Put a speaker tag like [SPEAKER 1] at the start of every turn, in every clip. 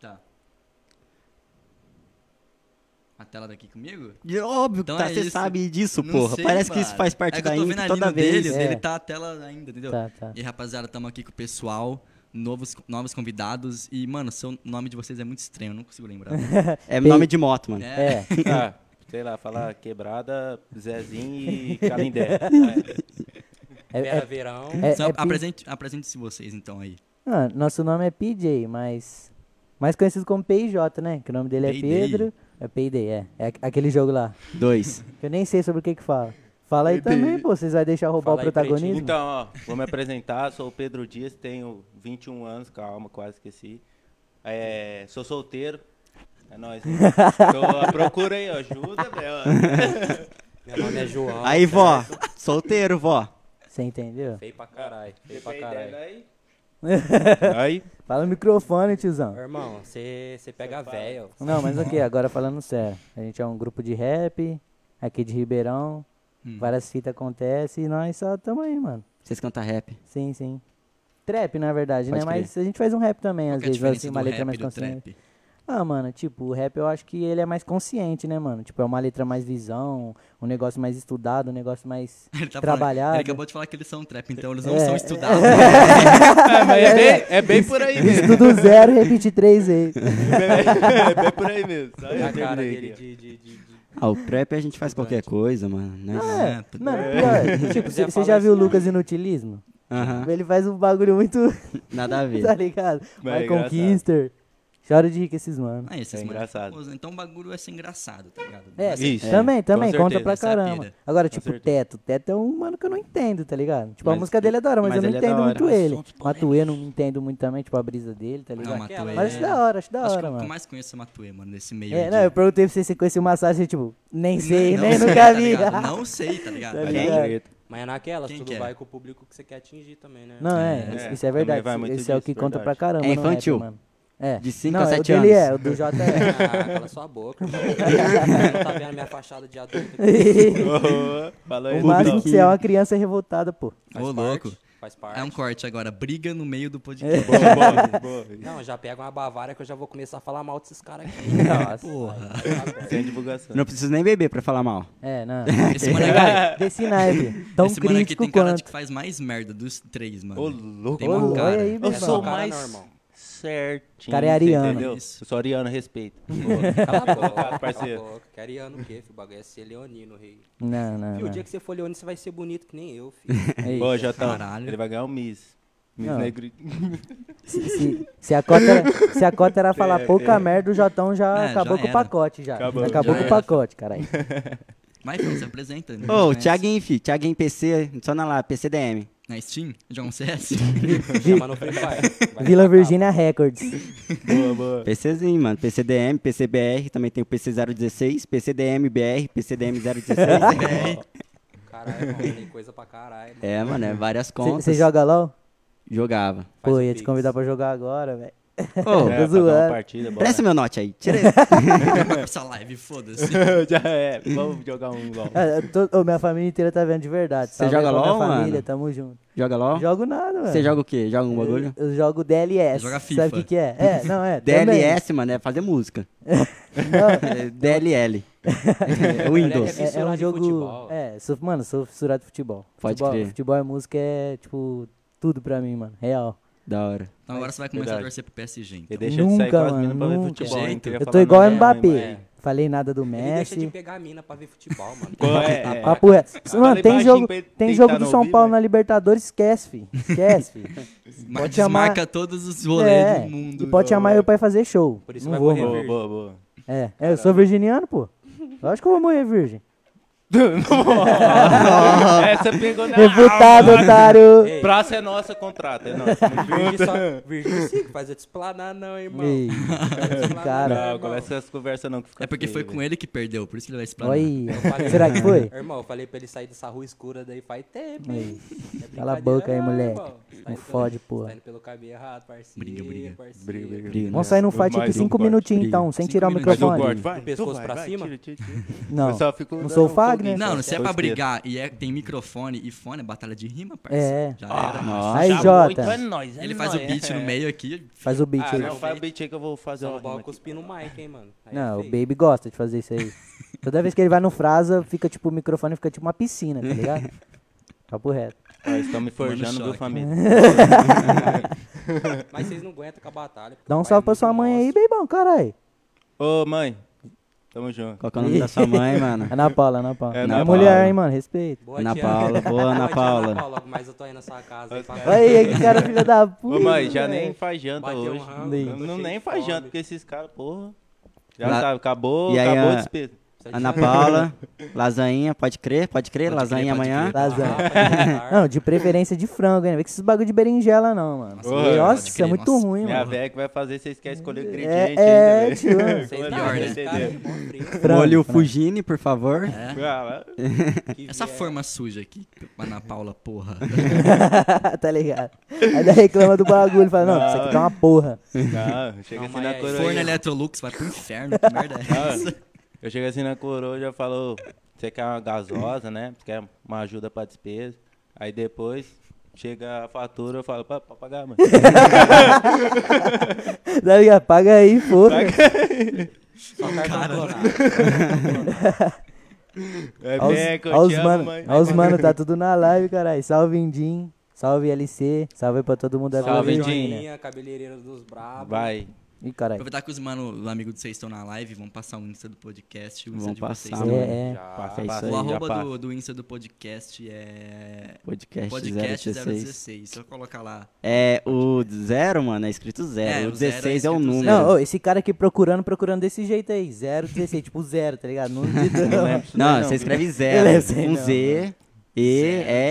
[SPEAKER 1] Tá. A tela daqui comigo?
[SPEAKER 2] E óbvio
[SPEAKER 1] Então
[SPEAKER 2] que tá,
[SPEAKER 1] é
[SPEAKER 2] você
[SPEAKER 1] isso.
[SPEAKER 2] sabe disso,
[SPEAKER 1] Não
[SPEAKER 2] porra.
[SPEAKER 1] sei,
[SPEAKER 2] Parece
[SPEAKER 1] mano.
[SPEAKER 2] que isso faz parte
[SPEAKER 1] é que
[SPEAKER 2] da
[SPEAKER 1] eu tô
[SPEAKER 2] Indy
[SPEAKER 1] vendo a
[SPEAKER 2] toda
[SPEAKER 1] língua
[SPEAKER 2] vez.
[SPEAKER 1] Deles,
[SPEAKER 2] é.
[SPEAKER 1] Ele tá a tela ainda, entendeu?
[SPEAKER 2] Tá, tá.
[SPEAKER 1] E aí, rapaziada, tamo aqui com o pessoal, novos, novos convidados. E, mano, seu nome de vocês é muito estranho, eu não consigo lembrar.
[SPEAKER 2] É nome de moto, mano.
[SPEAKER 1] É.
[SPEAKER 3] É.
[SPEAKER 4] Ah, sei lá, falar quebrada, Zezinho e Calindé.
[SPEAKER 3] é, é,
[SPEAKER 5] Vera Verão.
[SPEAKER 3] é-
[SPEAKER 1] Só
[SPEAKER 3] é P-
[SPEAKER 1] apresente, apresente-se vocês, então, aí.
[SPEAKER 3] Ah, nosso nome é PJ, mas. Mais conhecido como PIJ, né? Que o nome dele é
[SPEAKER 1] Payday.
[SPEAKER 3] Pedro. É Payday, é. É aqu- aquele jogo lá.
[SPEAKER 2] Dois.
[SPEAKER 3] Que eu nem sei sobre o que que fala. Fala aí também, pô. Vocês vão deixar roubar
[SPEAKER 5] Fala
[SPEAKER 3] o
[SPEAKER 5] aí,
[SPEAKER 3] protagonismo?
[SPEAKER 4] Então, ó, vou me apresentar, sou o Pedro Dias, tenho 21 anos, calma, quase esqueci. É, sou solteiro. É nóis. hein? Tô à procura aí, ó, ajuda, velho.
[SPEAKER 5] Meu nome é João.
[SPEAKER 2] Aí, vó. Solteiro, vó.
[SPEAKER 3] Você entendeu?
[SPEAKER 5] Feio pra caralho. Feio pra
[SPEAKER 4] Dependendo
[SPEAKER 5] caralho.
[SPEAKER 4] aí. Aí,
[SPEAKER 3] Fala no microfone, tiozão.
[SPEAKER 5] Irmão, você é pega velho.
[SPEAKER 3] Não, mas ok, agora falando sério. A gente é um grupo de rap, aqui de Ribeirão.
[SPEAKER 1] Hum.
[SPEAKER 3] Várias fitas acontecem e nós só tamo aí, mano.
[SPEAKER 2] Vocês cantam rap.
[SPEAKER 3] Sim, sim. Trap, na verdade,
[SPEAKER 2] Pode
[SPEAKER 3] né?
[SPEAKER 2] crer.
[SPEAKER 3] Mas a gente faz um rap também,
[SPEAKER 1] Qual
[SPEAKER 3] às
[SPEAKER 1] que é a
[SPEAKER 3] vezes,
[SPEAKER 1] diferença
[SPEAKER 3] assim, uma
[SPEAKER 1] do
[SPEAKER 3] letra
[SPEAKER 1] rap
[SPEAKER 3] mais
[SPEAKER 1] e do
[SPEAKER 3] consciente.
[SPEAKER 1] trap?
[SPEAKER 3] Ah, mano, tipo, o rap eu acho que ele é mais consciente, né, mano? Tipo, é uma letra mais visão, um negócio mais estudado, um negócio mais
[SPEAKER 1] Ele tá Falando,
[SPEAKER 3] trabalhado.
[SPEAKER 1] ele acabou de falar que eles são trap, então eles não
[SPEAKER 3] É.
[SPEAKER 1] são estudados. né?
[SPEAKER 4] é, mas é bem, é bem por aí mesmo.
[SPEAKER 3] Estudo zero, repeti três vezes.
[SPEAKER 4] É bem por aí mesmo. Só eu
[SPEAKER 5] A cara
[SPEAKER 4] terminei
[SPEAKER 5] dele
[SPEAKER 4] aqui,
[SPEAKER 5] de. de, de, de...
[SPEAKER 2] Ah, o trap a gente faz qualquer coisa, mano. Né?
[SPEAKER 3] Ah,
[SPEAKER 1] É,
[SPEAKER 3] mano, pior,
[SPEAKER 4] é
[SPEAKER 3] tipo,
[SPEAKER 5] Já
[SPEAKER 3] você você
[SPEAKER 5] fala
[SPEAKER 3] já viu o
[SPEAKER 5] isso, né?
[SPEAKER 3] Lucas Inutilismo?
[SPEAKER 4] Ah.
[SPEAKER 2] Aham.
[SPEAKER 3] Ele faz um bagulho muito,
[SPEAKER 2] Nada a ver.
[SPEAKER 3] tá ligado?
[SPEAKER 4] Mas é
[SPEAKER 3] Vai
[SPEAKER 4] engraçado.
[SPEAKER 3] Conquister. Chora de rico esses mano.
[SPEAKER 1] Ah, esses
[SPEAKER 4] É
[SPEAKER 1] mano-
[SPEAKER 4] engraçado.
[SPEAKER 1] Pô, Então o bagulho é ser engraçado, tá ligado?
[SPEAKER 3] É,
[SPEAKER 1] Mas-
[SPEAKER 4] Isso.
[SPEAKER 3] também, também,
[SPEAKER 4] com
[SPEAKER 3] conta
[SPEAKER 4] certeza,
[SPEAKER 3] pra
[SPEAKER 1] essa é a
[SPEAKER 3] caramba.
[SPEAKER 1] pira.
[SPEAKER 3] Agora, tipo,
[SPEAKER 4] certeza.
[SPEAKER 3] Teto. Teto é um mano que eu não entendo, tá ligado? Tipo, a
[SPEAKER 2] Mas-
[SPEAKER 3] música dele é da hora, mas,
[SPEAKER 2] mas ele
[SPEAKER 3] eu não
[SPEAKER 2] é da
[SPEAKER 3] entendo
[SPEAKER 2] hora.
[SPEAKER 3] muito ele.
[SPEAKER 2] Assuntos
[SPEAKER 3] Matuê não entendo muito também, tipo, a brisa dele, tá ligado?
[SPEAKER 1] Não, Matuê.
[SPEAKER 3] Mas acho
[SPEAKER 1] é-
[SPEAKER 3] da hora, acho da
[SPEAKER 1] Acho que
[SPEAKER 3] hora,
[SPEAKER 1] o que eu
[SPEAKER 3] mano.
[SPEAKER 1] mais conheço é Matuê, mano, nesse meio.
[SPEAKER 3] É,
[SPEAKER 1] de-
[SPEAKER 3] não, eu perguntei pra você se conhecia o Massagem, você, tipo, nem sei,
[SPEAKER 1] Não sei,
[SPEAKER 3] nem nunca
[SPEAKER 1] tá
[SPEAKER 3] vi.
[SPEAKER 1] ligado? Não sei, tá ligado?
[SPEAKER 3] Tá
[SPEAKER 4] Vai dar
[SPEAKER 3] ligado?
[SPEAKER 4] treta.
[SPEAKER 5] Mas é naquelas,
[SPEAKER 1] Quem
[SPEAKER 5] tudo
[SPEAKER 1] que é?
[SPEAKER 5] vai com o público que você quer atingir também, né?
[SPEAKER 3] Não, é,
[SPEAKER 1] É,
[SPEAKER 3] isso-
[SPEAKER 4] é,
[SPEAKER 3] isso é
[SPEAKER 4] também
[SPEAKER 3] verdade.
[SPEAKER 4] vai
[SPEAKER 3] Isso,
[SPEAKER 4] muito
[SPEAKER 3] isso é o que
[SPEAKER 4] disso,
[SPEAKER 3] conta pra
[SPEAKER 4] verdade.
[SPEAKER 3] caramba.
[SPEAKER 2] É
[SPEAKER 3] no rap,
[SPEAKER 2] infantil.
[SPEAKER 3] mano. É.
[SPEAKER 2] De cinco
[SPEAKER 3] não,
[SPEAKER 2] a
[SPEAKER 3] é o
[SPEAKER 2] sete
[SPEAKER 3] dele
[SPEAKER 2] anos.
[SPEAKER 3] é, o do J é.
[SPEAKER 5] Ah, cala sua boca. irmão. Você não tá vendo minha fachada de adulto aqui.
[SPEAKER 4] Ô, Fala aí,
[SPEAKER 3] o máximo
[SPEAKER 4] então.
[SPEAKER 3] que você é uma criança revoltada, pô.
[SPEAKER 1] Ô,
[SPEAKER 5] Faz parte,
[SPEAKER 1] louco.
[SPEAKER 5] Faz parte.
[SPEAKER 1] É um corte agora. Briga no meio do
[SPEAKER 3] É.
[SPEAKER 1] podcast.
[SPEAKER 4] Boa, boa, boa.
[SPEAKER 5] Não, já pega uma Bavária que eu já vou começar a falar mal desses caras aqui.
[SPEAKER 3] Nossa.
[SPEAKER 1] Porra.
[SPEAKER 4] Sem divulgação.
[SPEAKER 2] Não preciso nem beber pra falar mal.
[SPEAKER 3] É, não.
[SPEAKER 1] Esse mano aqui,
[SPEAKER 3] Desse naipe. Tão
[SPEAKER 1] esse mano aqui
[SPEAKER 3] crítico
[SPEAKER 1] tem cara de
[SPEAKER 3] quanto.
[SPEAKER 1] que faz mais merda dos três, mano.
[SPEAKER 4] Ô, louco.
[SPEAKER 1] Tem uma
[SPEAKER 3] Ô,
[SPEAKER 1] cara.
[SPEAKER 3] olha aí, meu irmão.
[SPEAKER 4] Eu
[SPEAKER 5] É
[SPEAKER 4] sou
[SPEAKER 5] só cara
[SPEAKER 4] mais
[SPEAKER 5] normal.
[SPEAKER 4] certinho.
[SPEAKER 3] Cara é
[SPEAKER 4] você
[SPEAKER 3] ariano.
[SPEAKER 4] Entendeu? Eu
[SPEAKER 1] Isso.
[SPEAKER 4] sou ariano, respeito.
[SPEAKER 5] Cala a boca,
[SPEAKER 4] Obrigado,
[SPEAKER 5] cala
[SPEAKER 4] parceiro.
[SPEAKER 5] a boca. Quer ir ano o quê, filho? O bagulho é ser leonino, rei.
[SPEAKER 3] Não, não,
[SPEAKER 5] Fio, o
[SPEAKER 3] não.
[SPEAKER 5] dia que você for leonino, você vai ser bonito que nem eu, filho.
[SPEAKER 3] Ei,
[SPEAKER 4] Ô, Jotão,
[SPEAKER 1] Caralho.
[SPEAKER 4] ele vai ganhar um Miss. Miss
[SPEAKER 3] Não.
[SPEAKER 4] Negri.
[SPEAKER 3] se, se- se a cota era, se a cota
[SPEAKER 5] É,
[SPEAKER 3] era falar pouca merda, o Jotão já
[SPEAKER 1] É,
[SPEAKER 3] acabou
[SPEAKER 1] já
[SPEAKER 3] com o
[SPEAKER 1] era.
[SPEAKER 3] pacote já.
[SPEAKER 4] Acabou,
[SPEAKER 1] já
[SPEAKER 3] acabou com o
[SPEAKER 1] era.
[SPEAKER 3] pacote, caralho.
[SPEAKER 1] Vai, Fê, se apresenta. né?
[SPEAKER 2] Ô,
[SPEAKER 1] Conhece.
[SPEAKER 2] Thiaguinho, fi. Thiaguinho PC. Só na lá, PCDM.
[SPEAKER 1] Na Steam? Joga um CS?
[SPEAKER 5] Chama no Free Fire. Vai
[SPEAKER 3] Vila
[SPEAKER 5] dar
[SPEAKER 3] Virgínia Records.
[SPEAKER 4] boa, boa.
[SPEAKER 2] PCzinho, mano. PCDM, PCBR. Também tem o PC016, PCDM-BR, PCDM016.
[SPEAKER 5] tapa. Caralho, mano, tem coisa pra caralho. mano.
[SPEAKER 2] é, mano. É várias contas.
[SPEAKER 3] Você joga LOL?
[SPEAKER 2] Jogava.
[SPEAKER 5] Faz
[SPEAKER 3] Pô,
[SPEAKER 5] o
[SPEAKER 3] ia te
[SPEAKER 5] um Pix.
[SPEAKER 3] convidar pra jogar agora, velho.
[SPEAKER 2] Ô,
[SPEAKER 4] É, pra dar
[SPEAKER 3] zoando.
[SPEAKER 4] uma partida, bora.
[SPEAKER 2] presta meu note aí. Tira esse.
[SPEAKER 1] Acaba com essa live, foda-se.
[SPEAKER 4] Já é, vamos jogar um LOL.
[SPEAKER 3] Ah, eu tô- ô, minha família inteira tá vendo de verdade.
[SPEAKER 2] Você
[SPEAKER 3] Salve aí
[SPEAKER 2] joga
[SPEAKER 3] pra minha
[SPEAKER 2] LOL, mano?
[SPEAKER 3] família, tamo junto.
[SPEAKER 2] Joga LOL?
[SPEAKER 3] Jogo nada, mano.
[SPEAKER 2] Você joga o quê? Joga um bagulho?
[SPEAKER 3] Eu, eu jogo DLS.
[SPEAKER 1] Joga
[SPEAKER 3] Sabe
[SPEAKER 1] FIFA.
[SPEAKER 3] o que, que é? É, não, é. também.
[SPEAKER 2] DLS, mano, é fazer música. É DLL. É Windows.
[SPEAKER 3] É,
[SPEAKER 5] Moleque
[SPEAKER 3] é um
[SPEAKER 5] Fissurado em
[SPEAKER 3] jogo.
[SPEAKER 5] futebol.
[SPEAKER 3] É, sou, mano, sou fissurado de futebol.
[SPEAKER 2] Pode
[SPEAKER 3] futebol,
[SPEAKER 2] crer.
[SPEAKER 3] Futebol é música, é tipo, tudo pra mim, mano. Real.
[SPEAKER 2] Da hora.
[SPEAKER 1] Então agora você vai começar
[SPEAKER 4] Verdade.
[SPEAKER 1] a torcer pro PSG. então.
[SPEAKER 4] Ele deixa de sair
[SPEAKER 3] Nunca,
[SPEAKER 4] com as
[SPEAKER 3] mano,
[SPEAKER 4] minas pra ver
[SPEAKER 3] nunca.
[SPEAKER 4] futebol. hein?
[SPEAKER 1] Jeito.
[SPEAKER 4] Queria
[SPEAKER 3] Eu tô
[SPEAKER 4] falar,
[SPEAKER 3] igual
[SPEAKER 4] não,
[SPEAKER 3] o
[SPEAKER 4] né,
[SPEAKER 3] Mbappé.
[SPEAKER 4] mãe?
[SPEAKER 3] Falei nada do
[SPEAKER 5] Ele deixa de
[SPEAKER 3] Messi.
[SPEAKER 5] pegar a mina pra ver futebol, mano.
[SPEAKER 4] Pô, é,
[SPEAKER 5] Tá
[SPEAKER 4] é.
[SPEAKER 5] pra
[SPEAKER 3] Papo é.
[SPEAKER 4] Fala
[SPEAKER 3] Mano,
[SPEAKER 4] aí
[SPEAKER 3] tem
[SPEAKER 4] baixinho
[SPEAKER 3] jogo,
[SPEAKER 4] pra ele
[SPEAKER 3] tem
[SPEAKER 4] tentar
[SPEAKER 3] jogo do
[SPEAKER 4] não
[SPEAKER 3] São
[SPEAKER 4] ouvir,
[SPEAKER 3] Paulo
[SPEAKER 4] mas-
[SPEAKER 3] na Libertadores, esquece, fi. Esquece, fi.
[SPEAKER 1] Mas
[SPEAKER 3] Pode chamar-
[SPEAKER 1] desmarca todos os rolês
[SPEAKER 3] É,
[SPEAKER 1] do mundo.
[SPEAKER 3] E pode chamar eu pra ir fazer show.
[SPEAKER 5] Por isso
[SPEAKER 3] Não
[SPEAKER 5] vai
[SPEAKER 3] vou,
[SPEAKER 5] morrer
[SPEAKER 3] mano.
[SPEAKER 4] Boa,
[SPEAKER 5] virgem.
[SPEAKER 4] boa, boa.
[SPEAKER 3] É, é, eu sou virginiano, pô. Lógico que eu vou morrer virgem.
[SPEAKER 4] Essa pegou na
[SPEAKER 3] Refutado, otário.
[SPEAKER 5] Ei,
[SPEAKER 4] Praça é nossa, contrata. É nossa.
[SPEAKER 5] Virgem só... Virgem sim, faz eu te explanar não, irmão.
[SPEAKER 3] Ei,
[SPEAKER 5] Faz eu te explanar
[SPEAKER 3] cara.
[SPEAKER 5] não,
[SPEAKER 4] Não,
[SPEAKER 5] irmão.
[SPEAKER 4] começa essas conversas não. Que fica
[SPEAKER 1] É porque foi
[SPEAKER 4] feio,
[SPEAKER 1] com ele que perdeu, por isso ele vai explanar.
[SPEAKER 3] Oi.
[SPEAKER 5] Eu falei-
[SPEAKER 3] Será que foi?
[SPEAKER 5] Irmão, eu falei pra ele sair dessa rua escura daí faz tempo,
[SPEAKER 3] Ei,
[SPEAKER 5] hein? É
[SPEAKER 3] cala a
[SPEAKER 5] brincadeira
[SPEAKER 3] boca aí,
[SPEAKER 5] não,
[SPEAKER 3] moleque.
[SPEAKER 5] irmão. tá indo
[SPEAKER 3] fode,
[SPEAKER 5] pelo,
[SPEAKER 3] porra.
[SPEAKER 5] Tá indo pelo caminho errado, parceiro.
[SPEAKER 1] Briga, briga.
[SPEAKER 5] parceiro.
[SPEAKER 4] Briga, briga.
[SPEAKER 2] Briga.
[SPEAKER 3] Vamos sair num
[SPEAKER 4] Foi
[SPEAKER 3] fight aqui
[SPEAKER 4] mais um
[SPEAKER 3] cinco
[SPEAKER 4] corte,
[SPEAKER 3] minutinho,
[SPEAKER 2] briga.
[SPEAKER 3] então, sem
[SPEAKER 1] Cinco
[SPEAKER 3] tirar o
[SPEAKER 1] minutos. Mais um
[SPEAKER 3] microfone.
[SPEAKER 1] corte,
[SPEAKER 4] vai.
[SPEAKER 5] Do pescoço
[SPEAKER 4] então
[SPEAKER 5] pra cima?
[SPEAKER 4] tira, tira, tira.
[SPEAKER 3] Não.
[SPEAKER 4] Eu só fico
[SPEAKER 3] Não
[SPEAKER 4] dando
[SPEAKER 3] sou
[SPEAKER 4] um
[SPEAKER 3] Fagner.
[SPEAKER 4] foguinho,
[SPEAKER 3] Não,
[SPEAKER 4] só
[SPEAKER 1] Não, se é
[SPEAKER 4] só
[SPEAKER 1] pra
[SPEAKER 4] esquerda.
[SPEAKER 1] brigar e é, tem microfone e fone, é batalha de rima,
[SPEAKER 3] É.
[SPEAKER 1] parceiro. Já
[SPEAKER 5] Ah,
[SPEAKER 1] era.
[SPEAKER 2] Nossa.
[SPEAKER 3] Aí,
[SPEAKER 4] Já
[SPEAKER 3] Jota,
[SPEAKER 4] muito, é nóis, é
[SPEAKER 1] Ele faz o
[SPEAKER 4] nóis,
[SPEAKER 1] beat
[SPEAKER 4] é.
[SPEAKER 1] no meio aqui.
[SPEAKER 3] faz o beat
[SPEAKER 4] Ah,
[SPEAKER 3] aí.
[SPEAKER 4] não, faz o beat aí que eu vou fazer
[SPEAKER 5] Só
[SPEAKER 4] uma
[SPEAKER 5] o bala
[SPEAKER 4] rima aqui.
[SPEAKER 5] cuspir no mic, hein, mano. Aí é
[SPEAKER 3] Não, o
[SPEAKER 5] feio.
[SPEAKER 3] Baby gosta de fazer isso aí. Toda vez que ele vai no Frasa, fica tipo, o microfone fica tipo uma piscina, tá ligado? Papo reto.
[SPEAKER 4] Ó, estão me forjando, viu,
[SPEAKER 1] choque.
[SPEAKER 4] família?
[SPEAKER 5] Mas vocês não aguentam com a batalha. porque
[SPEAKER 3] Dá
[SPEAKER 5] o
[SPEAKER 3] um
[SPEAKER 5] pai é
[SPEAKER 3] salve pra sua
[SPEAKER 5] muito
[SPEAKER 3] mãe aí,
[SPEAKER 5] monstro.
[SPEAKER 3] bebão, caralho.
[SPEAKER 4] Ô, mãe. Tamo junto.
[SPEAKER 2] Qual que é o nome da sua mãe, mano?
[SPEAKER 3] Ana Paula, Ana Paula.
[SPEAKER 4] É,
[SPEAKER 3] É,
[SPEAKER 4] Ana
[SPEAKER 3] mulher,
[SPEAKER 2] Paula.
[SPEAKER 3] hein, mano, respeito.
[SPEAKER 5] Boa
[SPEAKER 2] Ana
[SPEAKER 5] tia.
[SPEAKER 2] Paula, boa, Ana
[SPEAKER 5] tia
[SPEAKER 2] Paula.
[SPEAKER 5] logo mais eu tô aí na sua casa. Aí, pra-
[SPEAKER 3] Aí, que cara filha da puta.
[SPEAKER 4] Ô, mãe, já
[SPEAKER 3] velho.
[SPEAKER 4] nem faz janta
[SPEAKER 5] Bateu um
[SPEAKER 4] hoje.
[SPEAKER 5] rango,
[SPEAKER 3] Nem.
[SPEAKER 5] eu tô
[SPEAKER 4] Não,
[SPEAKER 5] cheio
[SPEAKER 4] nem
[SPEAKER 5] de
[SPEAKER 4] faz
[SPEAKER 5] fome.
[SPEAKER 4] janta, porque esses caras, porra. Já
[SPEAKER 2] La-
[SPEAKER 4] sabe, acabou,
[SPEAKER 2] E aí,
[SPEAKER 4] acabou
[SPEAKER 2] a-
[SPEAKER 4] o despeito.
[SPEAKER 5] Precisa de
[SPEAKER 2] Ana
[SPEAKER 5] jantar.
[SPEAKER 2] Paula, lasanha, pode crer, pode crer,
[SPEAKER 1] Pode
[SPEAKER 2] lasanha
[SPEAKER 1] crer, pode
[SPEAKER 2] amanhã.
[SPEAKER 1] crer.
[SPEAKER 3] Lasanha.
[SPEAKER 5] Ah, pra jantar.
[SPEAKER 3] Não, de preferência de frango, hein? Não vem com esses bagulho de berinjela, não, mano.
[SPEAKER 1] Nossa,
[SPEAKER 4] Nossa,
[SPEAKER 3] Nossa, isso é
[SPEAKER 1] pode
[SPEAKER 3] muito
[SPEAKER 1] crer.
[SPEAKER 3] ruim,
[SPEAKER 4] Minha
[SPEAKER 3] mano.
[SPEAKER 4] velha que vai fazer, vocês querem escolher o
[SPEAKER 3] É,
[SPEAKER 4] ingrediente
[SPEAKER 3] é,
[SPEAKER 4] ainda,
[SPEAKER 3] tio.
[SPEAKER 4] velho.
[SPEAKER 5] Vocês
[SPEAKER 4] Como
[SPEAKER 5] não
[SPEAKER 4] é que vai
[SPEAKER 1] né?
[SPEAKER 5] aguentam, cara,
[SPEAKER 4] entender?
[SPEAKER 5] de mó frio.
[SPEAKER 3] Frango,
[SPEAKER 2] Molho
[SPEAKER 3] frango.
[SPEAKER 2] Fugini, Um por favor.
[SPEAKER 4] Ah, lá.
[SPEAKER 5] Que
[SPEAKER 1] Essa
[SPEAKER 5] vier.
[SPEAKER 1] forma suja aqui, Ana Paula, porra.
[SPEAKER 3] tá ligado? Aí daí reclama do bagulho, fala, não, isso aqui tá uma porra.
[SPEAKER 4] Não, chega
[SPEAKER 5] Não,
[SPEAKER 4] assim
[SPEAKER 5] mas
[SPEAKER 4] na
[SPEAKER 5] é
[SPEAKER 4] coroa.
[SPEAKER 1] Forno Electrolux, vai pro inferno, que merda é
[SPEAKER 4] Ah,
[SPEAKER 1] essa?
[SPEAKER 4] eu chego assim na coroa e já falo, "Ô, você quer uma gasosa, né? Você quer uma ajuda pra despesa. Aí depois chega a fatura, eu falo, pra, pra pagar, mano.
[SPEAKER 3] Tá ligado? Paga aí, porra.
[SPEAKER 2] um
[SPEAKER 5] Só cartão clonado.
[SPEAKER 4] É
[SPEAKER 3] Olha os-
[SPEAKER 4] meco,
[SPEAKER 3] olha
[SPEAKER 4] eu
[SPEAKER 3] os
[SPEAKER 4] te amo,
[SPEAKER 3] mano,
[SPEAKER 4] mãe.
[SPEAKER 3] olha os mano, tá tudo na live, caralho. Salve, Indim. Salve, LC. Salve pra todo mundo da Vila
[SPEAKER 4] Salve,
[SPEAKER 5] Salve,
[SPEAKER 4] Dinho.
[SPEAKER 3] Virgínia.
[SPEAKER 5] Joinha, cabeleireiro dos brabos.
[SPEAKER 4] Vai.
[SPEAKER 3] Ih, caralho.
[SPEAKER 1] Aproveitar que os mano, os amigos de vocês estão na live, vão passar o Insta do podcast. O Insta
[SPEAKER 2] Vão
[SPEAKER 1] de
[SPEAKER 2] passar,
[SPEAKER 1] vocês.
[SPEAKER 2] mano.
[SPEAKER 3] É, é.
[SPEAKER 5] Já.
[SPEAKER 4] Passa,
[SPEAKER 2] é isso
[SPEAKER 4] passa,
[SPEAKER 2] aí,
[SPEAKER 1] O
[SPEAKER 4] já
[SPEAKER 1] arroba
[SPEAKER 4] passa.
[SPEAKER 1] do, do Insta do podcast é
[SPEAKER 2] Podcast,
[SPEAKER 1] podcast
[SPEAKER 2] 016.
[SPEAKER 1] 016. Se eu colocar lá.
[SPEAKER 2] É, o zero, mano, é escrito zero.
[SPEAKER 1] É,
[SPEAKER 2] o
[SPEAKER 1] o zero é
[SPEAKER 2] 16 é, o
[SPEAKER 1] escrito
[SPEAKER 2] número.
[SPEAKER 1] zero.
[SPEAKER 3] Não, ô, esse cara aqui procurando, procurando desse jeito aí. 0, 16, tipo zero, tá ligado? Não
[SPEAKER 4] Não
[SPEAKER 1] é
[SPEAKER 3] de
[SPEAKER 4] lembro disso daí,
[SPEAKER 2] Não, é
[SPEAKER 4] não,
[SPEAKER 2] você
[SPEAKER 4] viu?
[SPEAKER 2] escreve
[SPEAKER 3] Eu
[SPEAKER 2] zero.
[SPEAKER 3] lembrei,
[SPEAKER 2] Um
[SPEAKER 3] não,
[SPEAKER 2] Z, E,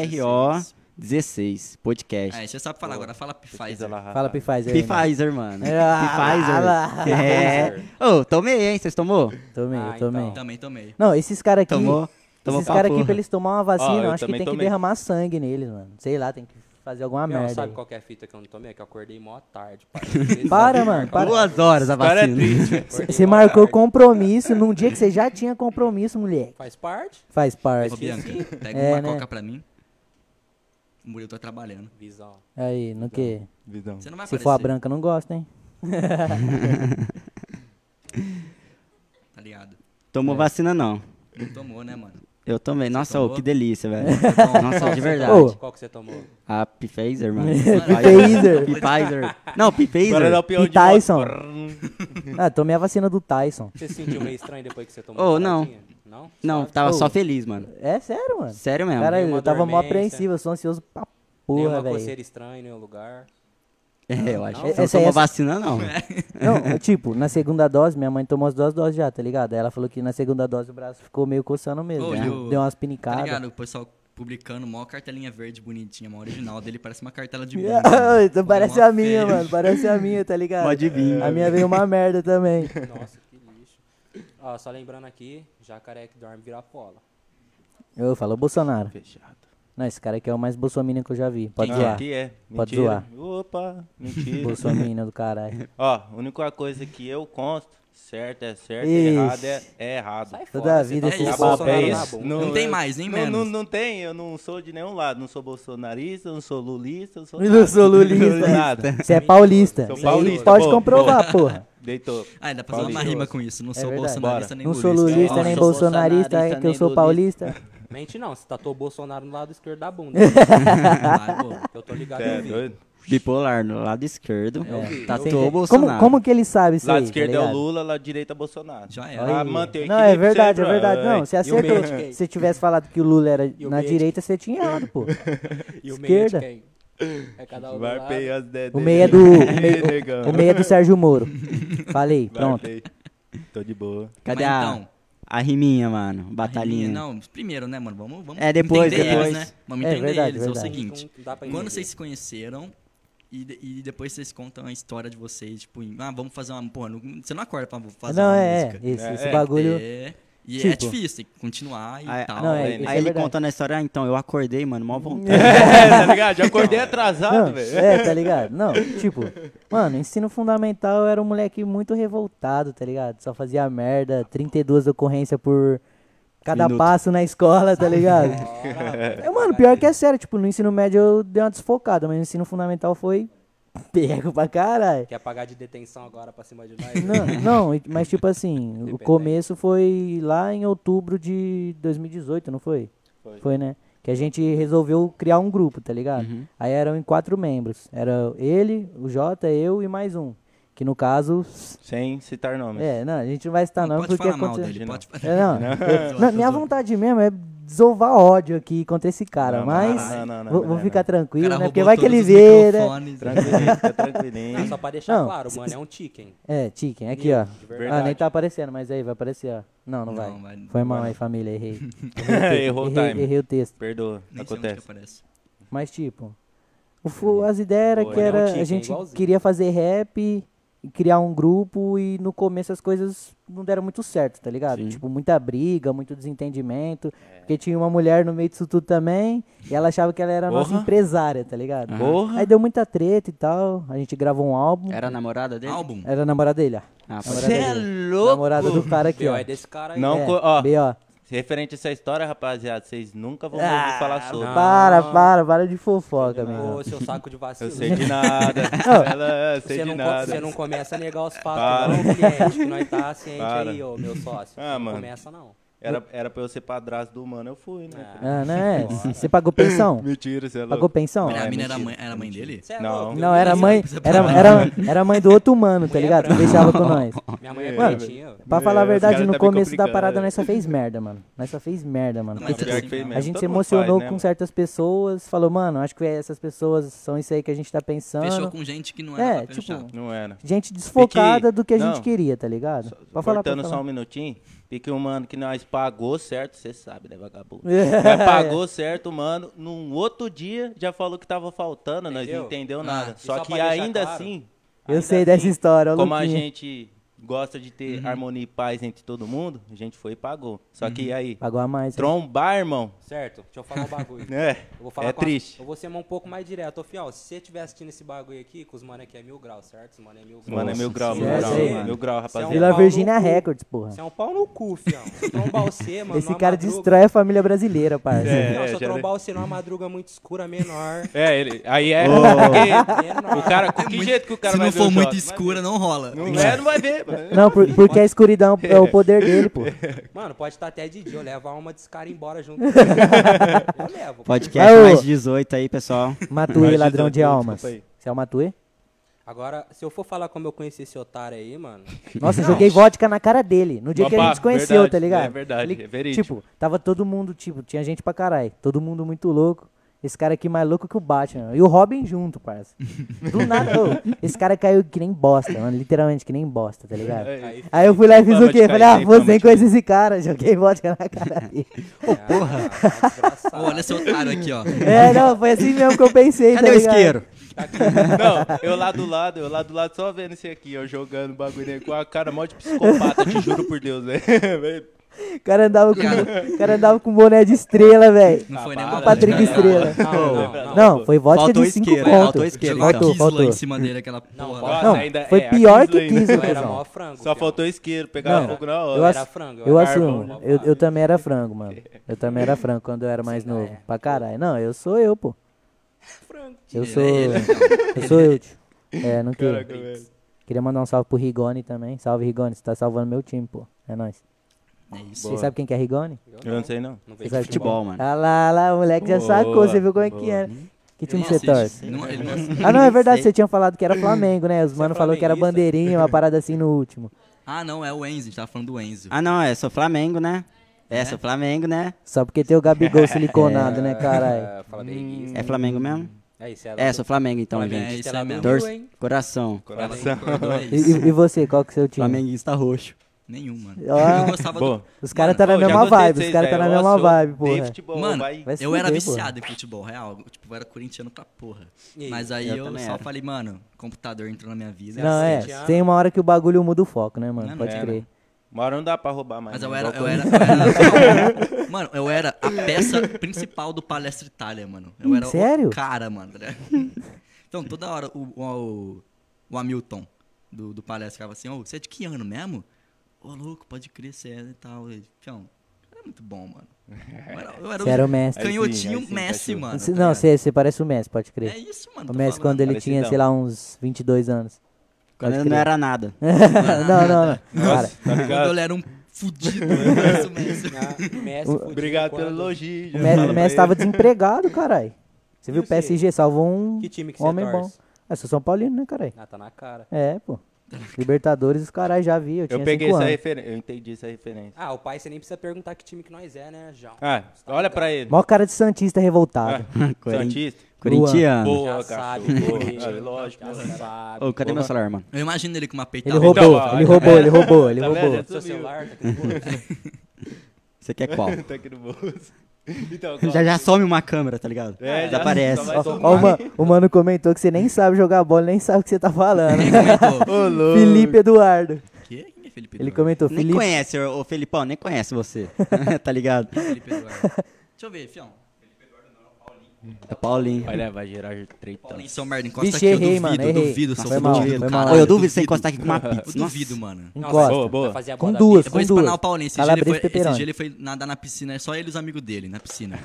[SPEAKER 2] R, O,
[SPEAKER 1] 16.
[SPEAKER 2] 16. Podcast.
[SPEAKER 1] É, você sabe falar agora. Fala
[SPEAKER 4] Pesquisa
[SPEAKER 1] Pfizer.
[SPEAKER 4] lá,
[SPEAKER 3] Fala,
[SPEAKER 4] rapaz.
[SPEAKER 1] É.
[SPEAKER 3] Pfizer. aí, né?
[SPEAKER 2] P Pfizer, mano. P
[SPEAKER 3] Ah,
[SPEAKER 2] Pfizer. É. Ô, tomei, hein? Vocês tomou?
[SPEAKER 3] mano. Tomei,
[SPEAKER 5] Ah,
[SPEAKER 3] eu tomei.
[SPEAKER 5] então.
[SPEAKER 1] Também tomei.
[SPEAKER 3] Não, esses caras aqui.
[SPEAKER 2] Tomou? Tomou
[SPEAKER 3] esses caras aqui,
[SPEAKER 2] papo.
[SPEAKER 3] pra eles tomar uma
[SPEAKER 4] Ó,
[SPEAKER 3] vacina,
[SPEAKER 4] eu
[SPEAKER 3] eu acho que
[SPEAKER 4] também
[SPEAKER 3] tem que
[SPEAKER 4] tomei.
[SPEAKER 3] derramar sangue neles, mano. Sei lá, tem que fazer alguma
[SPEAKER 5] Meu,
[SPEAKER 3] merda.
[SPEAKER 5] sabe
[SPEAKER 3] aí.
[SPEAKER 5] qual que é a fita que eu não tomei? É que eu acordei mó tarde. pai.
[SPEAKER 3] Para, mano, para.
[SPEAKER 2] Duas horas a
[SPEAKER 4] Cara, é
[SPEAKER 2] vacina.
[SPEAKER 4] triste, velho.
[SPEAKER 5] Acordei
[SPEAKER 3] Você
[SPEAKER 5] mó
[SPEAKER 3] marcou
[SPEAKER 5] tarde.
[SPEAKER 3] compromisso num dia que você já tinha compromisso, moleque.
[SPEAKER 5] Faz parte?
[SPEAKER 3] Faz
[SPEAKER 1] Ô,
[SPEAKER 3] parte.
[SPEAKER 1] Bianca, pega
[SPEAKER 3] É,
[SPEAKER 1] uma
[SPEAKER 3] né?
[SPEAKER 1] coca pra mim. O Murilo tá trabalhando.
[SPEAKER 5] Visão.
[SPEAKER 3] Aí, no quê?
[SPEAKER 4] Visão.
[SPEAKER 1] Você não vai
[SPEAKER 3] Se
[SPEAKER 1] aparecer.
[SPEAKER 3] for a branca, eu não gosto, hein?
[SPEAKER 1] Tá ligado?
[SPEAKER 3] É.
[SPEAKER 2] Tomou vacina, não.
[SPEAKER 1] Não tomou, né, mano?
[SPEAKER 2] Eu tomei. Nossa, ô,
[SPEAKER 1] tomou?
[SPEAKER 2] que delícia, velho.
[SPEAKER 4] Tá
[SPEAKER 2] Nossa, de verdade.
[SPEAKER 3] Ô.
[SPEAKER 5] Qual que você tomou?
[SPEAKER 2] A P Pfizer, mano.
[SPEAKER 3] Pfizer.
[SPEAKER 2] P Pfizer. Não, P
[SPEAKER 3] é
[SPEAKER 4] Agora dá
[SPEAKER 2] Pfizer.
[SPEAKER 4] o peão
[SPEAKER 3] E
[SPEAKER 4] de volta.
[SPEAKER 3] Tyson? Ah, tomei a vacina do Tyson.
[SPEAKER 5] Você se sentiu meio estranho depois que você tomou?
[SPEAKER 2] Ô,
[SPEAKER 5] a
[SPEAKER 2] não.
[SPEAKER 5] paradinha? Não?
[SPEAKER 2] Não,
[SPEAKER 5] Sabe?
[SPEAKER 2] tava
[SPEAKER 3] Ô.
[SPEAKER 2] só feliz, mano.
[SPEAKER 3] É sério, mano.
[SPEAKER 2] Sério mesmo.
[SPEAKER 3] Caralho,
[SPEAKER 5] Nenhuma
[SPEAKER 3] eu tava mó
[SPEAKER 5] dormência.
[SPEAKER 3] apreensivo, eu sou ansioso pra porra,
[SPEAKER 5] Nenhuma
[SPEAKER 3] velho.
[SPEAKER 5] coceira estranha em nenhum lugar.
[SPEAKER 2] É, eu acho. que
[SPEAKER 3] não.
[SPEAKER 2] Você não
[SPEAKER 3] Essa aí,
[SPEAKER 2] tomou
[SPEAKER 3] essa-
[SPEAKER 2] vacina, não.
[SPEAKER 4] É.
[SPEAKER 3] Não, tipo, na segunda dose, minha mãe tomou as duas doses já, tá ligado? Aí Ela falou que na segunda dose o braço ficou meio coçando mesmo.
[SPEAKER 1] Ô,
[SPEAKER 3] né?
[SPEAKER 1] e o-
[SPEAKER 3] Deu umas
[SPEAKER 1] Tá
[SPEAKER 3] pinicadas.
[SPEAKER 1] ligado? O pessoal publicando mó cartelinha verde bonitinha, mó original dele, parece uma cartela de bomba.
[SPEAKER 3] Ai, então
[SPEAKER 1] Mó
[SPEAKER 3] parece a minha,
[SPEAKER 1] feio.
[SPEAKER 3] mano. Parece a minha, tá ligado?
[SPEAKER 2] Pode vir.
[SPEAKER 3] A minha veio uma merda também.
[SPEAKER 5] Nossa, que lixo. Ó, só lembrando aqui, jacaré que dorme vira pola.
[SPEAKER 3] Eu falo, Bolsonaro.
[SPEAKER 4] Fechado.
[SPEAKER 3] Não, esse cara aqui é o mais bolsominion que eu já vi. Pode
[SPEAKER 4] Quem
[SPEAKER 3] zoar.
[SPEAKER 4] aqui é?
[SPEAKER 3] Pode
[SPEAKER 4] Mentira. Opa, mentira.
[SPEAKER 3] Bolsominion do caralho.
[SPEAKER 4] Ó, a única coisa que eu consto, certo é certo,
[SPEAKER 3] Ixi.
[SPEAKER 4] errado é, é errado.
[SPEAKER 5] Sai fora.
[SPEAKER 3] Toda a
[SPEAKER 5] você
[SPEAKER 3] vida
[SPEAKER 5] tá
[SPEAKER 3] esse
[SPEAKER 5] com
[SPEAKER 3] papo,
[SPEAKER 5] Bolsonaro
[SPEAKER 3] é
[SPEAKER 5] na
[SPEAKER 3] isso.
[SPEAKER 5] bunda.
[SPEAKER 1] Não tem mais, nem
[SPEAKER 4] não,
[SPEAKER 1] menos.
[SPEAKER 4] Não, não tem, eu não sou de nenhum lado. Não sou bolsonarista, não sou lulista, não sou
[SPEAKER 3] Eu sou
[SPEAKER 4] Sou
[SPEAKER 3] lulista.
[SPEAKER 4] nada.
[SPEAKER 3] Você é paulista.
[SPEAKER 4] Sou
[SPEAKER 3] Isso aí
[SPEAKER 4] paulista,
[SPEAKER 3] Pode
[SPEAKER 4] boa,
[SPEAKER 3] comprovar, porra.
[SPEAKER 4] Deitou.
[SPEAKER 1] Ah, dá pra fazer uma
[SPEAKER 4] Paulista.
[SPEAKER 1] rima com isso. Não sou
[SPEAKER 3] É verdade.
[SPEAKER 1] bolsonarista
[SPEAKER 4] Bora.
[SPEAKER 1] nem
[SPEAKER 3] Não sou
[SPEAKER 1] lulista.
[SPEAKER 3] lulista,
[SPEAKER 4] Não,
[SPEAKER 3] nem
[SPEAKER 4] sou
[SPEAKER 3] bolsonarista, é
[SPEAKER 4] bolsonarista,
[SPEAKER 3] que eu
[SPEAKER 4] nem
[SPEAKER 3] sou
[SPEAKER 4] lulista.
[SPEAKER 3] paulista.
[SPEAKER 5] Mente não, você tatuou o Bolsonaro no lado esquerdo da bunda.
[SPEAKER 1] Vai, pô.
[SPEAKER 5] eu tô ligado
[SPEAKER 4] Cê é
[SPEAKER 5] eu vi.
[SPEAKER 4] doido?
[SPEAKER 2] Bipolar no lado esquerdo.
[SPEAKER 4] É
[SPEAKER 5] vi,
[SPEAKER 2] Tá
[SPEAKER 5] eu
[SPEAKER 2] todo
[SPEAKER 5] vi.
[SPEAKER 3] É Como,
[SPEAKER 2] Bolsonaro.
[SPEAKER 3] como que ele sabe isso aí?
[SPEAKER 4] Lado
[SPEAKER 3] tá
[SPEAKER 4] esquerdo é o
[SPEAKER 3] ligado?
[SPEAKER 4] Lula, lado direito é Bolsonaro.
[SPEAKER 1] Já era.
[SPEAKER 4] Ah,
[SPEAKER 3] Aí.
[SPEAKER 4] mantém o
[SPEAKER 3] Não, é
[SPEAKER 4] equilíbrio
[SPEAKER 3] verdade, é
[SPEAKER 4] sempre,
[SPEAKER 3] verdade.
[SPEAKER 4] ué.
[SPEAKER 3] Não, você
[SPEAKER 5] E o meio de
[SPEAKER 3] acertou.
[SPEAKER 5] quem?
[SPEAKER 3] Se você tivesse falado que o Lula era
[SPEAKER 5] o
[SPEAKER 3] na
[SPEAKER 5] meio de
[SPEAKER 3] direita, você tinha errado, pô.
[SPEAKER 5] E o meio de
[SPEAKER 3] Esquerda.
[SPEAKER 5] quem? É cada um do lado.
[SPEAKER 4] Varpei as ideias
[SPEAKER 3] O
[SPEAKER 4] dele.
[SPEAKER 3] meio é do. O
[SPEAKER 4] Ih,
[SPEAKER 3] meio,
[SPEAKER 4] negão.
[SPEAKER 3] o meio é do Sérgio Moro. Falei, pronto.
[SPEAKER 4] Varpei. Tô de boa.
[SPEAKER 2] Cadê
[SPEAKER 1] Mas
[SPEAKER 2] a,
[SPEAKER 1] então?
[SPEAKER 2] a riminha, mano?
[SPEAKER 3] tá
[SPEAKER 2] Batalhinha.
[SPEAKER 1] Não, primeiro, né, mano? Vamos, vamos
[SPEAKER 2] É, depois,
[SPEAKER 1] entender
[SPEAKER 2] depois.
[SPEAKER 1] eles, né? Vamos
[SPEAKER 3] É,
[SPEAKER 1] entender
[SPEAKER 3] verdade,
[SPEAKER 1] eles. É o
[SPEAKER 3] verdade.
[SPEAKER 1] seguinte,
[SPEAKER 5] Não dá pra
[SPEAKER 1] quando
[SPEAKER 5] entender.
[SPEAKER 1] vocês se conheceram e, de- e depois vocês contam a história de vocês, tipo, em- ah, vamos fazer uma... Porra, não- você não acorda pra fazer
[SPEAKER 3] Não,
[SPEAKER 1] uma
[SPEAKER 3] é, é.
[SPEAKER 1] música.
[SPEAKER 3] Isso,
[SPEAKER 4] É,
[SPEAKER 3] esse
[SPEAKER 4] é,
[SPEAKER 3] bagulho.
[SPEAKER 1] É, E é
[SPEAKER 3] Tipo.
[SPEAKER 1] difícil, tem que continuar e
[SPEAKER 2] Aí,
[SPEAKER 1] tal.
[SPEAKER 3] Não,
[SPEAKER 4] é-
[SPEAKER 1] né?
[SPEAKER 3] isso é
[SPEAKER 2] aí ele
[SPEAKER 3] verdade.
[SPEAKER 2] contando a história, ah, então, eu acordei, mano, mó vontade.
[SPEAKER 4] É, tá ligado? Já acordei atrasado,
[SPEAKER 3] Não,
[SPEAKER 4] velho.
[SPEAKER 3] é, tá ligado? Não, tipo, mano, ensino fundamental eu era um moleque muito revoltado, tá ligado? Só fazia merda, 32 ocorrências por cada
[SPEAKER 2] Minuto.
[SPEAKER 3] passo na escola, tá ligado? É, mano, pior que é sério, tipo, no ensino médio eu dei uma desfocada, mas no ensino fundamental foi pego pra caralho.
[SPEAKER 5] Quer pagar de detenção agora pra cima de nós?
[SPEAKER 3] Não, não, mas tipo assim, o
[SPEAKER 5] Dependente.
[SPEAKER 3] começo foi lá em outubro de 2018, não foi?
[SPEAKER 4] Foi.
[SPEAKER 3] né? Que a gente resolveu criar um grupo, tá ligado? Aí eram em quatro membros. Era ele, o Jota, eu e mais um. Que no caso.
[SPEAKER 4] Sem citar nomes.
[SPEAKER 3] É, não, a gente não vai citar
[SPEAKER 1] Não
[SPEAKER 3] nome
[SPEAKER 1] pode
[SPEAKER 3] porque
[SPEAKER 1] falar mal
[SPEAKER 3] aconteceu-
[SPEAKER 1] dele, pode
[SPEAKER 3] É, não,
[SPEAKER 1] Zoa,
[SPEAKER 3] eu- não,
[SPEAKER 1] tô
[SPEAKER 3] minha
[SPEAKER 1] zoando.
[SPEAKER 3] vontade mesmo é desovar ódio aqui contra esse cara,
[SPEAKER 4] Não,
[SPEAKER 3] mas
[SPEAKER 4] não, não, não,
[SPEAKER 3] vou,
[SPEAKER 4] não,
[SPEAKER 3] vou
[SPEAKER 4] não.
[SPEAKER 3] ficar
[SPEAKER 1] O
[SPEAKER 3] tranquilo,
[SPEAKER 1] cara
[SPEAKER 3] né? Porque
[SPEAKER 1] roubou
[SPEAKER 3] vai que
[SPEAKER 1] todos
[SPEAKER 3] ele
[SPEAKER 1] os
[SPEAKER 3] vira.
[SPEAKER 1] microfones. né?
[SPEAKER 4] Tranquilinho, fica
[SPEAKER 5] Não,
[SPEAKER 4] tranquilinho.
[SPEAKER 5] só pra deixar
[SPEAKER 3] Não,
[SPEAKER 5] claro,
[SPEAKER 3] se-
[SPEAKER 5] mano, é um chicken.
[SPEAKER 3] É, chicken, aqui ó. Ah,
[SPEAKER 5] De
[SPEAKER 3] nem
[SPEAKER 5] verdade.
[SPEAKER 3] tá aparecendo, mas aí vai aparecer, ó. Não, não,
[SPEAKER 1] Não,
[SPEAKER 3] vai.
[SPEAKER 1] vai-
[SPEAKER 3] Foi
[SPEAKER 1] não
[SPEAKER 3] mal
[SPEAKER 1] vai.
[SPEAKER 3] aí, família, errei.
[SPEAKER 4] É, Errou o
[SPEAKER 3] errei,
[SPEAKER 4] time.
[SPEAKER 3] errei o texto.
[SPEAKER 4] Perdoa,
[SPEAKER 1] Nem sei onde é que
[SPEAKER 4] acontece.
[SPEAKER 1] aparece.
[SPEAKER 3] É, Mas tipo, o fu- as ideias era
[SPEAKER 4] Boa,
[SPEAKER 3] que
[SPEAKER 4] né?
[SPEAKER 3] era,
[SPEAKER 5] Um tique,
[SPEAKER 3] a gente
[SPEAKER 5] igualzinho.
[SPEAKER 3] queria fazer rap, e criar um grupo e no começo as coisas não deram muito certo, tá ligado? Tipo, muita briga, muito desentendimento, porque tinha uma mulher no meio disso tudo também, e ela achava que ela era a nossa
[SPEAKER 4] Porra.
[SPEAKER 3] empresária, tá ligado?
[SPEAKER 4] Porra.
[SPEAKER 3] Aí deu muita treta e tal, a gente gravou um álbum,
[SPEAKER 2] Era a namorada dele?
[SPEAKER 1] Álbum?
[SPEAKER 3] era a namorada dele, ó.
[SPEAKER 2] Ah, pode
[SPEAKER 3] Namorada
[SPEAKER 4] Cê é
[SPEAKER 3] dele.
[SPEAKER 4] louco!
[SPEAKER 3] Namorada do cara aqui, ó.
[SPEAKER 5] B.O. é desse cara aí.
[SPEAKER 4] Não,
[SPEAKER 3] É,
[SPEAKER 4] co- ó,
[SPEAKER 3] B.O.
[SPEAKER 4] referente a essa história, rapaziada, vocês nunca vão
[SPEAKER 3] Ah,
[SPEAKER 4] ouvir falar sobre.
[SPEAKER 3] Para, para, para de fofoca, amigo.
[SPEAKER 5] Ô, seu saco de vacilo.
[SPEAKER 4] Eu sei de nada. Ela, é, eu sei
[SPEAKER 5] Você
[SPEAKER 4] de
[SPEAKER 5] não, co-
[SPEAKER 4] nada.
[SPEAKER 5] você não começa a negar os
[SPEAKER 4] Para.
[SPEAKER 5] fatos, não, cliente, que nós tá ciente
[SPEAKER 4] Para.
[SPEAKER 5] aí, ô, meu sócio.
[SPEAKER 4] Ah,
[SPEAKER 5] não
[SPEAKER 4] mano.
[SPEAKER 5] começa, não.
[SPEAKER 4] Era, era pra eu ser padrasto do mano, eu fui, né?
[SPEAKER 3] Ah,
[SPEAKER 5] Ah,
[SPEAKER 3] né? Você pagou pensão?
[SPEAKER 4] Mentira, você é louco.
[SPEAKER 3] Pagou pensão?
[SPEAKER 1] Pera,
[SPEAKER 4] é
[SPEAKER 1] a mina era
[SPEAKER 4] mentira.
[SPEAKER 1] mãe, era mãe dele?
[SPEAKER 5] Cê é
[SPEAKER 4] Não.
[SPEAKER 5] louco,
[SPEAKER 3] Não,
[SPEAKER 5] minha
[SPEAKER 3] era
[SPEAKER 5] mãe-
[SPEAKER 3] mãe, era, era, era mãe do outro humano, tá
[SPEAKER 5] Mulher
[SPEAKER 3] ligado? Que
[SPEAKER 5] branca.
[SPEAKER 3] deixava com nós.
[SPEAKER 5] Minha mãe é
[SPEAKER 4] Mano.
[SPEAKER 5] bonitinha.
[SPEAKER 3] Pra falar
[SPEAKER 4] É,
[SPEAKER 3] a
[SPEAKER 4] os
[SPEAKER 3] verdade,
[SPEAKER 4] caras
[SPEAKER 3] no
[SPEAKER 4] tá me
[SPEAKER 3] começo da
[SPEAKER 4] complicando,
[SPEAKER 3] parada
[SPEAKER 4] né?
[SPEAKER 3] nós só fez merda, mano. Nós só fez merda, mano.
[SPEAKER 1] Não, mas
[SPEAKER 4] Pior
[SPEAKER 5] assim,
[SPEAKER 4] que fez
[SPEAKER 1] A
[SPEAKER 4] mesmo.
[SPEAKER 3] a gente
[SPEAKER 4] Todo
[SPEAKER 3] se
[SPEAKER 4] mundo
[SPEAKER 3] emocionou
[SPEAKER 4] faz, né,
[SPEAKER 3] com
[SPEAKER 4] mano?
[SPEAKER 3] certas pessoas, falou, mano, acho que essas pessoas são isso aí que a gente tá pensando.
[SPEAKER 1] Fechou com gente que não
[SPEAKER 3] É,
[SPEAKER 1] era pra
[SPEAKER 3] tipo,
[SPEAKER 1] fechar.
[SPEAKER 4] Não era.
[SPEAKER 3] Gente desfocada
[SPEAKER 4] Pique-
[SPEAKER 3] do que a gente
[SPEAKER 4] não.
[SPEAKER 3] queria, tá ligado? Pra falar,
[SPEAKER 4] Cortando
[SPEAKER 3] pra
[SPEAKER 4] só um
[SPEAKER 3] falar.
[SPEAKER 4] minutinho, pique um mano que nós pagou certo, você sabe, né, vagabundo?
[SPEAKER 3] É.
[SPEAKER 4] Nós pagou certo, mano, num outro dia já falou que tava faltando, nós
[SPEAKER 5] Entendeu?
[SPEAKER 4] não entendeu
[SPEAKER 1] Ah,
[SPEAKER 4] nada.
[SPEAKER 5] e
[SPEAKER 4] só
[SPEAKER 5] só
[SPEAKER 4] que
[SPEAKER 5] pra deixar
[SPEAKER 4] ainda
[SPEAKER 5] claro,
[SPEAKER 4] assim...
[SPEAKER 3] Eu
[SPEAKER 4] ainda
[SPEAKER 3] sei dessa
[SPEAKER 4] assim,
[SPEAKER 3] história, ô
[SPEAKER 4] Como a
[SPEAKER 3] Luquinha.
[SPEAKER 4] gente gosta de ter harmonia e paz entre todo mundo, a gente foi e pagou. Só que aí,
[SPEAKER 3] Pagou a mais.
[SPEAKER 4] trombar, irmão,
[SPEAKER 5] Certo, deixa eu falar um bagulho.
[SPEAKER 4] né?
[SPEAKER 5] Eu vou falar
[SPEAKER 4] é
[SPEAKER 5] com a-
[SPEAKER 4] triste.
[SPEAKER 5] eu vou ser um pouco mais direto. Ô, fiel, se você estiver assistindo esse bagulho aqui, com os mano aqui é mil grau, certo? Os mano é mil grau.
[SPEAKER 4] Mano, é mil grau,
[SPEAKER 5] Se
[SPEAKER 4] mil
[SPEAKER 3] é
[SPEAKER 5] você-
[SPEAKER 4] grau,
[SPEAKER 3] isso aí.
[SPEAKER 4] mano, mil grau,
[SPEAKER 5] Isso é um
[SPEAKER 4] rapaziada.
[SPEAKER 3] Vila
[SPEAKER 5] pau
[SPEAKER 3] Virgínia
[SPEAKER 5] no cu.
[SPEAKER 3] Records, porra.
[SPEAKER 5] Você é um pau no cu, fião. Se trombar você, mano.
[SPEAKER 3] Esse
[SPEAKER 5] numa
[SPEAKER 3] cara
[SPEAKER 5] madruga-
[SPEAKER 3] destrói a família brasileira, parça.
[SPEAKER 4] É.
[SPEAKER 5] Fião, se eu
[SPEAKER 4] já-
[SPEAKER 5] trombar você numa madruga muito escura, menor.
[SPEAKER 4] É, ele, aí é.
[SPEAKER 5] menor.
[SPEAKER 4] Porque o cara, com que jeito que o cara
[SPEAKER 1] Se
[SPEAKER 4] vai
[SPEAKER 1] não
[SPEAKER 4] ver o
[SPEAKER 1] for muito
[SPEAKER 4] Jota?
[SPEAKER 1] escura, não rola.
[SPEAKER 4] Não,
[SPEAKER 1] Tem que
[SPEAKER 4] é, não vai ver. mano.
[SPEAKER 3] Não, por- porque a escuridão é o poder dele, pô.
[SPEAKER 5] Mano, pode estar até de dia. Eu levo a alma desse cara embora junto. com ele. eu levo.
[SPEAKER 2] Podcast
[SPEAKER 3] Vai, ô.
[SPEAKER 2] mais 18 aí, pessoal.
[SPEAKER 3] Matue,
[SPEAKER 4] Mas
[SPEAKER 3] ladrão
[SPEAKER 4] isso
[SPEAKER 3] de
[SPEAKER 4] aqui,
[SPEAKER 3] almas.
[SPEAKER 4] desculpa aí.
[SPEAKER 3] Você é o Matue?
[SPEAKER 5] Agora, se eu for falar como eu conheci esse otário aí, mano.
[SPEAKER 3] Nossa, eu joguei vodka na cara dele. No dia que a
[SPEAKER 4] Opa,
[SPEAKER 3] gente se conheceu,
[SPEAKER 4] verdade,
[SPEAKER 3] tá ligado?
[SPEAKER 4] é verdade, é verídico.
[SPEAKER 3] Tipo, tava todo mundo, tipo, tinha gente pra caralho. Todo mundo muito louco. Esse cara aqui mais louco que o Batman. E o Robin junto, parça. Do nada, ô, esse cara caiu que nem bosta, mano. Literalmente, que nem bosta, tá ligado?
[SPEAKER 4] Aí,
[SPEAKER 3] Aí eu fui lá e fiz
[SPEAKER 4] Fama
[SPEAKER 3] o
[SPEAKER 4] de
[SPEAKER 3] quê? Falei,
[SPEAKER 4] cair,
[SPEAKER 3] ah,
[SPEAKER 4] hein?
[SPEAKER 3] vou
[SPEAKER 4] Fama
[SPEAKER 3] sem
[SPEAKER 4] de
[SPEAKER 3] conhecer esse cara. Joguei vodka na cara dele.
[SPEAKER 5] Porra.
[SPEAKER 1] Ô,
[SPEAKER 4] né?
[SPEAKER 1] olha esse otário aqui, ó.
[SPEAKER 3] É, não, foi assim mesmo que eu pensei,
[SPEAKER 2] Cadê
[SPEAKER 3] tá
[SPEAKER 2] o
[SPEAKER 3] ligado?
[SPEAKER 2] isqueiro?
[SPEAKER 4] Não, eu lá do lado, eu lá do lado só vendo esse aqui, eu jogando o bagulho aí com a cara mó de psicopata, te juro por Deus, né? velho. Velho,
[SPEAKER 3] O cara andava com, o cara andava com boné de estrela, velho.
[SPEAKER 1] Não foi
[SPEAKER 4] Ah,
[SPEAKER 1] nem
[SPEAKER 4] para,
[SPEAKER 1] uma
[SPEAKER 3] Patrick
[SPEAKER 1] grande
[SPEAKER 3] Estrela.
[SPEAKER 1] jogada.
[SPEAKER 5] Não, não, não.
[SPEAKER 3] Não, foi vodka
[SPEAKER 2] Faltou
[SPEAKER 3] de 5
[SPEAKER 2] isqueiro,
[SPEAKER 3] pontos.
[SPEAKER 2] é, faltou isqueiro,
[SPEAKER 1] Jogou
[SPEAKER 2] então.
[SPEAKER 3] Faltou,
[SPEAKER 1] a Kisla
[SPEAKER 3] faltou.
[SPEAKER 1] em cima dele, aquela porra. lá.
[SPEAKER 5] bota-
[SPEAKER 4] nossa, é,
[SPEAKER 3] Não, foi
[SPEAKER 4] a
[SPEAKER 3] pior
[SPEAKER 4] Kinsley
[SPEAKER 3] que
[SPEAKER 4] ainda-
[SPEAKER 5] Eu
[SPEAKER 3] Kinsley,
[SPEAKER 5] era
[SPEAKER 3] Não.
[SPEAKER 5] mó frango.
[SPEAKER 4] Só
[SPEAKER 5] fião.
[SPEAKER 4] faltou isqueiro, pegar
[SPEAKER 3] Não,
[SPEAKER 4] fogo na hora.
[SPEAKER 3] eu,
[SPEAKER 5] era
[SPEAKER 3] ass-
[SPEAKER 5] frango, eu
[SPEAKER 3] eu
[SPEAKER 5] era
[SPEAKER 3] assumo.
[SPEAKER 5] frango.
[SPEAKER 3] Eu, eu também era frango, mano. Eu também era frango quando eu era mais novo. Pra caralho. Não, eu sou eu, pô.
[SPEAKER 5] Frango.
[SPEAKER 3] Eu
[SPEAKER 1] Ele-
[SPEAKER 3] sou.
[SPEAKER 1] ele, então.
[SPEAKER 3] Eu sou eu, tio. É, não queria.
[SPEAKER 4] Caraca, velho.
[SPEAKER 3] Queria mandar um salve pro Rigoni também. Salve, Rigoni. Você tá salvando meu time, pô. É nóis.
[SPEAKER 1] É isso.
[SPEAKER 3] Você sabe quem que é Rigoni?
[SPEAKER 4] Eu não sei não.
[SPEAKER 5] Não
[SPEAKER 3] Você
[SPEAKER 5] vejo
[SPEAKER 3] sabe
[SPEAKER 2] Futebol, mano.
[SPEAKER 3] Ah lá, lá, o moleque já sacou.
[SPEAKER 4] Boa,
[SPEAKER 3] Você viu como é que
[SPEAKER 4] boa.
[SPEAKER 3] é. né? Que time
[SPEAKER 1] Não
[SPEAKER 3] você
[SPEAKER 1] assiste.
[SPEAKER 3] torce?
[SPEAKER 1] Não, ele não assiste.
[SPEAKER 3] Ah, não, é verdade, você tinha falado que era Flamengo, né? Os mano falou que era
[SPEAKER 5] flamenguista.
[SPEAKER 3] bandeirinha, uma parada assim no último.
[SPEAKER 1] Ah, não, é o Enzo, a gente tava falando do Enzo.
[SPEAKER 2] Ah, não, é, sou Flamengo, né? É, sou Flamengo, né?
[SPEAKER 3] Só porque tem o Gabigol siliconado, né, caralho? Hum.
[SPEAKER 5] É, fala bem
[SPEAKER 2] É Flamengo mesmo?
[SPEAKER 5] É isso,
[SPEAKER 2] É, sou Flamengo então,
[SPEAKER 1] Flamengo,
[SPEAKER 2] gente.
[SPEAKER 1] é isso
[SPEAKER 5] Ela
[SPEAKER 1] aí mesmo.
[SPEAKER 5] dormiu,
[SPEAKER 2] Torce-
[SPEAKER 5] hein?
[SPEAKER 2] coração.
[SPEAKER 4] Coração.
[SPEAKER 1] Acordou, é
[SPEAKER 3] E,
[SPEAKER 1] isso.
[SPEAKER 3] e- e você, qual que é o seu time?
[SPEAKER 2] Flamenguista roxo.
[SPEAKER 1] Nenhum, mano.
[SPEAKER 3] Ah.
[SPEAKER 1] Eu gostava
[SPEAKER 4] Boa.
[SPEAKER 1] do...
[SPEAKER 3] Os caras tá na
[SPEAKER 4] Ô, já
[SPEAKER 3] mesma
[SPEAKER 4] gostei
[SPEAKER 3] vibe,
[SPEAKER 4] de
[SPEAKER 3] os
[SPEAKER 4] vocês,
[SPEAKER 3] caras tá na
[SPEAKER 4] velho. Ó,
[SPEAKER 3] mesma
[SPEAKER 4] sou
[SPEAKER 3] vibe,
[SPEAKER 4] bem
[SPEAKER 3] porra.
[SPEAKER 4] futebol,
[SPEAKER 1] Mano,
[SPEAKER 4] vai.
[SPEAKER 3] Vai se
[SPEAKER 1] eu era
[SPEAKER 3] fuder, pô.
[SPEAKER 1] viciado em futebol, real. Tipo, eu era corintiano pra porra.
[SPEAKER 5] E aí?
[SPEAKER 1] Mas aí
[SPEAKER 2] Eu
[SPEAKER 1] eu,
[SPEAKER 2] também
[SPEAKER 1] só
[SPEAKER 2] era.
[SPEAKER 1] falei, mano, computador entrou na minha vida. Assim, tipo,
[SPEAKER 3] Não, é,
[SPEAKER 5] Cacete, ah.
[SPEAKER 3] tem uma hora que o bagulho muda o foco, né, mano?
[SPEAKER 1] Não,
[SPEAKER 3] Pode
[SPEAKER 4] não.
[SPEAKER 3] crer.
[SPEAKER 4] Uma hora não dá pra roubar mais.
[SPEAKER 1] Mas
[SPEAKER 4] né?
[SPEAKER 1] eu era, eu
[SPEAKER 4] Igual
[SPEAKER 1] era, eu era- Mano, eu era a peça principal do Palestra Itália, mano. Eu
[SPEAKER 3] Hum,
[SPEAKER 1] era
[SPEAKER 3] sério?
[SPEAKER 1] o cara, mano. tá ligado? Então, toda hora o, o, o Hamilton do, do Palestra ficava assim, ô, você é de que ano mesmo? Ô, louco, pode crer, você é e tal. E, Então, eu era muito bom, mano. Eu era, eu era um
[SPEAKER 3] Você era o Messi.
[SPEAKER 4] Aí sim,
[SPEAKER 1] canhotinho
[SPEAKER 4] aí sim,
[SPEAKER 1] Messi,
[SPEAKER 4] cachorro.
[SPEAKER 1] mano.
[SPEAKER 3] Você-
[SPEAKER 1] tá
[SPEAKER 3] não,
[SPEAKER 1] ligado?
[SPEAKER 3] você você parece o Messi, pode crer.
[SPEAKER 1] É isso, mano.
[SPEAKER 3] o
[SPEAKER 1] tô
[SPEAKER 3] Messi
[SPEAKER 1] falando.
[SPEAKER 3] quando ele
[SPEAKER 4] parecidão.
[SPEAKER 3] tinha, sei lá, uns 22 anos.
[SPEAKER 2] Quando
[SPEAKER 3] Pode
[SPEAKER 2] eu não
[SPEAKER 3] crer.
[SPEAKER 2] era nada.
[SPEAKER 3] não, não, não. Para.
[SPEAKER 4] Tá
[SPEAKER 1] Quando
[SPEAKER 4] ligado?
[SPEAKER 1] ele era um fudido, é eu parece o Messi.
[SPEAKER 5] Ah, Messi, fudido,
[SPEAKER 4] Obrigado pelo
[SPEAKER 5] quando-
[SPEAKER 4] elogio.
[SPEAKER 3] O
[SPEAKER 4] já
[SPEAKER 3] Messi,
[SPEAKER 4] fala
[SPEAKER 3] o
[SPEAKER 4] pra
[SPEAKER 3] Messi
[SPEAKER 4] ele.
[SPEAKER 3] tava desempregado, caralho. Você viu o PSG, salvou um
[SPEAKER 5] Que time que você
[SPEAKER 3] homem bom.
[SPEAKER 5] torce?
[SPEAKER 3] É, sou São Paulino, né, caralho?
[SPEAKER 5] Ah, tá na cara.
[SPEAKER 3] É, pô. Libertadores, os caras já vi, eu tinha
[SPEAKER 4] Eu peguei
[SPEAKER 3] cinco
[SPEAKER 4] essa
[SPEAKER 3] anos.
[SPEAKER 4] referência. Eu entendi essa referência.
[SPEAKER 5] Ah, o pai, você nem precisa perguntar que time que nós é, né, João?
[SPEAKER 4] Ah, olha pra ele.
[SPEAKER 3] Mó cara de Santista revoltado.
[SPEAKER 6] Ah.
[SPEAKER 2] Corin-
[SPEAKER 4] Santista.
[SPEAKER 2] Corintiano.
[SPEAKER 4] Boa,
[SPEAKER 5] Já
[SPEAKER 4] cara.
[SPEAKER 5] sabe,
[SPEAKER 4] Boa.
[SPEAKER 5] né?
[SPEAKER 4] Ah, Lógico.
[SPEAKER 5] Já sabe.
[SPEAKER 2] Ô, cadê meu celular, mano?
[SPEAKER 1] Eu imagino ele com uma
[SPEAKER 3] Ele
[SPEAKER 1] peitada.
[SPEAKER 3] roubou,
[SPEAKER 4] ó,
[SPEAKER 3] ele
[SPEAKER 4] tá
[SPEAKER 3] roubou,
[SPEAKER 4] vendo?
[SPEAKER 3] ele roubou, ele
[SPEAKER 4] Tá
[SPEAKER 3] roubou.
[SPEAKER 4] vendo?
[SPEAKER 5] Seu celular, tá aqui no bolso.
[SPEAKER 2] Você quer qual?
[SPEAKER 4] Tá aqui no bolso. Então,
[SPEAKER 2] já, já some uma câmera, tá ligado?
[SPEAKER 4] É, já-
[SPEAKER 2] Desaparece.
[SPEAKER 4] só vai
[SPEAKER 3] Ó,
[SPEAKER 4] somar.
[SPEAKER 3] ó, o, ma- o mano comentou que você nem sabe jogar bola, nem sabe o que você tá falando.
[SPEAKER 1] Ele comentou.
[SPEAKER 3] Felipe Eduardo.
[SPEAKER 1] Quê? Quem é Felipe
[SPEAKER 3] Ele
[SPEAKER 1] Eduardo?
[SPEAKER 3] comentou,
[SPEAKER 2] Nem
[SPEAKER 3] Felipe.
[SPEAKER 2] conhece, ô ô, Felipão, nem conhece você. tá ligado?
[SPEAKER 1] Felipe Eduardo. Deixa eu ver, fião.
[SPEAKER 2] É Paulinho.
[SPEAKER 4] Olha, vai gerar treta. né?
[SPEAKER 1] Paulinho, seu merda, encosta
[SPEAKER 3] Vixe,
[SPEAKER 1] aqui, eu
[SPEAKER 3] errei,
[SPEAKER 1] duvido,
[SPEAKER 3] mano, é
[SPEAKER 1] eu
[SPEAKER 3] errei.
[SPEAKER 1] duvido, seu
[SPEAKER 3] Foi mal,
[SPEAKER 1] fudido,
[SPEAKER 3] foi mal.
[SPEAKER 1] cara.
[SPEAKER 2] Ô, eu duvido você encostar aqui com uma pizza.
[SPEAKER 1] Eu
[SPEAKER 2] Nossa.
[SPEAKER 1] duvido, mano.
[SPEAKER 5] Nossa,
[SPEAKER 3] Boa,
[SPEAKER 5] vai
[SPEAKER 4] boa.
[SPEAKER 5] fazer a
[SPEAKER 3] Com
[SPEAKER 5] bola
[SPEAKER 3] duas.
[SPEAKER 5] da
[SPEAKER 1] Eu vou espanar o Paulinho. Esse dia, ele
[SPEAKER 3] Calabresa
[SPEAKER 1] foi,
[SPEAKER 3] e pepperoni.
[SPEAKER 1] esse dia ele foi nadar na piscina, é só ele e os amigos dele na piscina.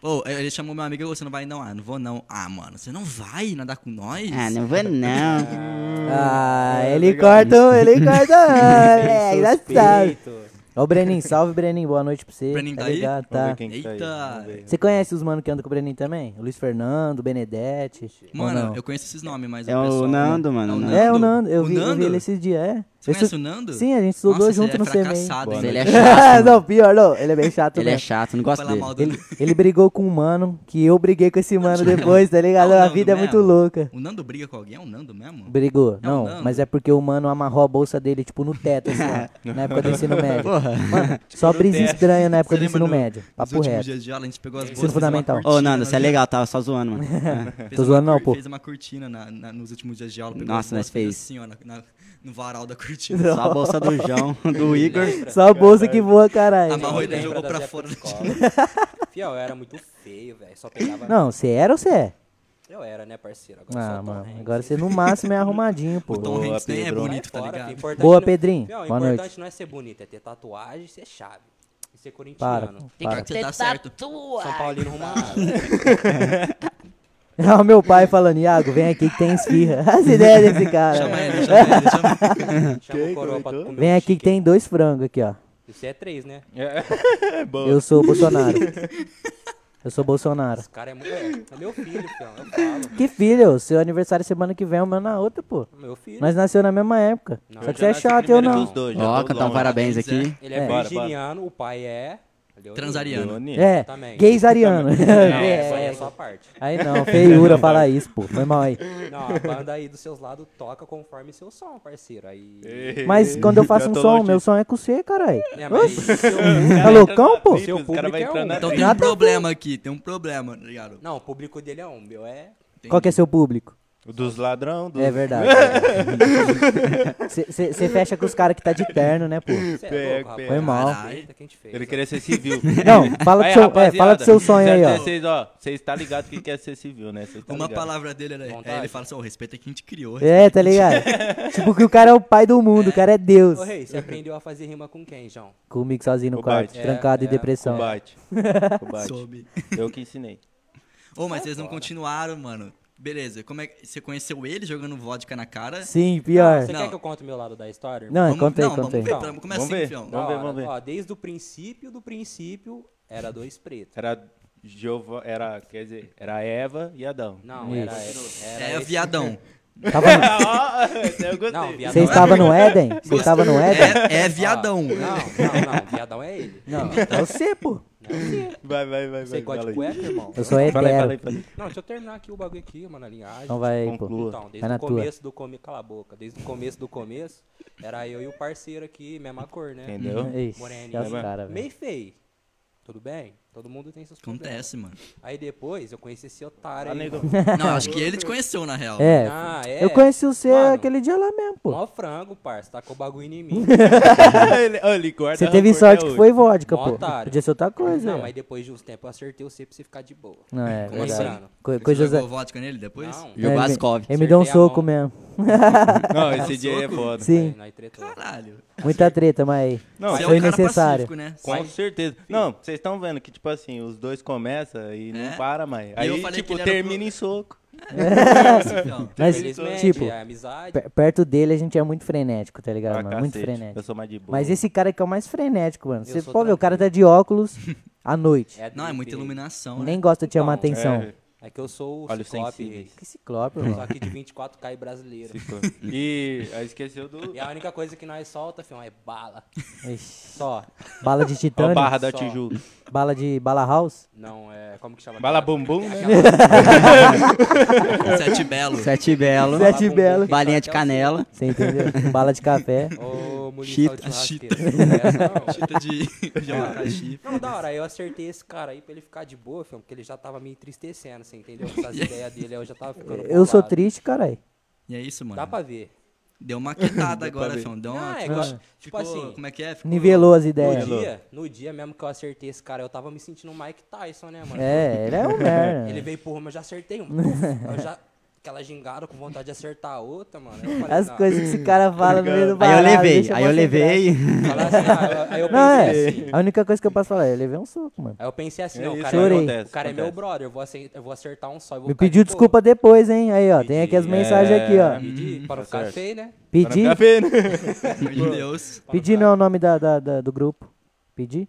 [SPEAKER 1] Pô, aí ele chamou meu amigo, "Ô, você não vai não? Ah, não vou não. Ah, mano, você não vai nadar com nós?
[SPEAKER 2] Ah, não vou não.
[SPEAKER 3] Ah,
[SPEAKER 4] É,
[SPEAKER 3] ele corta, um, ele corta, um, moleque, já sabe.
[SPEAKER 5] Suspeito.
[SPEAKER 3] Ó o Brenin, salve Brenin, boa noite pra você.
[SPEAKER 1] Brenin
[SPEAKER 3] tá
[SPEAKER 1] tá aí?
[SPEAKER 3] ligado,
[SPEAKER 4] Vamos
[SPEAKER 3] tá.
[SPEAKER 4] ver quem que tá aí,
[SPEAKER 1] Eita.
[SPEAKER 4] vamos ver.
[SPEAKER 3] Você conhece os mano que andam com o Brenin também? O Luiz Fernando, o Benedetti. ou
[SPEAKER 1] Mano,
[SPEAKER 3] não?
[SPEAKER 1] eu conheço esses nomes, mas
[SPEAKER 2] É
[SPEAKER 1] o
[SPEAKER 2] o
[SPEAKER 1] pessoal...
[SPEAKER 2] Nando, mano,
[SPEAKER 1] É o
[SPEAKER 2] o
[SPEAKER 1] Nando.
[SPEAKER 2] Nando.
[SPEAKER 3] É, o Nando, eu
[SPEAKER 1] o
[SPEAKER 3] vi, eu vi
[SPEAKER 1] Nando?
[SPEAKER 3] ele esses dias, é.
[SPEAKER 1] Você
[SPEAKER 3] Eu
[SPEAKER 1] conhece
[SPEAKER 3] estu-
[SPEAKER 1] o Nando?
[SPEAKER 3] Sim, a gente estudou
[SPEAKER 1] Nossa,
[SPEAKER 3] junto
[SPEAKER 1] ele
[SPEAKER 3] no
[SPEAKER 1] é
[SPEAKER 3] CMEI.
[SPEAKER 1] fracassado, hein?
[SPEAKER 2] Ele é chato.
[SPEAKER 3] não,
[SPEAKER 2] mano.
[SPEAKER 3] pior, não. Ele é bem chato
[SPEAKER 2] Ele é
[SPEAKER 3] mesmo.
[SPEAKER 2] chato, não gosto
[SPEAKER 1] Falar
[SPEAKER 2] dele.
[SPEAKER 1] mal do
[SPEAKER 3] Ele, ele brigou com um mano, que eu briguei com esse mano depois, tá ligado?
[SPEAKER 1] É o
[SPEAKER 3] a
[SPEAKER 1] Nando
[SPEAKER 3] vida é muito
[SPEAKER 1] mesmo?
[SPEAKER 3] louca.
[SPEAKER 1] O Nando briga com alguém? É o Nando mesmo?
[SPEAKER 3] Brigou,
[SPEAKER 1] É o
[SPEAKER 3] não,
[SPEAKER 1] Nando.
[SPEAKER 3] mas é porque o mano amarrou a bolsa dele, tipo, no teto, assim, ó, na época do ensino médio. Mano, só brisa
[SPEAKER 4] teto.
[SPEAKER 3] estranha na época
[SPEAKER 1] Tipo, Você
[SPEAKER 3] do
[SPEAKER 1] lembra
[SPEAKER 3] ensino
[SPEAKER 1] no-
[SPEAKER 3] médio,
[SPEAKER 1] Nos
[SPEAKER 3] papo
[SPEAKER 1] últimos
[SPEAKER 3] reto.
[SPEAKER 1] dias de aula, a gente pegou as
[SPEAKER 3] Ensino
[SPEAKER 1] bolsas fez uma
[SPEAKER 3] fundamental.
[SPEAKER 2] Ô,
[SPEAKER 1] cortina
[SPEAKER 2] Nando,
[SPEAKER 1] no
[SPEAKER 2] você é
[SPEAKER 1] dia-
[SPEAKER 2] legal, tava só zoando, mano. É.
[SPEAKER 1] Fez
[SPEAKER 3] Tô
[SPEAKER 1] uma
[SPEAKER 3] zoando não,
[SPEAKER 1] cor-
[SPEAKER 3] pô.
[SPEAKER 1] Fez uma cortina na- na- nos últimos dias de aula. pegou
[SPEAKER 2] Nossa,
[SPEAKER 1] as bolsas,
[SPEAKER 2] nós
[SPEAKER 1] fez
[SPEAKER 2] fez.
[SPEAKER 1] Assim, ó, na- na- no varal da cortina.
[SPEAKER 2] Só a bolsa do João, do Igor.
[SPEAKER 3] Só a bolsa que voa, caralho.
[SPEAKER 1] Amarrou ele
[SPEAKER 5] Lembra
[SPEAKER 1] jogou
[SPEAKER 5] das
[SPEAKER 1] pra
[SPEAKER 5] épocas
[SPEAKER 1] fora.
[SPEAKER 5] de escola. Fiel, eu era muito feio, velho. Só pegava.
[SPEAKER 3] Não, você era ou você é?
[SPEAKER 5] Eu era, né, parceiro? Agora eu sou
[SPEAKER 3] Ah,
[SPEAKER 5] Tom
[SPEAKER 3] mano,
[SPEAKER 5] Hanks.
[SPEAKER 3] agora você no máximo é arrumadinho, pô.
[SPEAKER 1] O Tom
[SPEAKER 4] Boa,
[SPEAKER 1] Hanks nem é
[SPEAKER 4] Pedro.
[SPEAKER 5] Sai
[SPEAKER 1] bonito, tá
[SPEAKER 5] fora, filho.
[SPEAKER 1] ligado?
[SPEAKER 5] Importante
[SPEAKER 3] Boa,
[SPEAKER 5] não-
[SPEAKER 3] Pedrinho.
[SPEAKER 5] Fiel, O
[SPEAKER 3] Boa
[SPEAKER 5] importante
[SPEAKER 3] noite.
[SPEAKER 5] não é ser bonito, é ter tatuagem e ser chave. E ser
[SPEAKER 3] Para,
[SPEAKER 5] corintiano.
[SPEAKER 1] Tem
[SPEAKER 3] para.
[SPEAKER 1] que
[SPEAKER 7] tá
[SPEAKER 1] você dá certo.
[SPEAKER 7] ah.
[SPEAKER 5] São Paulino arrumado.
[SPEAKER 3] É o meu pai falando, Iago, vem aqui que tem esfirra. As ideias desse cara.
[SPEAKER 1] Chama ele, chama ele, chama ele.
[SPEAKER 5] Chama o coroa pra comer um
[SPEAKER 3] Vem aqui que
[SPEAKER 5] chicken.
[SPEAKER 3] tem dois frangos aqui, ó.
[SPEAKER 5] Você é três, né?
[SPEAKER 4] É boa.
[SPEAKER 3] Eu sou o Bolsonaro. Eu sou Bolsonaro.
[SPEAKER 5] Esse cara é muito. É meu filho, fião. Eu falo.
[SPEAKER 3] Que filho, seu aniversário é semana que vem, o meu na outra, pô.
[SPEAKER 5] Meu filho.
[SPEAKER 3] Nós nasceu na mesma época.
[SPEAKER 5] Não,
[SPEAKER 3] Só que você
[SPEAKER 5] eu
[SPEAKER 3] é chato, eu
[SPEAKER 4] Primeiro
[SPEAKER 3] não.
[SPEAKER 4] dos dois, já
[SPEAKER 2] Ó,
[SPEAKER 4] tô
[SPEAKER 2] cantar um
[SPEAKER 4] longe.
[SPEAKER 2] parabéns aqui.
[SPEAKER 5] Ele é,
[SPEAKER 4] É.
[SPEAKER 5] virginiano, o pai é. Leonino.
[SPEAKER 1] Transariano.
[SPEAKER 4] Leonino.
[SPEAKER 3] É,
[SPEAKER 5] Exatamente.
[SPEAKER 3] gays ariano.
[SPEAKER 5] Não,
[SPEAKER 3] É,
[SPEAKER 5] essa aí
[SPEAKER 3] é,
[SPEAKER 5] é
[SPEAKER 3] é.
[SPEAKER 5] só a parte.
[SPEAKER 3] Aí não, feiura falar isso, pô. Foi mal aí.
[SPEAKER 5] Não, a banda aí dos seus lados toca conforme seu som, parceiro. Aí.
[SPEAKER 3] Mas quando eu faço
[SPEAKER 4] Já
[SPEAKER 3] um
[SPEAKER 4] tô
[SPEAKER 3] som,
[SPEAKER 4] longe.
[SPEAKER 3] meu som é com você, caralho.
[SPEAKER 5] É, mas seu-
[SPEAKER 3] Tá loucão, pô?
[SPEAKER 4] Seu
[SPEAKER 5] Seu
[SPEAKER 4] público vai
[SPEAKER 5] público
[SPEAKER 4] entrar
[SPEAKER 5] é um.
[SPEAKER 4] na
[SPEAKER 1] Então tem um problema aqui, tem um problema, tá ligado?
[SPEAKER 5] Não, o público dele é um, meu é.
[SPEAKER 1] Tem-
[SPEAKER 3] Qual que é seu público?
[SPEAKER 4] Dos ladrão, dos...
[SPEAKER 3] É verdade. Você fecha com os caras que tá de terno, né, pô?
[SPEAKER 5] Cê
[SPEAKER 4] Pega,
[SPEAKER 5] é louco, rapaz.
[SPEAKER 4] pega.
[SPEAKER 3] Foi mal.
[SPEAKER 5] Eita, que a gente fez.
[SPEAKER 4] Ele queria ser civil.
[SPEAKER 3] Não, fala do
[SPEAKER 4] Aí,
[SPEAKER 3] seu- é,
[SPEAKER 4] rapaziada,
[SPEAKER 3] fala do seu sonho aí, ó.
[SPEAKER 4] 016, ó. Vocês tá ligado que quer ser civil, né? Cês tá
[SPEAKER 1] Uma
[SPEAKER 4] ligado.
[SPEAKER 1] palavra dele, né?
[SPEAKER 5] Vontade.
[SPEAKER 1] É, ele fala assim, o respeito é quem te criou.
[SPEAKER 3] É, tá ligado? tipo que o cara é o pai do mundo, o cara é Deus.
[SPEAKER 5] Ô, Rei, você aprendeu a fazer rima com quem, João?
[SPEAKER 3] Comigo sozinho no
[SPEAKER 4] O
[SPEAKER 3] quarto,
[SPEAKER 4] Bart.
[SPEAKER 3] trancado
[SPEAKER 5] É,
[SPEAKER 3] em depressão.
[SPEAKER 4] Combate. Combate.
[SPEAKER 1] Soube.
[SPEAKER 4] Eu que ensinei.
[SPEAKER 1] Ô, mas vocês não continuaram, mano. Beleza, como é que... Você conheceu ele jogando vodka na cara?
[SPEAKER 3] Sim, pior.
[SPEAKER 5] Você
[SPEAKER 1] Não.
[SPEAKER 5] quer que eu conte o meu lado da história? irmão?
[SPEAKER 3] Não,
[SPEAKER 1] Vamos-
[SPEAKER 3] conta aí,
[SPEAKER 1] não,
[SPEAKER 3] conta aí.
[SPEAKER 1] Vamos ver, pra- como é
[SPEAKER 4] Vamos
[SPEAKER 1] assim,
[SPEAKER 4] ver.
[SPEAKER 1] fião?
[SPEAKER 5] Da
[SPEAKER 4] Vamos ver,
[SPEAKER 5] hora.
[SPEAKER 4] vamos ver.
[SPEAKER 5] Ó, desde o princípio do princípio, era dois pretos.
[SPEAKER 4] Era Jova, era, quer dizer, era Eva e Adão.
[SPEAKER 5] Não, era. era
[SPEAKER 1] É,
[SPEAKER 5] esse-
[SPEAKER 1] viadão.
[SPEAKER 3] Tava no-
[SPEAKER 4] Ah, eu gostei.
[SPEAKER 5] Não, viadão.
[SPEAKER 3] Você
[SPEAKER 5] é-
[SPEAKER 3] estava no Éden? Você estava no Éden? Ah.
[SPEAKER 1] É, é
[SPEAKER 5] Ó,
[SPEAKER 1] viadão.
[SPEAKER 5] Não, não, não. Viadão é ele.
[SPEAKER 3] Não, é você, pô.
[SPEAKER 4] Vai, vai, vai,
[SPEAKER 5] Você
[SPEAKER 4] vai.
[SPEAKER 5] gosta
[SPEAKER 4] fala
[SPEAKER 5] de
[SPEAKER 4] aí.
[SPEAKER 5] cueca, irmão?
[SPEAKER 3] Eu sou
[SPEAKER 4] Fala aí, fala aí,
[SPEAKER 3] hetero.
[SPEAKER 4] fala aí.
[SPEAKER 5] Não, deixa eu terminar aqui o bagulho aqui, mano, a linhagem.
[SPEAKER 3] Então vai aí, pô.
[SPEAKER 4] Conclua.
[SPEAKER 5] Então,
[SPEAKER 3] Vai
[SPEAKER 5] desde
[SPEAKER 3] na
[SPEAKER 5] o
[SPEAKER 3] tua.
[SPEAKER 5] começo do começo. Cala a boca. Desde o começo do começo, era eu e o parceiro aqui, mesma cor, né?
[SPEAKER 4] Entendeu?
[SPEAKER 3] Ixi,
[SPEAKER 5] Moreninho.
[SPEAKER 3] é os cara, velho.
[SPEAKER 5] Meio feio. Tudo bem? Todo mundo tem seus problemas.
[SPEAKER 1] Acontece, mano.
[SPEAKER 5] Aí depois eu conheci esse otário.
[SPEAKER 4] Ah,
[SPEAKER 5] aí,
[SPEAKER 4] nego.
[SPEAKER 5] mano.
[SPEAKER 1] Não, eu acho que ele te conheceu, na real.
[SPEAKER 3] É.
[SPEAKER 5] Ah, é.
[SPEAKER 3] Eu conheci o C
[SPEAKER 5] Mano,
[SPEAKER 3] aquele dia lá mesmo, pô.
[SPEAKER 5] Mó frango, parça. Tacou bagulho em mim.
[SPEAKER 4] ele, ó, ele guarda
[SPEAKER 3] Você teve
[SPEAKER 4] rancor
[SPEAKER 3] sorte
[SPEAKER 4] até
[SPEAKER 3] que
[SPEAKER 4] hoje.
[SPEAKER 3] foi vodka,
[SPEAKER 5] Mó
[SPEAKER 3] pô.
[SPEAKER 5] otário.
[SPEAKER 3] Podia ser outra coisa.
[SPEAKER 5] Não,
[SPEAKER 3] é.
[SPEAKER 5] mas depois de uns tempos eu acertei o C pra você ficar de boa. Então,
[SPEAKER 3] Não, é
[SPEAKER 5] Como
[SPEAKER 3] verdade.
[SPEAKER 5] assim?
[SPEAKER 3] Co-
[SPEAKER 1] Você
[SPEAKER 3] coisas...
[SPEAKER 1] jogou vodka nele depois?
[SPEAKER 5] Não.
[SPEAKER 2] Jogou
[SPEAKER 3] É,
[SPEAKER 2] as
[SPEAKER 3] ele-
[SPEAKER 2] Ascov.
[SPEAKER 3] Ele me deu um
[SPEAKER 5] Acertei a
[SPEAKER 3] soco
[SPEAKER 5] mão.
[SPEAKER 3] mesmo.
[SPEAKER 4] Não, esse dia é foda.
[SPEAKER 3] Sim.
[SPEAKER 5] Aí, nós tretou.
[SPEAKER 1] Caralho.
[SPEAKER 3] Muita treta, mas...
[SPEAKER 4] Não,
[SPEAKER 1] Você é um
[SPEAKER 3] foi
[SPEAKER 1] cara
[SPEAKER 3] necessário.
[SPEAKER 1] pacífico, né?
[SPEAKER 4] Com certeza. Não, vocês estão vendo que, tipo assim, os dois começam e
[SPEAKER 1] É.
[SPEAKER 4] não para mais.
[SPEAKER 1] E
[SPEAKER 4] Aí,
[SPEAKER 1] eu falei que
[SPEAKER 4] tipo,
[SPEAKER 1] ele era
[SPEAKER 4] termina
[SPEAKER 1] pro-
[SPEAKER 4] em soco.
[SPEAKER 1] Isso, então.
[SPEAKER 3] Mas,
[SPEAKER 5] Felizmente,
[SPEAKER 3] tipo,
[SPEAKER 5] é amizade.
[SPEAKER 3] per- perto dele a gente é muito frenético, tá ligado,
[SPEAKER 4] Ah,
[SPEAKER 3] mano? Muito
[SPEAKER 4] cacete,
[SPEAKER 3] frenético.
[SPEAKER 4] Eu sou mais de boa.
[SPEAKER 3] Mas esse cara que é o mais frenético, mano.
[SPEAKER 5] Eu
[SPEAKER 3] Você
[SPEAKER 5] sou
[SPEAKER 3] pode ver, o cara tá de óculos à noite.
[SPEAKER 5] É
[SPEAKER 1] Não, é
[SPEAKER 5] drip.
[SPEAKER 1] muita iluminação, né?
[SPEAKER 3] Nem gosta de chamar
[SPEAKER 5] Então,
[SPEAKER 3] atenção.
[SPEAKER 4] É,
[SPEAKER 5] É que eu sou o
[SPEAKER 4] Olhos
[SPEAKER 5] Ciclope.
[SPEAKER 4] sensíveis.
[SPEAKER 3] Que ciclope, mano.
[SPEAKER 5] Só que de 24K e brasileiro.
[SPEAKER 4] ficou. E aí esqueceu do...
[SPEAKER 5] E a única coisa que nós solta, filho, é bala.
[SPEAKER 3] Ixi.
[SPEAKER 5] Só.
[SPEAKER 3] Bala de
[SPEAKER 4] Ó,
[SPEAKER 3] titânio?
[SPEAKER 4] barra da
[SPEAKER 5] Só.
[SPEAKER 4] Tijuca.
[SPEAKER 3] Bala de bala house?
[SPEAKER 5] Não, é. Como que chama?
[SPEAKER 4] Bala
[SPEAKER 5] aquela-
[SPEAKER 4] bumbum, né?
[SPEAKER 5] aquela-
[SPEAKER 1] Sete Belo.
[SPEAKER 2] Sete belo.
[SPEAKER 3] Sete
[SPEAKER 5] bumbum,
[SPEAKER 3] belo.
[SPEAKER 5] que
[SPEAKER 2] Balinha de
[SPEAKER 5] fica até o
[SPEAKER 2] canela.
[SPEAKER 3] Você entendeu? bala de café.
[SPEAKER 5] Ô, munição
[SPEAKER 2] Chita,
[SPEAKER 5] de
[SPEAKER 1] chita.
[SPEAKER 5] churrasqueira. Essa
[SPEAKER 1] Chita de de abacaxi.
[SPEAKER 5] Não, Não, da hora, aí eu acertei esse cara aí pra ele ficar de boa, filho, porque ele já tava me entristecendo, você entendeu? Com essas ideias dele, aí eu já tava ficando
[SPEAKER 3] Eu sou
[SPEAKER 5] bolado.
[SPEAKER 3] triste, caralho.
[SPEAKER 1] E é isso, mano.
[SPEAKER 5] Dá pra ver.
[SPEAKER 1] Deu uma quitada agora, Fion. Deu uma.
[SPEAKER 5] Ah, é,
[SPEAKER 1] ficou-
[SPEAKER 5] igual- tipo
[SPEAKER 1] Então, ficou-
[SPEAKER 5] assim,
[SPEAKER 1] Como é que é? Ficou-
[SPEAKER 3] Nivelou as
[SPEAKER 5] no
[SPEAKER 3] ideias.
[SPEAKER 5] dia, no dia mesmo que eu acertei esse cara, eu tava me sentindo o Mike Tyson, né, mano?
[SPEAKER 3] É, ele é um merda.
[SPEAKER 5] Ele veio, porra, mas eu já acertei um. eu já... Aquela gingada com vontade de acertar a outra, mano. Aí eu falei,
[SPEAKER 3] As
[SPEAKER 5] não.
[SPEAKER 3] coisas que esse cara fala no meio do
[SPEAKER 2] Aí eu
[SPEAKER 3] barato,
[SPEAKER 2] levei,
[SPEAKER 3] deixa
[SPEAKER 2] aí eu
[SPEAKER 3] você
[SPEAKER 2] levei.
[SPEAKER 5] Falei assim, ah, eu- aí eu
[SPEAKER 3] bravo. Não,
[SPEAKER 5] pensei assim.
[SPEAKER 3] é. A única coisa que eu posso falar é, eu levei um soco, mano.
[SPEAKER 5] Aí eu pensei assim,
[SPEAKER 4] É
[SPEAKER 5] não, o
[SPEAKER 4] isso,
[SPEAKER 5] cara, é meu-
[SPEAKER 4] acontece,
[SPEAKER 5] o cara é meu
[SPEAKER 4] acontece.
[SPEAKER 5] brother, eu vou, ace- eu vou acertar um só. eu vou
[SPEAKER 3] Me
[SPEAKER 5] ficar de
[SPEAKER 3] pediu
[SPEAKER 5] boa.
[SPEAKER 3] desculpa depois, hein? Aí, ó. Tem aqui as
[SPEAKER 4] Pedi.
[SPEAKER 3] mensagens aqui, ó.
[SPEAKER 5] Pedi, pra não
[SPEAKER 4] Tá
[SPEAKER 5] ficar
[SPEAKER 4] certo.
[SPEAKER 5] feio, né?
[SPEAKER 3] Pedi.
[SPEAKER 4] Café, né?
[SPEAKER 1] Meu Deus.
[SPEAKER 3] Pedi não é o nome da, da- da- do grupo. Pedi?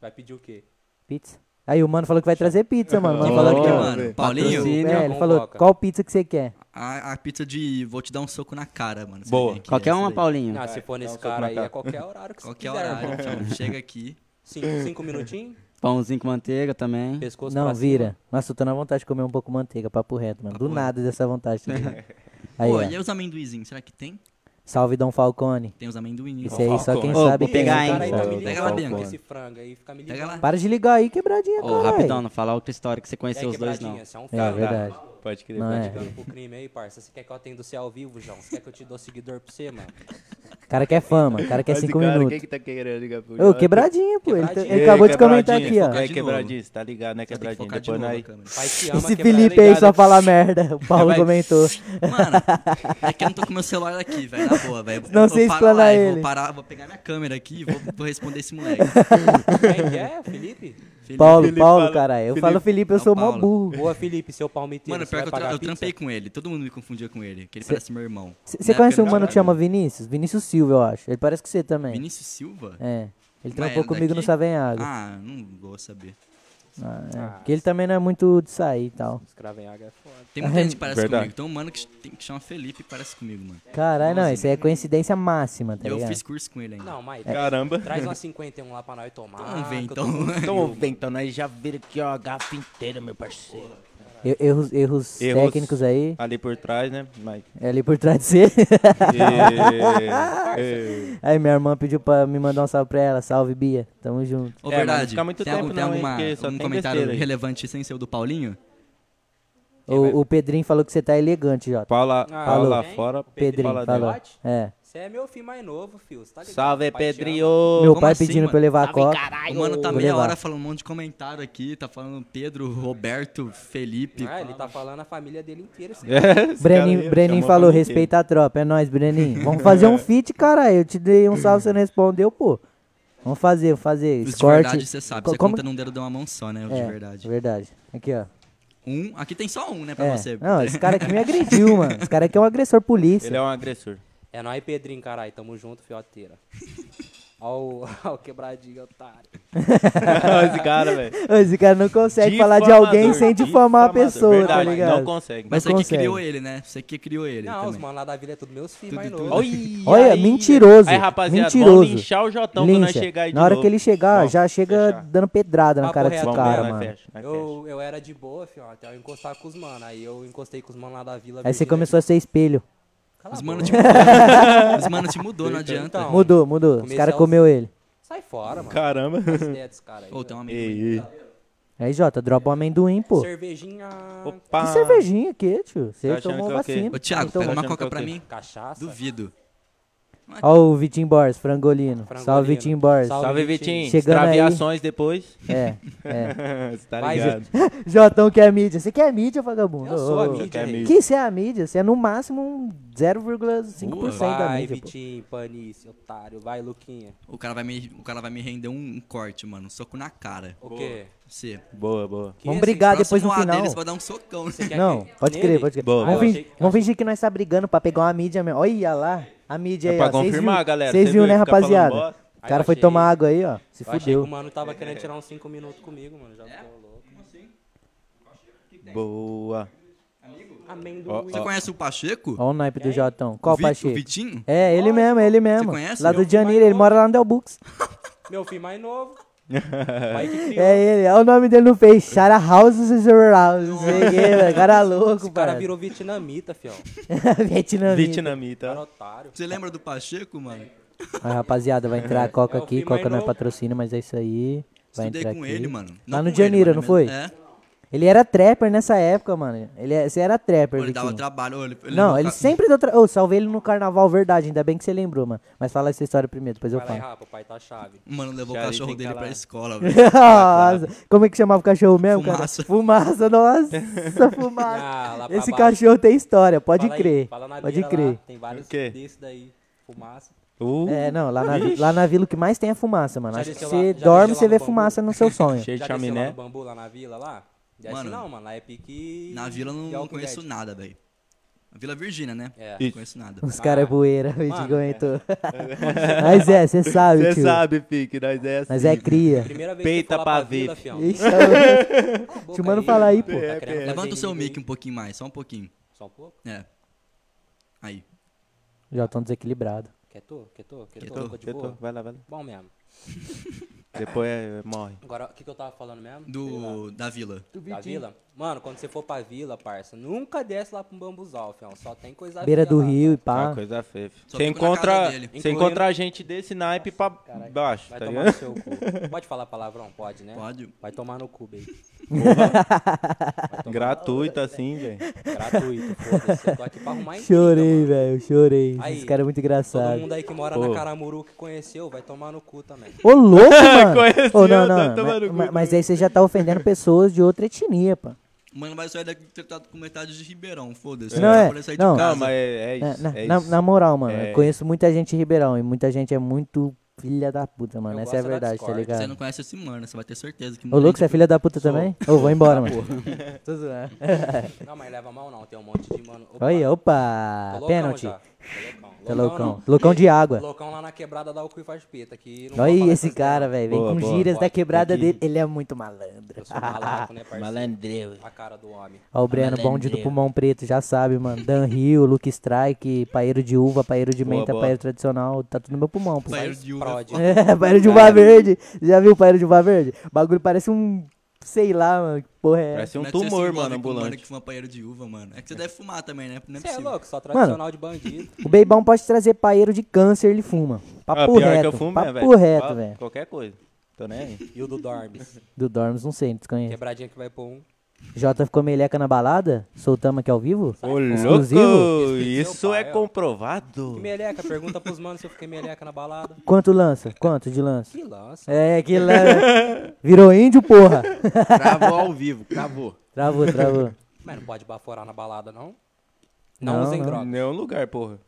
[SPEAKER 5] Vai pedir o quê?
[SPEAKER 3] Pizza. Aí o mano falou que vai trazer pizza, mano. O mano
[SPEAKER 1] Que
[SPEAKER 3] falou
[SPEAKER 1] mano,
[SPEAKER 3] aqui,
[SPEAKER 1] que
[SPEAKER 3] ó.
[SPEAKER 1] mano. Paulinho,
[SPEAKER 5] Patrocínio.
[SPEAKER 3] É, ele falou,
[SPEAKER 5] Convoca.
[SPEAKER 3] qual pizza que você quer?
[SPEAKER 1] a, a pizza de vou te dar um soco na cara, mano. Você
[SPEAKER 4] Boa.
[SPEAKER 1] vem aqui,
[SPEAKER 2] Qualquer
[SPEAKER 1] essa
[SPEAKER 2] uma,
[SPEAKER 1] daí.
[SPEAKER 2] Paulinho.
[SPEAKER 5] Não, se for
[SPEAKER 4] dá um
[SPEAKER 5] nesse
[SPEAKER 4] soco na
[SPEAKER 5] cara aí,
[SPEAKER 4] cara.
[SPEAKER 5] é qualquer horário que você
[SPEAKER 1] Qualquer
[SPEAKER 5] quiser,
[SPEAKER 1] horário.
[SPEAKER 5] irmão.
[SPEAKER 1] Fion. Chega aqui.
[SPEAKER 5] Cinco, cinco minutinhos,
[SPEAKER 2] Pãozinho com manteiga também.
[SPEAKER 5] pescoço
[SPEAKER 3] Não,
[SPEAKER 5] pra cima.
[SPEAKER 3] vira. Nossa, eu tô na vontade de comer um pouco de manteiga, papo reto, mano. Do
[SPEAKER 1] Papo
[SPEAKER 3] nada dessa vontade. tá ligado? Aí,
[SPEAKER 1] Pô,
[SPEAKER 3] ó.
[SPEAKER 1] e os amendoizinhos? Será que tem?
[SPEAKER 3] Salve, Dom Falcone.
[SPEAKER 1] Tem os amendoizinhos.
[SPEAKER 3] Isso aí, só quem é,
[SPEAKER 4] Falcone.
[SPEAKER 2] Ô,
[SPEAKER 3] sabe
[SPEAKER 2] vou
[SPEAKER 3] tem,
[SPEAKER 2] pegar,
[SPEAKER 5] O
[SPEAKER 3] hein?
[SPEAKER 5] cara aí tá
[SPEAKER 4] Pô,
[SPEAKER 5] me
[SPEAKER 1] pega
[SPEAKER 5] ligando
[SPEAKER 1] lá
[SPEAKER 5] com
[SPEAKER 1] dentro.
[SPEAKER 5] esse frango aí, fica me ligando.
[SPEAKER 1] Pega lá.
[SPEAKER 3] Para de ligar aí, quebradinha,
[SPEAKER 2] Ô,
[SPEAKER 3] caralho.
[SPEAKER 2] rapidão, não falar outra história que você conheceu
[SPEAKER 5] É
[SPEAKER 2] os dois, não.
[SPEAKER 5] quebradinha, você é um
[SPEAKER 3] É
[SPEAKER 5] frango.
[SPEAKER 3] verdade.
[SPEAKER 4] Pode crer,
[SPEAKER 3] Não
[SPEAKER 4] pode
[SPEAKER 3] é.
[SPEAKER 4] crer.
[SPEAKER 5] Ligando pro crime aí, parça. Você quer que eu atenda você ao vivo, João? Você quer que eu te dou seguidor pra você, mano?
[SPEAKER 3] O cara quer fama, o cara quer
[SPEAKER 4] Mas
[SPEAKER 3] cinco
[SPEAKER 4] cara,
[SPEAKER 3] minutos.
[SPEAKER 4] Quem que tá querendo ligar pro
[SPEAKER 3] Ô,
[SPEAKER 4] Jorge?
[SPEAKER 3] quebradinha, pô. Ele, tá-
[SPEAKER 5] Quebradinha.
[SPEAKER 3] ele
[SPEAKER 4] Ei,
[SPEAKER 3] acabou de comentar aqui,
[SPEAKER 4] quebradinha,
[SPEAKER 3] ó.
[SPEAKER 1] focar
[SPEAKER 4] É,
[SPEAKER 1] de
[SPEAKER 4] quebradinha, tá ligado, né,
[SPEAKER 1] Você tem que
[SPEAKER 4] quebradinha?
[SPEAKER 1] focar de
[SPEAKER 4] Depois
[SPEAKER 1] novo,
[SPEAKER 4] nós...
[SPEAKER 1] na câmera.
[SPEAKER 5] Pai te ama,
[SPEAKER 3] Esse
[SPEAKER 5] quebrada
[SPEAKER 3] Felipe aí
[SPEAKER 5] é ligada.
[SPEAKER 3] só fala merda. O Paulo
[SPEAKER 4] Vai.
[SPEAKER 3] comentou.
[SPEAKER 1] Mano, é que eu não tô com meu celular aqui, velho. Na boa, velho.
[SPEAKER 3] Não
[SPEAKER 1] Eu
[SPEAKER 3] sei
[SPEAKER 1] paro
[SPEAKER 3] explanar
[SPEAKER 1] lá e
[SPEAKER 3] ele.
[SPEAKER 1] Vou parar, vou pegar minha câmera aqui e vou, vou responder esse moleque.
[SPEAKER 5] Quem que é, Felipe?
[SPEAKER 1] Felipe.
[SPEAKER 3] Paulo,
[SPEAKER 4] Felipe
[SPEAKER 3] Paulo,
[SPEAKER 4] fala-
[SPEAKER 3] caralho. Eu
[SPEAKER 4] Felipe-
[SPEAKER 3] falo Felipe, eu
[SPEAKER 1] Não,
[SPEAKER 3] sou mó
[SPEAKER 1] Paulo.
[SPEAKER 3] burro.
[SPEAKER 5] Boa, Felipe, seu palmiteiro.
[SPEAKER 1] Mano,
[SPEAKER 5] você
[SPEAKER 1] pior
[SPEAKER 5] vai
[SPEAKER 1] que eu,
[SPEAKER 5] pagar
[SPEAKER 1] tra-
[SPEAKER 5] a
[SPEAKER 1] eu
[SPEAKER 5] pizza?
[SPEAKER 1] trampei com ele. Todo mundo me confundia com ele, que ele parece meu irmão.
[SPEAKER 3] Você
[SPEAKER 1] Na
[SPEAKER 3] conhece um
[SPEAKER 1] época
[SPEAKER 3] mano
[SPEAKER 1] eu trabalhava-
[SPEAKER 3] que chama Vinícius? Vinícius Silva, eu acho. Ele parece que você também.
[SPEAKER 1] Vinícius Silva?
[SPEAKER 3] É. Ele
[SPEAKER 1] Mas
[SPEAKER 3] trampou
[SPEAKER 1] é
[SPEAKER 3] comigo no
[SPEAKER 1] daqui?
[SPEAKER 3] Savenhago.
[SPEAKER 1] Ah, não vou saber.
[SPEAKER 3] Ah, é.
[SPEAKER 1] tá.
[SPEAKER 5] Ah,
[SPEAKER 3] Porque ele também não é muito de sair e tal.
[SPEAKER 5] Escravenhaga é foda.
[SPEAKER 1] Tem muita gente que parece
[SPEAKER 4] Verdade. Tá
[SPEAKER 1] comigo. Tem um mano que, ch- tem- que chama Felipe e parece comigo, mano.
[SPEAKER 3] Caralho, não, isso aí é coincidência máxima, tá
[SPEAKER 1] eu
[SPEAKER 3] ligado?
[SPEAKER 1] fiz curso com ele ainda.
[SPEAKER 5] Não, mas
[SPEAKER 4] Caramba.
[SPEAKER 5] É. traz uma 51 lá pra nós tomar.
[SPEAKER 1] Então vem,
[SPEAKER 5] que eu tô
[SPEAKER 1] então.
[SPEAKER 5] com frio,
[SPEAKER 4] Então,
[SPEAKER 5] mano.
[SPEAKER 4] vem, então, nós já viram aqui, ó, a garrafa inteira, meu parceiro.
[SPEAKER 3] Eu- Erros, erros
[SPEAKER 4] Erros.
[SPEAKER 3] técnicos aí.
[SPEAKER 4] Ali por trás, né, Mike?
[SPEAKER 3] É ali por trás de você.
[SPEAKER 4] E...
[SPEAKER 3] Aí minha irmã pediu pra me mandar um salve pra ela. Salve, Bia. Tamo junto.
[SPEAKER 1] Ô,
[SPEAKER 4] É, mas não
[SPEAKER 1] verdade.
[SPEAKER 4] fica muito
[SPEAKER 1] tem
[SPEAKER 4] tempo
[SPEAKER 1] algum, tem
[SPEAKER 4] não, hein,
[SPEAKER 1] alguma,
[SPEAKER 4] porque só
[SPEAKER 1] algum
[SPEAKER 4] tem
[SPEAKER 1] comentário
[SPEAKER 4] besteira aí.
[SPEAKER 1] relevante sem ser o do Paulinho?
[SPEAKER 3] O, o Pedrinho falou que você tá elegante, Jota.
[SPEAKER 4] Paula,
[SPEAKER 5] Ah,
[SPEAKER 4] Paula lá
[SPEAKER 5] falou.
[SPEAKER 4] fora,
[SPEAKER 3] Pedrinho,
[SPEAKER 4] Paula
[SPEAKER 3] falou.
[SPEAKER 4] dentro.
[SPEAKER 5] Deloitte?
[SPEAKER 3] É.
[SPEAKER 5] Você é meu filho mais novo, filho. Você tá ligado?
[SPEAKER 4] Salve,
[SPEAKER 5] Pai te
[SPEAKER 4] Pedrinho!
[SPEAKER 5] ama.
[SPEAKER 3] Meu
[SPEAKER 1] como
[SPEAKER 3] pai
[SPEAKER 1] assim,
[SPEAKER 3] pedindo
[SPEAKER 1] mano?
[SPEAKER 3] pra eu levar a coca.
[SPEAKER 1] O mano tá
[SPEAKER 3] Vou
[SPEAKER 1] meia
[SPEAKER 3] levar.
[SPEAKER 1] hora falando um monte de comentário aqui. Tá falando Pedro, Roberto, Felipe.
[SPEAKER 5] Ah, ele tá falando a família dele
[SPEAKER 4] É.
[SPEAKER 5] inteira. Assim.
[SPEAKER 4] Esse cara
[SPEAKER 3] Breninho,
[SPEAKER 4] aí
[SPEAKER 3] Breninho
[SPEAKER 4] chamou
[SPEAKER 3] falou,
[SPEAKER 4] pra mim
[SPEAKER 3] respeita a tropa. É nóis, Breninho. Vamos fazer um feat, cara. Eu te dei um salve, você não respondeu, pô. Vamos fazer, vamos fazer.
[SPEAKER 1] Os de
[SPEAKER 3] Escorte.
[SPEAKER 1] verdade, você sabe.
[SPEAKER 3] Co-
[SPEAKER 1] Você
[SPEAKER 3] como-
[SPEAKER 1] conta num dedo de uma mão só, né? Os
[SPEAKER 3] É,
[SPEAKER 1] de verdade.
[SPEAKER 3] Verdade. Aqui, ó.
[SPEAKER 1] Um. Aqui tem só um, né, pra
[SPEAKER 3] É.
[SPEAKER 1] você.
[SPEAKER 3] Não, esse cara aqui me agrediu, mano. Esse cara aqui é um agressor polícia.
[SPEAKER 4] Ele é um agressor.
[SPEAKER 5] É nóis, Pedrinho, caralho. Tamo junto, fioteira. Ó o- ó o quebradinho, otário.
[SPEAKER 4] Esse cara, velho.
[SPEAKER 3] Esse cara não consegue falar de
[SPEAKER 4] Difamador,
[SPEAKER 3] alguém sem difamar a
[SPEAKER 4] difamador,
[SPEAKER 3] pessoa,
[SPEAKER 4] verdade,
[SPEAKER 3] tá ligado?
[SPEAKER 4] Não consegue.
[SPEAKER 1] Mas você
[SPEAKER 3] Não
[SPEAKER 1] que
[SPEAKER 3] consegue.
[SPEAKER 4] é?
[SPEAKER 1] criou ele, né? Você que criou ele.
[SPEAKER 5] Não, os
[SPEAKER 1] também.
[SPEAKER 5] mano lá da vila é tudo meus filhos
[SPEAKER 1] Tudo,
[SPEAKER 5] mais
[SPEAKER 1] tudo.
[SPEAKER 5] novos.
[SPEAKER 4] Olha,
[SPEAKER 3] Olha, mentiroso,
[SPEAKER 4] Aí, rapaziada,
[SPEAKER 3] mentiroso.
[SPEAKER 4] vamos linchar o Jotão então quando nós
[SPEAKER 3] Lincha.
[SPEAKER 4] chegar aí de
[SPEAKER 3] Na hora
[SPEAKER 4] novo.
[SPEAKER 3] que ele chegar,
[SPEAKER 4] Vamos,
[SPEAKER 3] já chega
[SPEAKER 4] fechar.
[SPEAKER 3] dando pedrada na
[SPEAKER 5] Papo
[SPEAKER 3] cara desse
[SPEAKER 5] reto,
[SPEAKER 4] Vamos,
[SPEAKER 3] cara,
[SPEAKER 4] nós
[SPEAKER 3] mano.
[SPEAKER 4] fecha, nós fecha.
[SPEAKER 5] Eu, eu era de boa, filho, até eu encostar com os mano. Aí eu encostei com os mano lá da vila.
[SPEAKER 3] Aí você
[SPEAKER 5] Virgínia.
[SPEAKER 3] começou a ser espelho.
[SPEAKER 5] Cala a
[SPEAKER 1] Os
[SPEAKER 5] boca.
[SPEAKER 1] mano te mudou. os mano te mudou, não adianta. né?"
[SPEAKER 5] Então,
[SPEAKER 3] Mudou, mudou. Os
[SPEAKER 5] Comecei
[SPEAKER 3] caras
[SPEAKER 5] aos-
[SPEAKER 3] comeu ele.
[SPEAKER 5] Sai fora, mano.
[SPEAKER 4] Caramba.
[SPEAKER 5] Essa ideia desse cara aí. né?
[SPEAKER 1] Ou tem um amigo. meu.
[SPEAKER 4] Ei, ei.
[SPEAKER 3] Aí, Jota, dropa um amendoim, pô.
[SPEAKER 5] Cervejinha.
[SPEAKER 4] Opa.
[SPEAKER 3] Que cervejinha aqui, tio? Você
[SPEAKER 4] Ah. Tá achando
[SPEAKER 3] tomou
[SPEAKER 4] que é o quê?
[SPEAKER 3] vacina.
[SPEAKER 1] Ô, Thiago,
[SPEAKER 3] Então-
[SPEAKER 1] pega uma
[SPEAKER 4] Achando
[SPEAKER 1] coca
[SPEAKER 4] que eu
[SPEAKER 1] pra
[SPEAKER 4] tenho.
[SPEAKER 1] mim.
[SPEAKER 5] Cachaça.
[SPEAKER 1] Duvido.
[SPEAKER 3] Ó o Vitinho Borges, frangolino.
[SPEAKER 5] Frangolino.
[SPEAKER 3] Salve, Vitinho Borges.
[SPEAKER 5] Salve.
[SPEAKER 4] Salve, Vitinho.
[SPEAKER 3] Chegando
[SPEAKER 4] Extraviações depois.
[SPEAKER 3] É, é.
[SPEAKER 4] Você tá
[SPEAKER 5] Vai,
[SPEAKER 4] ligado.
[SPEAKER 3] Jotão que é mídia. Você quer mídia, vagabundo?
[SPEAKER 5] Eu sou é
[SPEAKER 3] Ô,
[SPEAKER 5] a
[SPEAKER 3] ô.
[SPEAKER 5] mídia,
[SPEAKER 4] Quer
[SPEAKER 5] rei.
[SPEAKER 4] mídia.
[SPEAKER 3] Que você é a mídia? Você é no máximo um 0,5% da
[SPEAKER 5] Vai,
[SPEAKER 3] mídia, pô.
[SPEAKER 5] Vitinho, panice, otário. Vai, Luquinha.
[SPEAKER 1] O cara vai me, o cara vai me render um, um corte, mano. Um soco na cara.
[SPEAKER 5] O quê?
[SPEAKER 1] Você.
[SPEAKER 4] Boa, boa.
[SPEAKER 5] Que
[SPEAKER 3] Vamos
[SPEAKER 5] esse
[SPEAKER 3] brigar depois
[SPEAKER 1] Próximo
[SPEAKER 3] Ah,
[SPEAKER 1] A
[SPEAKER 3] no final.
[SPEAKER 1] dele, você vai dar um socão. Você
[SPEAKER 5] quer é
[SPEAKER 3] Não,
[SPEAKER 5] que-
[SPEAKER 3] pode
[SPEAKER 5] nele?
[SPEAKER 3] crer, pode crer.
[SPEAKER 4] Boa,
[SPEAKER 3] vamos,
[SPEAKER 4] boa.
[SPEAKER 3] fingir, vamos fingir que nós tá brigando pra pegar uma mídia mesmo. Olha lá, a mídia
[SPEAKER 4] É
[SPEAKER 3] aí,
[SPEAKER 4] pra
[SPEAKER 3] ó. Vocês
[SPEAKER 4] confirmar,
[SPEAKER 3] viu-
[SPEAKER 4] galera.
[SPEAKER 3] Vocês
[SPEAKER 4] Cê
[SPEAKER 3] viu,
[SPEAKER 4] viu
[SPEAKER 3] né,
[SPEAKER 4] que fica falando
[SPEAKER 3] rapaziada?
[SPEAKER 4] bosta?
[SPEAKER 3] O
[SPEAKER 5] Aí
[SPEAKER 3] cara
[SPEAKER 5] eu
[SPEAKER 3] foi
[SPEAKER 5] achei-
[SPEAKER 3] tomar água aí, ó. Se
[SPEAKER 5] Eu achei que o
[SPEAKER 3] fudeu.
[SPEAKER 5] mano tava querendo tirar uns 5 minutos comigo, mano. Já
[SPEAKER 1] É?
[SPEAKER 5] ficou louco.
[SPEAKER 4] Boa.
[SPEAKER 5] Amendoim.
[SPEAKER 4] Ó, ó.
[SPEAKER 1] conhece o Pacheco?
[SPEAKER 3] Olha o naipe do Jotão. Qual,
[SPEAKER 1] o Vi- O
[SPEAKER 3] Pacheco?
[SPEAKER 1] Vitinho?
[SPEAKER 3] É, ele mesmo, ele mesmo.
[SPEAKER 1] conhece? é
[SPEAKER 3] Lá do
[SPEAKER 1] Eu-
[SPEAKER 3] Janir, ele mora lá no Delbux.
[SPEAKER 5] Meu filho mais novo. Pai que criou.
[SPEAKER 3] É ele, olha o nome dele no Face. Shara Houses is your house. Não sei o quê, velho. Cara louco,
[SPEAKER 5] Esse cara
[SPEAKER 3] parça.
[SPEAKER 5] virou vietnamita, fião.
[SPEAKER 3] Vietnamita.
[SPEAKER 5] Era
[SPEAKER 4] Vietnamita.
[SPEAKER 5] otário.
[SPEAKER 1] Você lembra do Pacheco, mano?
[SPEAKER 3] Aí, rapaziada, vai entrar a Coca
[SPEAKER 5] É o
[SPEAKER 3] aqui.
[SPEAKER 5] fim, mas
[SPEAKER 3] Coca não é
[SPEAKER 5] não.
[SPEAKER 3] patrocínio, mas é isso aí. Vai
[SPEAKER 1] Estudei
[SPEAKER 3] entrar
[SPEAKER 1] com
[SPEAKER 3] aqui.
[SPEAKER 1] ele, mano.
[SPEAKER 3] Lá
[SPEAKER 1] Não
[SPEAKER 3] no
[SPEAKER 1] com ele,
[SPEAKER 3] Janira,
[SPEAKER 1] mano,
[SPEAKER 3] não foi?
[SPEAKER 1] É.
[SPEAKER 3] Ele era trapper nessa época, mano. Ele, é- você era trapper,
[SPEAKER 1] Ele dava
[SPEAKER 3] Vitinho.
[SPEAKER 1] trabalho. ô, Ele, ele
[SPEAKER 3] Não,
[SPEAKER 1] levou
[SPEAKER 3] ele
[SPEAKER 1] ca-
[SPEAKER 3] sempre deu trabalho. Ô, salvei ele no carnaval, verdade. Ainda bem que você lembrou, mano. Mas fala essa história primeiro, depois eu
[SPEAKER 5] Vai lá e
[SPEAKER 3] falo.
[SPEAKER 5] rapa, o pai tá chave.
[SPEAKER 1] Mano, levou
[SPEAKER 4] Já
[SPEAKER 1] o cachorro
[SPEAKER 4] tem que
[SPEAKER 1] dele
[SPEAKER 4] calar.
[SPEAKER 1] pra escola, velho.
[SPEAKER 3] Nossa, como é que chamava o cachorro mesmo,
[SPEAKER 1] Fumaça.
[SPEAKER 3] cara? Fumaça, nossa, fumaça.
[SPEAKER 5] Ah, lá pra
[SPEAKER 3] Esse
[SPEAKER 5] baixo.
[SPEAKER 3] cachorro tem história, pode
[SPEAKER 5] Fala aí,
[SPEAKER 3] crer.
[SPEAKER 5] fala na
[SPEAKER 3] pode
[SPEAKER 5] mira lá,
[SPEAKER 3] crer.
[SPEAKER 5] Tem vários
[SPEAKER 4] O quê?
[SPEAKER 5] desse daí. Fumaça.
[SPEAKER 4] Uh,
[SPEAKER 3] É, não, lá na, vi- lá na vila o que mais tem é fumaça, mano.
[SPEAKER 5] Já
[SPEAKER 3] Acho que
[SPEAKER 5] desceu
[SPEAKER 3] você
[SPEAKER 5] lá- já
[SPEAKER 3] dorme
[SPEAKER 5] desceu
[SPEAKER 3] você
[SPEAKER 5] lá
[SPEAKER 3] vê
[SPEAKER 5] no bambu?
[SPEAKER 3] fumaça no seu sonho.
[SPEAKER 4] cheio de
[SPEAKER 5] Já desceu lá no
[SPEAKER 4] chaminé.
[SPEAKER 5] bambu, lá na vila, lá? Desce
[SPEAKER 1] Mano,
[SPEAKER 5] não, mano. Lá é pique...
[SPEAKER 1] Na vila eu não,
[SPEAKER 5] Pior
[SPEAKER 1] não
[SPEAKER 5] que
[SPEAKER 1] conheço
[SPEAKER 5] Guedes.
[SPEAKER 1] nada, velho. A Vila Virgínia, né?
[SPEAKER 5] É.
[SPEAKER 1] Não conheço nada.
[SPEAKER 3] Os caras é poeira, o Edinho
[SPEAKER 5] Ah, Mano,
[SPEAKER 3] comentou. Mas é, você sabe,
[SPEAKER 4] Você
[SPEAKER 3] tio.
[SPEAKER 4] sabe, Pique, nós é assim.
[SPEAKER 3] Mas é cria.
[SPEAKER 5] Primeira vez
[SPEAKER 4] Peita
[SPEAKER 5] que eu for lá
[SPEAKER 4] pra
[SPEAKER 5] pra vila,
[SPEAKER 4] ver.
[SPEAKER 5] fião.
[SPEAKER 3] Ixi, eu-
[SPEAKER 5] Cala a boca
[SPEAKER 3] Deixa o mano falar aí, pô.
[SPEAKER 5] Tá querendo
[SPEAKER 1] Levanta
[SPEAKER 5] fazer
[SPEAKER 1] o seu
[SPEAKER 5] inimigo
[SPEAKER 1] mic um pouquinho mais, só um pouquinho.
[SPEAKER 5] aí? Só um pouco?
[SPEAKER 1] É. Aí.
[SPEAKER 3] Já estão desequilibrados.
[SPEAKER 5] Quietou, quietou, quietou.
[SPEAKER 1] Quietou,
[SPEAKER 3] é
[SPEAKER 5] Ficou de
[SPEAKER 4] Eu tô-
[SPEAKER 5] boa?
[SPEAKER 4] Vai lá, vai lá.
[SPEAKER 5] Bom mesmo.
[SPEAKER 4] Depois é, morre.
[SPEAKER 5] Agora, o que, que eu tava falando mesmo? Sei lá.
[SPEAKER 1] Do, da vila.
[SPEAKER 5] Da vila? Mano, quando você for pra vila, parça, nunca desce lá pro bambuzal, fião. Só tem coisa
[SPEAKER 3] Beira
[SPEAKER 5] feia
[SPEAKER 3] do
[SPEAKER 5] lá,
[SPEAKER 3] rio e
[SPEAKER 4] Uma
[SPEAKER 3] pá.
[SPEAKER 5] tá
[SPEAKER 4] coisa feia. filho.
[SPEAKER 1] Só
[SPEAKER 4] Você
[SPEAKER 1] fico na casa
[SPEAKER 4] encontra,
[SPEAKER 1] dele.
[SPEAKER 4] você encontra a gente desse naipe pra baixo,
[SPEAKER 5] Vai
[SPEAKER 4] tá
[SPEAKER 5] tomar no
[SPEAKER 4] ligado?
[SPEAKER 5] seu cu. Pode falar palavrão? Pode, né?
[SPEAKER 1] Pode.
[SPEAKER 5] Vai tomar no cu, baby.
[SPEAKER 4] Gratuito assim, velho.
[SPEAKER 5] Gratuito, foda-se. Eu tô aqui pra arrumar intriga,
[SPEAKER 3] Chorei,
[SPEAKER 5] mano.
[SPEAKER 3] velho, chorei.
[SPEAKER 5] Aí,
[SPEAKER 3] Esse cara é muito
[SPEAKER 5] Todo
[SPEAKER 3] engraçado.
[SPEAKER 5] mundo aí que mora na
[SPEAKER 4] Pô.
[SPEAKER 5] Caramuru que conheceu, vai tomar no cu também.
[SPEAKER 3] Ô, louco, mano!
[SPEAKER 4] Conheceu,
[SPEAKER 3] Ô, não,
[SPEAKER 4] tá
[SPEAKER 3] não.
[SPEAKER 4] tomando
[SPEAKER 3] mas-
[SPEAKER 4] cu
[SPEAKER 3] mas, mas
[SPEAKER 4] também.
[SPEAKER 3] aí você já tá ofendendo pessoas de outra etnia, pá.
[SPEAKER 1] Mano, vai sair daqui tratado com metade de Ribeirão, foda-se.
[SPEAKER 3] Não, é,
[SPEAKER 1] Por isso aí de
[SPEAKER 3] não.
[SPEAKER 1] casa.
[SPEAKER 4] Não, mas é, é
[SPEAKER 3] Na,
[SPEAKER 4] isso.
[SPEAKER 3] na-
[SPEAKER 4] é
[SPEAKER 3] na-
[SPEAKER 4] isso.
[SPEAKER 3] na moral, mano,
[SPEAKER 4] É.
[SPEAKER 3] eu conheço muita gente de Ribeirão e muita gente é muito filha da puta, mano.
[SPEAKER 5] Eu
[SPEAKER 3] Essa é a
[SPEAKER 5] gosto da
[SPEAKER 3] verdade, tá
[SPEAKER 5] discórdia.
[SPEAKER 1] Você não
[SPEAKER 3] ligado?
[SPEAKER 1] conhece esse mano, você vai ter certeza que
[SPEAKER 3] Ô, louco, você é filha da puta também? Ô, vou embora, mano. Tô zoando.
[SPEAKER 5] Não, mas leva mal não, tem um monte de mano. Opa,
[SPEAKER 3] Aí,
[SPEAKER 5] tô
[SPEAKER 3] opa!
[SPEAKER 5] Tá loucão
[SPEAKER 3] Pênalti.
[SPEAKER 5] já. Tô loucão.
[SPEAKER 3] Tá
[SPEAKER 5] Loucão
[SPEAKER 3] loucão.
[SPEAKER 5] não.
[SPEAKER 3] Loucão de água.
[SPEAKER 5] Loucão lá na quebrada da Ucu e faz peta. Que não vou
[SPEAKER 3] Olha aí
[SPEAKER 5] falar
[SPEAKER 3] esse
[SPEAKER 5] essas
[SPEAKER 3] cara,
[SPEAKER 5] merda.
[SPEAKER 3] velho. Vem
[SPEAKER 4] Boa,
[SPEAKER 3] com
[SPEAKER 4] boa.
[SPEAKER 3] gírias da
[SPEAKER 5] Pode,
[SPEAKER 3] quebrada
[SPEAKER 4] tem que-
[SPEAKER 3] dele. Ele é muito malandro.
[SPEAKER 5] Eu sou malaco, né, parceiro?
[SPEAKER 4] Malandreu.
[SPEAKER 5] A cara do homem.
[SPEAKER 3] Ó o Breno, bonde do pulmão preto, já sabe, mano. Dan Rio, Luke Strike, paeiro de uva, paeiro de
[SPEAKER 4] Boa,
[SPEAKER 3] menta,
[SPEAKER 4] boa.
[SPEAKER 3] paeiro tradicional. Tá tudo no meu pulmão, pô.
[SPEAKER 1] Paeiro de uva.
[SPEAKER 5] Prod.
[SPEAKER 3] É, paeiro de uva verde. Já viu o paeiro de uva verde? O bagulho parece um. Sei lá, mano. Que porra é. essa?
[SPEAKER 4] Parece um
[SPEAKER 1] Não é que você se
[SPEAKER 4] tumor,
[SPEAKER 1] envolve
[SPEAKER 4] mano,
[SPEAKER 1] com um mano que
[SPEAKER 4] ambulante.
[SPEAKER 1] fuma paeiro de uva, mano. É que você deve fumar também, né? Não é
[SPEAKER 5] Você é
[SPEAKER 1] possível.
[SPEAKER 5] louco, só tradicional de bandido.
[SPEAKER 3] O Beibão pode trazer paeiro de câncer, ele fuma.
[SPEAKER 4] Ah,
[SPEAKER 3] Papo
[SPEAKER 4] pior que
[SPEAKER 3] reto.
[SPEAKER 4] eu fumo, né,
[SPEAKER 3] papo
[SPEAKER 4] velho?
[SPEAKER 3] reto,
[SPEAKER 4] Fala
[SPEAKER 3] velho.
[SPEAKER 4] Qualquer coisa. Tô nem aí.
[SPEAKER 5] E o do Dormes.
[SPEAKER 3] Do Dorms, não sei, não desconheço.
[SPEAKER 5] Quebradinha que vai pôr um.
[SPEAKER 3] Jota ficou meleca na balada? Soltamos aqui ao vivo?
[SPEAKER 4] Ô,
[SPEAKER 3] Exclusivo?
[SPEAKER 4] louco! Isso
[SPEAKER 5] pai,
[SPEAKER 4] é
[SPEAKER 5] ó.
[SPEAKER 4] comprovado.
[SPEAKER 5] Que meleca, pergunta pros manos se eu fiquei meleca na balada.
[SPEAKER 3] Quanto lança? Quanto de lança?
[SPEAKER 5] Que lança.
[SPEAKER 3] É, que lança. Virou índio, porra.
[SPEAKER 6] Cravou ao vivo, cravou.
[SPEAKER 3] Travou, travou.
[SPEAKER 5] Mas não pode baforar na balada, não?
[SPEAKER 3] Não,
[SPEAKER 5] Não, usem
[SPEAKER 3] não.
[SPEAKER 5] droga.
[SPEAKER 4] Nenhum lugar, porra.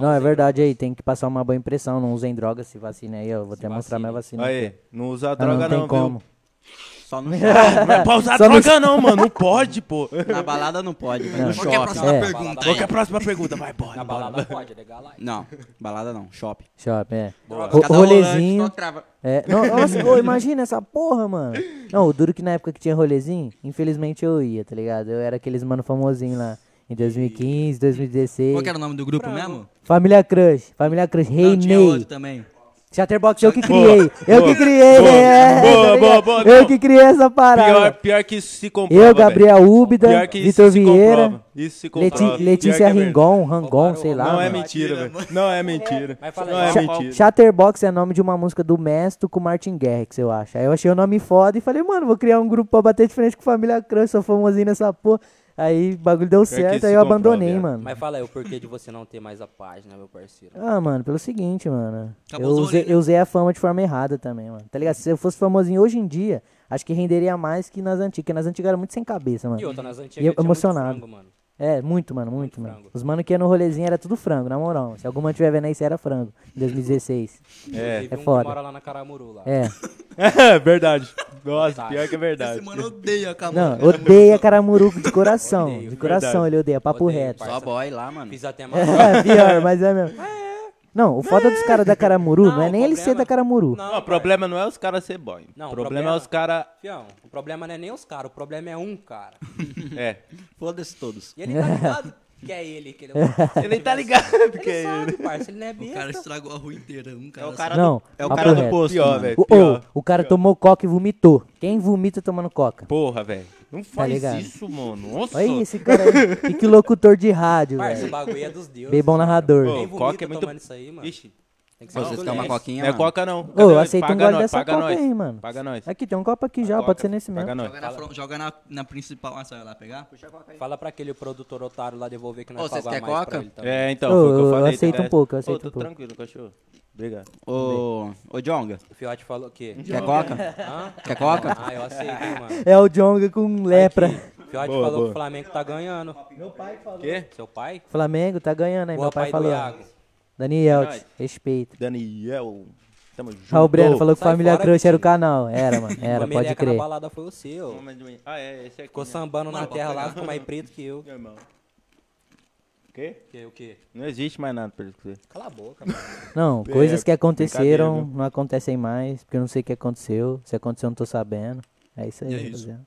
[SPEAKER 3] Não, é verdade aí, tem que passar uma boa impressão, não usem drogas, se vacina aí, eu vou até mostrar minha vacina.
[SPEAKER 4] Aí, não
[SPEAKER 3] Ah,
[SPEAKER 4] usa
[SPEAKER 3] não,
[SPEAKER 4] droga
[SPEAKER 3] tem
[SPEAKER 4] não,
[SPEAKER 3] como.
[SPEAKER 4] viu?
[SPEAKER 6] Só no shopping.
[SPEAKER 4] Não é pra usar
[SPEAKER 3] Só no-
[SPEAKER 4] droga não, mano. Não pode, pô.
[SPEAKER 6] Na balada não pode, mas
[SPEAKER 3] Não.
[SPEAKER 6] no
[SPEAKER 1] Qual que é a
[SPEAKER 6] shopping.
[SPEAKER 1] próxima
[SPEAKER 3] É.
[SPEAKER 1] pergunta
[SPEAKER 4] Qual que é a
[SPEAKER 1] aí?
[SPEAKER 4] próxima pergunta? Vai,
[SPEAKER 5] Na
[SPEAKER 4] bora.
[SPEAKER 5] balada pode, é legal aí.
[SPEAKER 6] Não, balada não, shopping.
[SPEAKER 3] Shopping, é.
[SPEAKER 6] Droga,
[SPEAKER 3] Ro-
[SPEAKER 6] cada volante,
[SPEAKER 3] rolezinho.
[SPEAKER 6] só crava.
[SPEAKER 3] É, não, nossa, ô, imagina essa porra, mano. Não, o duro que na época que tinha rolezinho, infelizmente eu ia, tá ligado? Eu era aqueles mano famosinho lá em 2015, 2016.
[SPEAKER 1] Qual que era o nome do grupo mesmo?
[SPEAKER 3] Família Crush, Família Crush, um. Rei
[SPEAKER 1] Não, tinha
[SPEAKER 3] Ney.
[SPEAKER 1] outro também.
[SPEAKER 3] Chatterbox, eu que criei. eu
[SPEAKER 4] boa,
[SPEAKER 3] que criei.
[SPEAKER 4] boa,
[SPEAKER 3] é,
[SPEAKER 4] boa,
[SPEAKER 3] tá ligado?
[SPEAKER 4] boa, boa,
[SPEAKER 3] Eu
[SPEAKER 4] não.
[SPEAKER 3] que criei essa parada.
[SPEAKER 4] Pior, pior que isso se comprova.
[SPEAKER 3] eu,
[SPEAKER 4] velho.
[SPEAKER 3] Gabriel Úbida,
[SPEAKER 4] Pior que isso
[SPEAKER 3] Vitor
[SPEAKER 4] se
[SPEAKER 3] Vieira,
[SPEAKER 4] comprova. Isso se
[SPEAKER 3] Leti-
[SPEAKER 4] comprova.
[SPEAKER 3] Letícia
[SPEAKER 4] Pior que é
[SPEAKER 3] Ringon, Rangon,
[SPEAKER 5] Roubaram-
[SPEAKER 3] sei lá.
[SPEAKER 4] verdade. Não é
[SPEAKER 3] Ah, mano.
[SPEAKER 4] mentira,
[SPEAKER 1] Batida,
[SPEAKER 4] velho. Não é mentira.
[SPEAKER 5] Mas fala aí,
[SPEAKER 4] Não é
[SPEAKER 5] qual- qual-
[SPEAKER 4] mentira.
[SPEAKER 3] Chatterbox é nome de uma música do Mesto com Martin Garrix, eu acho. Aí eu achei o nome foda e falei, mano, vou criar um grupo pra bater de frente com Família Crunch, sou famosinho nessa porra. Aí o bagulho deu
[SPEAKER 4] é que
[SPEAKER 3] certo,
[SPEAKER 4] isso
[SPEAKER 3] aí eu
[SPEAKER 4] comprova,
[SPEAKER 3] abandonei,
[SPEAKER 4] viado.
[SPEAKER 3] mano.
[SPEAKER 5] Mas fala aí o porquê de você não ter mais a página, meu parceiro.
[SPEAKER 3] Ah, mano, pelo seguinte, mano.
[SPEAKER 4] Tá
[SPEAKER 1] Acabou
[SPEAKER 3] Eu
[SPEAKER 1] os rolê,
[SPEAKER 3] usei,
[SPEAKER 1] né?
[SPEAKER 3] eu usei a fama de forma errada também, mano. Tá ligado? Se eu fosse famosinho hoje em dia, acho que renderia mais que nas antigas. Porque nas antigas era muito sem cabeça, mano.
[SPEAKER 5] E outra, nas antigas
[SPEAKER 3] E eu-
[SPEAKER 5] tinha muito
[SPEAKER 3] emocionado.
[SPEAKER 5] frango, mano.
[SPEAKER 3] É, muito, mano, muito, mano.
[SPEAKER 5] frango.
[SPEAKER 3] Os mano que ia no rolezinho era tudo frango, na moral. Se alguma tiver vendo aí, isso era frango. Em 2016.
[SPEAKER 4] É.
[SPEAKER 5] Teve um
[SPEAKER 3] foda.
[SPEAKER 5] que mora lá na Caramuru, lá.
[SPEAKER 3] É.
[SPEAKER 4] É verdade.
[SPEAKER 3] Tá.
[SPEAKER 4] Nossa, pior
[SPEAKER 5] Verdade.
[SPEAKER 4] que é
[SPEAKER 1] Esse
[SPEAKER 4] verdade.
[SPEAKER 1] mano odeia a
[SPEAKER 3] Não,
[SPEAKER 1] camada.
[SPEAKER 3] odeia caramuruco de coração.
[SPEAKER 5] Odeio,
[SPEAKER 3] de coração
[SPEAKER 4] verdade.
[SPEAKER 3] ele odeia, papo
[SPEAKER 5] Odeio,
[SPEAKER 3] reto.
[SPEAKER 5] parça.
[SPEAKER 6] Só boy lá, mano.
[SPEAKER 5] Fiz até mais.
[SPEAKER 3] É, pior, mas é mesmo. Não, o foda dos caras da Caramuru não, é
[SPEAKER 5] Não,
[SPEAKER 3] nem ele ser
[SPEAKER 5] problema-
[SPEAKER 3] da Caramuru.
[SPEAKER 5] Não,
[SPEAKER 4] Não, o problema não é os caras ser boy.
[SPEAKER 5] Não,
[SPEAKER 4] o
[SPEAKER 5] o
[SPEAKER 4] problema é
[SPEAKER 5] problema-
[SPEAKER 4] os caras.
[SPEAKER 5] Fião, o problema não é nem os caras, o problema é um cara.
[SPEAKER 4] É.
[SPEAKER 6] Foda-se todos.
[SPEAKER 5] E ele tá ligado que é ele. Que ele, é
[SPEAKER 4] Ele tá ligado que
[SPEAKER 5] Ele
[SPEAKER 4] é ele.
[SPEAKER 5] sabe, parça, ele não é
[SPEAKER 1] O cara
[SPEAKER 5] besta.
[SPEAKER 1] estragou a rua inteira. Um cara,
[SPEAKER 6] o cara
[SPEAKER 3] Não,
[SPEAKER 6] É o
[SPEAKER 3] papo
[SPEAKER 6] cara do
[SPEAKER 3] reto.
[SPEAKER 6] posto,
[SPEAKER 4] Pior,
[SPEAKER 6] mano.
[SPEAKER 4] velho.
[SPEAKER 3] O,
[SPEAKER 4] Pior.
[SPEAKER 3] ô, o cara tomou coca e vomitou. Quem vomita tomando coca?
[SPEAKER 4] Porra, velho. Não faz
[SPEAKER 3] Tá ligado?
[SPEAKER 4] isso, mano. Nossa.
[SPEAKER 3] Olha esse cara aí. Que, que locutor de rádio,
[SPEAKER 5] Parça, o
[SPEAKER 3] velho.
[SPEAKER 5] bagulho é dos deuses.
[SPEAKER 3] Bem bom narrador.
[SPEAKER 4] Ô,
[SPEAKER 5] Quem vomita
[SPEAKER 4] Coca é muito-
[SPEAKER 5] tomando isso aí, mano.
[SPEAKER 4] Ixi.
[SPEAKER 5] Tem que ser
[SPEAKER 6] Pô, vocês
[SPEAKER 5] bagulho
[SPEAKER 6] querem uma
[SPEAKER 5] leve.
[SPEAKER 6] coquinha,
[SPEAKER 4] Não é
[SPEAKER 6] mano?
[SPEAKER 4] coca, não.
[SPEAKER 3] Ô,
[SPEAKER 4] Cadê?
[SPEAKER 3] aceita um
[SPEAKER 4] Paga
[SPEAKER 3] gole
[SPEAKER 4] nós,
[SPEAKER 3] dessa
[SPEAKER 4] paga
[SPEAKER 3] coca
[SPEAKER 4] nós.
[SPEAKER 3] aí, mano.
[SPEAKER 4] Paga nós.
[SPEAKER 3] Aqui, tem um copo aqui já,
[SPEAKER 4] Paga
[SPEAKER 3] pode
[SPEAKER 4] nós.
[SPEAKER 3] ser nesse mesmo.
[SPEAKER 4] Paga nós.
[SPEAKER 1] joga, na, fron- joga na, na principal. Ah, saiu lá pegar?
[SPEAKER 5] Fala pra aquele produtor otário lá devolver que
[SPEAKER 6] Ô,
[SPEAKER 5] nós
[SPEAKER 6] vocês
[SPEAKER 5] pagar mais
[SPEAKER 6] querem
[SPEAKER 5] pra
[SPEAKER 6] coca?
[SPEAKER 5] ele também.
[SPEAKER 4] É, então,
[SPEAKER 3] Ô,
[SPEAKER 4] foi o que
[SPEAKER 3] eu
[SPEAKER 4] eu falei.
[SPEAKER 3] aceito
[SPEAKER 4] tá?
[SPEAKER 3] um pouco, eu
[SPEAKER 4] Ô,
[SPEAKER 3] aceito
[SPEAKER 4] tô
[SPEAKER 3] um pouco.
[SPEAKER 4] tranquilo, cachorro. Obrigado.
[SPEAKER 6] Ô, ô Jonga,
[SPEAKER 5] O Fiote falou que...
[SPEAKER 6] quer coca?
[SPEAKER 5] Hã?
[SPEAKER 6] Quer coca?
[SPEAKER 5] Ah, eu aceito, hein, mano.
[SPEAKER 3] É o Jonga com lepra.
[SPEAKER 5] O Fiote
[SPEAKER 4] Boa,
[SPEAKER 5] falou
[SPEAKER 4] boa.
[SPEAKER 5] que o Flamengo tá ganhando. Meu pai falou.
[SPEAKER 4] Quê?
[SPEAKER 5] Seu pai?
[SPEAKER 3] Flamengo tá ganhando aí,
[SPEAKER 5] Boa,
[SPEAKER 3] meu pai,
[SPEAKER 5] pai do
[SPEAKER 3] falou.
[SPEAKER 5] Iago.
[SPEAKER 3] Daniel,
[SPEAKER 4] Nós.
[SPEAKER 3] respeito.
[SPEAKER 4] Daniel. Tamo junto.
[SPEAKER 3] Raul Breno falou que
[SPEAKER 5] sai
[SPEAKER 3] Família
[SPEAKER 5] fora,
[SPEAKER 3] Crush era o
[SPEAKER 5] Vitinho.
[SPEAKER 3] canal. Era, mano. Era,
[SPEAKER 5] Uma meleca
[SPEAKER 3] pode crer.
[SPEAKER 5] na balada foi o seu.
[SPEAKER 4] Ah, é, esse aqui.
[SPEAKER 5] Ficou
[SPEAKER 4] né?
[SPEAKER 5] sambando na
[SPEAKER 1] Mano,
[SPEAKER 5] terra
[SPEAKER 1] pode
[SPEAKER 5] lá,
[SPEAKER 1] pegar.
[SPEAKER 5] ficou mais preto que eu.
[SPEAKER 4] Meu irmão. O quê?
[SPEAKER 5] Que, o quê?
[SPEAKER 4] Não existe mais nada pra discutir.
[SPEAKER 5] Cala a boca, mano.
[SPEAKER 3] Não,
[SPEAKER 4] É,
[SPEAKER 3] coisas que
[SPEAKER 4] brincadeira,
[SPEAKER 3] aconteceram não acontecem mais, porque eu não sei o que aconteceu. Se aconteceu, eu não tô sabendo. É isso aí,
[SPEAKER 1] é isso.
[SPEAKER 3] rapaziada.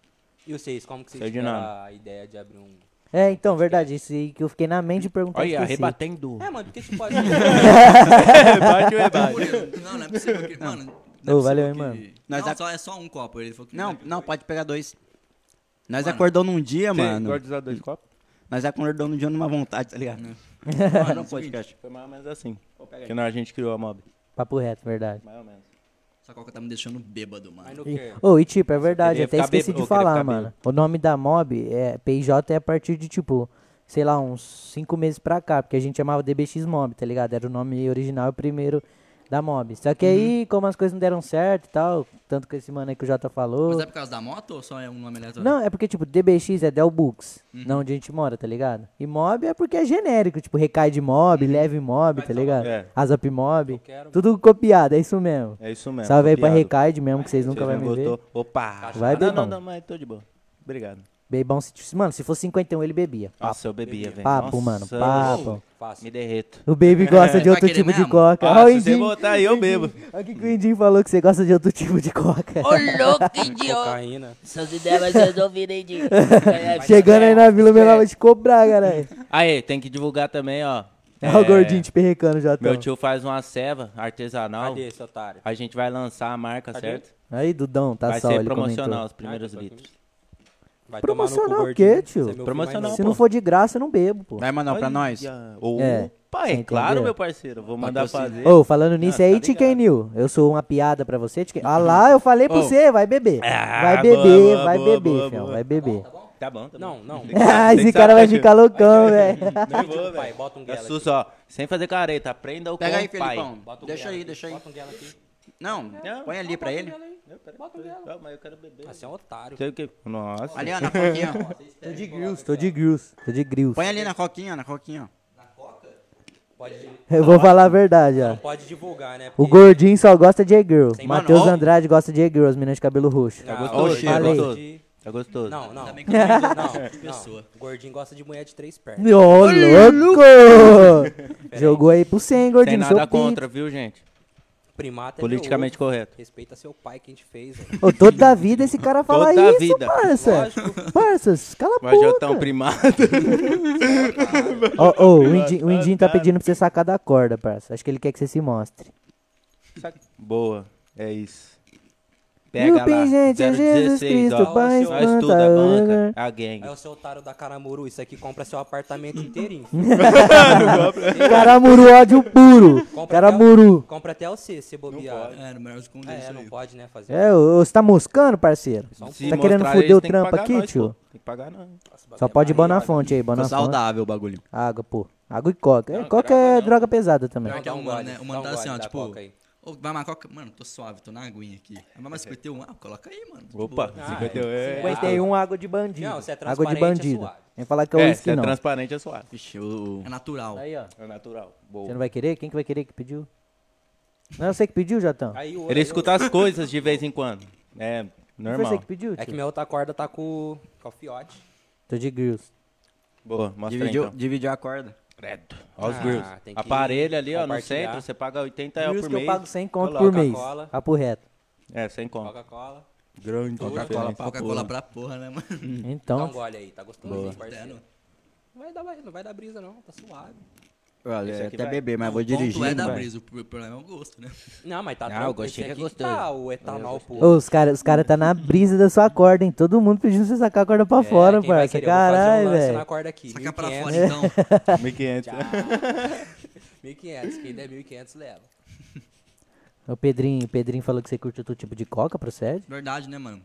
[SPEAKER 5] E vocês, como que vocês
[SPEAKER 4] Sei de
[SPEAKER 5] tiveram
[SPEAKER 4] nada.
[SPEAKER 5] a ideia de abrir um...
[SPEAKER 3] É, então, verdade, isso aí que eu fiquei na mente e perguntei. eu esqueci.
[SPEAKER 5] É, mano, porque se pode...
[SPEAKER 4] É Rebate ou rebate?
[SPEAKER 1] Murilo, Não, não é possível que. Mano. não
[SPEAKER 3] Ô,
[SPEAKER 1] é
[SPEAKER 3] valeu,
[SPEAKER 1] possível
[SPEAKER 3] hein, mano.
[SPEAKER 1] que-
[SPEAKER 6] Nós
[SPEAKER 1] Não,
[SPEAKER 6] a-
[SPEAKER 1] só, é só um copo. Ele falou que
[SPEAKER 6] Não,
[SPEAKER 1] vai-
[SPEAKER 6] não, pode pegar dois. Nós
[SPEAKER 1] Mano.
[SPEAKER 6] acordou num dia, mano.
[SPEAKER 4] Gosta de usar dois copos?
[SPEAKER 6] Nós acordou num dia numa vontade, tá ligado?
[SPEAKER 1] é
[SPEAKER 6] Não é um pode, caixa.
[SPEAKER 4] Foi mais ou menos assim. Que nós a gente criou a mob.
[SPEAKER 3] Papo reto, verdade.
[SPEAKER 4] Mais ou menos.
[SPEAKER 1] Essa coca tá me deixando bêbado,
[SPEAKER 5] Mas
[SPEAKER 1] mano.
[SPEAKER 5] no
[SPEAKER 3] E-
[SPEAKER 5] quê?
[SPEAKER 3] Ô, e tipo, é verdade,
[SPEAKER 4] queria
[SPEAKER 3] até
[SPEAKER 4] ficar
[SPEAKER 3] esqueci
[SPEAKER 4] bêbado,
[SPEAKER 3] de
[SPEAKER 4] eu queria
[SPEAKER 3] falar,
[SPEAKER 4] ficar
[SPEAKER 3] mano. O nome da mob é PJ é a partir de tipo, sei lá, uns 5 meses pra cá, porque a gente chamava DBX Mob, tá ligado? Era o nome original e o primeiro da mob. Só que
[SPEAKER 4] Uhum.
[SPEAKER 3] aí, como as coisas não deram certo e tal, tanto que esse mano aí que o Jota falou.
[SPEAKER 1] Mas é por causa da moto ou só é um nome aleatório?
[SPEAKER 3] Não, é porque, tipo, DBX é Del Books,
[SPEAKER 4] Uhum.
[SPEAKER 3] não onde a gente mora, tá ligado? E mob é porque é genérico, tipo, recai de mob, leve mob, tá ligado?
[SPEAKER 4] Uhum. É.
[SPEAKER 3] As up mob,
[SPEAKER 5] quero,
[SPEAKER 3] tudo copiado, é isso mesmo.
[SPEAKER 4] É isso mesmo.
[SPEAKER 3] Salve aí pra
[SPEAKER 4] copiado.
[SPEAKER 3] Recaide mesmo, que vocês nunca
[SPEAKER 4] Vocês
[SPEAKER 3] vão
[SPEAKER 4] não
[SPEAKER 3] me ver.
[SPEAKER 4] gostou? Opa! Ah,
[SPEAKER 3] Vai,
[SPEAKER 4] não, não,
[SPEAKER 3] Bebão.
[SPEAKER 4] não, mas tô de boa. Obrigado.
[SPEAKER 3] Bebão, se- mano, se fosse 51 ele bebia.
[SPEAKER 4] Nossa, eu bebia, velho.
[SPEAKER 3] Papo,
[SPEAKER 4] Nossa,
[SPEAKER 3] mano,
[SPEAKER 4] eu-
[SPEAKER 3] papo.
[SPEAKER 5] Fácil.
[SPEAKER 4] Me derreto.
[SPEAKER 3] O Baby gosta
[SPEAKER 4] Tá
[SPEAKER 3] de
[SPEAKER 1] Vai
[SPEAKER 3] outro
[SPEAKER 1] querer
[SPEAKER 3] tipo de
[SPEAKER 1] mesmo?
[SPEAKER 3] coca.
[SPEAKER 4] Ah,
[SPEAKER 3] Olha o
[SPEAKER 4] se você
[SPEAKER 3] Indinho.
[SPEAKER 4] botar aí, eu bebo.
[SPEAKER 3] Olha o que que o Indinho falou que você gosta de outro tipo de coca.
[SPEAKER 5] Cocaína.
[SPEAKER 7] Essas ideias vocês ouvirem de.
[SPEAKER 3] Chegando aí
[SPEAKER 4] é,
[SPEAKER 3] na vila, meu vai te cobrar, caralho.
[SPEAKER 4] Aí, tem que divulgar também, ó.
[SPEAKER 3] Olha o
[SPEAKER 4] É,
[SPEAKER 3] gordinho te perrecando já.
[SPEAKER 4] Meu tio faz uma ceva artesanal.
[SPEAKER 5] Cadê esse otário?
[SPEAKER 4] A gente vai lançar a marca, certo?
[SPEAKER 3] Aí, Dudão, tá
[SPEAKER 4] vai
[SPEAKER 3] só,
[SPEAKER 4] ser
[SPEAKER 3] ele
[SPEAKER 4] promocional
[SPEAKER 3] comentou.
[SPEAKER 4] os primeiros litros.
[SPEAKER 5] Vai
[SPEAKER 3] Promocional o
[SPEAKER 5] gordinho.
[SPEAKER 3] quê, tio?
[SPEAKER 5] Você é meu filho,
[SPEAKER 4] Promocional,
[SPEAKER 5] mas
[SPEAKER 3] Se
[SPEAKER 4] pô.
[SPEAKER 3] não for de graça, eu não bebo, pô.
[SPEAKER 6] Vai mandar pra nós?
[SPEAKER 4] Opa,
[SPEAKER 3] É,
[SPEAKER 4] é,
[SPEAKER 3] você
[SPEAKER 4] claro,
[SPEAKER 3] entendeu?
[SPEAKER 4] meu parceiro. Vou mandar fazer.
[SPEAKER 3] Ô, falando nisso
[SPEAKER 4] Ah,
[SPEAKER 3] aí,
[SPEAKER 4] tá
[SPEAKER 3] Tiquem New,
[SPEAKER 4] ligado.
[SPEAKER 3] eu sou uma piada pra você, Tiquem? Ah lá, eu falei pra
[SPEAKER 6] Ô.
[SPEAKER 3] você, vai beber.
[SPEAKER 4] Ah,
[SPEAKER 3] Vai
[SPEAKER 4] boa,
[SPEAKER 3] beber,
[SPEAKER 4] boa,
[SPEAKER 3] vai
[SPEAKER 4] boa,
[SPEAKER 3] beber,
[SPEAKER 4] boa,
[SPEAKER 3] fião,
[SPEAKER 4] boa.
[SPEAKER 3] vai beber.
[SPEAKER 4] Tá bom, tá bom.
[SPEAKER 5] Não, não.
[SPEAKER 3] Ah,
[SPEAKER 4] Tem
[SPEAKER 3] esse
[SPEAKER 4] que
[SPEAKER 3] cara
[SPEAKER 4] saber,
[SPEAKER 3] vai
[SPEAKER 4] tio.
[SPEAKER 3] ficar loucão, né? velho.
[SPEAKER 4] Não
[SPEAKER 5] Pede
[SPEAKER 4] vou,
[SPEAKER 5] pro pai,
[SPEAKER 4] velho.
[SPEAKER 5] bota um guela aqui.
[SPEAKER 4] Assusta, ó. Sem fazer careta. Aprenda o
[SPEAKER 6] Pega
[SPEAKER 4] com
[SPEAKER 6] aí,
[SPEAKER 4] o pai.
[SPEAKER 6] Felipão.
[SPEAKER 5] Bota um
[SPEAKER 6] Deixa
[SPEAKER 5] guela
[SPEAKER 6] aí,
[SPEAKER 5] aqui,
[SPEAKER 6] deixa aí.
[SPEAKER 5] Bota um guela aqui.
[SPEAKER 6] Não,
[SPEAKER 4] é,
[SPEAKER 6] põe ali pra ele.
[SPEAKER 5] Bota um guela.
[SPEAKER 4] Não, mas eu quero beber.
[SPEAKER 5] Ah, você é um otário.
[SPEAKER 4] Sei o que- Nossa.
[SPEAKER 6] Ali, ó, na é. coquinha, ó.
[SPEAKER 3] Tô de grills, tô de grills, tô de grills.
[SPEAKER 6] Põe ali na coquinha, ó, na coquinha, ó.
[SPEAKER 5] Pode,
[SPEAKER 3] Eu vou falar a verdade, ó.
[SPEAKER 5] não pode divulgar, né?
[SPEAKER 3] O
[SPEAKER 5] Porque-
[SPEAKER 3] gordinho só gosta de e-girl.
[SPEAKER 5] Sem
[SPEAKER 3] Matheus
[SPEAKER 6] mano, ó.
[SPEAKER 3] Andrade gosta de e-girl, as meninas de cabelo roxo.
[SPEAKER 5] Não,
[SPEAKER 4] É gostoso,
[SPEAKER 5] o
[SPEAKER 4] cheiro,
[SPEAKER 5] gordinho
[SPEAKER 4] gostoso.
[SPEAKER 5] de-
[SPEAKER 4] Tá gostoso.
[SPEAKER 5] Não, não.
[SPEAKER 1] Também que eu não
[SPEAKER 5] Não,
[SPEAKER 1] pessoa.
[SPEAKER 5] não. O gordinho gosta de mulher de três pernas.
[SPEAKER 3] Ô, louco! Jogou aí pro 100,
[SPEAKER 4] Sem
[SPEAKER 3] gordinho, seu
[SPEAKER 4] nada
[SPEAKER 3] pinto.
[SPEAKER 4] contra, viu, gente?
[SPEAKER 5] Primata é
[SPEAKER 4] Politicamente
[SPEAKER 5] meu ovo.
[SPEAKER 4] correto.
[SPEAKER 5] Respeita seu pai que a gente fez. velho.
[SPEAKER 3] Ô, toda a vida esse cara fala
[SPEAKER 4] Toda a
[SPEAKER 3] isso,
[SPEAKER 4] vida.
[SPEAKER 3] parça. Parças, cala a
[SPEAKER 4] Vai
[SPEAKER 3] boca.
[SPEAKER 4] jotar um primado.
[SPEAKER 3] Ó, ó, o Indinho, o Indinho tá pedindo pra você sacar da corda, parça. Acho que ele quer que você se mostre.
[SPEAKER 4] Boa, é isso.
[SPEAKER 3] Pega
[SPEAKER 4] Pega lá,
[SPEAKER 3] gente, é Jesus
[SPEAKER 4] 016,
[SPEAKER 3] Cristo,
[SPEAKER 4] ó.
[SPEAKER 3] Pai é
[SPEAKER 4] Nós tudo, a banca,
[SPEAKER 3] espanta.
[SPEAKER 4] a
[SPEAKER 5] Aí
[SPEAKER 4] gangue.
[SPEAKER 5] o seu otário da Caramuru, isso aqui compra seu apartamento inteirinho.
[SPEAKER 3] Caramuru, ódio puro.
[SPEAKER 5] Compra até o-
[SPEAKER 3] Caramuru.
[SPEAKER 5] Compra até o C, se bobear.
[SPEAKER 1] É, no melhor esconder
[SPEAKER 5] É,
[SPEAKER 1] isso
[SPEAKER 5] não
[SPEAKER 1] aí.
[SPEAKER 5] pode, né, fazer.
[SPEAKER 3] É, ô, você tá moscando, parceiro?
[SPEAKER 5] Só um
[SPEAKER 4] Se
[SPEAKER 3] Tá querendo
[SPEAKER 4] mostrar
[SPEAKER 3] foder
[SPEAKER 4] eles,
[SPEAKER 3] o
[SPEAKER 4] tem que
[SPEAKER 3] trampo
[SPEAKER 4] pagar
[SPEAKER 3] aqui,
[SPEAKER 4] nós,
[SPEAKER 3] tio?
[SPEAKER 4] pô. Tem que pagar não.
[SPEAKER 3] Só pode ir na fonte aí,
[SPEAKER 1] Ficou
[SPEAKER 3] Bonafonte.
[SPEAKER 1] saudável o bagulho.
[SPEAKER 3] Água, pô. Água e coca. É,
[SPEAKER 4] Não,
[SPEAKER 3] coca
[SPEAKER 4] droga
[SPEAKER 3] é
[SPEAKER 4] não.
[SPEAKER 3] droga pesada também.
[SPEAKER 1] Pior que é
[SPEAKER 5] dá um
[SPEAKER 1] um mano,
[SPEAKER 5] gole,
[SPEAKER 1] né? O
[SPEAKER 5] dá um
[SPEAKER 1] mano tá assim,
[SPEAKER 5] gole
[SPEAKER 1] ó,
[SPEAKER 5] da
[SPEAKER 1] tipo.
[SPEAKER 5] coca aí.
[SPEAKER 1] Ô, vai uma coca? Mano, tô suave, tô na aguinha aqui. Aí Vai mais 51? Ah, coloca aí, mano. Tipo,
[SPEAKER 4] Opa,
[SPEAKER 5] Ah,
[SPEAKER 4] 51 é.
[SPEAKER 3] 51 água de bandido.
[SPEAKER 5] Não, se é
[SPEAKER 3] água de
[SPEAKER 5] transparente, é
[SPEAKER 3] bandido.
[SPEAKER 5] suave.
[SPEAKER 3] Vem falar que é
[SPEAKER 4] É,
[SPEAKER 3] uísque,
[SPEAKER 4] se é
[SPEAKER 3] não.
[SPEAKER 4] transparente é suave.
[SPEAKER 6] Vixe, o...
[SPEAKER 1] É natural.
[SPEAKER 3] Aí, ó.
[SPEAKER 4] É natural.
[SPEAKER 3] Você
[SPEAKER 4] Boa.
[SPEAKER 3] não vai querer? Quem que vai querer que pediu? Não, você que pediu, Jatão?
[SPEAKER 5] Aí o
[SPEAKER 4] Ele
[SPEAKER 5] aí o-
[SPEAKER 4] escuta as coisas de vez em quando. É,
[SPEAKER 3] Não foi você
[SPEAKER 4] normal.
[SPEAKER 3] que pediu, tio?
[SPEAKER 5] É que minha outra corda tá com, com o fiote.
[SPEAKER 3] Tô de grills.
[SPEAKER 4] Boa, mostra aí,
[SPEAKER 6] dividiu,
[SPEAKER 4] então.
[SPEAKER 6] dividiu a corda.
[SPEAKER 4] Credo. Ó os
[SPEAKER 5] Ah,
[SPEAKER 4] grills.
[SPEAKER 5] tem que
[SPEAKER 4] Aparelho ali, ó, no
[SPEAKER 5] compartilhar.
[SPEAKER 4] centro, você paga 80
[SPEAKER 5] É,
[SPEAKER 4] reais
[SPEAKER 3] Grills
[SPEAKER 4] por
[SPEAKER 3] que eu
[SPEAKER 4] mês.
[SPEAKER 3] pago 100 conto
[SPEAKER 4] Coloca
[SPEAKER 3] por mês.
[SPEAKER 5] cola.
[SPEAKER 3] Papo reto.
[SPEAKER 4] É, sem conta.
[SPEAKER 5] Coca-Cola.
[SPEAKER 4] Grande.
[SPEAKER 1] Coca-Cola Coca-Cola pra porra, né, mano?
[SPEAKER 5] Dá um
[SPEAKER 3] Então,
[SPEAKER 5] gole aí, tá gostosinho, parceiro. Não vai, dar, não vai dar brisa não, tá suave.
[SPEAKER 6] Olha, eu ia
[SPEAKER 4] aqui
[SPEAKER 6] até
[SPEAKER 4] vai.
[SPEAKER 6] beber, mas vou
[SPEAKER 1] O ponto
[SPEAKER 6] dirigir.
[SPEAKER 1] é da brisa, o problema é o gosto, né?
[SPEAKER 5] Não, mas tá
[SPEAKER 6] Ah,
[SPEAKER 5] tranquilo,
[SPEAKER 6] o gostinho
[SPEAKER 5] esse
[SPEAKER 6] que é
[SPEAKER 5] aqui Tá o etanol
[SPEAKER 3] ô,
[SPEAKER 5] puro.
[SPEAKER 3] os caras os cara tá na brisa da sua corda, hein? Todo mundo pedindo pra você sacar a corda pra fora,
[SPEAKER 5] É, quem vai
[SPEAKER 3] parça.
[SPEAKER 5] querer? Eu vou fazer um
[SPEAKER 3] Caralho,
[SPEAKER 5] lance
[SPEAKER 3] velho.
[SPEAKER 5] na corda aqui,
[SPEAKER 1] Saca pra
[SPEAKER 5] 1500.
[SPEAKER 1] fora, então.
[SPEAKER 4] 1500.
[SPEAKER 6] então.
[SPEAKER 5] 1500, quem der 1500 leva.
[SPEAKER 3] O Pedrinho, o Pedrinho falou que você curte outro tipo de coca, procede?
[SPEAKER 1] Verdade, né, mano?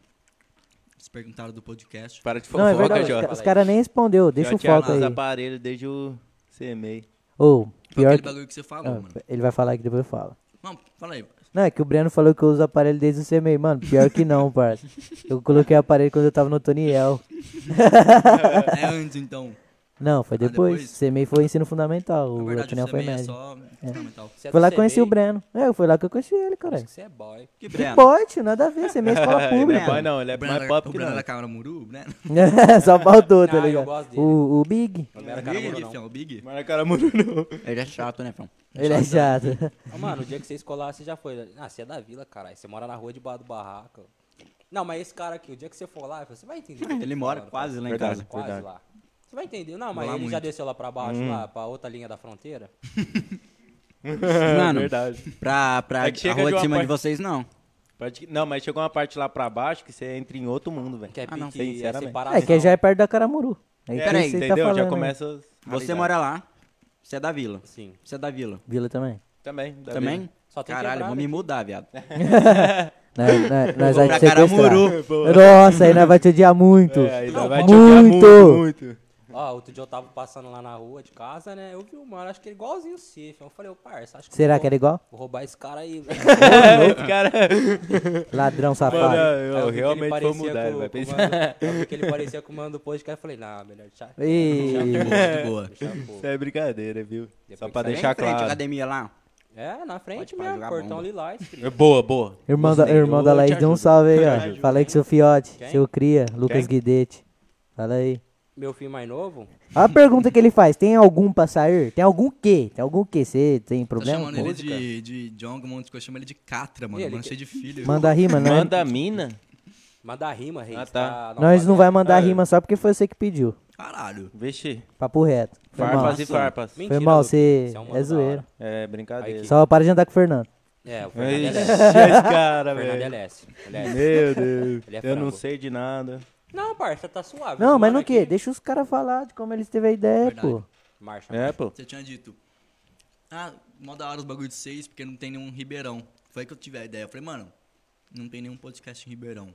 [SPEAKER 1] Eles perguntaram do podcast.
[SPEAKER 4] Para de
[SPEAKER 3] Não, é
[SPEAKER 4] fofoca,
[SPEAKER 3] verdade.
[SPEAKER 5] Jota.
[SPEAKER 3] os ca-
[SPEAKER 4] Jota.
[SPEAKER 3] Os caras nem respondeu, deixa o foco aí.
[SPEAKER 4] os aparelhos desde o CMEI.
[SPEAKER 3] Ô,
[SPEAKER 1] Foi
[SPEAKER 3] pior
[SPEAKER 1] aquele
[SPEAKER 3] que...
[SPEAKER 1] bagulho que você
[SPEAKER 5] é
[SPEAKER 1] falou,
[SPEAKER 3] Ah,
[SPEAKER 1] mano.
[SPEAKER 3] Ele vai falar aqui, depois eu falo.
[SPEAKER 1] Não, fala aí.
[SPEAKER 3] Não, é que o Breno falou que eu uso aparelho desde o CMEI. Mano, pior que não, parça. Eu coloquei o aparelho quando eu tava no Toniel.
[SPEAKER 1] É antes, então.
[SPEAKER 3] Não, foi
[SPEAKER 1] Ah,
[SPEAKER 3] depois.
[SPEAKER 1] depois?
[SPEAKER 3] CMEI foi ensino fundamental,
[SPEAKER 1] Na
[SPEAKER 3] o
[SPEAKER 1] verdade,
[SPEAKER 3] Toniel
[SPEAKER 1] isso
[SPEAKER 3] foi
[SPEAKER 1] também é
[SPEAKER 3] médio.
[SPEAKER 1] só fundamental.
[SPEAKER 5] Você é
[SPEAKER 3] Foi
[SPEAKER 5] do
[SPEAKER 3] lá que conheci o
[SPEAKER 5] CBI?
[SPEAKER 3] Breno. É, foi lá que eu conheci ele,
[SPEAKER 5] Acho
[SPEAKER 3] cara.
[SPEAKER 5] que você é boy.
[SPEAKER 6] Que
[SPEAKER 3] Que
[SPEAKER 6] Breno?
[SPEAKER 3] boy, tio, nada a ver, você é meio escola
[SPEAKER 4] Ele é
[SPEAKER 3] pública.
[SPEAKER 4] boy não, ele é
[SPEAKER 1] O Breno
[SPEAKER 4] mais
[SPEAKER 1] era-
[SPEAKER 4] pop
[SPEAKER 1] o
[SPEAKER 4] que
[SPEAKER 1] Breno
[SPEAKER 4] não.
[SPEAKER 1] da Câmara Muru, né?
[SPEAKER 3] Só faltou, tá
[SPEAKER 5] Ah, eu
[SPEAKER 3] ligado?
[SPEAKER 5] gosto dele.
[SPEAKER 3] O, o Big,
[SPEAKER 5] Não era
[SPEAKER 1] Big,
[SPEAKER 5] caramuru, não.
[SPEAKER 1] fião, Big.
[SPEAKER 4] Mas na cara muro não.
[SPEAKER 6] Ele é chato, né, Fão?
[SPEAKER 3] ele é chato.
[SPEAKER 5] Ô, Mano, o dia que você escolar, você já foi. Ah, você é da vila, caralho. Você mora na rua de do barraco. Não, mas esse cara aqui, o dia que você for lá, você vai entender. o que eu tô
[SPEAKER 6] Ele mora
[SPEAKER 5] falando,
[SPEAKER 6] quase lá em
[SPEAKER 4] Verdade. Hum.
[SPEAKER 6] casa.
[SPEAKER 5] Quase lá. Você vai entender. Não, mas
[SPEAKER 1] Lá
[SPEAKER 5] ele já
[SPEAKER 1] muito.
[SPEAKER 5] desceu lá pra baixo, lá pra outra linha da fronteira.
[SPEAKER 6] Mano,
[SPEAKER 4] É Verdade.
[SPEAKER 6] pra, pra
[SPEAKER 4] É que chega
[SPEAKER 6] a rua
[SPEAKER 4] de
[SPEAKER 6] de
[SPEAKER 4] uma
[SPEAKER 6] cima
[SPEAKER 4] parte-
[SPEAKER 6] de vocês, não.
[SPEAKER 4] Parte que- Não, mas chegou uma parte lá pra baixo que você entra em outro mundo, velho.
[SPEAKER 5] Que é
[SPEAKER 6] Ah, não,
[SPEAKER 5] pique, é
[SPEAKER 4] sinceramente.
[SPEAKER 5] separado.
[SPEAKER 3] É, que já é perto da Caramuru. É, isso
[SPEAKER 6] peraí,
[SPEAKER 3] que você tá
[SPEAKER 4] Entendeu?
[SPEAKER 3] falando,
[SPEAKER 4] Já
[SPEAKER 3] né?
[SPEAKER 4] começa os...
[SPEAKER 6] Você
[SPEAKER 4] realidades.
[SPEAKER 6] mora lá, você é da vila.
[SPEAKER 5] Sim.
[SPEAKER 6] Você é da vila.
[SPEAKER 3] Vila também.
[SPEAKER 4] Também. da
[SPEAKER 6] Também?
[SPEAKER 4] vida.
[SPEAKER 5] assim. Só tem
[SPEAKER 6] Caralho,
[SPEAKER 5] quebrada
[SPEAKER 6] vou me mudar, viado.
[SPEAKER 3] Nós, nós, nós
[SPEAKER 6] Vou
[SPEAKER 3] vai te
[SPEAKER 6] pra
[SPEAKER 3] sequestrar.
[SPEAKER 6] Caramuru.
[SPEAKER 3] Nossa, aí nós vai te odiar muito.
[SPEAKER 4] É, ainda vai te odiar
[SPEAKER 3] muito!
[SPEAKER 4] muito, muito.
[SPEAKER 5] Ó, outro dia eu tava passando lá na rua de casa, né? Eu vi o mano, acho que ele igualzinho o Cif. Eu falei, ô parça, acho que. eu
[SPEAKER 3] Será
[SPEAKER 5] vou-
[SPEAKER 3] que era igual?
[SPEAKER 5] Vou roubar esse cara aí.
[SPEAKER 4] É, Esse cara...
[SPEAKER 3] Ladrão
[SPEAKER 4] Mano,
[SPEAKER 3] safado.
[SPEAKER 4] eu
[SPEAKER 5] É,
[SPEAKER 4] realmente vou mudar, ele vai pensar.
[SPEAKER 5] Porque ele parecia com o mano do podcast. Eu falei, não, melhor deixar.
[SPEAKER 3] Ih,
[SPEAKER 1] Boa, de boa.
[SPEAKER 5] deixar o povo.
[SPEAKER 4] Isso é brincadeira, viu? Só
[SPEAKER 5] que
[SPEAKER 4] pra
[SPEAKER 5] sai bem
[SPEAKER 4] deixar
[SPEAKER 6] Tá Em frente à
[SPEAKER 4] claro.
[SPEAKER 6] academia lá.
[SPEAKER 5] É, na frente
[SPEAKER 6] Pode parar de
[SPEAKER 5] mesmo,
[SPEAKER 6] jogar
[SPEAKER 5] portão
[SPEAKER 6] bomba.
[SPEAKER 5] lilás. filho.
[SPEAKER 4] É, Boa, boa.
[SPEAKER 3] irmão da, irmão da
[SPEAKER 4] Eu te
[SPEAKER 3] Laís deu um
[SPEAKER 4] ajudo.
[SPEAKER 3] salve aí,
[SPEAKER 4] Eu te
[SPEAKER 3] ó.
[SPEAKER 4] ajudo.
[SPEAKER 3] Falei que seu fiote,
[SPEAKER 5] Quem?
[SPEAKER 3] seu cria, Lucas
[SPEAKER 4] Quem?
[SPEAKER 3] Guidete. Fala aí.
[SPEAKER 5] Meu filho mais novo?
[SPEAKER 3] Olha a pergunta que ele faz: tem algum pra sair? Tem algum quê? Tem algum quê? Você tem
[SPEAKER 1] Tá
[SPEAKER 3] problema?
[SPEAKER 1] chamando
[SPEAKER 3] com-
[SPEAKER 1] ele de, de Jong, um monte de coisa. Chama ele de Catra, mano.
[SPEAKER 5] Ele
[SPEAKER 1] Mano,
[SPEAKER 5] que-
[SPEAKER 1] cheio de filho.
[SPEAKER 3] Manda rima, né?
[SPEAKER 4] Manda mina?
[SPEAKER 5] Manda rima, rei.
[SPEAKER 4] Ah,
[SPEAKER 5] você
[SPEAKER 4] tá.
[SPEAKER 5] no
[SPEAKER 3] Nós não vai
[SPEAKER 5] alfabeto.
[SPEAKER 3] mandar rima só porque foi você que pediu.
[SPEAKER 1] Caralho.
[SPEAKER 4] Vixe.
[SPEAKER 3] Papo reto. Foi mal.
[SPEAKER 4] Farpas e farpas.
[SPEAKER 5] Mentira,
[SPEAKER 3] Foi mal,
[SPEAKER 5] Lucas,
[SPEAKER 3] você
[SPEAKER 5] um mano
[SPEAKER 3] é
[SPEAKER 5] da
[SPEAKER 3] zoeiro.
[SPEAKER 5] hora.
[SPEAKER 4] É, brincadeira.
[SPEAKER 5] Aí que-
[SPEAKER 3] Só para de andar com o Fernando.
[SPEAKER 5] É, o Fernando
[SPEAKER 4] Ixi,
[SPEAKER 5] é
[SPEAKER 4] esse
[SPEAKER 5] leve.
[SPEAKER 4] cara,
[SPEAKER 5] O Fernando é
[SPEAKER 4] velho.
[SPEAKER 5] leve. Ele é leve.
[SPEAKER 4] Meu Deus.
[SPEAKER 5] Ele é
[SPEAKER 4] Eu não
[SPEAKER 5] frango.
[SPEAKER 4] sei de nada.
[SPEAKER 5] Não, parça, tá suave.
[SPEAKER 3] Não,
[SPEAKER 5] Esse
[SPEAKER 3] mas
[SPEAKER 5] mano
[SPEAKER 3] no quê?
[SPEAKER 5] aqui-
[SPEAKER 3] Deixa os caras falar de como eles teve a ideia, pô.
[SPEAKER 5] Marcha.
[SPEAKER 4] É, pô.
[SPEAKER 1] Você tinha dito. Ah, mó da hora os bagulho de seis, porque não tem nenhum Ribeirão. Foi aí que eu tive a ideia. Eu falei, mano, não tem nenhum podcast em Ribeirão.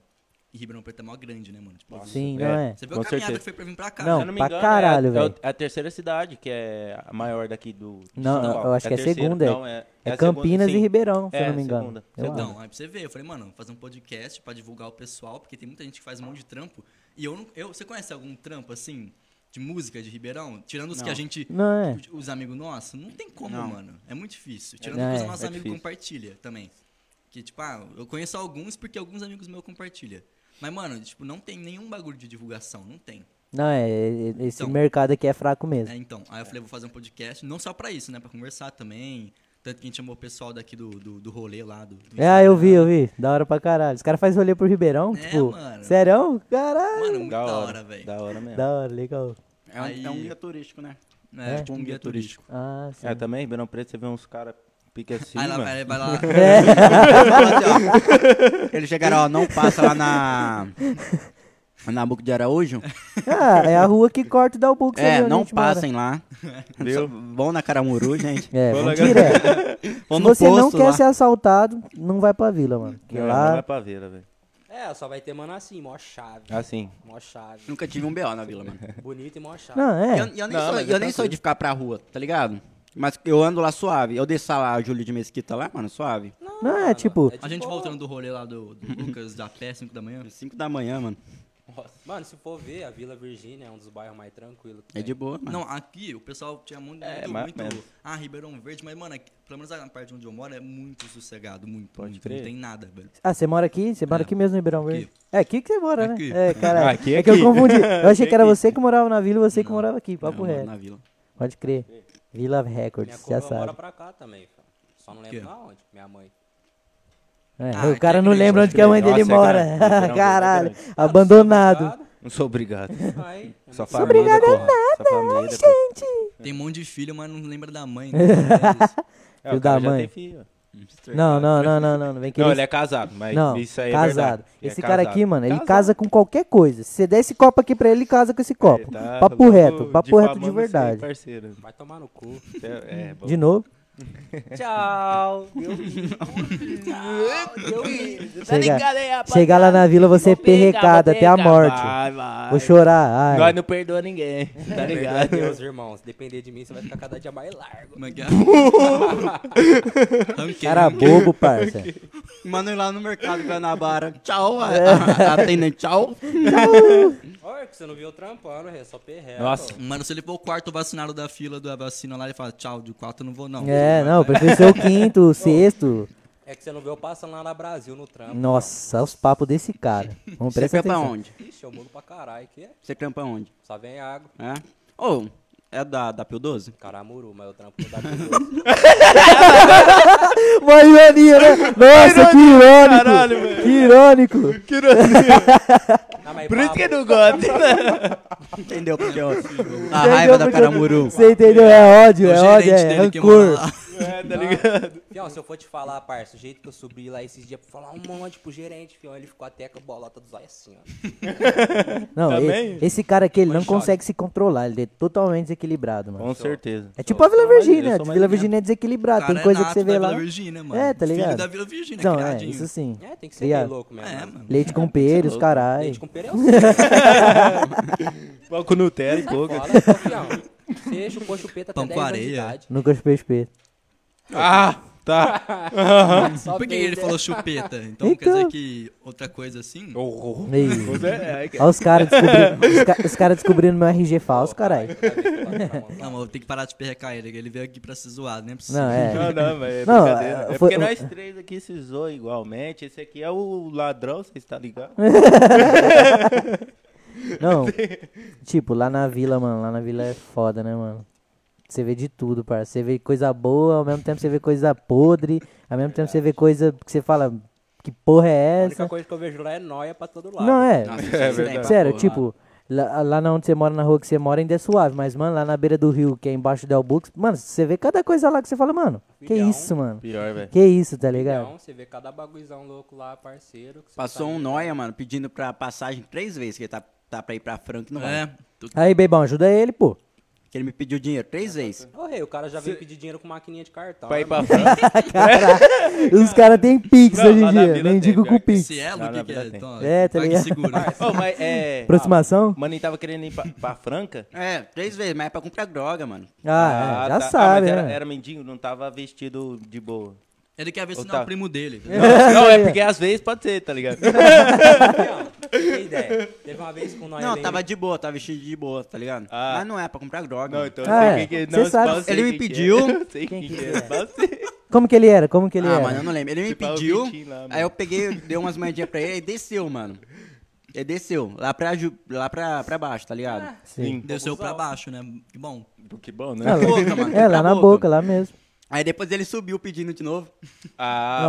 [SPEAKER 1] E Ribeirão Preto é mó grande, né, mano? Tipo,
[SPEAKER 3] Sim,
[SPEAKER 4] é.
[SPEAKER 3] não é?
[SPEAKER 1] você viu
[SPEAKER 4] com
[SPEAKER 1] a caminhada
[SPEAKER 4] certeza.
[SPEAKER 1] que foi pra vir pra cá. né?
[SPEAKER 3] Não,
[SPEAKER 4] Se eu me
[SPEAKER 3] pra
[SPEAKER 4] engano,
[SPEAKER 3] caralho,
[SPEAKER 4] é a-
[SPEAKER 3] velho.
[SPEAKER 4] É a terceira cidade que é a maior daqui do. de
[SPEAKER 3] Não,
[SPEAKER 4] São Paulo.
[SPEAKER 3] eu acho que é
[SPEAKER 4] terceira,
[SPEAKER 3] segunda, é.
[SPEAKER 4] não,
[SPEAKER 3] É,
[SPEAKER 4] é a segunda,
[SPEAKER 3] Campinas
[SPEAKER 4] sim.
[SPEAKER 3] e Ribeirão, se
[SPEAKER 4] É,
[SPEAKER 3] eu não me engano.
[SPEAKER 4] segunda.
[SPEAKER 3] Eu
[SPEAKER 4] Segunda.
[SPEAKER 3] acho.
[SPEAKER 1] Então, aí pra você ver, eu falei, mano, fazer um podcast pra divulgar o pessoal, porque tem muita gente que faz um monte de trampo. E eu não. Eu, você conhece algum trampo assim? De música de Ribeirão? Tirando os que a gente.
[SPEAKER 3] Não é?
[SPEAKER 1] Os amigos nossos? Não tem como, mano. É muito difícil. Tirando
[SPEAKER 3] Não
[SPEAKER 1] que os
[SPEAKER 3] é.
[SPEAKER 1] nossos
[SPEAKER 4] É
[SPEAKER 1] amigos
[SPEAKER 4] difícil.
[SPEAKER 1] compartilham também. Que, tipo, ah, eu conheço alguns porque alguns amigos meus compartilham. Mas, mano, tipo, não tem nenhum bagulho de divulgação, não tem.
[SPEAKER 3] Não é? e- e- Esse
[SPEAKER 1] Então.
[SPEAKER 3] mercado aqui é fraco mesmo.
[SPEAKER 1] É, então, aí eu falei, vou fazer um podcast, não só pra isso, né? Pra conversar também. Tanto que a gente chamou o pessoal daqui do, do, do rolê lá. Do, do
[SPEAKER 3] É,
[SPEAKER 1] Instagram.
[SPEAKER 3] eu vi, eu vi. Da hora pra caralho. Os caras fazem rolê pro Ribeirão,
[SPEAKER 1] É,
[SPEAKER 3] tipo.
[SPEAKER 1] mano.
[SPEAKER 3] Serão? Caralho.
[SPEAKER 1] Mano, é muito
[SPEAKER 4] Da hora,
[SPEAKER 1] velho.
[SPEAKER 4] Da hora mesmo.
[SPEAKER 3] Da hora, legal.
[SPEAKER 6] É um,
[SPEAKER 1] Aí-
[SPEAKER 6] é um guia turístico, né?
[SPEAKER 1] É, tipo um guia turístico.
[SPEAKER 3] Ah, sim.
[SPEAKER 4] É, também, Ribeirão Preto, você vê uns caras pique assim,
[SPEAKER 1] Aí lá,
[SPEAKER 4] mano.
[SPEAKER 1] vai vai lá.
[SPEAKER 6] Eles chegaram, ó, não passa lá na. Na Buco de Araújo.
[SPEAKER 3] Ah, é a rua que corta o Dalbuco.
[SPEAKER 6] É,
[SPEAKER 3] sabe onde a
[SPEAKER 6] não
[SPEAKER 3] gente mora.
[SPEAKER 6] passem lá. Só- Vão na Caramuru, gente.
[SPEAKER 3] É,
[SPEAKER 4] Vou
[SPEAKER 3] vão
[SPEAKER 4] largar-
[SPEAKER 3] direto.
[SPEAKER 6] Vão
[SPEAKER 3] Se
[SPEAKER 6] no
[SPEAKER 3] você não
[SPEAKER 6] posto
[SPEAKER 3] quer
[SPEAKER 6] lá.
[SPEAKER 3] ser assaltado, não vai pra vila, mano. Porque
[SPEAKER 4] Não, não
[SPEAKER 3] lá.
[SPEAKER 4] vai pra vila, velho.
[SPEAKER 5] É, só vai ter mano assim, mó chave.
[SPEAKER 4] Assim.
[SPEAKER 5] Mó chave.
[SPEAKER 6] Nunca tive um BO na vila, mano.
[SPEAKER 5] Bonito e mó chave.
[SPEAKER 3] Não,
[SPEAKER 6] E
[SPEAKER 3] é.
[SPEAKER 6] Eu, e eu nem,
[SPEAKER 4] Não,
[SPEAKER 6] sou,
[SPEAKER 4] mas
[SPEAKER 6] eu
[SPEAKER 4] é
[SPEAKER 6] nem sou
[SPEAKER 4] tranquilo.
[SPEAKER 6] de ficar pra rua, tá ligado? Mas eu ando lá suave. Eu deixar lá o Júlio de Mesquita lá, mano, suave.
[SPEAKER 3] Não, é tipo.
[SPEAKER 5] É de
[SPEAKER 1] A gente
[SPEAKER 5] boa.
[SPEAKER 1] voltando do rolê lá do, do Lucas, da pé, 5 da manhã.
[SPEAKER 6] 5 da manhã, mano.
[SPEAKER 5] Mano, se for ver, a Vila Virgínia é um dos bairros mais tranquilos. que
[SPEAKER 6] É
[SPEAKER 5] tem.
[SPEAKER 6] de boa, mano.
[SPEAKER 1] Não, aqui o pessoal tinha muito,
[SPEAKER 4] É,
[SPEAKER 1] muito,
[SPEAKER 4] mais
[SPEAKER 1] muito-
[SPEAKER 4] ou menos.
[SPEAKER 1] Ah, Ribeirão Verde, mas, mano, aqui, pelo menos na parte onde eu moro é muito sossegado, muito.
[SPEAKER 4] Pode
[SPEAKER 1] muito,
[SPEAKER 4] crer.
[SPEAKER 1] Não tem nada, velho.
[SPEAKER 3] Ah, você mora aqui? Você mora aqui mesmo em Ribeirão Verde? É aqui que você mora,
[SPEAKER 1] Aqui.
[SPEAKER 3] né? É, caralho.
[SPEAKER 4] Aqui,
[SPEAKER 3] é que eu
[SPEAKER 4] aqui.
[SPEAKER 3] confundi. Eu achei que era
[SPEAKER 4] Aqui.
[SPEAKER 3] você que morava na vila e você que morava aqui, papo
[SPEAKER 6] Eu moro
[SPEAKER 3] reto.
[SPEAKER 6] na vila.
[SPEAKER 3] Pode crer. Vila
[SPEAKER 5] Minha
[SPEAKER 3] Records, já
[SPEAKER 5] coroa mora
[SPEAKER 3] sabe.
[SPEAKER 5] pra cá também, fã. Só não lembro
[SPEAKER 1] Que?
[SPEAKER 5] na onde. Minha mãe.
[SPEAKER 3] É,
[SPEAKER 1] Ah,
[SPEAKER 3] o cara
[SPEAKER 1] aqui é
[SPEAKER 3] não
[SPEAKER 1] grande,
[SPEAKER 3] lembra
[SPEAKER 1] pode
[SPEAKER 3] onde que a mãe dele
[SPEAKER 4] Nossa, é
[SPEAKER 3] mora.
[SPEAKER 4] grande. Ribeirão Verde é
[SPEAKER 3] Caralho,
[SPEAKER 4] grande.
[SPEAKER 3] abandonado.
[SPEAKER 4] Não sou obrigado.
[SPEAKER 5] Aí, é
[SPEAKER 4] Sua
[SPEAKER 5] muito
[SPEAKER 4] família, porra.
[SPEAKER 3] né?
[SPEAKER 4] Sua família, porra.
[SPEAKER 3] É.
[SPEAKER 1] Tem um monte de filho, mas não lembra da mãe. né? É isso.
[SPEAKER 4] É, o
[SPEAKER 3] Filho
[SPEAKER 4] cara
[SPEAKER 3] da
[SPEAKER 4] já
[SPEAKER 3] mãe.
[SPEAKER 4] tem filho.
[SPEAKER 3] Não, não, não, não, não, não vem querer.
[SPEAKER 4] Não, ele é casado, mas
[SPEAKER 3] Não,
[SPEAKER 4] isso aí é
[SPEAKER 3] casado.
[SPEAKER 4] verdade. Ele é
[SPEAKER 3] esse cara
[SPEAKER 4] casado.
[SPEAKER 3] aqui, mano, ele
[SPEAKER 4] Casado.
[SPEAKER 3] casa com qualquer coisa. Se você der esse copo aqui pra ele, ele casa com esse copo.
[SPEAKER 4] Ele tá
[SPEAKER 3] papo
[SPEAKER 4] louco,
[SPEAKER 3] reto, papo reto de
[SPEAKER 4] difamando
[SPEAKER 3] verdade.
[SPEAKER 4] sem parceiro.
[SPEAKER 5] Vai tomar no cu.
[SPEAKER 4] É, é, bom.
[SPEAKER 3] De novo.
[SPEAKER 5] Tchau. Meu
[SPEAKER 7] Tá
[SPEAKER 3] Chega-
[SPEAKER 7] ligado aí, rapaz?
[SPEAKER 3] Chegar lá na vila, você é
[SPEAKER 7] Vou pegar,
[SPEAKER 3] perrecado
[SPEAKER 7] vou
[SPEAKER 3] até a
[SPEAKER 7] pegar.
[SPEAKER 3] morte.
[SPEAKER 4] Vai, vai.
[SPEAKER 3] Vou chorar. ai.
[SPEAKER 4] Nós não perdoa ninguém,
[SPEAKER 3] É
[SPEAKER 4] tá
[SPEAKER 5] Obrigado,
[SPEAKER 4] ligado?
[SPEAKER 5] Deus, irmão. Se depender de mim, você vai ficar cada dia mais largo.
[SPEAKER 1] Como é que é? Ranqueiro.
[SPEAKER 3] Cara bobo, parça.
[SPEAKER 6] Mano, ir lá no mercado Guanabara. Tchau, a,
[SPEAKER 3] É.
[SPEAKER 6] a, a atendente, tchau.
[SPEAKER 5] Olha, que você não viu eu trampando, é só perreco.
[SPEAKER 4] Nossa.
[SPEAKER 1] Mano, se ele for o quarto vacinado da fila da vacina lá, ele fala, tchau, de quatro eu não vou, não.
[SPEAKER 3] É, não, eu prefiro ser o quinto, o sexto.
[SPEAKER 4] Tá
[SPEAKER 5] É que você não viu eu passando lá na Brasil no trampo.
[SPEAKER 3] Nossa, os papos desse cara. Vamos
[SPEAKER 6] Você
[SPEAKER 3] prestar
[SPEAKER 6] campa
[SPEAKER 3] atenção.
[SPEAKER 6] onde?
[SPEAKER 5] Ixi, eu mudo pra caralho. Que é?
[SPEAKER 6] Você campa onde?
[SPEAKER 5] Só vem água.
[SPEAKER 6] É? Ô, é da, da Pio 12?
[SPEAKER 5] Caramuru, mas eu trampo no W12.
[SPEAKER 3] Uma ironia, né? Nossa, que irônico! que irônico!
[SPEAKER 5] Não, mas
[SPEAKER 4] Por isso que
[SPEAKER 5] papo-
[SPEAKER 4] não gosta.
[SPEAKER 6] Entendeu? Porque ó, a raiva da
[SPEAKER 3] porque-
[SPEAKER 6] Caramuru.
[SPEAKER 3] Você entendeu? É ódio,
[SPEAKER 1] O
[SPEAKER 3] é
[SPEAKER 1] gerente
[SPEAKER 3] ódio, é
[SPEAKER 1] dele que
[SPEAKER 3] rancor.
[SPEAKER 1] mora lá.
[SPEAKER 4] É, tá ligado?
[SPEAKER 5] Fião, se eu for te falar, parça, o jeito que eu subi lá esses dias pra falar um monte pro gerente, fião, ele ficou até com a bolota dos olhos assim, ó.
[SPEAKER 3] Não, e-
[SPEAKER 4] Também?
[SPEAKER 3] esse cara aqui, ele não consegue se controlar, ele é totalmente desequilibrado, mano.
[SPEAKER 4] Com certeza.
[SPEAKER 3] É tipo a Vila
[SPEAKER 4] eu
[SPEAKER 3] Virgínia,
[SPEAKER 4] sou
[SPEAKER 3] Vila Virgínia é desequilibrado, tem
[SPEAKER 1] Cara, é
[SPEAKER 3] coisa que
[SPEAKER 1] nato
[SPEAKER 3] você vê
[SPEAKER 1] da
[SPEAKER 3] lá.
[SPEAKER 1] Vila Virgínia, mano.
[SPEAKER 3] É, tá ligado?
[SPEAKER 1] Filho da Vila Virgínia,
[SPEAKER 3] Não, é,
[SPEAKER 1] criadinho.
[SPEAKER 3] isso sim.
[SPEAKER 5] É, tem que ser
[SPEAKER 3] Criado.
[SPEAKER 5] meio louco mesmo.
[SPEAKER 1] É,
[SPEAKER 5] né?
[SPEAKER 1] mano.
[SPEAKER 3] Leite com pera, os caralho.
[SPEAKER 5] Leite com pera é o quê?
[SPEAKER 4] Foco Nutella e pouco.
[SPEAKER 5] Fala, só, fião. Você chupou chupeta até
[SPEAKER 1] Pão com
[SPEAKER 5] 10 anos de
[SPEAKER 1] areia.
[SPEAKER 5] idade.
[SPEAKER 3] Nunca chupei espeto.
[SPEAKER 4] Ah, tá.
[SPEAKER 5] Só
[SPEAKER 1] Por que
[SPEAKER 5] fez,
[SPEAKER 1] ele
[SPEAKER 5] né?
[SPEAKER 1] falou chupeta? Então, quer
[SPEAKER 3] é. Então.
[SPEAKER 1] dizer que outra coisa assim?
[SPEAKER 3] Ei,
[SPEAKER 4] É, é que-
[SPEAKER 3] Olha os caras descobrindo, os ca- os caras descobrindo meu RG falso, caralho.
[SPEAKER 1] Não, mas eu tenho que parar de perrecar ele, que ele veio aqui pra ser zoado, né?
[SPEAKER 3] Não, é.
[SPEAKER 4] Não, não, mas é
[SPEAKER 3] Não,
[SPEAKER 4] brincadeira.
[SPEAKER 3] é,
[SPEAKER 4] É
[SPEAKER 3] foi-
[SPEAKER 4] porque nós três aqui se zoam igualmente. Esse aqui é o ladrão, vocês tá ligado?
[SPEAKER 3] É. Não. Tipo, lá na vila, mano. Lá na vila é foda, né, mano? Você vê de tudo, parça. Você vê coisa boa, ao mesmo tempo você vê coisa podre, ao mesmo tempo você vê coisa que você fala, que porra
[SPEAKER 5] A
[SPEAKER 3] é
[SPEAKER 5] única
[SPEAKER 3] essa?
[SPEAKER 5] coisa que eu vejo lá é nóia pra todo lado.
[SPEAKER 3] Não é.
[SPEAKER 6] é
[SPEAKER 3] Sério, tipo, lá, lá na onde você mora, na rua que você mora, ainda é suave, mas, mano, lá na beira do rio, que é embaixo do Elbux, mano, você vê cada coisa lá que você fala, mano, que
[SPEAKER 5] Filhão.
[SPEAKER 3] isso, mano?
[SPEAKER 4] Pior, velho.
[SPEAKER 3] Que isso, tá ligado?
[SPEAKER 5] Então, você vê cada baguizão louco lá, parceiro. que você tá-
[SPEAKER 6] Passou
[SPEAKER 5] sabe.
[SPEAKER 6] um nóia, mano, pedindo pra passagem três vezes, que ele tá, tá pra ir pra Franca, não vai.
[SPEAKER 1] É, tu-
[SPEAKER 3] Aí, beibão, ajuda ele, pô.
[SPEAKER 6] Que ele me pediu dinheiro três vezes.
[SPEAKER 5] Ô, rei, o cara já veio pedir dinheiro com maquininha de cartão.
[SPEAKER 4] Pra
[SPEAKER 5] né,
[SPEAKER 4] ir pra França.
[SPEAKER 3] Os caras têm Pix
[SPEAKER 4] Não,
[SPEAKER 3] hoje em
[SPEAKER 4] lá na
[SPEAKER 3] dia.
[SPEAKER 4] vila
[SPEAKER 3] Mendigo
[SPEAKER 4] tem,
[SPEAKER 3] com
[SPEAKER 4] pior que
[SPEAKER 3] Pix.
[SPEAKER 1] se é,
[SPEAKER 4] Não,
[SPEAKER 1] o que,
[SPEAKER 4] não,
[SPEAKER 1] que
[SPEAKER 4] não
[SPEAKER 1] é?
[SPEAKER 4] tem.
[SPEAKER 1] Então,
[SPEAKER 3] É, tá
[SPEAKER 1] vai que
[SPEAKER 3] ligado?
[SPEAKER 1] segura.
[SPEAKER 4] Ô, mas é.
[SPEAKER 3] Aproximação?
[SPEAKER 4] Ah, Mano, ele tava querendo ir pra, pra Franca?
[SPEAKER 6] É, três vezes, mas é pra comprar droga, mano.
[SPEAKER 3] Ah, é, já
[SPEAKER 4] tá.
[SPEAKER 3] sabe,
[SPEAKER 4] mas
[SPEAKER 3] né?
[SPEAKER 4] Era, era mendigo, não tava vestido de boa.
[SPEAKER 1] Ele quer ver se não é o
[SPEAKER 4] Otávio.
[SPEAKER 1] primo dele.
[SPEAKER 4] Não, não, é porque às vezes pode ser, tá ligado?
[SPEAKER 5] Fião? Que ideia. Teve uma vez com nós.
[SPEAKER 6] Não,
[SPEAKER 5] lá em-
[SPEAKER 6] tava de boa, tava vestido de boa, tá ligado?
[SPEAKER 4] Ah.
[SPEAKER 6] Mas não é pra comprar droga.
[SPEAKER 4] Não,
[SPEAKER 6] mano.
[SPEAKER 4] então
[SPEAKER 3] Ah,
[SPEAKER 4] eu
[SPEAKER 3] é.
[SPEAKER 4] sei quem que
[SPEAKER 3] Cê
[SPEAKER 4] não,
[SPEAKER 3] sabe.
[SPEAKER 4] eu sei
[SPEAKER 6] Ele me
[SPEAKER 4] quem que
[SPEAKER 6] pediu.
[SPEAKER 4] é. Eu sei quem que é. mas sei.
[SPEAKER 3] Como que ele era? Como que ele
[SPEAKER 6] Ah,
[SPEAKER 3] era?
[SPEAKER 6] mano, eu não lembro. Ele me
[SPEAKER 4] Tipo, é o
[SPEAKER 6] pediu,
[SPEAKER 4] Vitinho lá, mano.
[SPEAKER 6] aí eu peguei, dei umas moedinhas pra ele e desceu, mano. Ele desceu, lá pra, ju- lá pra, pra baixo, tá ligado?
[SPEAKER 3] Sim.
[SPEAKER 1] Desceu pra baixo, né? Que bom.
[SPEAKER 4] Que bom, né?
[SPEAKER 3] Ah,
[SPEAKER 6] boca, mano,
[SPEAKER 3] É,
[SPEAKER 6] tem
[SPEAKER 3] lá
[SPEAKER 6] que
[SPEAKER 3] na
[SPEAKER 6] dar
[SPEAKER 3] boca, lá mesmo.
[SPEAKER 6] Aí depois ele subiu pedindo de novo.
[SPEAKER 4] Ah,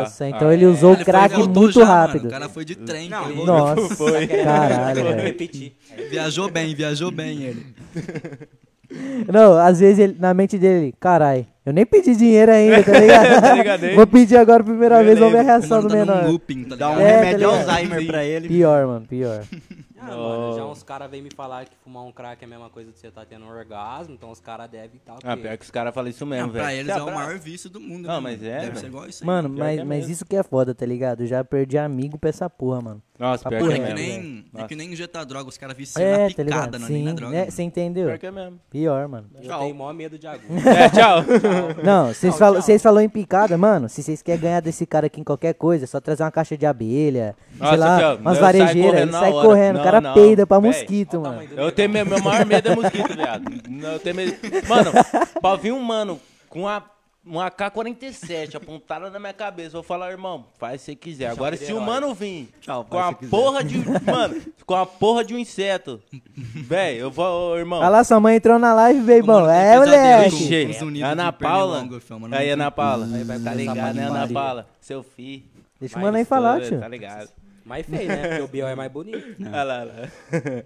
[SPEAKER 3] Nossa,
[SPEAKER 4] pode pá.
[SPEAKER 3] então
[SPEAKER 4] Ah,
[SPEAKER 3] ele usou o
[SPEAKER 1] foi
[SPEAKER 3] crack
[SPEAKER 1] e voltou
[SPEAKER 3] muito
[SPEAKER 1] já, mano.
[SPEAKER 3] rápido.
[SPEAKER 1] O cara foi de trem.
[SPEAKER 6] Não,
[SPEAKER 1] ele
[SPEAKER 6] não.
[SPEAKER 1] voltou.
[SPEAKER 3] Nossa, caralho, velho.
[SPEAKER 5] Repetir.
[SPEAKER 1] Viajou bem, viajou bem ele.
[SPEAKER 3] Não, às vezes ele, na mente dele, carai, Eu nem pedi dinheiro ainda, tá ligado?
[SPEAKER 4] Tá ligado aí?
[SPEAKER 3] Vou pedir agora a primeira
[SPEAKER 4] Eu
[SPEAKER 3] vez, vamos ver a
[SPEAKER 4] lembro.
[SPEAKER 3] reação do
[SPEAKER 1] Mano, tá num
[SPEAKER 3] menor.
[SPEAKER 1] looping, tá
[SPEAKER 6] Dá um
[SPEAKER 1] ligado?
[SPEAKER 3] É, tá
[SPEAKER 6] remédio
[SPEAKER 3] ligado.
[SPEAKER 6] Alzheimer pra ele.
[SPEAKER 3] Pior, mano, pior.
[SPEAKER 5] Ah, mano, já uns caras vêm me falar que fumar um crack é a mesma coisa que você tá tendo um orgasmo, então os caras devem estar o
[SPEAKER 4] Ah,
[SPEAKER 5] quê?
[SPEAKER 4] pior que os caras falam isso
[SPEAKER 1] Não,
[SPEAKER 4] mesmo, velho.
[SPEAKER 1] pra eles
[SPEAKER 4] Você
[SPEAKER 1] é o
[SPEAKER 4] abra-
[SPEAKER 1] maior vício do mundo.
[SPEAKER 4] Não,
[SPEAKER 1] né,
[SPEAKER 4] mas
[SPEAKER 1] mano?
[SPEAKER 4] é,
[SPEAKER 1] Deve
[SPEAKER 4] velho.
[SPEAKER 1] ser igual isso aí.
[SPEAKER 3] Mano,
[SPEAKER 4] Pior que
[SPEAKER 3] mas,
[SPEAKER 4] é
[SPEAKER 3] mas
[SPEAKER 4] mesmo.
[SPEAKER 3] isso que é foda, tá ligado? Já perdi amigo pra essa porra, mano.
[SPEAKER 4] Nosa, pior
[SPEAKER 3] Papo
[SPEAKER 1] É
[SPEAKER 4] que
[SPEAKER 1] que
[SPEAKER 4] é
[SPEAKER 3] reto,
[SPEAKER 4] mesmo.
[SPEAKER 1] nem, é que nem injetar droga, os caras viciam na
[SPEAKER 3] É, tá
[SPEAKER 1] picada,
[SPEAKER 3] ligado?
[SPEAKER 1] não é nem
[SPEAKER 3] Sim,
[SPEAKER 1] na droga.
[SPEAKER 3] né?
[SPEAKER 1] mano.
[SPEAKER 3] Você entendeu?
[SPEAKER 4] Pior que é mesmo.
[SPEAKER 3] Pior, mano.
[SPEAKER 5] Eu tenho maior medo de agulha.
[SPEAKER 4] É, tchau.
[SPEAKER 3] Não, vocês falam, vocês falou em picada, mano. Se vocês querem ganhar desse cara aqui em qualquer coisa, é só trazer uma caixa de abelha,
[SPEAKER 4] Nossa,
[SPEAKER 3] sei lá,
[SPEAKER 4] tio,
[SPEAKER 3] umas
[SPEAKER 4] eu saio
[SPEAKER 3] varejeiras,
[SPEAKER 4] correndo
[SPEAKER 3] ele
[SPEAKER 4] na
[SPEAKER 3] sai
[SPEAKER 4] hora.
[SPEAKER 3] correndo, o
[SPEAKER 4] Não,
[SPEAKER 3] cara
[SPEAKER 4] não,
[SPEAKER 3] peita pra
[SPEAKER 4] véi.
[SPEAKER 3] mosquito,
[SPEAKER 5] Olha o
[SPEAKER 3] mano.
[SPEAKER 5] tamanho do
[SPEAKER 4] Eu tenho meu, meu maior medo é mosquito, viado. Não, Eu tenho medo. Mano, pra vir um mano com uma, um AK-47 apontada na minha cabeça, eu vou falar, irmão, faz se você quiser. Agora, se o mano vir com a porra de. Mano, com a porra de um inseto. Véi, eu vou, ô, irmão.
[SPEAKER 3] Olha lá, sua mãe entrou na live, beibão.
[SPEAKER 1] Mano, tem
[SPEAKER 3] É,
[SPEAKER 1] pesadelo
[SPEAKER 3] moleque.
[SPEAKER 1] com-
[SPEAKER 4] Vixe,
[SPEAKER 1] com os unidos
[SPEAKER 4] Ana
[SPEAKER 1] de
[SPEAKER 4] Paula.
[SPEAKER 1] Pernilongo, filho, mano.
[SPEAKER 4] Aí, Ana Paula.
[SPEAKER 5] vai
[SPEAKER 4] Tá
[SPEAKER 5] começar
[SPEAKER 4] ligado,
[SPEAKER 5] a
[SPEAKER 4] né, Ana
[SPEAKER 5] putaria.
[SPEAKER 4] Paula? Seu filho.
[SPEAKER 3] Deixa o
[SPEAKER 4] Mas
[SPEAKER 3] mano aí falar,
[SPEAKER 4] tu-
[SPEAKER 3] tio.
[SPEAKER 4] Tá ligado.
[SPEAKER 5] Mais feio, né? Porque o Biel é mais bonito.
[SPEAKER 4] Olha lá, olha lá.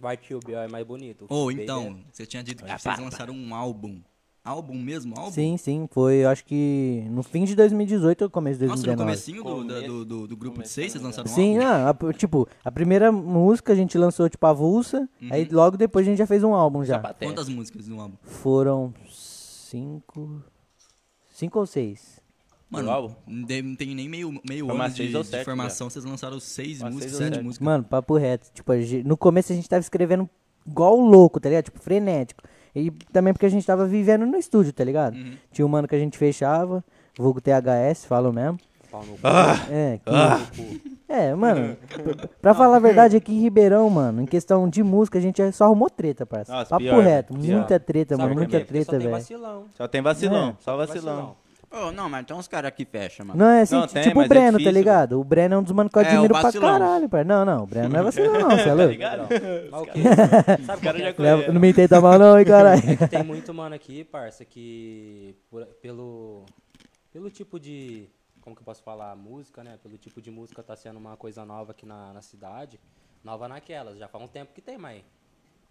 [SPEAKER 5] Vai que o Biel é mais bonito.
[SPEAKER 1] Ou
[SPEAKER 5] Baby é-
[SPEAKER 1] então, você tinha dito que vocês lançaram um álbum. Álbum mesmo? Álbum?
[SPEAKER 3] Sim, sim, foi, eu acho que no fim de 2018 ou começo de
[SPEAKER 1] Nossa, no comecinho
[SPEAKER 3] 2019.
[SPEAKER 1] do, da- do, do, do grupo de seis, vocês lançaram um
[SPEAKER 3] Sim,
[SPEAKER 1] álbum?
[SPEAKER 3] não, a- tipo, a primeira música a gente lançou, tipo, avulsa,
[SPEAKER 4] Uhum.
[SPEAKER 3] aí logo depois a gente já fez um álbum já.
[SPEAKER 1] Quantas músicas no álbum?
[SPEAKER 3] Foram cinco, cinco ou seis.
[SPEAKER 1] Mano,
[SPEAKER 4] álbum?
[SPEAKER 1] não tem- não tem nem meio, meio
[SPEAKER 4] Foi umas
[SPEAKER 1] ano de,
[SPEAKER 4] seis ou
[SPEAKER 1] de
[SPEAKER 4] sete,
[SPEAKER 1] formação, vocês lançaram seis
[SPEAKER 4] Umas
[SPEAKER 1] músicas,
[SPEAKER 4] seis ou
[SPEAKER 1] sete
[SPEAKER 4] sete.
[SPEAKER 1] músicas.
[SPEAKER 3] Mano, papo reto. Tipo, a gen- no começo a gente tava escrevendo igual louco, tá ligado? Tipo, frenético. E também porque a gente tava vivendo no estúdio, tá ligado? Tinha um mano que a gente fechava, vulgo THS, falo mesmo.
[SPEAKER 5] Pau no cu.
[SPEAKER 3] É, que- é, mano, pra- pra falar a verdade, aqui em Ribeirão, mano, em questão de música, a gente é, só arrumou treta, parça.
[SPEAKER 4] Nossa,
[SPEAKER 3] Papo
[SPEAKER 4] pior,
[SPEAKER 3] reto,
[SPEAKER 4] pior.
[SPEAKER 3] muita treta,
[SPEAKER 5] Sabe
[SPEAKER 3] mano,
[SPEAKER 5] por
[SPEAKER 3] muita
[SPEAKER 5] quê?
[SPEAKER 3] treta,
[SPEAKER 5] Porque Só tem
[SPEAKER 3] velho.
[SPEAKER 5] vacilão.
[SPEAKER 4] Só tem vacilão,
[SPEAKER 3] É.
[SPEAKER 4] só
[SPEAKER 5] Vacilão.
[SPEAKER 4] vacilão.
[SPEAKER 6] Ô, não, mas tem uns caras que fecham, mano.
[SPEAKER 3] Não, é assim,
[SPEAKER 4] Não,
[SPEAKER 3] ti-
[SPEAKER 4] tem,
[SPEAKER 3] tipo
[SPEAKER 4] mas
[SPEAKER 3] o
[SPEAKER 4] é
[SPEAKER 3] Breno, tá
[SPEAKER 4] difícil,
[SPEAKER 3] ligado? O Breno é um dos manos que eu
[SPEAKER 6] É, o
[SPEAKER 3] admiro pra
[SPEAKER 6] vacilão.
[SPEAKER 3] caralho, parça. Não, não, o Breno não é vacilão não, você é louco?
[SPEAKER 5] Mas o quê? Sabe qual
[SPEAKER 4] cara
[SPEAKER 5] que é?
[SPEAKER 4] já
[SPEAKER 5] a
[SPEAKER 3] Leva-
[SPEAKER 5] coisa?
[SPEAKER 3] Não me entenda mal não, hein, caralho.
[SPEAKER 5] É que tem muito mano aqui, parça, que por- pelo, pelo tipo de. Como que eu posso falar? Música, né? Pelo tipo de música tá sendo uma coisa nova aqui na, na cidade. Nova naquelas, já faz um tempo que tem, mas.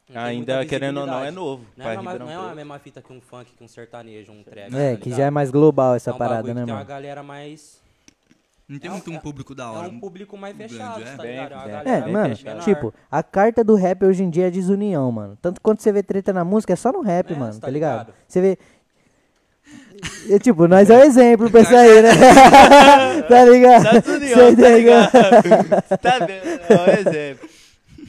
[SPEAKER 5] não tem
[SPEAKER 4] Ainda,
[SPEAKER 5] muita
[SPEAKER 4] querendo ou não, é
[SPEAKER 5] visibilidade.
[SPEAKER 4] novo
[SPEAKER 5] Não é,
[SPEAKER 4] pra
[SPEAKER 5] uma,
[SPEAKER 4] Ribeirão
[SPEAKER 5] não é uma
[SPEAKER 4] Preto.
[SPEAKER 5] mesma fita que um funk, que um sertanejo, um trap.
[SPEAKER 3] É,
[SPEAKER 5] tá
[SPEAKER 3] que
[SPEAKER 5] ligado?
[SPEAKER 3] já é mais global essa
[SPEAKER 5] É um
[SPEAKER 3] parada,
[SPEAKER 5] bagulho
[SPEAKER 3] né,
[SPEAKER 5] que Tem
[SPEAKER 3] mano?
[SPEAKER 5] uma galera mais.
[SPEAKER 1] Não tem
[SPEAKER 5] É um-
[SPEAKER 1] muito um público da
[SPEAKER 5] É
[SPEAKER 1] hora.
[SPEAKER 5] um público mais
[SPEAKER 1] grande,
[SPEAKER 5] fechado,
[SPEAKER 1] é?
[SPEAKER 5] tá
[SPEAKER 4] Bem,
[SPEAKER 5] ligado? uma
[SPEAKER 4] bem.
[SPEAKER 3] É,
[SPEAKER 5] galera
[SPEAKER 4] bem
[SPEAKER 3] mano,
[SPEAKER 5] menor.
[SPEAKER 3] tipo, a carta do rap hoje em dia é desunião, mano. Tanto quanto você vê treta na música, é só no rap,
[SPEAKER 5] É,
[SPEAKER 3] mano,
[SPEAKER 5] cê
[SPEAKER 3] tá
[SPEAKER 5] tá
[SPEAKER 3] ligado?
[SPEAKER 5] ligado?
[SPEAKER 3] Você vê. É, tipo, nós é o exemplo pra isso aí, né? tá ligado?
[SPEAKER 4] Tá
[SPEAKER 3] Cê
[SPEAKER 4] desunião, tá ligado? tá vendo? É um exemplo.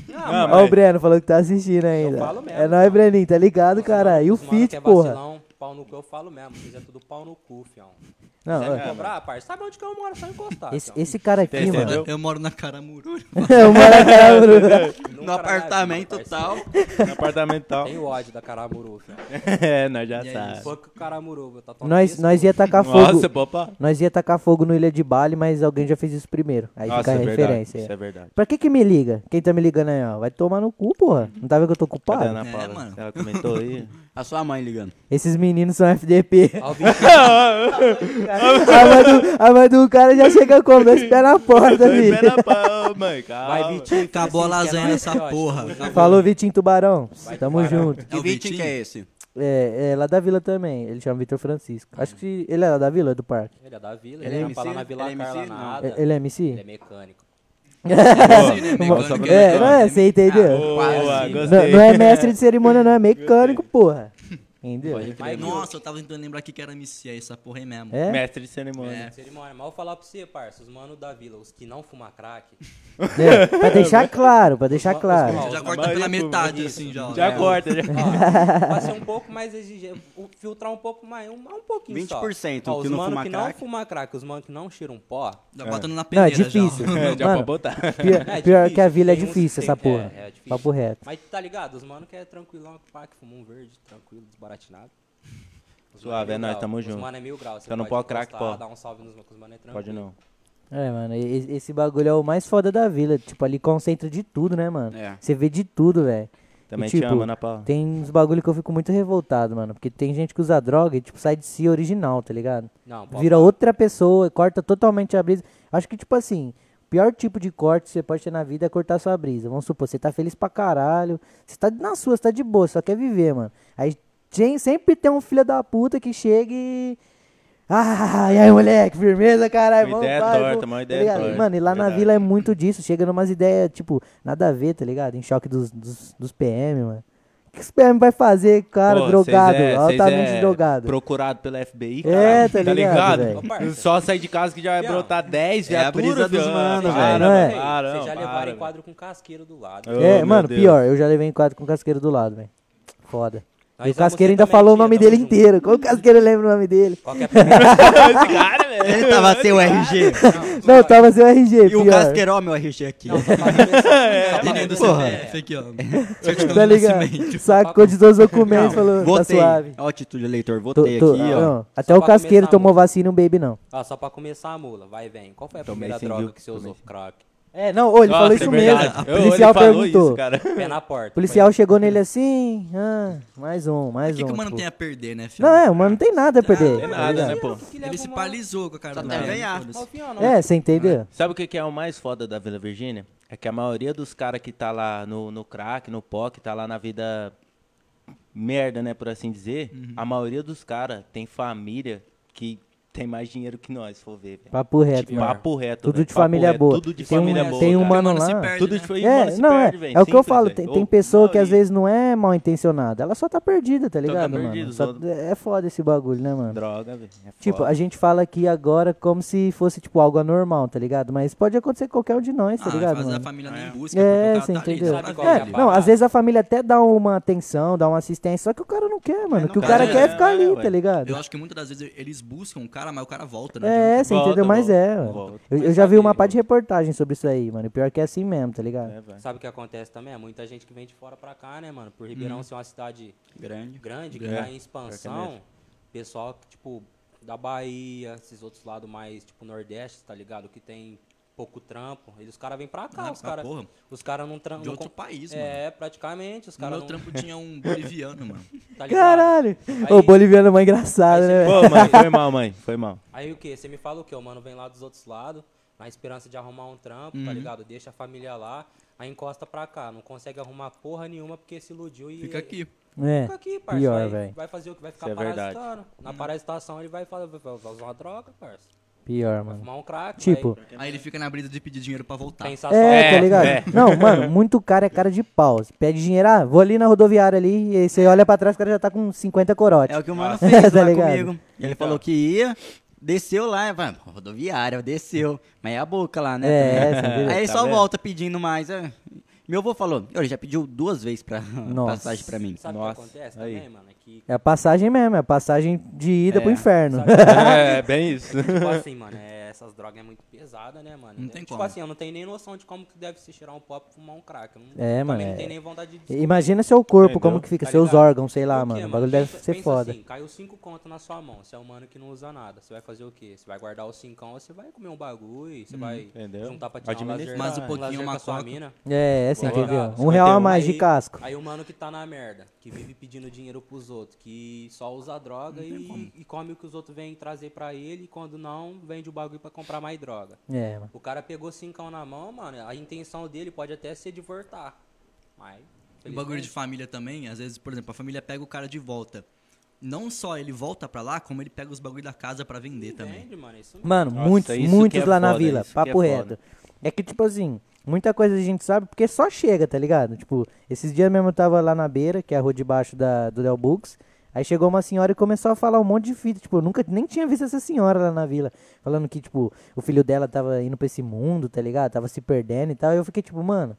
[SPEAKER 5] Não,
[SPEAKER 4] Ah,
[SPEAKER 3] Ó, o
[SPEAKER 4] mas-
[SPEAKER 3] Breno falou que tá assistindo ainda.
[SPEAKER 5] falo mesmo,
[SPEAKER 3] é nóis,
[SPEAKER 5] mano.
[SPEAKER 3] Breninho, tá ligado, cara? E o
[SPEAKER 5] Os mano que
[SPEAKER 3] feat,
[SPEAKER 5] é
[SPEAKER 3] porra.
[SPEAKER 5] vacilão, Pau no cu, eu falo mesmo. Vocês é tudo pau no cu, fião.
[SPEAKER 3] Não,
[SPEAKER 5] Quiser me
[SPEAKER 3] ó,
[SPEAKER 5] cobrar, parça, sabe onde que eu moro? Só encostar.
[SPEAKER 3] esse,
[SPEAKER 5] fião.
[SPEAKER 3] esse cara aqui,
[SPEAKER 4] Entendeu?
[SPEAKER 3] mano.
[SPEAKER 1] Eu, moro na Caramuru.
[SPEAKER 3] o é- Maracanã.
[SPEAKER 5] Nunca
[SPEAKER 6] No
[SPEAKER 5] na
[SPEAKER 6] apartamento
[SPEAKER 5] vida,
[SPEAKER 6] tal.
[SPEAKER 5] parceiro.
[SPEAKER 4] No apartamento tal.
[SPEAKER 5] Tem ódio da Caramuru, fião.
[SPEAKER 4] é, nós já
[SPEAKER 1] E é
[SPEAKER 4] sabe.
[SPEAKER 5] Fuck o Caramuru, tá tomando
[SPEAKER 3] nós,
[SPEAKER 5] isso.
[SPEAKER 3] nós ia tacar fogo.
[SPEAKER 4] Nossa, papá.
[SPEAKER 3] Nós ia tacar fogo no Ilha de Bali, mas alguém já fez isso primeiro. Aí
[SPEAKER 4] Nossa,
[SPEAKER 3] fica a
[SPEAKER 4] é verdade,
[SPEAKER 3] referência.
[SPEAKER 4] isso é verdade.
[SPEAKER 3] Pra que que me liga? Quem tá me ligando aí, ó? Vai tomar no cu, porra. Não tá vendo que eu tô
[SPEAKER 4] Cadê a
[SPEAKER 3] culpado?
[SPEAKER 4] Ana
[SPEAKER 1] É,
[SPEAKER 4] Paula?
[SPEAKER 1] mano.
[SPEAKER 4] Ela comentou aí.
[SPEAKER 6] A sua mãe ligando.
[SPEAKER 3] Esses meninos são FDP.
[SPEAKER 5] Ó, o bicho
[SPEAKER 3] a, mãe do, a mãe do cara já chega com dois pés na porta ali.
[SPEAKER 4] Dois pés na palma, mãe, calma.
[SPEAKER 5] Vai, Vitinho.
[SPEAKER 1] Acabou a
[SPEAKER 5] Fica assim, que é
[SPEAKER 1] lasanha
[SPEAKER 5] nóis,
[SPEAKER 1] nessa
[SPEAKER 5] fiote.
[SPEAKER 1] porra.
[SPEAKER 3] Falou Vitinho Tubarão. Tamo
[SPEAKER 5] Tubarão.
[SPEAKER 3] junto.
[SPEAKER 1] É
[SPEAKER 6] Que
[SPEAKER 1] o
[SPEAKER 6] vítima
[SPEAKER 1] Vitinho?
[SPEAKER 6] que é esse?
[SPEAKER 3] É, é lá da vila também. Ele chama Vitor Francisco. Acho que ele é lá da vila ou é do parque.
[SPEAKER 5] Ele é da vila,
[SPEAKER 6] Ele
[SPEAKER 5] ele,
[SPEAKER 6] é
[SPEAKER 5] não fala
[SPEAKER 6] MC?
[SPEAKER 5] na Vila
[SPEAKER 6] Ele é
[SPEAKER 5] Carla
[SPEAKER 6] MC? Não.
[SPEAKER 5] nada.
[SPEAKER 3] É- Ele é
[SPEAKER 5] Ele é
[SPEAKER 3] MC?
[SPEAKER 5] mecânico.
[SPEAKER 1] Mecânico,
[SPEAKER 3] É, não é? Você entendeu?
[SPEAKER 4] Boa,
[SPEAKER 3] Não,
[SPEAKER 4] Ah, gostei.
[SPEAKER 3] não é mestre de cerimônia, não. É mecânico, porra. Entendeu?
[SPEAKER 5] Mas,
[SPEAKER 1] Nossa, eu tava tentando lembrar o que que era MC, é essa porra aí mesmo.
[SPEAKER 3] É?
[SPEAKER 4] Mestre de cerimônia.
[SPEAKER 5] Cerimônia, mas eu vou falar pra você, parça, os mano da vila, os que não fumam crack,
[SPEAKER 3] É, pra deixar claro, pra deixar claro.
[SPEAKER 1] Você já
[SPEAKER 5] Ó,
[SPEAKER 1] corta pela
[SPEAKER 4] Maria,
[SPEAKER 1] metade,
[SPEAKER 5] isso.
[SPEAKER 1] assim, já. ó.
[SPEAKER 4] Já
[SPEAKER 1] É.
[SPEAKER 4] corta, já.
[SPEAKER 5] Ó, pra ser um pouco mais exigente, o- filtrar um pouco mais, um, um pouquinho só.
[SPEAKER 6] 20%
[SPEAKER 5] Ó,
[SPEAKER 6] que
[SPEAKER 5] os
[SPEAKER 6] não
[SPEAKER 5] mano
[SPEAKER 6] fuma
[SPEAKER 5] que não
[SPEAKER 6] crack.
[SPEAKER 5] fuma crack, os mano que não tiram pó.
[SPEAKER 1] Já botando na
[SPEAKER 3] Não, é
[SPEAKER 1] peneira, já.
[SPEAKER 3] difícil.
[SPEAKER 4] É, já pra
[SPEAKER 3] Mano,
[SPEAKER 4] botar.
[SPEAKER 3] pior,
[SPEAKER 5] É
[SPEAKER 3] pior
[SPEAKER 5] difícil,
[SPEAKER 3] que a vila é
[SPEAKER 5] tem uns
[SPEAKER 3] difícil
[SPEAKER 5] que tem-
[SPEAKER 3] essa porra.
[SPEAKER 5] é, é difícil.
[SPEAKER 3] Papo reto.
[SPEAKER 5] Mas tá ligado, os mano que é tranquilão, que pá, que fuma um verde, tranquilo, desbaratinado. Os mano
[SPEAKER 4] Suave, é
[SPEAKER 5] mil
[SPEAKER 4] nóis,
[SPEAKER 5] grau,
[SPEAKER 4] tamo
[SPEAKER 5] os
[SPEAKER 4] junto.
[SPEAKER 5] mano é mil graus, você
[SPEAKER 4] Só não
[SPEAKER 5] pode
[SPEAKER 4] pode crack,
[SPEAKER 5] encostar,
[SPEAKER 4] pô.
[SPEAKER 5] dar um salve nos mano, que os mano é tranquilo.
[SPEAKER 4] Pode não.
[SPEAKER 3] É, mano, e- esse bagulho é o mais foda da vila. Tipo, ali concentra de tudo, né, mano?
[SPEAKER 6] É.
[SPEAKER 3] Você vê de tudo, velho.
[SPEAKER 4] Também
[SPEAKER 3] E,
[SPEAKER 4] te né,
[SPEAKER 3] tipo,
[SPEAKER 4] amo, Ana Paula.
[SPEAKER 3] Tem uns bagulho que eu fico muito revoltado, mano. Porque tem gente que usa droga e, tipo, sai de si original, tá ligado?
[SPEAKER 5] Não, pode
[SPEAKER 3] Vira outra pessoa, corta totalmente a brisa. Acho que, tipo assim, o pior tipo de corte que você pode ter na vida é cortar sua brisa. Vamos supor, você tá feliz pra caralho. Você tá na sua, você tá de boa, só quer viver, mano. Aí tem- sempre tem um filho da puta que chega e. Ah, e aí, moleque, firmeza, caralho.
[SPEAKER 4] Uma
[SPEAKER 3] vamos,
[SPEAKER 4] ideia
[SPEAKER 3] É vai,
[SPEAKER 4] torta,
[SPEAKER 3] vamos",
[SPEAKER 4] uma
[SPEAKER 3] tá
[SPEAKER 4] ideia
[SPEAKER 3] ligado?
[SPEAKER 4] torta,
[SPEAKER 3] Mano, e lá na
[SPEAKER 4] verdade.
[SPEAKER 3] vila é muito disso. Chega numas ideias, tipo, nada a ver, tá ligado? Em choque dos, dos, dos PM, mano. O que os PM vai fazer, cara,
[SPEAKER 4] Pô,
[SPEAKER 3] drogado,
[SPEAKER 4] vocês é- vocês
[SPEAKER 3] altamente
[SPEAKER 4] é
[SPEAKER 3] drogado?
[SPEAKER 4] Procurado pela FBI, cara.
[SPEAKER 3] É, tá ligado, velho.
[SPEAKER 5] Ô, parça.
[SPEAKER 4] Só sair de casa que já vai
[SPEAKER 5] Fião.
[SPEAKER 4] brotar 10
[SPEAKER 6] É a
[SPEAKER 4] viaturas,
[SPEAKER 6] brisa dos
[SPEAKER 4] fião.
[SPEAKER 6] mano,
[SPEAKER 5] Vocês já
[SPEAKER 4] Para,
[SPEAKER 3] velho. Não é?
[SPEAKER 5] levarem-
[SPEAKER 4] para,
[SPEAKER 5] Vocês já
[SPEAKER 4] para,
[SPEAKER 5] levaram em
[SPEAKER 4] velho.
[SPEAKER 5] quadro com casqueiro do lado.
[SPEAKER 4] Eu-
[SPEAKER 3] É,
[SPEAKER 4] meu
[SPEAKER 3] mano,
[SPEAKER 4] Deus.
[SPEAKER 3] pior, eu já levei em quadro com o casqueiro do lado, velho. Foda.
[SPEAKER 5] Nós
[SPEAKER 3] e o
[SPEAKER 5] vamos
[SPEAKER 3] casqueiro
[SPEAKER 5] ser
[SPEAKER 3] ainda
[SPEAKER 5] também, né?
[SPEAKER 3] falou o
[SPEAKER 5] tia,
[SPEAKER 3] nome
[SPEAKER 5] tamo
[SPEAKER 3] dele
[SPEAKER 5] junto.
[SPEAKER 3] inteiro. Qual casqueiro lembra o nome dele?
[SPEAKER 5] Qualquer pergunta,
[SPEAKER 4] Esse cara, velho.
[SPEAKER 1] Ele tava sem o RG.
[SPEAKER 3] Não, tava seu RG,
[SPEAKER 6] E o
[SPEAKER 3] pior.
[SPEAKER 6] Casqueiro, ó, meu RG aqui.
[SPEAKER 1] Ele ainda
[SPEAKER 6] Porra.
[SPEAKER 1] CPF, aqui, ó. Certidão
[SPEAKER 3] Tá
[SPEAKER 1] de
[SPEAKER 3] ligado?
[SPEAKER 1] nascimento.
[SPEAKER 4] tipo,
[SPEAKER 3] Sacou de todos os documentos e falou, tá
[SPEAKER 6] Votei.
[SPEAKER 3] suave.
[SPEAKER 6] Ó, título de eleitor,
[SPEAKER 3] Tô-
[SPEAKER 6] votei
[SPEAKER 3] tô- ah,
[SPEAKER 6] aqui, ó.
[SPEAKER 3] não, até o
[SPEAKER 5] pra começar
[SPEAKER 3] casqueiro
[SPEAKER 5] a
[SPEAKER 3] tomou vacina e não baby, não.
[SPEAKER 5] ó, só pra começar a mula, vai e vem. Qual foi a
[SPEAKER 4] Tomei
[SPEAKER 5] primeira
[SPEAKER 4] sem
[SPEAKER 5] droga
[SPEAKER 4] viu-
[SPEAKER 5] que você usou, crack?
[SPEAKER 3] É, não, ô, ele
[SPEAKER 4] Nossa,
[SPEAKER 3] falou
[SPEAKER 4] é
[SPEAKER 3] isso
[SPEAKER 4] verdade.
[SPEAKER 3] mesmo.
[SPEAKER 4] Eu-
[SPEAKER 3] O policial
[SPEAKER 4] ele falou
[SPEAKER 3] perguntou.
[SPEAKER 4] Isso, cara.
[SPEAKER 5] Pé na porta.
[SPEAKER 3] O policial chegou nele assim, ah, mais um, mais
[SPEAKER 1] O que,
[SPEAKER 3] um.
[SPEAKER 1] que o mano
[SPEAKER 3] tipo.
[SPEAKER 1] tem a perder, né, filho?
[SPEAKER 3] Não, é, o mano não tem nada a perder.
[SPEAKER 4] tem
[SPEAKER 3] tá
[SPEAKER 4] nada,
[SPEAKER 3] ligado?
[SPEAKER 4] né, pô?
[SPEAKER 5] é
[SPEAKER 1] Ele se paralisou com a cara do
[SPEAKER 6] tem
[SPEAKER 1] velho,
[SPEAKER 6] ganhar.
[SPEAKER 1] foda-se.
[SPEAKER 3] É, você entendeu?
[SPEAKER 4] Sabe o que que né? é o mais foda da Vila Virgínia? É que a maioria dos caras que tá lá no, no crack, no POC, tá lá na vida merda, né, por assim dizer, a maioria dos caras tem família que tem mais dinheiro que nós, se for ver, velho.
[SPEAKER 3] Papo reto, mano.
[SPEAKER 4] Tipo, Papo reto,
[SPEAKER 3] Tudo
[SPEAKER 4] velho,
[SPEAKER 3] de
[SPEAKER 4] papo
[SPEAKER 3] família
[SPEAKER 4] reto,
[SPEAKER 3] boa.
[SPEAKER 4] Tudo de
[SPEAKER 3] Tem um-
[SPEAKER 4] família boa,
[SPEAKER 3] tem um
[SPEAKER 4] cara.
[SPEAKER 3] mano
[SPEAKER 1] O mano
[SPEAKER 3] lá.
[SPEAKER 1] se perde,
[SPEAKER 4] Tudo
[SPEAKER 1] né?
[SPEAKER 4] de família
[SPEAKER 3] É, não, é.
[SPEAKER 4] velho.
[SPEAKER 3] É o que eu
[SPEAKER 4] Simples,
[SPEAKER 3] falo,
[SPEAKER 4] velho.
[SPEAKER 3] tem,
[SPEAKER 4] Ô,
[SPEAKER 3] tem pessoa que
[SPEAKER 4] não,
[SPEAKER 3] às
[SPEAKER 4] e- Então
[SPEAKER 3] vezes não é mal intencionada, ela só tá perdida, tá ligado,
[SPEAKER 4] perdido,
[SPEAKER 3] mano?
[SPEAKER 4] só-
[SPEAKER 3] Só- é foda esse bagulho, né, mano?
[SPEAKER 4] Droga, velho. é
[SPEAKER 3] Tipo,
[SPEAKER 4] foda.
[SPEAKER 3] a gente fala aqui agora como se fosse, tipo, algo anormal, tá ligado? Mas pode acontecer com qualquer um de nós, tá
[SPEAKER 1] Ah,
[SPEAKER 3] ligado,
[SPEAKER 1] fazer a
[SPEAKER 3] mano?
[SPEAKER 1] família nem busca.
[SPEAKER 3] É,
[SPEAKER 1] porque
[SPEAKER 3] você
[SPEAKER 1] o cara tá ali,
[SPEAKER 3] entendeu?
[SPEAKER 1] tá na
[SPEAKER 5] sabe qual que é a
[SPEAKER 1] vida.
[SPEAKER 3] É, não, às
[SPEAKER 5] parada?
[SPEAKER 3] vezes a família até dá uma atenção, dá uma assistência, só que o cara não quer, mano. que o
[SPEAKER 4] quer,
[SPEAKER 3] cara
[SPEAKER 4] né?
[SPEAKER 3] quer ficar
[SPEAKER 4] É,
[SPEAKER 3] ali,
[SPEAKER 4] ué.
[SPEAKER 3] tá ligado?
[SPEAKER 1] Eu acho que muitas das vezes eles buscam o cara, mas o cara volta, né?
[SPEAKER 3] É, você
[SPEAKER 4] Volta,
[SPEAKER 3] entendeu? Mas
[SPEAKER 4] volta,
[SPEAKER 3] é, mano.
[SPEAKER 4] volta.
[SPEAKER 3] Eu, eu
[SPEAKER 5] Mas
[SPEAKER 3] já vi
[SPEAKER 5] sabe-
[SPEAKER 3] uma parte de reportagem sobre isso aí, mano. e Pior que é assim mesmo, tá ligado?
[SPEAKER 4] É, velho.
[SPEAKER 5] Sabe o que acontece também? É muita gente que vem de fora pra cá, né, mano? Por Ribeirão
[SPEAKER 1] Uhum.
[SPEAKER 5] ser uma cidade
[SPEAKER 6] Grande.
[SPEAKER 5] grande, que
[SPEAKER 4] É,
[SPEAKER 5] tá em expansão, pessoal, que, tipo, da Bahia, esses outros lados mais, tipo, Nordeste, tá ligado? Que tem pouco trampo. E os caras vêm pra cá,
[SPEAKER 1] Ah,
[SPEAKER 5] os
[SPEAKER 1] pra
[SPEAKER 5] caras.
[SPEAKER 1] porra.
[SPEAKER 5] Os caras não trampam.
[SPEAKER 1] De outro país, mano.
[SPEAKER 5] É, praticamente. Os
[SPEAKER 1] No
[SPEAKER 5] caras
[SPEAKER 1] meu
[SPEAKER 5] não.
[SPEAKER 1] trampo tinha um boliviano, mano.
[SPEAKER 5] Tá ligado?
[SPEAKER 3] Caralho!
[SPEAKER 5] Aí-
[SPEAKER 3] O boliviano é uma engraçada,
[SPEAKER 5] aí
[SPEAKER 3] né?
[SPEAKER 5] você-
[SPEAKER 3] velho?
[SPEAKER 4] Pô, mãe, foi mal, mãe. Foi mal.
[SPEAKER 5] Aí o que? Você me fala o que? O mano vem lá dos outros lados, na esperança de arrumar um trampo,
[SPEAKER 1] Uhum.
[SPEAKER 5] tá ligado? Deixa a família lá, aí encosta pra cá. Não consegue arrumar porra nenhuma porque se iludiu e.
[SPEAKER 1] Fica aqui.
[SPEAKER 3] É,
[SPEAKER 5] Fica aqui, parça.
[SPEAKER 3] pior,
[SPEAKER 5] Aí
[SPEAKER 3] velho.
[SPEAKER 5] vai fazer o que? Vai ficar
[SPEAKER 4] Isso é verdade.
[SPEAKER 5] parasitando. Na parasitação ele vai falar, vai vai usar uma droga, parça.
[SPEAKER 3] Pior,
[SPEAKER 5] Vai
[SPEAKER 3] mano.
[SPEAKER 5] fumar um crack.
[SPEAKER 3] Tipo,
[SPEAKER 5] vai
[SPEAKER 1] Aí ele fica na brisa de pedir dinheiro pra voltar.
[SPEAKER 5] pensar só.
[SPEAKER 3] É,
[SPEAKER 4] É,
[SPEAKER 3] tá ligado?
[SPEAKER 4] é.
[SPEAKER 3] Não, mano, muito cara é cara de pau. Você pede dinheiro, ah, vou ali na rodoviária ali, e aí você olha pra trás, o cara já tá com 50 corote.
[SPEAKER 6] É o que o mano
[SPEAKER 3] Nossa.
[SPEAKER 6] fez
[SPEAKER 3] Tá
[SPEAKER 6] lá
[SPEAKER 3] ligado?
[SPEAKER 6] comigo. Ele falou que ia, desceu lá, e vai, rodoviária, desceu. Mas é a boca lá, né?
[SPEAKER 3] É,
[SPEAKER 6] também.
[SPEAKER 3] é, você entendeu?
[SPEAKER 6] Aí ele
[SPEAKER 4] Tá
[SPEAKER 6] só
[SPEAKER 4] vendo?
[SPEAKER 6] volta pedindo mais. é. Meu avô falou, ele já pediu duas vezes pra
[SPEAKER 3] Nossa.
[SPEAKER 6] passagem pra mim.
[SPEAKER 5] Sabe o que
[SPEAKER 4] Nossa,
[SPEAKER 5] acontece
[SPEAKER 4] aí.
[SPEAKER 5] também, mano? É que,
[SPEAKER 3] É a passagem mesmo, é a passagem de ida pro inferno.
[SPEAKER 4] É, é bem isso.
[SPEAKER 5] tipo assim, mano, é, essas drogas é muito pesada, né, mano?
[SPEAKER 1] Não
[SPEAKER 5] É,
[SPEAKER 1] tem
[SPEAKER 5] tipo
[SPEAKER 1] como.
[SPEAKER 5] assim, eu não tenho nem noção de como que deve se tirar um pop e fumar um crack. Eu não,
[SPEAKER 3] É,
[SPEAKER 5] também
[SPEAKER 3] mano,
[SPEAKER 5] não
[SPEAKER 3] é-
[SPEAKER 5] tenho nem vontade de
[SPEAKER 3] Imagina seu corpo, como que fica,
[SPEAKER 5] Tá
[SPEAKER 3] seus
[SPEAKER 5] ligado?
[SPEAKER 3] órgãos, sei lá,
[SPEAKER 5] Por quê,
[SPEAKER 3] mano. O bagulho deve
[SPEAKER 5] Pensa-
[SPEAKER 3] ser
[SPEAKER 5] pensa
[SPEAKER 3] foda.
[SPEAKER 5] Assim, caiu cinco conto na sua mão. Você é um mano que não usa nada. Você vai fazer o quê? Você vai guardar os cincão ou você vai comer um bagulho? Você vai
[SPEAKER 4] Uhum. Entendeu?
[SPEAKER 5] juntar pra tirar um
[SPEAKER 4] Administrar.
[SPEAKER 5] lazer,
[SPEAKER 1] Mais um
[SPEAKER 5] um
[SPEAKER 1] pouquinho,
[SPEAKER 5] lazer com
[SPEAKER 1] uma
[SPEAKER 5] a sua
[SPEAKER 1] coca.
[SPEAKER 5] mina.
[SPEAKER 3] É, é, você
[SPEAKER 5] Tá
[SPEAKER 3] entendeu?
[SPEAKER 5] ligado?
[SPEAKER 3] Um real a mais de
[SPEAKER 5] Aí-
[SPEAKER 3] casco.
[SPEAKER 5] Aí o mano que tá na merda, que vive pedindo dinheiro pros outros, que só usa droga e, e come o que os outros vêm trazer pra ele, e quando não, vende o bagulho pra comprar mais droga.
[SPEAKER 3] É, mano.
[SPEAKER 5] O cara pegou cincão na mão, mano, a intenção dele pode até ser de voltar. Mas.
[SPEAKER 1] O bagulho de família também, às vezes, por exemplo, a família pega o cara de volta. Não só ele volta pra lá, como ele pega os bagulho da casa pra vender também.
[SPEAKER 5] Vende, mano, isso mesmo.
[SPEAKER 3] Mano,
[SPEAKER 4] Nossa,
[SPEAKER 3] muitos,
[SPEAKER 4] isso
[SPEAKER 3] muitos
[SPEAKER 4] que é
[SPEAKER 3] lá na
[SPEAKER 4] foda,
[SPEAKER 3] vila,
[SPEAKER 4] isso que
[SPEAKER 3] papo
[SPEAKER 4] é foda.
[SPEAKER 3] reto. É que, tipo assim, muita coisa a gente sabe porque só chega, tá ligado? Tipo, esses dias mesmo eu tava lá na beira, que é a rua de baixo da, do Del Books. Aí chegou uma senhora e começou a falar um monte de fita. Tipo, eu nunca nem tinha visto essa senhora lá na vila. Falando que, tipo, o filho dela tava indo pra esse mundo, tá ligado? Tava se perdendo e tal. E eu fiquei, tipo, mano.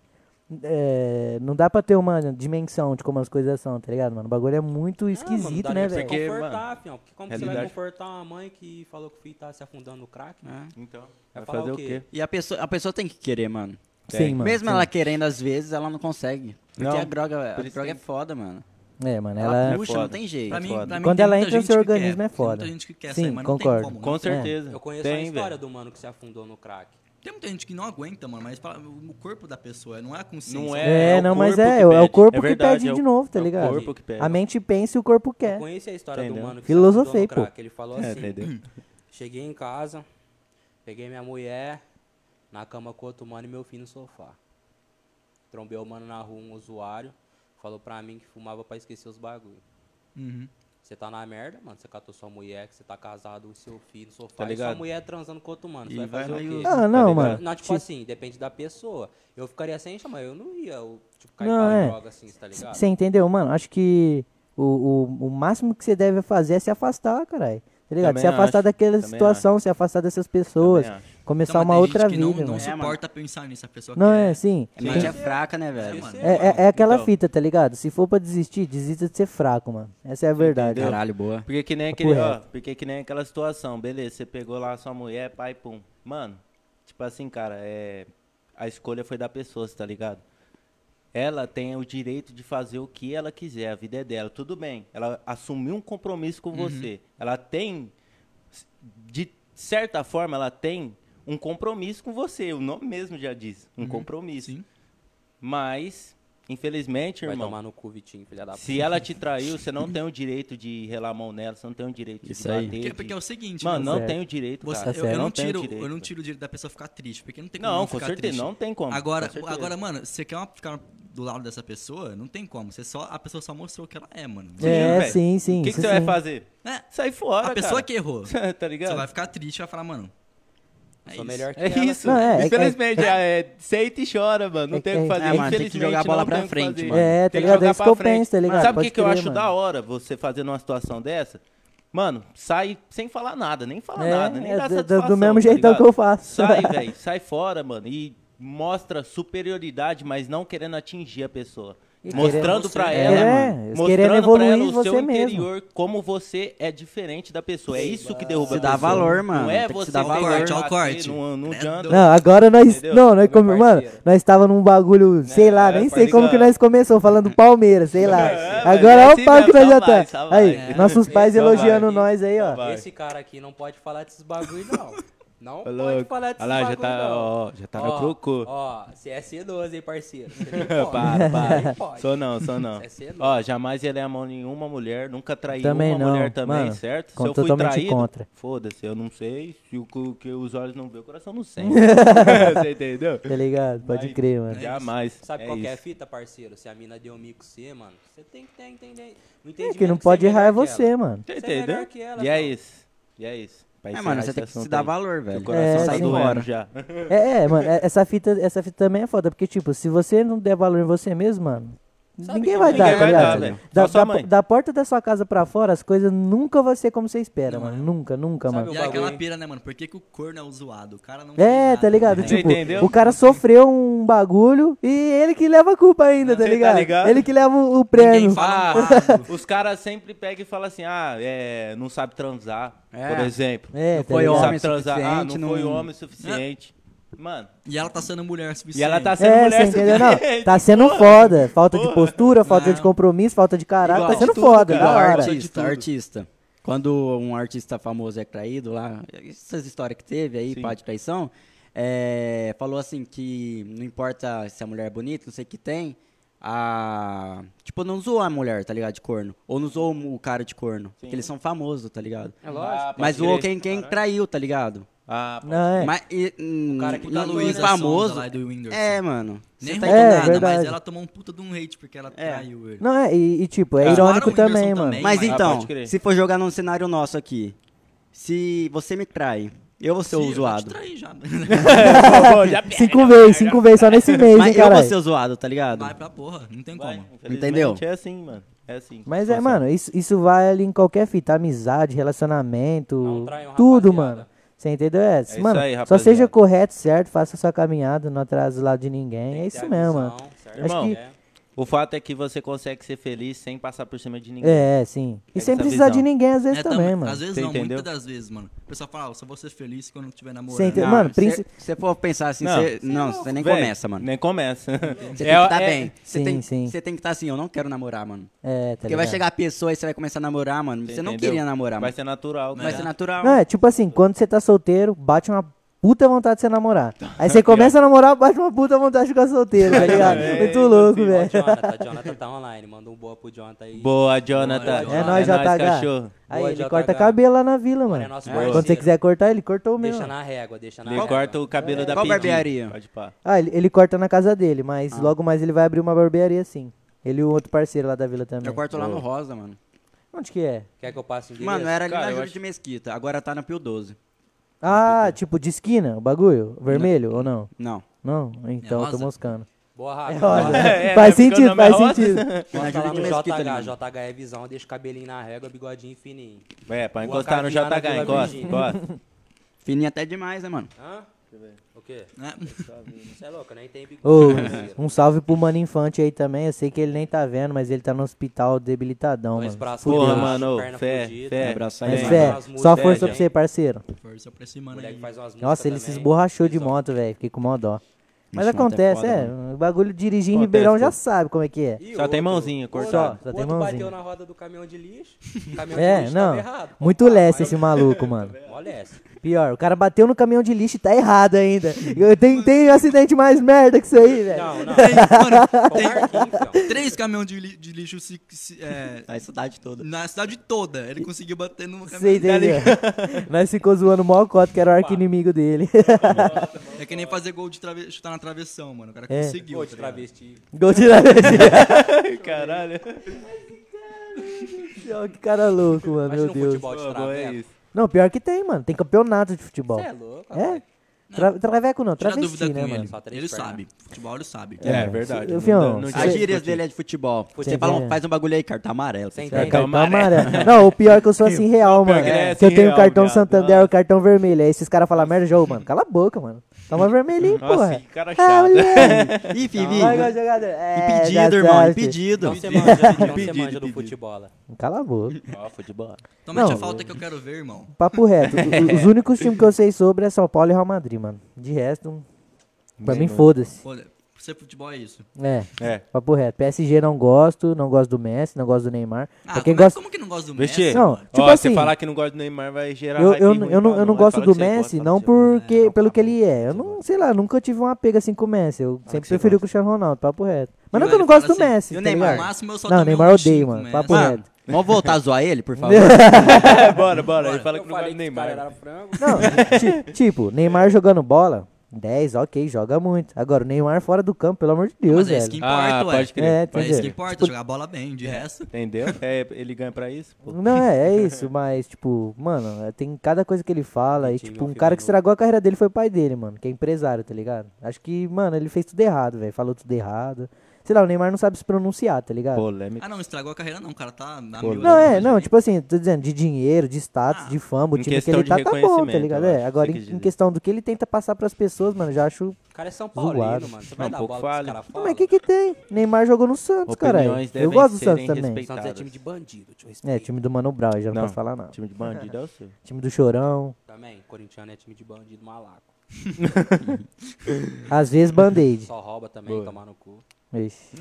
[SPEAKER 3] é, não dá pra ter uma dimensão de como as coisas são, tá ligado, mano? O bagulho é
[SPEAKER 6] Ah,
[SPEAKER 3] muito esquisito, né, velho?
[SPEAKER 5] Porque,
[SPEAKER 4] Porque,
[SPEAKER 5] confortar,
[SPEAKER 4] mano,
[SPEAKER 5] fião, porque como que você vai
[SPEAKER 4] realidade-
[SPEAKER 5] confortar uma mãe que falou que o filho tá se afundando no crack, né?
[SPEAKER 4] Então,
[SPEAKER 5] Vai
[SPEAKER 4] vai
[SPEAKER 5] falar
[SPEAKER 4] fazer
[SPEAKER 5] o
[SPEAKER 4] o
[SPEAKER 5] quê?
[SPEAKER 4] quê?
[SPEAKER 6] E a pessoa, a pessoa tem que querer, mano.
[SPEAKER 3] Sim, mano.
[SPEAKER 6] Mesmo
[SPEAKER 3] sim.
[SPEAKER 6] ela querendo, às vezes, ela não consegue. Porque
[SPEAKER 4] Não.
[SPEAKER 6] a droga, a
[SPEAKER 4] Por isso
[SPEAKER 6] droga é
[SPEAKER 4] tem-
[SPEAKER 6] foda, mano.
[SPEAKER 3] É, mano,
[SPEAKER 6] Ela,
[SPEAKER 3] ela.
[SPEAKER 6] puxa,
[SPEAKER 4] É
[SPEAKER 6] não
[SPEAKER 4] foda.
[SPEAKER 6] tem jeito.
[SPEAKER 1] Pra mim,
[SPEAKER 4] foda.
[SPEAKER 1] pra mim,
[SPEAKER 3] Quando
[SPEAKER 1] tem
[SPEAKER 3] ela
[SPEAKER 1] muita
[SPEAKER 3] entra no
[SPEAKER 1] gente
[SPEAKER 3] seu
[SPEAKER 1] que quer.
[SPEAKER 3] organismo, é
[SPEAKER 1] Tem
[SPEAKER 3] foda.
[SPEAKER 1] muita gente que quer
[SPEAKER 3] Sim,
[SPEAKER 1] sair, mas não
[SPEAKER 3] concordo.
[SPEAKER 1] tem como. né?
[SPEAKER 4] Com certeza.
[SPEAKER 5] Eu conheço
[SPEAKER 4] É. tem,
[SPEAKER 5] a história
[SPEAKER 4] velho.
[SPEAKER 5] do mano que se afundou no crack.
[SPEAKER 1] Tem muita gente que não aguenta, mano, mas pra- o corpo da pessoa, não é a consciência.
[SPEAKER 4] Não
[SPEAKER 3] É,
[SPEAKER 4] É, é o
[SPEAKER 3] não, mas
[SPEAKER 4] corpo
[SPEAKER 3] é,
[SPEAKER 4] que
[SPEAKER 3] é o
[SPEAKER 4] pede.
[SPEAKER 3] corpo
[SPEAKER 4] É
[SPEAKER 3] que
[SPEAKER 4] verdade,
[SPEAKER 3] pede
[SPEAKER 4] é o-
[SPEAKER 3] de novo, tá
[SPEAKER 4] é o
[SPEAKER 3] ligado?
[SPEAKER 4] corpo que pede.
[SPEAKER 3] A mente pensa e o corpo quer.
[SPEAKER 5] Eu conheci a história
[SPEAKER 4] Entendeu?
[SPEAKER 5] do mano que
[SPEAKER 3] É. Filosofei,
[SPEAKER 5] se afundou
[SPEAKER 3] pô.
[SPEAKER 5] no crack. Ele falou
[SPEAKER 4] É,
[SPEAKER 5] assim,
[SPEAKER 4] entendeu?
[SPEAKER 5] cheguei em casa, peguei minha mulher, na cama com outro mano e meu filho no sofá. Trombei o mano na rua, um usuário, falou pra mim que fumava pra esquecer os bagulho.
[SPEAKER 1] Uhum.
[SPEAKER 5] Você tá na merda, mano. Você catou sua mulher, que você tá casado, o seu filho, no sofá,
[SPEAKER 4] Tá
[SPEAKER 5] e sua
[SPEAKER 4] ligado?
[SPEAKER 5] mulher transando com outro mano. Você
[SPEAKER 1] E tá
[SPEAKER 5] vai,
[SPEAKER 1] vai
[SPEAKER 5] fazer
[SPEAKER 1] meio-
[SPEAKER 5] o quê?
[SPEAKER 3] Ah, não, mano.
[SPEAKER 5] Não, tipo assim, depende da pessoa. Eu ficaria sem chamar, eu não ia, eu, tipo, cair
[SPEAKER 3] Não,
[SPEAKER 5] pra
[SPEAKER 3] é.
[SPEAKER 5] droga assim, tá ligado?
[SPEAKER 3] Você entendeu, mano? Acho que o, o, o máximo que você deve fazer é se afastar, caralho. Tá ligado?
[SPEAKER 4] Também
[SPEAKER 3] se afastar
[SPEAKER 4] acho,
[SPEAKER 3] daquela
[SPEAKER 4] também
[SPEAKER 3] situação, se afastar dessas pessoas,
[SPEAKER 4] Também acho.
[SPEAKER 3] começar
[SPEAKER 1] Então, mas
[SPEAKER 3] uma
[SPEAKER 1] tem
[SPEAKER 3] outra
[SPEAKER 1] gente que
[SPEAKER 3] vida,
[SPEAKER 1] não,
[SPEAKER 3] mano.
[SPEAKER 1] não
[SPEAKER 6] É, mano.
[SPEAKER 1] suporta pensar nisso, a pessoa
[SPEAKER 3] Não,
[SPEAKER 1] quer...
[SPEAKER 3] é, sim.
[SPEAKER 6] A mente é fraca, né, velho?
[SPEAKER 1] mano.
[SPEAKER 5] Esquecer,
[SPEAKER 3] É, é, é aquela
[SPEAKER 4] Então.
[SPEAKER 3] fita, tá ligado? Se for pra desistir, desista de ser fraco, mano. Essa é a verdade.
[SPEAKER 6] Caralho, boa.
[SPEAKER 4] Porque que nem aquele, ó,
[SPEAKER 3] reto.
[SPEAKER 4] porque que nem aquela situação, beleza, você pegou lá a sua mulher, pai, pum. Mano, tipo assim, cara, é a escolha foi da pessoa, cê tá ligado? Ela tem o direito de fazer o que ela quiser, a vida é dela, tudo bem. Ela assumiu um compromisso com você. Ela tem de certa forma ela tem um compromisso com você, o nome mesmo já diz, um compromisso.
[SPEAKER 1] Sim.
[SPEAKER 4] Mas, infelizmente,
[SPEAKER 5] Vai
[SPEAKER 4] irmão,
[SPEAKER 5] tomar no cu, Vitinho, filha da
[SPEAKER 4] Tá se ela te traiu, você não tem o direito de relar a mão nela, você não tem o direito
[SPEAKER 6] Isso
[SPEAKER 4] de
[SPEAKER 6] aí.
[SPEAKER 4] bater.
[SPEAKER 1] Porque,
[SPEAKER 4] de-
[SPEAKER 1] porque é o seguinte,
[SPEAKER 4] Mano,
[SPEAKER 1] né?
[SPEAKER 4] não
[SPEAKER 3] Certo.
[SPEAKER 4] tem o direito,
[SPEAKER 1] Você-
[SPEAKER 4] cara.
[SPEAKER 1] eu, eu não
[SPEAKER 4] tenho
[SPEAKER 1] tiro,
[SPEAKER 4] direito.
[SPEAKER 1] eu não tiro o direito da pessoa ficar triste, porque não tem como
[SPEAKER 4] Não,
[SPEAKER 1] não
[SPEAKER 4] com
[SPEAKER 1] ficar
[SPEAKER 4] certeza,
[SPEAKER 1] triste.
[SPEAKER 4] não tem como.
[SPEAKER 1] Agora,
[SPEAKER 4] com certeza.
[SPEAKER 1] agora, mano, você quer uma- ficar do lado dessa pessoa? Não tem como. Você só, a pessoa só mostrou o que ela é, mano.
[SPEAKER 3] É,
[SPEAKER 4] velho.
[SPEAKER 3] sim, sim,
[SPEAKER 4] O que, que
[SPEAKER 3] isso
[SPEAKER 4] você vai
[SPEAKER 3] sim.
[SPEAKER 4] fazer?
[SPEAKER 1] É,
[SPEAKER 4] Sai fora,
[SPEAKER 1] a
[SPEAKER 4] cara.
[SPEAKER 1] pessoa que errou. Você
[SPEAKER 4] tá ligado?
[SPEAKER 1] vai ficar triste, vai falar, mano. É
[SPEAKER 5] Sou
[SPEAKER 1] isso.
[SPEAKER 5] melhor que
[SPEAKER 4] É
[SPEAKER 5] ela.
[SPEAKER 4] isso.
[SPEAKER 3] Não, é, é que-
[SPEAKER 4] Infelizmente, é, é, senta e chora, mano. Não
[SPEAKER 3] É
[SPEAKER 4] tem
[SPEAKER 3] que-
[SPEAKER 4] o que fazer.
[SPEAKER 6] É, mano, tem que jogar a bola pra frente, mano.
[SPEAKER 3] É, tá
[SPEAKER 4] tem que
[SPEAKER 3] ligado? É
[SPEAKER 4] jogar
[SPEAKER 3] isso
[SPEAKER 4] pra
[SPEAKER 3] que eu
[SPEAKER 4] frente.
[SPEAKER 3] penso, tá ligado?
[SPEAKER 4] Mas sabe o
[SPEAKER 3] Pode
[SPEAKER 4] que, que eu
[SPEAKER 3] crer,
[SPEAKER 4] acho
[SPEAKER 3] mano.
[SPEAKER 4] da hora você fazer numa situação dessa? Mano, sai sem falar nada, nem fala
[SPEAKER 3] É,
[SPEAKER 4] nada, nem
[SPEAKER 3] é
[SPEAKER 4] dá
[SPEAKER 3] do- do- do
[SPEAKER 4] satisfação,
[SPEAKER 3] mesmo
[SPEAKER 4] tá
[SPEAKER 3] jeitão
[SPEAKER 4] ligado?
[SPEAKER 3] que eu faço.
[SPEAKER 4] Sai, velho, sai fora, mano, e mostra superioridade, mas não querendo atingir a pessoa.
[SPEAKER 3] E
[SPEAKER 1] querendo-
[SPEAKER 4] mostrando pra
[SPEAKER 3] É,
[SPEAKER 4] ela,
[SPEAKER 3] é,
[SPEAKER 4] mano,
[SPEAKER 3] eles
[SPEAKER 4] mostrando
[SPEAKER 3] querendo
[SPEAKER 4] pra
[SPEAKER 3] evoluir
[SPEAKER 4] ela o seu
[SPEAKER 3] você mesmo.
[SPEAKER 4] interior, como você é diferente da pessoa. É isso que derruba
[SPEAKER 6] Se
[SPEAKER 4] a
[SPEAKER 6] dá
[SPEAKER 4] pessoa.
[SPEAKER 6] valor, mano,
[SPEAKER 4] Não é
[SPEAKER 6] tem que se
[SPEAKER 4] você
[SPEAKER 6] dar
[SPEAKER 4] querer
[SPEAKER 1] valor.
[SPEAKER 4] bater,
[SPEAKER 1] Ó o corte, ó o
[SPEAKER 4] Não, não
[SPEAKER 1] corte.
[SPEAKER 4] adianta.
[SPEAKER 3] Não, agora nós.
[SPEAKER 4] Entendeu?
[SPEAKER 3] Não, nós
[SPEAKER 5] Meu
[SPEAKER 3] come, mano,
[SPEAKER 5] parceiro.
[SPEAKER 3] nós estava num bagulho, sei lá,
[SPEAKER 4] é,
[SPEAKER 3] nem sei como que
[SPEAKER 4] parceiro.
[SPEAKER 3] nós começou, falando Palmeiras, sei lá.
[SPEAKER 4] É,
[SPEAKER 3] agora
[SPEAKER 4] mas é
[SPEAKER 3] olha
[SPEAKER 4] assim
[SPEAKER 3] o pau que nós
[SPEAKER 4] mesmo,
[SPEAKER 3] já
[SPEAKER 4] só vai,
[SPEAKER 3] tá.
[SPEAKER 4] só vai.
[SPEAKER 3] Aí, nossos pais
[SPEAKER 4] Só
[SPEAKER 3] elogiando
[SPEAKER 4] vai.
[SPEAKER 3] nós aí, ó.
[SPEAKER 4] Só vai.
[SPEAKER 5] Esse cara aqui não pode falar desses bagulho, não. Não
[SPEAKER 4] Ô,
[SPEAKER 5] pode
[SPEAKER 4] Tá louco.
[SPEAKER 5] falar desses
[SPEAKER 4] Olha lá, já
[SPEAKER 5] bagulho,
[SPEAKER 4] tá,
[SPEAKER 5] não.
[SPEAKER 4] ó, já tá
[SPEAKER 5] Ó,
[SPEAKER 4] no cocô.
[SPEAKER 5] Ó, CS12, hein, parceiro. Você nem pode,
[SPEAKER 4] Para,
[SPEAKER 5] você nem
[SPEAKER 4] para.
[SPEAKER 5] pode.
[SPEAKER 4] Sou não, sou não.
[SPEAKER 5] Isso é cedo.
[SPEAKER 4] Ó, jamais ele é a mão nenhuma mulher, nunca traí
[SPEAKER 3] Também
[SPEAKER 4] uma
[SPEAKER 3] não,
[SPEAKER 4] mulher também,
[SPEAKER 3] mano.
[SPEAKER 4] certo? Se
[SPEAKER 3] Com-
[SPEAKER 4] eu fui
[SPEAKER 3] totalmente
[SPEAKER 4] traído,
[SPEAKER 3] contra.
[SPEAKER 4] foda-se, eu não sei, se o cu- que os olhos não vê, o coração não sente. Você entendeu?
[SPEAKER 3] Tá ligado? Pode
[SPEAKER 4] Mas-
[SPEAKER 3] crer, mano.
[SPEAKER 4] Jamais.
[SPEAKER 5] Sabe
[SPEAKER 4] é
[SPEAKER 5] qual que é a
[SPEAKER 4] isso.
[SPEAKER 5] fita, parceiro? Se a mina deu um mico com você, mano, você tem que ter, entender.
[SPEAKER 3] É,
[SPEAKER 5] Não entende
[SPEAKER 3] Quem não pode errar é você, mano.
[SPEAKER 4] Você
[SPEAKER 5] Você é
[SPEAKER 4] entendeu?
[SPEAKER 5] melhor que ela,
[SPEAKER 4] e é
[SPEAKER 5] pô.
[SPEAKER 4] isso. E é isso. Pra
[SPEAKER 6] É,
[SPEAKER 4] encerrar
[SPEAKER 6] mano, você
[SPEAKER 4] esse
[SPEAKER 6] tem que se
[SPEAKER 4] assunto
[SPEAKER 6] dar
[SPEAKER 4] aí,
[SPEAKER 6] valor,
[SPEAKER 4] que O
[SPEAKER 6] velho.
[SPEAKER 4] coração
[SPEAKER 3] É,
[SPEAKER 4] tá
[SPEAKER 3] sim.
[SPEAKER 4] doendo
[SPEAKER 6] Bora.
[SPEAKER 4] já.
[SPEAKER 3] É, é, mano, é- essa fita, essa fita também é foda, porque, tipo, se você não der valor em você mesmo, mano,
[SPEAKER 5] Sabe
[SPEAKER 3] ninguém
[SPEAKER 5] que
[SPEAKER 3] vai
[SPEAKER 4] ninguém
[SPEAKER 3] dar, tá
[SPEAKER 4] vai dar,
[SPEAKER 3] ligado?
[SPEAKER 4] velho.
[SPEAKER 3] da,
[SPEAKER 4] Só sua
[SPEAKER 3] da-
[SPEAKER 4] mãe.
[SPEAKER 3] da porta da sua casa pra fora, as coisas nunca vão ser como você espera, mano. Nunca, nunca,
[SPEAKER 5] Sabe
[SPEAKER 3] mano.
[SPEAKER 1] E
[SPEAKER 5] O
[SPEAKER 1] é aquela
[SPEAKER 5] bagulho-
[SPEAKER 1] pira, né, mano? Por que, que o corno é o zoado? O cara não. fez
[SPEAKER 3] É,
[SPEAKER 1] nada,
[SPEAKER 3] tá ligado?
[SPEAKER 1] né?
[SPEAKER 4] Você
[SPEAKER 3] Tipo,
[SPEAKER 4] entendeu?
[SPEAKER 3] o cara sofreu um bagulho e ele que leva a culpa ainda, tá
[SPEAKER 4] Você tá
[SPEAKER 3] ligado?
[SPEAKER 4] ligado?
[SPEAKER 3] Ele que leva o, o
[SPEAKER 1] Ninguém
[SPEAKER 3] prêmio.
[SPEAKER 1] fala
[SPEAKER 4] Ah,
[SPEAKER 1] nada.
[SPEAKER 4] os caras sempre pegam e falam assim, ah, é, não sabe transar,
[SPEAKER 6] É.
[SPEAKER 4] por exemplo.
[SPEAKER 3] É, tá
[SPEAKER 6] foi
[SPEAKER 4] não
[SPEAKER 3] ligado?
[SPEAKER 6] homem
[SPEAKER 4] sabe transar, ah, não,
[SPEAKER 6] suficiente,
[SPEAKER 4] foi
[SPEAKER 6] não-
[SPEAKER 4] homem o suficiente. Mano,
[SPEAKER 1] E ela tá sendo mulher suficiente.
[SPEAKER 4] e ela tá sendo
[SPEAKER 3] É,
[SPEAKER 4] mulher
[SPEAKER 3] você entendeu? Não,
[SPEAKER 4] suficiente.
[SPEAKER 3] tá sendo foda. Falta de
[SPEAKER 4] Porra.
[SPEAKER 3] postura, falta de
[SPEAKER 1] Não.
[SPEAKER 3] compromisso, falta de caráter, tá
[SPEAKER 6] Igual.
[SPEAKER 3] sendo
[SPEAKER 4] Tudo,
[SPEAKER 3] foda,
[SPEAKER 4] cara.
[SPEAKER 3] da
[SPEAKER 6] Igual
[SPEAKER 3] hora.
[SPEAKER 1] Pode tudo.
[SPEAKER 6] artista, artista. Quando um artista famoso é traído lá, essas histórias que teve aí,
[SPEAKER 4] Sim.
[SPEAKER 6] pá de traição, é, falou assim que não importa se a mulher é bonita, não sei o que tem, a... Tipo, não zoou a mulher, tá ligado, de corno. Ou não zoou o cara de corno. Porque eles são famosos, tá ligado?
[SPEAKER 5] É lógico.
[SPEAKER 4] Ah, pode
[SPEAKER 6] Mas zoou quem,
[SPEAKER 4] crer.
[SPEAKER 6] quem traiu, tá ligado?
[SPEAKER 4] Ah, pô.
[SPEAKER 3] Não, é.
[SPEAKER 6] Mas, e, hum,
[SPEAKER 5] O cara que
[SPEAKER 6] um-
[SPEAKER 5] tá
[SPEAKER 6] um
[SPEAKER 5] Luísa
[SPEAKER 6] famoso...
[SPEAKER 1] Sonza né? lá do Whindersson.
[SPEAKER 6] É, mano.
[SPEAKER 1] Nem
[SPEAKER 6] Cê
[SPEAKER 1] tá
[SPEAKER 6] tá
[SPEAKER 3] É,
[SPEAKER 6] entendendo.
[SPEAKER 1] nada, mas
[SPEAKER 3] verdade.
[SPEAKER 1] ela tomou um puta de um hate porque ela
[SPEAKER 6] É.
[SPEAKER 1] traiu ele.
[SPEAKER 3] Não, é, e, e, tipo, é
[SPEAKER 1] Claro,
[SPEAKER 3] irônico
[SPEAKER 1] o Whindersson
[SPEAKER 3] também, mano.
[SPEAKER 1] também.
[SPEAKER 6] Mas
[SPEAKER 1] mas-
[SPEAKER 6] então,
[SPEAKER 4] Ah, pode crer.
[SPEAKER 6] se for jogar num cenário nosso aqui, se você me trai, eu vou ser o
[SPEAKER 1] Sim, Eu
[SPEAKER 6] zoado.
[SPEAKER 1] te traí já.
[SPEAKER 4] Pô, já perde,
[SPEAKER 3] Cinco vezes, cinco vezes, só nesse mês, hein,
[SPEAKER 6] Mas eu vou
[SPEAKER 3] caralho.
[SPEAKER 6] ser o zoado, tá ligado?
[SPEAKER 1] Vai pra porra, não tem
[SPEAKER 4] vai.
[SPEAKER 1] como.
[SPEAKER 4] Infelizmente,
[SPEAKER 6] Entendeu?
[SPEAKER 4] É assim, mano. É assim.
[SPEAKER 3] Mas é, mano, isso, isso vale em qualquer fita. Amizade, relacionamento,
[SPEAKER 5] Não traiam,
[SPEAKER 3] tudo,
[SPEAKER 5] rapaziada.
[SPEAKER 3] mano. Você entendeu? É,
[SPEAKER 4] isso
[SPEAKER 3] mano,
[SPEAKER 4] aí,
[SPEAKER 3] só
[SPEAKER 4] rapaziada.
[SPEAKER 3] seja correto, certo? Faça sua caminhada, não atrasa do lado de ninguém. é isso mesmo, mano.
[SPEAKER 4] Irmão,
[SPEAKER 3] Acho que-
[SPEAKER 5] É.
[SPEAKER 4] O fato é que você consegue ser feliz sem passar por cima de ninguém.
[SPEAKER 3] É, sim. E
[SPEAKER 4] É
[SPEAKER 3] sem
[SPEAKER 4] essa
[SPEAKER 3] precisar de
[SPEAKER 4] visão.
[SPEAKER 3] ninguém, às vezes
[SPEAKER 5] tá,
[SPEAKER 1] É,
[SPEAKER 3] também,
[SPEAKER 1] tam-
[SPEAKER 3] mano.
[SPEAKER 1] Às vezes
[SPEAKER 4] Você
[SPEAKER 1] não,
[SPEAKER 4] entendeu?
[SPEAKER 1] muitas das vezes, mano. O pessoal fala, ah, eu só vou ser feliz quando eu estiver namorando.
[SPEAKER 3] Você entendeu?
[SPEAKER 6] Não,
[SPEAKER 3] Mano,
[SPEAKER 6] se-
[SPEAKER 3] princi-
[SPEAKER 6] se você for pensar assim,
[SPEAKER 4] Não.
[SPEAKER 6] você não, você nem
[SPEAKER 4] Véi,
[SPEAKER 6] começa, mano.
[SPEAKER 4] Nem começa.
[SPEAKER 6] Você tem que estar
[SPEAKER 4] é-
[SPEAKER 6] bem. Você
[SPEAKER 3] Sim,
[SPEAKER 6] tem,
[SPEAKER 3] sim.
[SPEAKER 6] você tem que estar assim, eu não quero namorar, mano.
[SPEAKER 3] É, tá
[SPEAKER 6] Porque
[SPEAKER 3] ligado?
[SPEAKER 6] vai chegar a pessoa e você vai começar a namorar, mano. Você não
[SPEAKER 4] entendeu?
[SPEAKER 6] queria namorar,
[SPEAKER 4] Vai
[SPEAKER 6] mas
[SPEAKER 4] ser natural.
[SPEAKER 6] vai
[SPEAKER 4] cara.
[SPEAKER 6] ser natural.
[SPEAKER 5] um
[SPEAKER 3] Não, é tipo assim, quando você tá solteiro, bate uma puta vontade de você namorar. Aí você começa a namorar, bate uma puta vontade de ficar solteiro, tá ligado?
[SPEAKER 4] Tá É,
[SPEAKER 3] Muito
[SPEAKER 4] é,
[SPEAKER 3] louco,
[SPEAKER 4] assim,
[SPEAKER 5] Ó,
[SPEAKER 3] velho.
[SPEAKER 5] Jonathan, Jonathan tá online. Manda um boa pro Jonathan aí.
[SPEAKER 4] Boa, Jonathan.
[SPEAKER 1] Boa,
[SPEAKER 3] É nóis, JH.
[SPEAKER 4] cachorro.
[SPEAKER 3] Aí
[SPEAKER 5] Boa,
[SPEAKER 3] ele
[SPEAKER 5] JH.
[SPEAKER 3] corta cabelo lá na vila,
[SPEAKER 5] Agora
[SPEAKER 3] mano.
[SPEAKER 5] é nosso
[SPEAKER 4] É.
[SPEAKER 5] parceiro.
[SPEAKER 3] Quando você quiser cortar, ele cortou o meu.
[SPEAKER 5] Deixa na régua, deixa na
[SPEAKER 4] Ele
[SPEAKER 5] régua.
[SPEAKER 4] corta o cabelo da
[SPEAKER 6] Qual
[SPEAKER 4] Pidi.
[SPEAKER 6] barbearia?
[SPEAKER 4] Pode pá.
[SPEAKER 3] Ah, ele, ele corta na casa dele, mas logo mais ele vai abrir uma barbearia sim. Ele e o outro parceiro lá da vila também.
[SPEAKER 6] Eu corto lá no rosa, mano.
[SPEAKER 3] Onde que é?
[SPEAKER 5] Quer que eu passe o endereço?
[SPEAKER 6] Mano, era ali
[SPEAKER 4] Cara,
[SPEAKER 6] na
[SPEAKER 4] eu
[SPEAKER 6] Júlio
[SPEAKER 4] acho-
[SPEAKER 6] de Mesquita, agora tá na Pio 12.
[SPEAKER 3] Ah, tipo de esquina, o bagulho? Vermelho ou não?
[SPEAKER 6] Não.
[SPEAKER 3] Não? Então eu tô
[SPEAKER 1] rosa?
[SPEAKER 3] moscando.
[SPEAKER 5] Boa, Rafa.
[SPEAKER 3] É
[SPEAKER 5] boa.
[SPEAKER 3] rosa.
[SPEAKER 4] É,
[SPEAKER 3] faz
[SPEAKER 4] né, porque o
[SPEAKER 3] sentido,
[SPEAKER 4] nome é
[SPEAKER 3] faz
[SPEAKER 4] rosa.
[SPEAKER 3] sentido.
[SPEAKER 6] Mas
[SPEAKER 5] Bota lá
[SPEAKER 6] ajuda
[SPEAKER 5] no
[SPEAKER 6] de mesquita ali,
[SPEAKER 5] JH.
[SPEAKER 6] mano.
[SPEAKER 5] JH é visão, deixa o cabelinho na régua, bigodinho fininho.
[SPEAKER 4] É, pra
[SPEAKER 5] Boa
[SPEAKER 4] encostar no
[SPEAKER 5] casinha na
[SPEAKER 4] JH,
[SPEAKER 5] Vila
[SPEAKER 4] encosta,
[SPEAKER 5] Virgínia.
[SPEAKER 4] encosta.
[SPEAKER 6] Fininho até demais, né, mano?
[SPEAKER 5] Hã? O quê?
[SPEAKER 1] Ah,
[SPEAKER 5] Você é louco, nem tem bigode.
[SPEAKER 3] Ô,
[SPEAKER 5] parceiro.
[SPEAKER 3] um salve pro Mano Infante aí também. Eu sei que ele nem tá vendo, mas ele tá no hospital debilitadão,
[SPEAKER 5] Dois
[SPEAKER 3] mano.
[SPEAKER 5] braços
[SPEAKER 4] Porra,
[SPEAKER 5] pra baixo,
[SPEAKER 4] mano,
[SPEAKER 5] perna
[SPEAKER 4] fé,
[SPEAKER 5] fudida.
[SPEAKER 4] fé.
[SPEAKER 6] Abraço aí,
[SPEAKER 3] Mas,
[SPEAKER 6] mano.
[SPEAKER 3] fé,
[SPEAKER 5] Faz música,
[SPEAKER 3] só força
[SPEAKER 5] né,
[SPEAKER 3] pra você, parceiro.
[SPEAKER 1] força pra esse mano
[SPEAKER 5] Moleque
[SPEAKER 1] aí.
[SPEAKER 5] faz umas músicas
[SPEAKER 3] Nossa, ele se
[SPEAKER 5] também. é
[SPEAKER 3] esborrachou de
[SPEAKER 5] Só-
[SPEAKER 3] moto, velho. Fiquei com mó dó.
[SPEAKER 6] Ixi, moto
[SPEAKER 3] Mas
[SPEAKER 6] é
[SPEAKER 3] acontece,
[SPEAKER 6] foda,
[SPEAKER 3] é. O bagulho dirigir em
[SPEAKER 4] Acontece,
[SPEAKER 3] Ribeirão já
[SPEAKER 4] pô.
[SPEAKER 3] sabe como é que é.
[SPEAKER 4] Só
[SPEAKER 5] E
[SPEAKER 4] tem
[SPEAKER 5] outro-
[SPEAKER 4] mãozinha
[SPEAKER 5] outro-
[SPEAKER 4] cortada.
[SPEAKER 3] Só- só tem
[SPEAKER 5] outro
[SPEAKER 3] mãozinha.
[SPEAKER 5] bateu na roda do caminhão de lixo. O caminhão de
[SPEAKER 3] É,
[SPEAKER 5] lixo
[SPEAKER 3] não.
[SPEAKER 5] tava errado.
[SPEAKER 3] Muito
[SPEAKER 5] Opa,
[SPEAKER 3] leste
[SPEAKER 5] mas-
[SPEAKER 3] esse maluco, mano.
[SPEAKER 5] Mó leste.
[SPEAKER 3] Pior, o cara bateu no caminhão de lixo e tá errado ainda. Eu- Tem, tem acidente mais merda que isso aí, velho.
[SPEAKER 5] Não, não.
[SPEAKER 1] Tem, mano,
[SPEAKER 5] Foi o Marquinhos, então.
[SPEAKER 1] três caminhões de, li- de lixo se- se- é,
[SPEAKER 6] A cidade toda.
[SPEAKER 1] na cidade toda. Ele conseguiu bater numa
[SPEAKER 3] Você
[SPEAKER 1] caminhonete.
[SPEAKER 3] entendeu? Nós ficou zoando o maior cota, que era o arco-inimigo dele.
[SPEAKER 1] É que nem fazer gol de trave... chutar na travessão, mano. O cara
[SPEAKER 3] É.
[SPEAKER 1] conseguiu.
[SPEAKER 5] Pô, de
[SPEAKER 1] tá ligado?
[SPEAKER 5] travesti.
[SPEAKER 3] Gol de laranja.
[SPEAKER 4] Caralho.
[SPEAKER 3] Ó, que cara louco, mano,
[SPEAKER 5] Imagina
[SPEAKER 3] meu
[SPEAKER 5] um
[SPEAKER 3] Deus.
[SPEAKER 5] futebol de
[SPEAKER 4] Pô, boa, é
[SPEAKER 5] travesti.
[SPEAKER 4] isso.
[SPEAKER 3] Não, pior que tem, mano. Tem campeonato de futebol.
[SPEAKER 5] Você é louco,
[SPEAKER 3] É?
[SPEAKER 5] rapaz.
[SPEAKER 3] Tra- traveco não,
[SPEAKER 1] Tira a
[SPEAKER 3] travesti,
[SPEAKER 1] dúvida
[SPEAKER 3] né,
[SPEAKER 1] com
[SPEAKER 3] mano?
[SPEAKER 1] ele.
[SPEAKER 5] Só três
[SPEAKER 1] Ele
[SPEAKER 5] pernas.
[SPEAKER 1] sabe. Futebol ele sabe.
[SPEAKER 4] É, verdade.
[SPEAKER 3] Eu
[SPEAKER 4] Não
[SPEAKER 3] vi
[SPEAKER 4] dá-
[SPEAKER 3] um-
[SPEAKER 4] não dá-
[SPEAKER 6] As gírias dele é de futebol. Você
[SPEAKER 3] Futebol.
[SPEAKER 6] fala, um- faz um bagulho aí, cara, tá amarelo.
[SPEAKER 5] Você
[SPEAKER 3] É,
[SPEAKER 5] entende?
[SPEAKER 3] cartão
[SPEAKER 4] amarelo.
[SPEAKER 3] amarelo. Não, o pior é que eu sou assim real,
[SPEAKER 4] pior
[SPEAKER 3] mano.
[SPEAKER 4] que ele é
[SPEAKER 3] que eu
[SPEAKER 4] assim
[SPEAKER 3] tenho o
[SPEAKER 4] real,
[SPEAKER 3] cartão
[SPEAKER 4] viado.
[SPEAKER 3] Santander e
[SPEAKER 4] Nossa.
[SPEAKER 3] o cartão vermelho. Aí esses caras falam merda, jogo, mano. Cala a boca, mano. Toma vermelhinho,
[SPEAKER 4] Nossa,
[SPEAKER 3] porra.
[SPEAKER 4] que cara
[SPEAKER 3] Ah,
[SPEAKER 4] chato.
[SPEAKER 3] moleque.
[SPEAKER 6] Ih, Fivi.
[SPEAKER 3] Vai, vai, jogador. É,
[SPEAKER 6] né? Impedido,
[SPEAKER 3] já Então,
[SPEAKER 6] irmão. um
[SPEAKER 3] sabe.
[SPEAKER 6] Impedido.
[SPEAKER 5] Não você manja, não você
[SPEAKER 4] Pedido,
[SPEAKER 5] manja do
[SPEAKER 4] pedido.
[SPEAKER 5] futebol.
[SPEAKER 3] Cala a boca.
[SPEAKER 4] Ó, futebol.
[SPEAKER 1] Toma essa Então,
[SPEAKER 3] Não, é.
[SPEAKER 1] falta que eu quero ver, irmão.
[SPEAKER 3] Papo reto. o- Os únicos times que eu sei sobre é São Paulo e Real Madrid, mano. De resto, pra mim, foda-se.
[SPEAKER 1] Olha, pra ser futebol é isso.
[SPEAKER 3] É.
[SPEAKER 4] É.
[SPEAKER 3] Papo reto. PSG não gosto, não gosto do Messi, não gosto do Neymar.
[SPEAKER 1] Ah,
[SPEAKER 3] pra quem
[SPEAKER 1] como, é-
[SPEAKER 3] gosta.
[SPEAKER 1] como que não gosta do
[SPEAKER 4] Vixe.
[SPEAKER 1] Messi?
[SPEAKER 3] Não, tipo
[SPEAKER 4] Ó,
[SPEAKER 3] assim.
[SPEAKER 4] você falar que não gosta do Neymar vai gerar
[SPEAKER 3] Eu,
[SPEAKER 4] hype
[SPEAKER 3] eu,
[SPEAKER 4] ruim
[SPEAKER 3] eu, não,
[SPEAKER 4] pra
[SPEAKER 3] eu não
[SPEAKER 4] nós.
[SPEAKER 3] gosto
[SPEAKER 4] Fala que
[SPEAKER 3] do
[SPEAKER 4] você gosta,
[SPEAKER 3] Messi,
[SPEAKER 4] fala
[SPEAKER 3] não
[SPEAKER 4] que você gosta.
[SPEAKER 3] porque,
[SPEAKER 4] É, não,
[SPEAKER 3] pelo
[SPEAKER 4] fala
[SPEAKER 3] que ele é. Eu não, sei lá, nunca tive um apego assim com o Messi. Eu sempre preferi o Cristiano Ronaldo, papo reto. Mas não
[SPEAKER 1] E
[SPEAKER 3] que eu não
[SPEAKER 1] ele fala
[SPEAKER 3] gosto do
[SPEAKER 1] assim,
[SPEAKER 3] Messi,
[SPEAKER 6] e o
[SPEAKER 3] tá
[SPEAKER 6] Neymar?
[SPEAKER 1] No
[SPEAKER 3] ligado?
[SPEAKER 1] máximo eu só
[SPEAKER 3] Não,
[SPEAKER 1] tomei
[SPEAKER 3] Neymar
[SPEAKER 1] um
[SPEAKER 3] eu odeio,
[SPEAKER 1] xingo,
[SPEAKER 3] mano.
[SPEAKER 1] mas-
[SPEAKER 3] Papo
[SPEAKER 1] Mano,
[SPEAKER 3] reto.
[SPEAKER 6] Vamos voltar a zoar ele, por favor?
[SPEAKER 4] É, bora, bora. Ele fala
[SPEAKER 5] Eu
[SPEAKER 4] que não gosta
[SPEAKER 5] falei
[SPEAKER 4] do
[SPEAKER 5] que esse
[SPEAKER 4] Neymar.
[SPEAKER 5] cara era frango.
[SPEAKER 3] Não, ti- tipo, Neymar jogando bola, 10, ok, joga muito. Agora, o Neymar fora do campo, pelo amor de Deus,
[SPEAKER 1] Mas é isso que
[SPEAKER 3] velho.
[SPEAKER 1] importa,
[SPEAKER 4] Ah,
[SPEAKER 1] ué.
[SPEAKER 4] pode crer.
[SPEAKER 3] É,
[SPEAKER 1] É
[SPEAKER 3] entendeu?
[SPEAKER 1] isso que importa, jogar bola bem. De resto,
[SPEAKER 4] Entendeu? É, ele ganha pra isso? Pô.
[SPEAKER 3] Não, é, é isso, mas, tipo, mano, é, tem cada coisa que ele fala. E,
[SPEAKER 5] time
[SPEAKER 3] tipo,
[SPEAKER 5] é
[SPEAKER 3] um
[SPEAKER 5] um filme
[SPEAKER 3] cara que
[SPEAKER 5] novo.
[SPEAKER 3] estragou a carreira dele foi o pai dele, mano, que é empresário, tá ligado? Acho que, mano, ele fez tudo errado, velho. Falou tudo errado. Sei lá, o Neymar não sabe se pronunciar, tá ligado?
[SPEAKER 4] Polêmica.
[SPEAKER 1] Ah, não, estragou a carreira não, o cara tá na
[SPEAKER 4] Pô,
[SPEAKER 1] mil.
[SPEAKER 3] Não,
[SPEAKER 1] né?
[SPEAKER 3] é, não, tipo assim, tô dizendo, de dinheiro, de status,
[SPEAKER 1] Ah,
[SPEAKER 3] de fama, o
[SPEAKER 4] em
[SPEAKER 3] time que
[SPEAKER 4] questão
[SPEAKER 3] ele
[SPEAKER 4] de
[SPEAKER 3] tá, tá bom, tá
[SPEAKER 4] reconhecimento,
[SPEAKER 3] ligado?
[SPEAKER 4] eu
[SPEAKER 3] É,
[SPEAKER 4] acho,
[SPEAKER 3] agora,
[SPEAKER 4] sei que
[SPEAKER 3] em, em
[SPEAKER 4] dizer.
[SPEAKER 3] questão do que ele tenta passar pras pessoas, mano, já acho.
[SPEAKER 5] O cara é São Paulino,
[SPEAKER 3] Zoado.
[SPEAKER 5] mano. Você vai
[SPEAKER 4] Não,
[SPEAKER 5] dar
[SPEAKER 4] pouco
[SPEAKER 5] bola pros
[SPEAKER 4] fale.
[SPEAKER 5] caras
[SPEAKER 3] Mas
[SPEAKER 5] falam.
[SPEAKER 3] o que que tem? Neymar jogou no Santos, cara.
[SPEAKER 4] Opiniões
[SPEAKER 3] Eu
[SPEAKER 4] devem
[SPEAKER 3] gosto do
[SPEAKER 4] serem
[SPEAKER 3] Santos também.
[SPEAKER 5] O Santos é
[SPEAKER 4] respeitadas.
[SPEAKER 5] time de bandido, tio.
[SPEAKER 3] É,
[SPEAKER 5] Respeito.
[SPEAKER 3] time do Mano Brown, já não, posso falar nada.
[SPEAKER 4] Time de bandido é o seu.
[SPEAKER 3] Time do Chorão.
[SPEAKER 5] Também, corintiano é time de bandido malaco.
[SPEAKER 3] Às vezes Band-Aid.
[SPEAKER 5] Só rouba também, tomar no cu.
[SPEAKER 3] Ixi.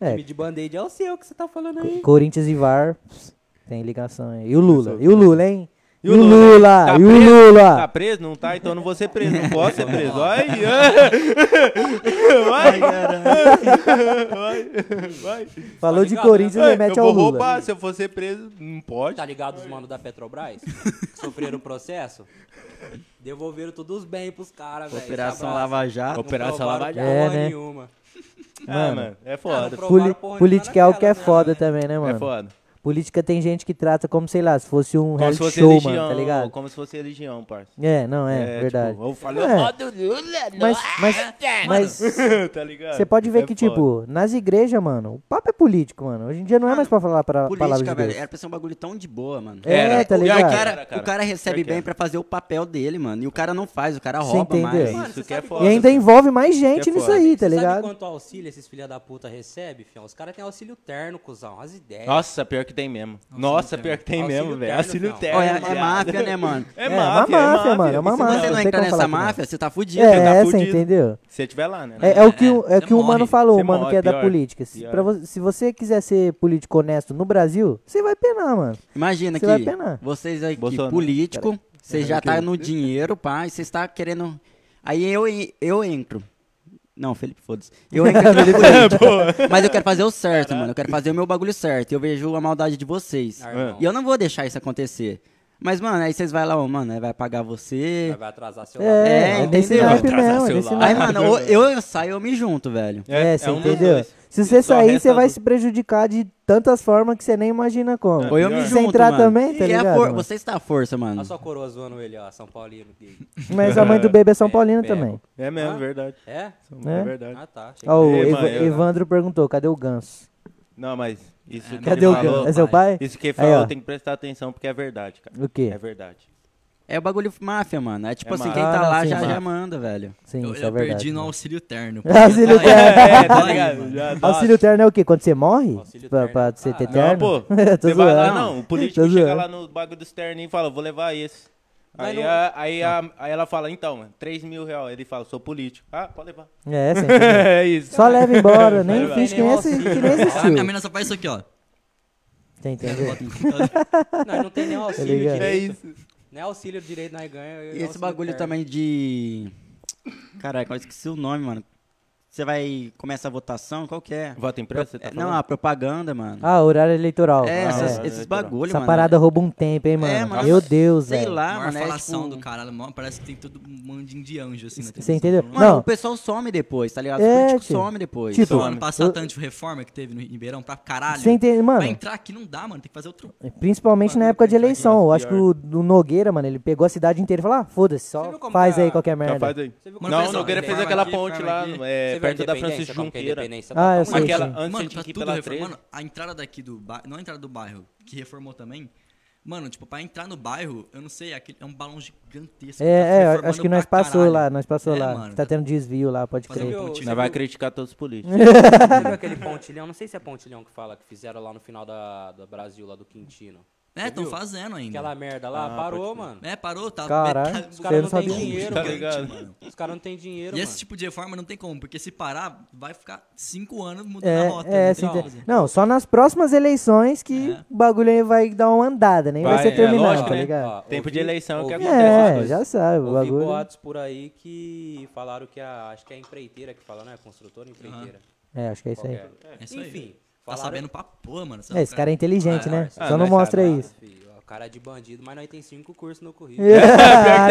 [SPEAKER 3] É,
[SPEAKER 5] Time de band-aid é o seu que você tá falando
[SPEAKER 3] Co-
[SPEAKER 5] aí.
[SPEAKER 3] Corinthians e VAR. pss, Tem ligação aí. E o Lula? E o Lula, hein?
[SPEAKER 4] E o Lula? Tá
[SPEAKER 3] E o
[SPEAKER 4] preso? Tá
[SPEAKER 3] Lula?
[SPEAKER 4] preso? Não tá? Então eu não vou ser preso. Não posso ser preso. Vai. Vai. Vai. Vai.
[SPEAKER 3] Falou
[SPEAKER 5] Tá
[SPEAKER 3] de
[SPEAKER 5] ligado, né?
[SPEAKER 3] Corinthians e mete
[SPEAKER 4] É, Eu
[SPEAKER 3] ao
[SPEAKER 4] vou
[SPEAKER 3] Lula.
[SPEAKER 4] roubar. Se eu for ser preso, não pode. Ah,
[SPEAKER 5] Tá ligado os manos da Petrobras? Que sofreram o processo? Devolveram todos os bens pros caras, velho.
[SPEAKER 6] Operação
[SPEAKER 5] Abraço.
[SPEAKER 6] Lava Jato.
[SPEAKER 5] Não
[SPEAKER 4] Operação
[SPEAKER 5] provaram
[SPEAKER 4] Lava
[SPEAKER 3] Jato.
[SPEAKER 5] porra
[SPEAKER 3] É, né?
[SPEAKER 5] nenhuma.
[SPEAKER 4] Ah, mano. É foda.
[SPEAKER 5] Ah,
[SPEAKER 3] Poli
[SPEAKER 5] não provaram porra nenhuma
[SPEAKER 4] tá
[SPEAKER 3] política é algo que é
[SPEAKER 5] naquela, né?
[SPEAKER 3] foda também, né,
[SPEAKER 4] É
[SPEAKER 3] mano?
[SPEAKER 4] foda.
[SPEAKER 3] Política tem gente que trata como, sei lá, se fosse um
[SPEAKER 4] Como
[SPEAKER 3] reality
[SPEAKER 4] se fosse
[SPEAKER 3] show,
[SPEAKER 4] religião.
[SPEAKER 3] mano, tá ligado?
[SPEAKER 4] Como se fosse religião, parça.
[SPEAKER 3] É, não, é, verdade.
[SPEAKER 4] Tipo, eu falei,
[SPEAKER 3] É, mas,
[SPEAKER 7] é
[SPEAKER 3] mas, mas
[SPEAKER 4] tá ligado?
[SPEAKER 3] você pode ver
[SPEAKER 4] É
[SPEAKER 3] que,
[SPEAKER 4] foda.
[SPEAKER 3] tipo, nas igrejas, mano, o papo é político, mano. Hoje em dia não é mais pra falar pra palavra
[SPEAKER 6] Política,
[SPEAKER 3] de
[SPEAKER 6] velho.
[SPEAKER 3] Deus.
[SPEAKER 6] Era pra ser um bagulho tão de boa, mano.
[SPEAKER 3] É,
[SPEAKER 4] Era.
[SPEAKER 3] tá
[SPEAKER 4] O pior
[SPEAKER 6] O
[SPEAKER 3] ligado?
[SPEAKER 4] que
[SPEAKER 6] cara,
[SPEAKER 4] Era, cara. é
[SPEAKER 6] o cara recebe
[SPEAKER 4] Pior que
[SPEAKER 6] bem
[SPEAKER 4] era.
[SPEAKER 6] pra fazer o papel dele, mano. E o cara não faz, o cara
[SPEAKER 3] Você
[SPEAKER 6] rouba
[SPEAKER 3] entendeu?
[SPEAKER 6] mais.
[SPEAKER 4] Isso
[SPEAKER 5] Mano,
[SPEAKER 4] que é
[SPEAKER 5] você
[SPEAKER 4] foda.
[SPEAKER 3] E ainda envolve mais
[SPEAKER 4] Que
[SPEAKER 3] gente
[SPEAKER 4] é
[SPEAKER 3] nisso
[SPEAKER 4] foda.
[SPEAKER 3] aí, tá
[SPEAKER 5] Você
[SPEAKER 3] ligado?
[SPEAKER 5] Sabe quanto auxílio esses filha da puta recebe, fião? Os caras têm auxílio terno, cuzão. As ideias.
[SPEAKER 4] Nossa, pior que tem mesmo. É. Nossa, pior que tem
[SPEAKER 5] Auxílio
[SPEAKER 4] mesmo, velho.
[SPEAKER 5] terno,
[SPEAKER 4] Auxílio
[SPEAKER 5] não.
[SPEAKER 6] Ó,
[SPEAKER 4] terno.
[SPEAKER 6] é, é
[SPEAKER 4] viado.
[SPEAKER 6] máfia, né, mano?
[SPEAKER 4] É
[SPEAKER 3] uma
[SPEAKER 4] máfia,
[SPEAKER 3] máfia, mano, é uma
[SPEAKER 4] E
[SPEAKER 6] Se
[SPEAKER 3] máfia.
[SPEAKER 4] se você-
[SPEAKER 6] você
[SPEAKER 3] não
[SPEAKER 6] não
[SPEAKER 3] tem como
[SPEAKER 6] entrar
[SPEAKER 3] falar
[SPEAKER 6] nessa
[SPEAKER 3] que não.
[SPEAKER 6] máfia, você tá fudido.
[SPEAKER 3] É,
[SPEAKER 4] tá
[SPEAKER 3] você
[SPEAKER 4] fudido.
[SPEAKER 3] entendeu?
[SPEAKER 4] Se você tiver lá, né?
[SPEAKER 3] É, é o que,
[SPEAKER 1] É,
[SPEAKER 3] o- é o
[SPEAKER 1] você
[SPEAKER 3] que o
[SPEAKER 1] morre.
[SPEAKER 3] Mano falou,
[SPEAKER 4] Você
[SPEAKER 3] o Mano
[SPEAKER 4] morre,
[SPEAKER 3] que é da
[SPEAKER 4] pior,
[SPEAKER 3] política. Se,
[SPEAKER 4] pior.
[SPEAKER 3] pra vo- se você quiser ser político honesto no Brasil, você vai penar, mano.
[SPEAKER 6] Imagina
[SPEAKER 3] Você vai
[SPEAKER 6] que
[SPEAKER 3] penar.
[SPEAKER 6] vocês aí, que
[SPEAKER 4] Bolsonaro.
[SPEAKER 6] político, você já tá no dinheiro, pá, e você está querendo. Aí eu, en- eu entro. Não, Felipe, foda-se. Eu entro aqui no político. Mas eu quero fazer o certo, mano. Eu quero fazer o meu bagulho certo. Eu vejo a maldade de vocês.
[SPEAKER 5] Ah, irmão.
[SPEAKER 6] E eu não vou deixar isso acontecer. Mas, mano, aí vocês vai lá, ó, mano, aí vai pagar você.
[SPEAKER 5] Vai atrasar seu lado.
[SPEAKER 3] É, é
[SPEAKER 6] entendeu?
[SPEAKER 3] desse
[SPEAKER 6] Vai
[SPEAKER 3] naipe
[SPEAKER 5] atrasar
[SPEAKER 3] mesmo, é
[SPEAKER 5] seu
[SPEAKER 3] desse
[SPEAKER 5] lar.
[SPEAKER 6] Aí,
[SPEAKER 3] naipe.
[SPEAKER 6] mano, ou eu, eu saio, eu me junto, velho.
[SPEAKER 3] É, você
[SPEAKER 4] um dos
[SPEAKER 3] entendeu?
[SPEAKER 4] dois.
[SPEAKER 3] Se você
[SPEAKER 4] Só
[SPEAKER 3] sair,
[SPEAKER 4] resta
[SPEAKER 3] você vai
[SPEAKER 4] do-
[SPEAKER 3] se prejudicar de tantas formas que você nem imagina como.
[SPEAKER 6] Ou eu me
[SPEAKER 3] Se
[SPEAKER 6] junto,
[SPEAKER 3] entrar
[SPEAKER 6] mano.
[SPEAKER 3] também, tá
[SPEAKER 6] E é a
[SPEAKER 3] ligado?
[SPEAKER 6] for-
[SPEAKER 3] mano?
[SPEAKER 6] Você está a força, mano.
[SPEAKER 3] é
[SPEAKER 5] Olha só a coroa zoando ele, ó, São Paulino. gay.
[SPEAKER 3] Mas a mãe do bebê é São
[SPEAKER 5] É,
[SPEAKER 3] Paulino
[SPEAKER 5] é.
[SPEAKER 3] também.
[SPEAKER 4] É mesmo,
[SPEAKER 5] Ah.
[SPEAKER 4] verdade.
[SPEAKER 5] É?
[SPEAKER 3] É?
[SPEAKER 4] É verdade.
[SPEAKER 5] Ah, tá. achei que-
[SPEAKER 3] Ó, o
[SPEAKER 4] Ei,
[SPEAKER 3] Eva-
[SPEAKER 4] mãe, eu-
[SPEAKER 3] Evandro perguntou, cadê o ganso?
[SPEAKER 4] Não, mas isso que
[SPEAKER 3] Cadê
[SPEAKER 4] ele
[SPEAKER 3] o
[SPEAKER 4] falou,
[SPEAKER 3] ganso? É seu pai?
[SPEAKER 4] isso que ele
[SPEAKER 3] Aí,
[SPEAKER 4] falou,
[SPEAKER 3] ó.
[SPEAKER 4] tem que prestar atenção porque é verdade, cara.
[SPEAKER 3] O quê?
[SPEAKER 4] É verdade.
[SPEAKER 6] É o bagulho máfia, mano. É tipo
[SPEAKER 4] É
[SPEAKER 6] assim,
[SPEAKER 4] máfia.
[SPEAKER 6] quem tá
[SPEAKER 3] Ah,
[SPEAKER 6] lá
[SPEAKER 3] sim,
[SPEAKER 6] já,
[SPEAKER 3] máfia.
[SPEAKER 6] já manda, velho.
[SPEAKER 3] Sim,
[SPEAKER 1] Eu,
[SPEAKER 3] isso
[SPEAKER 1] eu
[SPEAKER 3] é verdade.
[SPEAKER 1] perdi no
[SPEAKER 3] mano.
[SPEAKER 1] auxílio terno.
[SPEAKER 3] Auxílio
[SPEAKER 1] Tá-
[SPEAKER 3] terno.
[SPEAKER 4] É, tá
[SPEAKER 1] Aí,
[SPEAKER 4] ligado?
[SPEAKER 1] mano.
[SPEAKER 4] Já dá-
[SPEAKER 3] Auxílio terno é o quê? Quando você morre?
[SPEAKER 5] Auxílio
[SPEAKER 3] Pra,
[SPEAKER 5] terno.
[SPEAKER 3] pra você
[SPEAKER 5] Ah,
[SPEAKER 3] ter
[SPEAKER 5] não,
[SPEAKER 4] Não,
[SPEAKER 3] terno?
[SPEAKER 4] pô.
[SPEAKER 3] Tô
[SPEAKER 4] Você vai lá,
[SPEAKER 3] zoando.
[SPEAKER 4] não. O
[SPEAKER 3] Tô
[SPEAKER 4] político chega
[SPEAKER 3] zoando.
[SPEAKER 4] lá no bagulho dos terninhos e fala, vou levar esse.
[SPEAKER 5] Mas
[SPEAKER 4] Aí,
[SPEAKER 5] não-
[SPEAKER 3] é-
[SPEAKER 4] a- aí,
[SPEAKER 3] Tá.
[SPEAKER 4] a- aí ela fala, então, mano, 3 mil reais. Ele fala, sou político. Ah, pode levar.
[SPEAKER 3] É, você entendeu?
[SPEAKER 4] É isso.
[SPEAKER 3] Só leva embora, nem
[SPEAKER 4] Vai,
[SPEAKER 3] finge que
[SPEAKER 5] vai.
[SPEAKER 3] nem exi- que nem
[SPEAKER 1] A minha
[SPEAKER 3] existiu.
[SPEAKER 1] menina só faz isso aqui, ó.
[SPEAKER 3] Você entendeu?
[SPEAKER 5] Não, não tem nem
[SPEAKER 3] Tá
[SPEAKER 5] auxílio
[SPEAKER 3] ligado?
[SPEAKER 5] direito.
[SPEAKER 4] É isso.
[SPEAKER 5] Nem Né, auxílio direito nós ganha.
[SPEAKER 6] E esse bagulho também de. Caraca, eu esqueci o nome, mano. Você vai. Começa a votação, qual que é?
[SPEAKER 4] Voto impresso, você tá
[SPEAKER 6] É, não, a propaganda, mano.
[SPEAKER 3] Ah, horário eleitoral.
[SPEAKER 6] é,
[SPEAKER 3] Ah,
[SPEAKER 6] essas-
[SPEAKER 4] é.
[SPEAKER 6] esses bagulho,
[SPEAKER 3] Essa
[SPEAKER 6] mano.
[SPEAKER 3] parada rouba um tempo, hein, mano?
[SPEAKER 6] É, mano,
[SPEAKER 3] Meu
[SPEAKER 6] nossa,
[SPEAKER 3] Deus,
[SPEAKER 6] Sei
[SPEAKER 3] velho.
[SPEAKER 6] lá,
[SPEAKER 1] maior
[SPEAKER 6] mano. É,
[SPEAKER 1] falação
[SPEAKER 6] tipo,
[SPEAKER 1] do caralho. maior- Parece que tem todo um mandinho de anjo, assim, na
[SPEAKER 3] Você
[SPEAKER 1] televisão.
[SPEAKER 3] entendeu?
[SPEAKER 6] Mano,
[SPEAKER 3] Não,
[SPEAKER 6] o pessoal some depois, tá ligado?
[SPEAKER 3] É,
[SPEAKER 6] Os políticos
[SPEAKER 3] tio.
[SPEAKER 6] somem depois.
[SPEAKER 3] Tipo,
[SPEAKER 1] Então,
[SPEAKER 3] Mano,
[SPEAKER 1] ano passado,
[SPEAKER 3] eu-
[SPEAKER 1] antes reforma que teve no Ribeirão, pra caralho.
[SPEAKER 3] você entende,
[SPEAKER 1] Pra
[SPEAKER 3] mano?
[SPEAKER 1] entrar aqui não dá, mano. Tem que fazer outro.
[SPEAKER 3] Principalmente na
[SPEAKER 1] Bagulho
[SPEAKER 3] época
[SPEAKER 1] que
[SPEAKER 3] de
[SPEAKER 1] vai
[SPEAKER 3] eleição.
[SPEAKER 1] ser
[SPEAKER 3] Eu acho que o do Nogueira, mano, ele pegou a cidade inteira e falou: ah, foda-se,
[SPEAKER 5] Você
[SPEAKER 3] só
[SPEAKER 5] viu como
[SPEAKER 3] faz
[SPEAKER 5] que a-
[SPEAKER 3] aí qualquer
[SPEAKER 4] Então
[SPEAKER 3] merda.
[SPEAKER 4] faz aí.
[SPEAKER 5] Você viu como
[SPEAKER 4] Não,
[SPEAKER 5] fez
[SPEAKER 4] o
[SPEAKER 5] a
[SPEAKER 4] Nogueira fez
[SPEAKER 5] reforma
[SPEAKER 4] aquela
[SPEAKER 1] aqui,
[SPEAKER 4] ponte
[SPEAKER 1] reforma
[SPEAKER 4] lá
[SPEAKER 1] aqui?
[SPEAKER 4] é, perto da Francisco Junqueira.
[SPEAKER 3] Ah,
[SPEAKER 5] é
[SPEAKER 3] eu sei,
[SPEAKER 4] Aquela
[SPEAKER 3] sim.
[SPEAKER 4] antes
[SPEAKER 1] mano,
[SPEAKER 4] de
[SPEAKER 1] tá
[SPEAKER 4] ir
[SPEAKER 1] tudo
[SPEAKER 4] pela
[SPEAKER 1] reformado.
[SPEAKER 4] 13.
[SPEAKER 1] Mano, a entrada daqui do bairro. Não é a entrada do bairro, que reformou também. Mano, tipo, pra entrar no bairro, eu não sei, é, aquele- é um balão gigantesco.
[SPEAKER 3] É, é,
[SPEAKER 1] reformando
[SPEAKER 3] acho que nós
[SPEAKER 1] Tá pra
[SPEAKER 3] passou
[SPEAKER 1] caralho.
[SPEAKER 3] lá, nós passou
[SPEAKER 1] É,
[SPEAKER 3] lá.
[SPEAKER 1] mano,
[SPEAKER 3] tá
[SPEAKER 1] tá-
[SPEAKER 3] tendo desvio lá, pode
[SPEAKER 1] Fazer
[SPEAKER 3] crer.
[SPEAKER 1] um pontinho.
[SPEAKER 4] Nós vai criticar todos os políticos.
[SPEAKER 5] Você viu aquele pontilhão? Não sei se é pontilhão que fala que fizeram lá no final da, da Brasil, lá do Quintino.
[SPEAKER 1] É, tão fazendo ainda.
[SPEAKER 5] Aquela merda lá, parou, mano.
[SPEAKER 1] É, parou, tá.
[SPEAKER 3] Caralho,
[SPEAKER 1] metade-
[SPEAKER 3] os
[SPEAKER 1] o
[SPEAKER 3] caras Ah, não
[SPEAKER 1] bagulho
[SPEAKER 3] têm
[SPEAKER 1] gigante,
[SPEAKER 5] dinheiro,
[SPEAKER 4] tá ligado?
[SPEAKER 1] mano.
[SPEAKER 5] Os caras não têm dinheiro,
[SPEAKER 1] E
[SPEAKER 5] mano.
[SPEAKER 1] esse tipo de reforma não tem como, porque se parar, vai ficar cinco anos mudando
[SPEAKER 3] É,
[SPEAKER 1] a Tá rota.
[SPEAKER 3] é,
[SPEAKER 1] não
[SPEAKER 3] você
[SPEAKER 1] tem
[SPEAKER 3] entende-
[SPEAKER 1] como.
[SPEAKER 3] Não, só nas próximas eleições que
[SPEAKER 1] né, É.
[SPEAKER 3] o bagulho aí vai dar uma andada, nem vai,
[SPEAKER 4] Vai,
[SPEAKER 3] ser
[SPEAKER 4] é,
[SPEAKER 3] terminado,
[SPEAKER 4] lógico,
[SPEAKER 3] tá
[SPEAKER 4] né?
[SPEAKER 3] ligado?
[SPEAKER 5] Ó,
[SPEAKER 4] Tempo
[SPEAKER 5] ouvi-
[SPEAKER 4] de eleição que
[SPEAKER 5] ouvi-
[SPEAKER 4] acontece essas
[SPEAKER 3] É,
[SPEAKER 4] coisas.
[SPEAKER 3] já sabe, o
[SPEAKER 5] Ouvi
[SPEAKER 3] bagulho.
[SPEAKER 5] boatos por aí que falaram que a. Acho que é a empreiteira que fala, né? Construtora empreiteira.
[SPEAKER 3] É, acho que é isso aí.
[SPEAKER 5] Qualquer.
[SPEAKER 1] É isso aí.
[SPEAKER 5] Enfim,
[SPEAKER 1] Tá
[SPEAKER 5] falaram-
[SPEAKER 1] sabendo pra porra, mano.
[SPEAKER 3] É, esse cara é inteligente,
[SPEAKER 1] Ah,
[SPEAKER 3] né?
[SPEAKER 5] ah,
[SPEAKER 3] Só não
[SPEAKER 4] nós
[SPEAKER 3] mostra
[SPEAKER 4] sabe.
[SPEAKER 3] isso. É.
[SPEAKER 5] Filho, ó, cara de bandido, mas nós tem cinco cursos no currículo.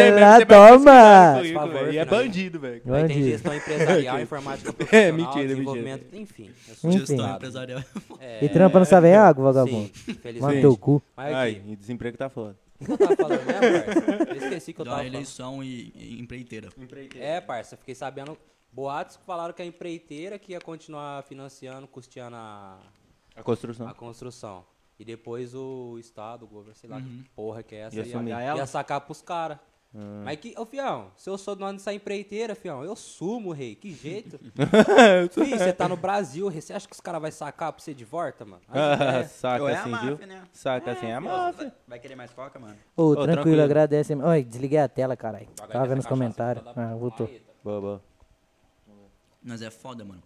[SPEAKER 3] Ah,
[SPEAKER 4] Pior que tem mesmo, você vai pesquisar no
[SPEAKER 3] toma!
[SPEAKER 4] currículo,
[SPEAKER 5] Por favor,
[SPEAKER 4] velho, E é
[SPEAKER 5] final.
[SPEAKER 4] bandido, velho.
[SPEAKER 5] Nós tem
[SPEAKER 3] Bandido.
[SPEAKER 5] gestão empresarial, informática profissional,
[SPEAKER 4] mentira,
[SPEAKER 5] desenvolvimento, enfim. eu sou
[SPEAKER 3] Enfim.
[SPEAKER 1] Gestão
[SPEAKER 5] estudado.
[SPEAKER 1] empresarial.
[SPEAKER 5] É,
[SPEAKER 3] E trampa não sabe em água,
[SPEAKER 5] sim,
[SPEAKER 3] vagabundo? Mata
[SPEAKER 5] felizmente.
[SPEAKER 3] teu cu.
[SPEAKER 5] Mas
[SPEAKER 4] Ai,
[SPEAKER 5] aqui,
[SPEAKER 4] e desemprego tá foda.
[SPEAKER 5] o que eu tava falando mesmo, parça? Eu esqueci que eu tava
[SPEAKER 1] Da
[SPEAKER 5] falando.
[SPEAKER 1] eleição e, e empreiteira.
[SPEAKER 5] É, parça, eu fiquei sabendo. Boatos que falaram que a empreiteira que ia continuar financiando, custeando a,
[SPEAKER 4] A
[SPEAKER 5] a
[SPEAKER 4] construção.
[SPEAKER 5] construção. E depois o Estado, o governo, sei lá que porra que é essa,
[SPEAKER 4] Ia
[SPEAKER 5] ia,
[SPEAKER 4] assumir. Ah.
[SPEAKER 5] ia, sacar pros caras. Mas que, ô fião, se eu sou dono dessa empreiteira, fião, eu sumo, rei, que jeito. Fih, você tá no Brasil, rei, você acha que os caras vão sacar pra você de volta, mano?
[SPEAKER 4] Ah.
[SPEAKER 5] Aí não é.
[SPEAKER 4] Saca
[SPEAKER 6] É a
[SPEAKER 4] assim,
[SPEAKER 6] máfia,
[SPEAKER 4] viu?
[SPEAKER 6] né?
[SPEAKER 4] Saca assim, é a máfia.
[SPEAKER 6] Vai querer mais coca, mano?
[SPEAKER 3] Ô,
[SPEAKER 4] Ô,
[SPEAKER 3] tranquilo,
[SPEAKER 4] tranquilo.
[SPEAKER 3] agradece. Oi, desliguei a tela, caralho. Tava vendo os
[SPEAKER 5] Cachaça,
[SPEAKER 3] comentários.
[SPEAKER 5] vai dar-
[SPEAKER 3] Ah, voltou.
[SPEAKER 5] Aí, tá.
[SPEAKER 4] Boa, boa.
[SPEAKER 1] Mas é foda, mano.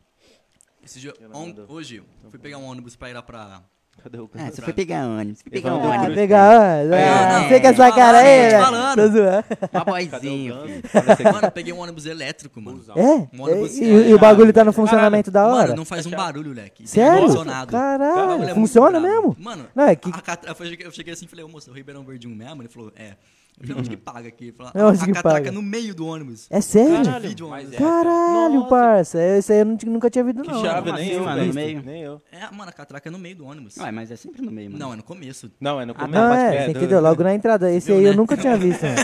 [SPEAKER 1] Esse dia,
[SPEAKER 4] não
[SPEAKER 1] on-
[SPEAKER 4] mandou.
[SPEAKER 1] hoje, fui pegar um ônibus pra ir lá pra.
[SPEAKER 4] Cadê o
[SPEAKER 6] Ah, você foi pegar ônibus. Foi pegar
[SPEAKER 4] Evandro
[SPEAKER 6] ônibus.
[SPEAKER 3] Ah,
[SPEAKER 4] Cruz,
[SPEAKER 3] pegar.
[SPEAKER 1] Aí,
[SPEAKER 3] Ah,
[SPEAKER 1] ó.
[SPEAKER 3] Você com essa
[SPEAKER 1] Falando,
[SPEAKER 3] cara aí, né?
[SPEAKER 1] gente,
[SPEAKER 3] velho.
[SPEAKER 1] falando.
[SPEAKER 3] Tô zoando.
[SPEAKER 6] Uma
[SPEAKER 4] Cadê
[SPEAKER 6] boizinha,
[SPEAKER 4] o
[SPEAKER 6] filho.
[SPEAKER 4] ganso? Cadê esse aqui?
[SPEAKER 1] Mano, eu peguei um ônibus elétrico, mano.
[SPEAKER 5] Busão.
[SPEAKER 1] Mano,
[SPEAKER 3] É? E,
[SPEAKER 1] você-
[SPEAKER 3] e o bagulho tá no funcionamento da hora?
[SPEAKER 1] Mano, não faz um barulho, moleque. Tem
[SPEAKER 3] Sério?
[SPEAKER 1] ar-condicionado. Mano, ele
[SPEAKER 3] Caralho,
[SPEAKER 1] é
[SPEAKER 3] funciona
[SPEAKER 1] muito brabo.
[SPEAKER 3] mesmo?
[SPEAKER 1] Mano,
[SPEAKER 3] Não, é que-
[SPEAKER 1] a catra- eu cheguei- eu cheguei assim e falei, ô moço, o Ribeirão Verde 1 mesmo? Ele falou, é. Eu falei, onde que paga aqui? Ele falou,
[SPEAKER 3] É, onde
[SPEAKER 1] a
[SPEAKER 3] que
[SPEAKER 1] catraca
[SPEAKER 3] paga?
[SPEAKER 1] no meio do ônibus.
[SPEAKER 3] É sério?
[SPEAKER 1] Divide o ônibus.
[SPEAKER 5] Mas é.
[SPEAKER 3] Caralho,
[SPEAKER 4] Nossa.
[SPEAKER 3] parça. é- Isso aí eu não tinha- nunca tinha visto,
[SPEAKER 4] Que
[SPEAKER 3] não.
[SPEAKER 4] chave,
[SPEAKER 6] não,
[SPEAKER 4] nem
[SPEAKER 6] assim,
[SPEAKER 4] eu,
[SPEAKER 6] mano,
[SPEAKER 4] velho.
[SPEAKER 6] no meio.
[SPEAKER 4] Nem eu.
[SPEAKER 1] É, mano, a catraca é no meio do ônibus.
[SPEAKER 6] Ué, mas é sempre no meio, mano.
[SPEAKER 1] Não, é no começo.
[SPEAKER 4] Não, é no começo.
[SPEAKER 3] Não,
[SPEAKER 4] pode
[SPEAKER 3] é,
[SPEAKER 4] crer,
[SPEAKER 3] você
[SPEAKER 4] do-
[SPEAKER 3] entendeu? Logo na entrada. Esse
[SPEAKER 1] Viu,
[SPEAKER 3] aí eu
[SPEAKER 1] né?
[SPEAKER 3] nunca tinha visto, mano.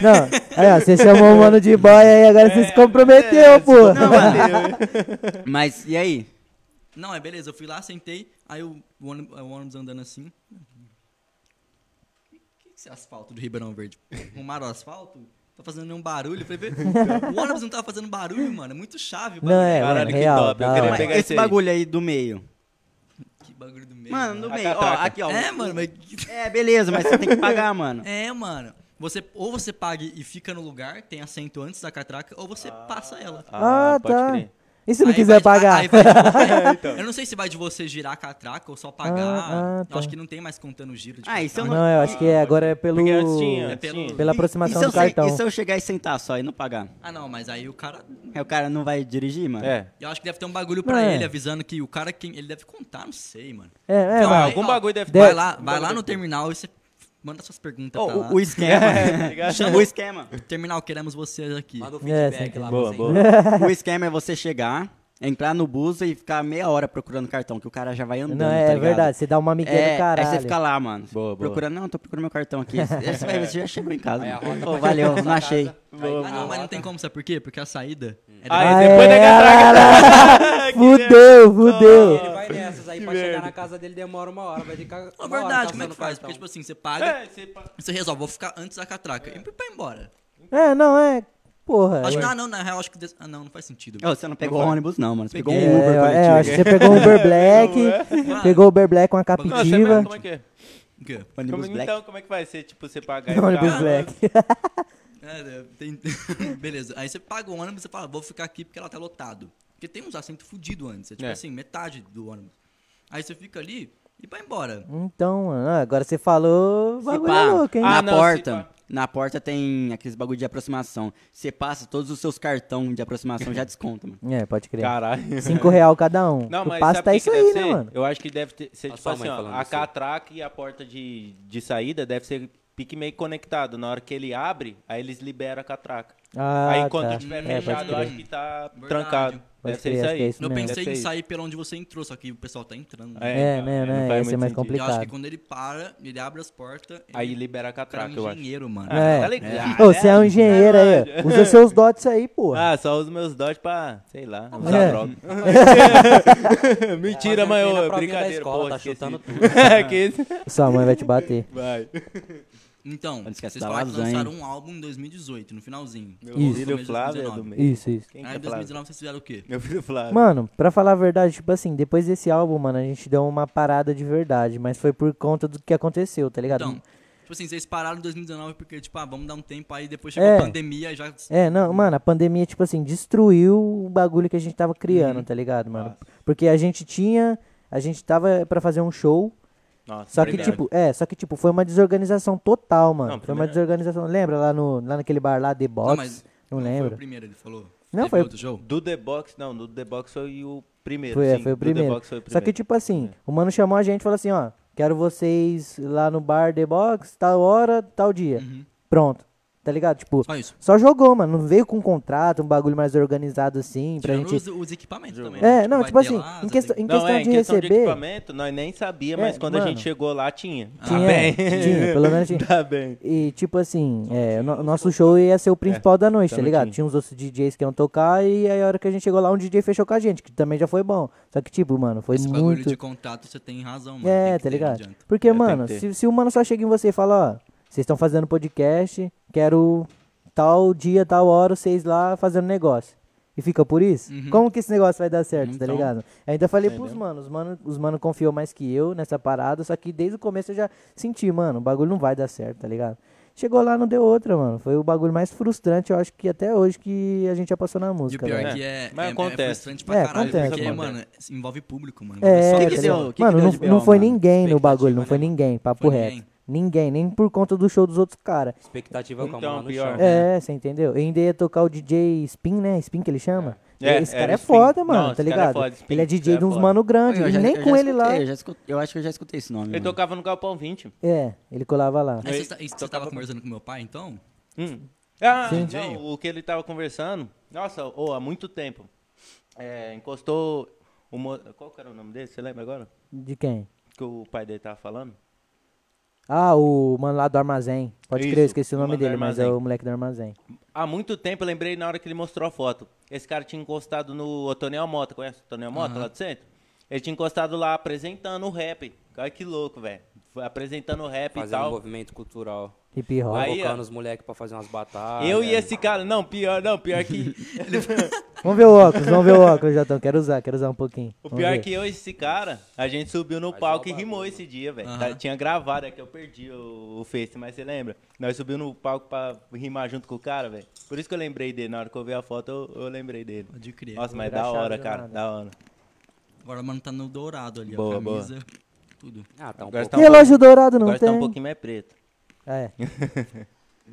[SPEAKER 3] Não, aí, ó, você chamou o mano de boy aí, agora você se comprometeu, pô.
[SPEAKER 6] Mas e aí?
[SPEAKER 1] Não, é beleza, eu fui lá, sentei, aí o, o ônibus, o ônibus andando assim. Que que esse asfalto do Ribeirão Verde? Arrumaram o asfalto? Tá fazendo nenhum barulho? Eu Falei, "Vê, o ônibus não tá fazendo barulho, mano. É muito chave o
[SPEAKER 3] Não, é,
[SPEAKER 1] bagulho.
[SPEAKER 4] Caralho,
[SPEAKER 3] mano,
[SPEAKER 4] que
[SPEAKER 3] real.
[SPEAKER 4] top, eu
[SPEAKER 3] da
[SPEAKER 4] queria
[SPEAKER 3] hora.
[SPEAKER 4] pegar-
[SPEAKER 6] esse
[SPEAKER 4] esse aí.
[SPEAKER 6] bagulho aí do meio.
[SPEAKER 1] Que bagulho do meio.
[SPEAKER 6] Mano, do
[SPEAKER 4] A
[SPEAKER 6] meio. Ó,
[SPEAKER 4] catraca.
[SPEAKER 6] aqui, ó.
[SPEAKER 1] É, mano, mas. que-
[SPEAKER 6] É, beleza, mas você tem que pagar, mano.
[SPEAKER 1] É, mano. Você, ou você paga e fica no lugar, tem assento antes da catraca, ou você passa ela.
[SPEAKER 3] Ah,
[SPEAKER 4] pode
[SPEAKER 3] tá.
[SPEAKER 4] crer.
[SPEAKER 3] E se não
[SPEAKER 1] Aí
[SPEAKER 3] quiser
[SPEAKER 1] vai de-
[SPEAKER 3] pagar? É, então.
[SPEAKER 1] aí vai de- Eu não sei se vai de você girar a catraca ou só pagar.
[SPEAKER 3] Ah, ah,
[SPEAKER 1] Eu acho
[SPEAKER 3] tá.
[SPEAKER 1] que não tem mais contando o giro. tipo, De
[SPEAKER 6] Ah, isso eu não.
[SPEAKER 3] Não, eu acho que é, agora é pelo.
[SPEAKER 4] Porque antes tinha,
[SPEAKER 1] É pelo-
[SPEAKER 4] tinha.
[SPEAKER 6] E
[SPEAKER 3] Pela aproximação
[SPEAKER 6] se, eu
[SPEAKER 3] do
[SPEAKER 6] sei-
[SPEAKER 3] tá cartão.
[SPEAKER 6] e se eu chegar e sentar só e não pagar?
[SPEAKER 1] Ah, não, mas aí o cara.
[SPEAKER 2] É
[SPEAKER 6] Aí o cara não vai dirigir, mano?
[SPEAKER 4] É.
[SPEAKER 1] Eu acho que deve ter um bagulho pra
[SPEAKER 3] Não, é.
[SPEAKER 1] ele avisando que o cara quem ele deve contar, não sei, mano.
[SPEAKER 3] É, é,
[SPEAKER 1] Então,
[SPEAKER 3] mano.
[SPEAKER 1] aí,
[SPEAKER 4] algum
[SPEAKER 1] ó,
[SPEAKER 4] bagulho deve
[SPEAKER 1] Vai
[SPEAKER 3] ter.
[SPEAKER 1] lá, vai lá no terminal e você Manda suas perguntas pra Tá lá.
[SPEAKER 2] Ô, o, o esquema.
[SPEAKER 4] Tá ligado?
[SPEAKER 2] Chama o esquema.
[SPEAKER 1] Terminal, queremos vocês aqui.
[SPEAKER 5] Manda um
[SPEAKER 3] É,
[SPEAKER 5] feedback
[SPEAKER 3] sim.
[SPEAKER 5] lá
[SPEAKER 4] Boa,
[SPEAKER 5] pra
[SPEAKER 4] boa.
[SPEAKER 5] você.
[SPEAKER 2] O esquema é você chegar, entrar no bus e ficar meia hora procurando cartão, que o cara já vai andando.
[SPEAKER 3] Não,
[SPEAKER 2] tá
[SPEAKER 3] é
[SPEAKER 2] ligado?
[SPEAKER 3] verdade, você dá uma migué
[SPEAKER 2] É,
[SPEAKER 3] do caralho.
[SPEAKER 2] aí você fica lá, mano.
[SPEAKER 4] Boa, boa.
[SPEAKER 2] Procurando, não, tô procurando meu cartão aqui. Aí Você, vai, ver, você já chegou em casa.
[SPEAKER 5] Aí a
[SPEAKER 2] mano.
[SPEAKER 5] rota
[SPEAKER 2] Pô,
[SPEAKER 5] pra
[SPEAKER 2] valeu,
[SPEAKER 5] chegar na
[SPEAKER 2] não
[SPEAKER 5] sua
[SPEAKER 2] achei.
[SPEAKER 5] casa.
[SPEAKER 1] Ah, não, mas não tem como, sabe por quê? Porque a saída é
[SPEAKER 4] Aí
[SPEAKER 3] Ah, é,
[SPEAKER 4] depois da
[SPEAKER 3] caralho. Fudeu, fudeu.
[SPEAKER 5] Ele vai nessas aí pra chegar na casa dele demora uma hora, vai ficar.
[SPEAKER 1] Na
[SPEAKER 5] uma hora
[SPEAKER 1] verdade, como é que
[SPEAKER 5] caçando
[SPEAKER 1] faz?
[SPEAKER 5] cartão.
[SPEAKER 1] Porque, tipo assim, você
[SPEAKER 4] É.
[SPEAKER 1] paga,
[SPEAKER 4] gatraca.
[SPEAKER 1] você resolve, vou ficar antes da catraca. E vai embora.
[SPEAKER 3] É, não, é. Porra.
[SPEAKER 1] Acho que,
[SPEAKER 3] é.
[SPEAKER 1] ah, não, na real, acho que... des- Ah, não, não faz sentido.
[SPEAKER 2] Ô, você não pegou ônibus, não, mano. Você pegou
[SPEAKER 3] É,
[SPEAKER 2] um Uber
[SPEAKER 3] é, eu acho
[SPEAKER 2] coletivo.
[SPEAKER 3] que você pegou um Uber Black,
[SPEAKER 1] Mano,
[SPEAKER 3] pegou o Uber Black com a
[SPEAKER 1] Não,
[SPEAKER 4] Não, você mesmo,
[SPEAKER 3] capitiva.
[SPEAKER 4] como é que é?
[SPEAKER 1] o quê?
[SPEAKER 2] Ônibus
[SPEAKER 4] Como-
[SPEAKER 2] black.
[SPEAKER 4] Então, como é que vai ser? Tipo, você pagar e
[SPEAKER 3] Ônibus
[SPEAKER 4] ficar-
[SPEAKER 3] Black.
[SPEAKER 1] É, é, tem- Beleza. Aí você paga o ônibus e fala, vou ficar aqui porque ela tá lotado. Porque tem uns assentos fudidos antes. É tipo
[SPEAKER 4] É.
[SPEAKER 1] assim, metade do ônibus. Aí você fica ali e vai embora.
[SPEAKER 4] Hum,
[SPEAKER 3] Então, mano, agora você falou. o
[SPEAKER 2] Se
[SPEAKER 3] Bagulho
[SPEAKER 2] pá,
[SPEAKER 3] é louco, hein?
[SPEAKER 4] Ah,
[SPEAKER 2] Na
[SPEAKER 4] não, se
[SPEAKER 2] porta.
[SPEAKER 4] pá.
[SPEAKER 2] Na porta tem aqueles bagulho de aproximação. Você passa todos os seus cartões de aproximação, já desconta, mano.
[SPEAKER 3] É, pode crer.
[SPEAKER 4] Caralho.
[SPEAKER 3] Cinco real cada um.
[SPEAKER 4] Ah. Não,
[SPEAKER 3] Tu
[SPEAKER 4] mas
[SPEAKER 3] passa
[SPEAKER 4] sabe
[SPEAKER 3] tá
[SPEAKER 4] o que
[SPEAKER 3] isso
[SPEAKER 4] que
[SPEAKER 3] aí,
[SPEAKER 4] deve
[SPEAKER 3] né,
[SPEAKER 4] ser?
[SPEAKER 3] mano?
[SPEAKER 4] Eu acho que deve ter, ser
[SPEAKER 5] A
[SPEAKER 4] tipo
[SPEAKER 5] sua
[SPEAKER 4] assim,
[SPEAKER 5] mãe
[SPEAKER 4] ó,
[SPEAKER 5] falando
[SPEAKER 4] a
[SPEAKER 5] isso.
[SPEAKER 4] catraca e a porta de, de saída deve ser pique meio conectado. Na hora que ele abre, aí eles liberam a catraca.
[SPEAKER 3] Ah,
[SPEAKER 4] aí quando
[SPEAKER 3] tá.
[SPEAKER 4] tiver
[SPEAKER 3] É, pode
[SPEAKER 4] fechado, eu
[SPEAKER 3] crer.
[SPEAKER 4] acho que tá
[SPEAKER 1] Verdade.
[SPEAKER 4] trancado.
[SPEAKER 3] Pode
[SPEAKER 4] Deve ser
[SPEAKER 3] crer,
[SPEAKER 4] isso
[SPEAKER 3] acho que
[SPEAKER 4] aí.
[SPEAKER 3] é isso
[SPEAKER 1] Eu
[SPEAKER 3] mesmo.
[SPEAKER 1] pensei
[SPEAKER 4] Deve
[SPEAKER 1] em
[SPEAKER 4] ser
[SPEAKER 1] sair pelo onde você entrou, só que o pessoal tá entrando. né?
[SPEAKER 3] É,
[SPEAKER 4] então,
[SPEAKER 3] né,
[SPEAKER 4] não
[SPEAKER 3] né,
[SPEAKER 4] faz
[SPEAKER 3] ia
[SPEAKER 4] muito
[SPEAKER 3] ser mais
[SPEAKER 4] sentido.
[SPEAKER 1] Eu acho que
[SPEAKER 3] complicado.
[SPEAKER 1] quando ele para, ele abre as portas, ele
[SPEAKER 4] Aí libera a
[SPEAKER 1] cara é
[SPEAKER 4] catraca,
[SPEAKER 1] um
[SPEAKER 4] eu acho.
[SPEAKER 1] engenheiro, mano.
[SPEAKER 3] É.
[SPEAKER 4] Tá ligado,
[SPEAKER 3] Ô, você é um engenheiro aí, ó.
[SPEAKER 4] verdade.
[SPEAKER 3] usa seus dotes aí, porra.
[SPEAKER 4] Ah, só uso meus dotes pra, sei lá, usar
[SPEAKER 3] É.
[SPEAKER 4] droga. Mentira,
[SPEAKER 5] Ela
[SPEAKER 4] mãe,
[SPEAKER 5] entrei na
[SPEAKER 4] ô,
[SPEAKER 5] provinha da
[SPEAKER 4] brincadeira,
[SPEAKER 5] escola,
[SPEAKER 4] porra,
[SPEAKER 5] tá
[SPEAKER 4] esqueci.
[SPEAKER 5] chutando tudo.
[SPEAKER 4] que isso?
[SPEAKER 3] Sua mãe vai te bater.
[SPEAKER 4] Vai.
[SPEAKER 1] Então,
[SPEAKER 2] Não esquece
[SPEAKER 1] vocês
[SPEAKER 2] da
[SPEAKER 1] falaram que
[SPEAKER 2] lasanha.
[SPEAKER 1] lançaram um álbum em 2018, no finalzinho.
[SPEAKER 4] Meu
[SPEAKER 1] Isso.
[SPEAKER 4] filho Flávio é do meio.
[SPEAKER 3] Isso, isso.
[SPEAKER 4] Quem que
[SPEAKER 1] Aí
[SPEAKER 4] é
[SPEAKER 1] Ah, em
[SPEAKER 4] Flávio?
[SPEAKER 1] 2019 vocês fizeram o quê?
[SPEAKER 4] Meu filho Flávio.
[SPEAKER 3] Mano, pra falar a verdade, tipo assim, depois desse álbum, mano, a gente deu uma parada de verdade, mas foi por conta do que aconteceu, tá ligado?
[SPEAKER 1] Então, tipo assim, vocês pararam em 2019 porque, tipo, ah, vamos dar um tempo aí, depois chegou
[SPEAKER 3] É.
[SPEAKER 1] a pandemia, já...
[SPEAKER 3] É, não, mano, a pandemia, tipo assim, destruiu o bagulho que a gente tava
[SPEAKER 4] Uhum.
[SPEAKER 3] criando, tá ligado, mano? Porque a gente tinha, a gente tava pra fazer um show,
[SPEAKER 4] Nossa,
[SPEAKER 3] só que,
[SPEAKER 4] obrigado.
[SPEAKER 3] tipo, é, só que, tipo, foi uma desorganização total, mano.
[SPEAKER 4] Não,
[SPEAKER 3] foi uma
[SPEAKER 4] primeiro-
[SPEAKER 3] desorganização, lembra lá, no, lá naquele bar lá, The Box? Não,
[SPEAKER 1] mas- Foi
[SPEAKER 3] lembro.
[SPEAKER 1] o primeiro, ele falou.
[SPEAKER 3] Não,
[SPEAKER 1] Teve
[SPEAKER 3] foi-
[SPEAKER 1] outro show?
[SPEAKER 4] Do The Box, não, do The Box foi o primeiro.
[SPEAKER 3] Foi, é,
[SPEAKER 4] sim.
[SPEAKER 3] foi o
[SPEAKER 4] Do The
[SPEAKER 3] primeiro.
[SPEAKER 4] Box foi o
[SPEAKER 3] Só que,
[SPEAKER 4] primeiro. É.
[SPEAKER 3] tipo assim, o mano chamou a gente e falou assim, ó, quero vocês lá no bar The Box, tal hora, tal dia.
[SPEAKER 4] Uhum.
[SPEAKER 3] Pronto. Tá ligado? Tipo,
[SPEAKER 1] Só isso.
[SPEAKER 3] só jogou, mano. Não veio com contrato, um bagulho mais organizado assim, pra
[SPEAKER 1] Tirando
[SPEAKER 3] gente.
[SPEAKER 1] os, os equipamentos também. né?
[SPEAKER 3] É, não,
[SPEAKER 1] vai
[SPEAKER 3] tipo
[SPEAKER 1] ter
[SPEAKER 3] assim,
[SPEAKER 1] lá,
[SPEAKER 3] em,
[SPEAKER 1] você
[SPEAKER 3] questão-
[SPEAKER 1] tem-
[SPEAKER 3] em
[SPEAKER 4] Não,
[SPEAKER 3] questão
[SPEAKER 4] é, em
[SPEAKER 3] de
[SPEAKER 4] questão de
[SPEAKER 3] receber.
[SPEAKER 4] equipamento, nós nem sabia,
[SPEAKER 3] É,
[SPEAKER 4] mas quando a
[SPEAKER 3] mano.
[SPEAKER 4] gente chegou lá, tinha.
[SPEAKER 3] tinha, tinha, pelo menos tinha.
[SPEAKER 4] Tá bem.
[SPEAKER 3] E tipo assim,
[SPEAKER 1] um
[SPEAKER 3] é, o no- nosso show ia
[SPEAKER 1] É,
[SPEAKER 3] ser o principal da noite, tá
[SPEAKER 4] também
[SPEAKER 3] ligado?
[SPEAKER 4] tinha.
[SPEAKER 3] Tinha uns outros DJs que iam tocar e aí a hora que a gente chegou lá, um DJ fechou com a gente, que também já foi bom. Só que tipo, mano, foi
[SPEAKER 1] Esse bagulho
[SPEAKER 3] muito
[SPEAKER 1] de contato, você tem razão, mano. tem que
[SPEAKER 3] É, tá
[SPEAKER 1] ter, não
[SPEAKER 3] ligado?
[SPEAKER 1] adianta.
[SPEAKER 3] Porque,
[SPEAKER 4] que
[SPEAKER 3] mano,
[SPEAKER 4] ter.
[SPEAKER 3] se, se o mano só chega em você e fala, ó, vocês estão fazendo podcast, quero tal dia, tal hora, vocês lá fazendo negócio. E fica por isso?
[SPEAKER 1] Uhum.
[SPEAKER 3] Como que esse negócio vai dar certo,
[SPEAKER 1] Então,
[SPEAKER 3] tá ligado? Eu ainda falei pros manos, os mano, os mano confiou mais que eu nessa parada, só que desde o começo eu já senti, mano, o bagulho não vai dar certo, tá ligado? Chegou lá, não deu outra, mano. Foi o bagulho mais frustrante, eu acho que até hoje que a gente já passou na
[SPEAKER 1] E o
[SPEAKER 3] música,
[SPEAKER 1] pior
[SPEAKER 3] velho.
[SPEAKER 1] é que é,
[SPEAKER 4] Mas
[SPEAKER 1] é, é
[SPEAKER 4] acontece.
[SPEAKER 1] frustrante pra
[SPEAKER 3] É,
[SPEAKER 1] caralho,
[SPEAKER 3] acontece,
[SPEAKER 1] porque,
[SPEAKER 4] acontece.
[SPEAKER 1] mano, é- envolve público, mano.
[SPEAKER 3] É,
[SPEAKER 1] Só
[SPEAKER 2] que
[SPEAKER 3] tá
[SPEAKER 2] deu?
[SPEAKER 3] ligado?
[SPEAKER 2] O que que
[SPEAKER 3] mano,
[SPEAKER 2] deu
[SPEAKER 3] não,
[SPEAKER 2] de
[SPEAKER 3] não
[SPEAKER 2] B.O.,
[SPEAKER 3] foi
[SPEAKER 2] mano?
[SPEAKER 3] ninguém no
[SPEAKER 1] Expectativa,
[SPEAKER 3] bagulho, não
[SPEAKER 1] né,
[SPEAKER 3] foi
[SPEAKER 1] mano?
[SPEAKER 3] ninguém, papo
[SPEAKER 1] Foi
[SPEAKER 3] reto.
[SPEAKER 1] ninguém.
[SPEAKER 3] Ninguém. nem por conta do show dos outros caras.
[SPEAKER 5] Expectativa com a
[SPEAKER 4] Então,
[SPEAKER 5] mão no
[SPEAKER 4] pior.
[SPEAKER 5] chão.
[SPEAKER 3] É, você entendeu? E ainda ia tocar o DJ Spin, né? Spin que ele chama.
[SPEAKER 4] É,
[SPEAKER 3] esse
[SPEAKER 4] é,
[SPEAKER 3] cara é,
[SPEAKER 4] Spin.
[SPEAKER 3] foda, mano,
[SPEAKER 4] Não,
[SPEAKER 3] tá
[SPEAKER 4] esse cara é
[SPEAKER 3] ligado?
[SPEAKER 4] foda, Spin,
[SPEAKER 3] ele é DJ
[SPEAKER 4] cara
[SPEAKER 3] de
[SPEAKER 4] é
[SPEAKER 3] uns
[SPEAKER 4] foda.
[SPEAKER 3] mano grande,
[SPEAKER 2] Eu já-
[SPEAKER 3] nem
[SPEAKER 2] eu
[SPEAKER 3] com
[SPEAKER 2] já
[SPEAKER 3] ele lá.
[SPEAKER 2] escutei, Eu, já escutei- eu acho que eu já escutei esse
[SPEAKER 3] Hum.
[SPEAKER 2] nome.
[SPEAKER 4] Ele
[SPEAKER 2] mano.
[SPEAKER 4] tocava no Galpão 20.
[SPEAKER 3] É, ele colava lá.
[SPEAKER 1] Aí você, tá- aí você tava conversando com meu pai, então?
[SPEAKER 4] Hum. Ah,
[SPEAKER 3] Sim.
[SPEAKER 4] não, o que ele tava conversando, nossa, ô, há muito tempo, é, encostou o... mo- Qual que era o nome dele, você lembra agora?
[SPEAKER 3] De quem?
[SPEAKER 4] Que o pai dele tava falando?
[SPEAKER 3] Ah, o mano lá do armazém. Pode
[SPEAKER 4] Isso,
[SPEAKER 3] crer, eu esqueci o
[SPEAKER 4] o
[SPEAKER 3] nome
[SPEAKER 4] mano do
[SPEAKER 3] dele, mas é
[SPEAKER 4] armazém.
[SPEAKER 3] o moleque do armazém.
[SPEAKER 4] Há muito tempo, eu lembrei na hora que ele mostrou a foto. Esse cara tinha encostado no Otoniel Mota, conhece o Otoniel Mota lá do centro? Ele tinha encostado lá apresentando o rap. Olha que louco, velho. Foi Apresentando o rap e
[SPEAKER 5] Fazer um
[SPEAKER 4] tal.
[SPEAKER 5] movimento cultural.
[SPEAKER 3] Hip hop.
[SPEAKER 4] É, Aí, ó.
[SPEAKER 5] Colocando os moleques pra fazer umas batalhas.
[SPEAKER 3] né,
[SPEAKER 4] eu e esse cara, não, pior, não, pior que.
[SPEAKER 3] Vamos ver o óculos, vamos ver o óculos, Jotão. Quero usar, quero usar um pouquinho.
[SPEAKER 4] o
[SPEAKER 3] Vamos
[SPEAKER 4] pior é
[SPEAKER 3] ver. é
[SPEAKER 4] que eu e esse cara, a gente subiu no palco e rimou esse dia, velho. Tá- Tinha gravado, é que eu perdi o, o Face, mas você lembra? Nós subimos no palco pra rimar junto com o cara, velho. Por isso que eu lembrei dele. Na hora que eu vi a foto, eu, eu lembrei dele.
[SPEAKER 1] Pode crer.
[SPEAKER 4] Nossa, mas
[SPEAKER 3] virar
[SPEAKER 4] da
[SPEAKER 3] chave
[SPEAKER 4] hora,
[SPEAKER 3] do
[SPEAKER 4] cara,
[SPEAKER 3] nada.
[SPEAKER 4] da hora.
[SPEAKER 1] Agora, mano, tá no dourado ali,
[SPEAKER 4] Boa,
[SPEAKER 1] a
[SPEAKER 4] boa.
[SPEAKER 1] camisa, tudo.
[SPEAKER 5] Ah, tá um
[SPEAKER 4] Agora
[SPEAKER 5] pouco.
[SPEAKER 4] tá
[SPEAKER 3] E
[SPEAKER 4] um pouco-
[SPEAKER 3] relógio dourado não É.
[SPEAKER 4] Agora
[SPEAKER 3] tem?
[SPEAKER 4] tá um pouquinho mais preto.
[SPEAKER 3] É.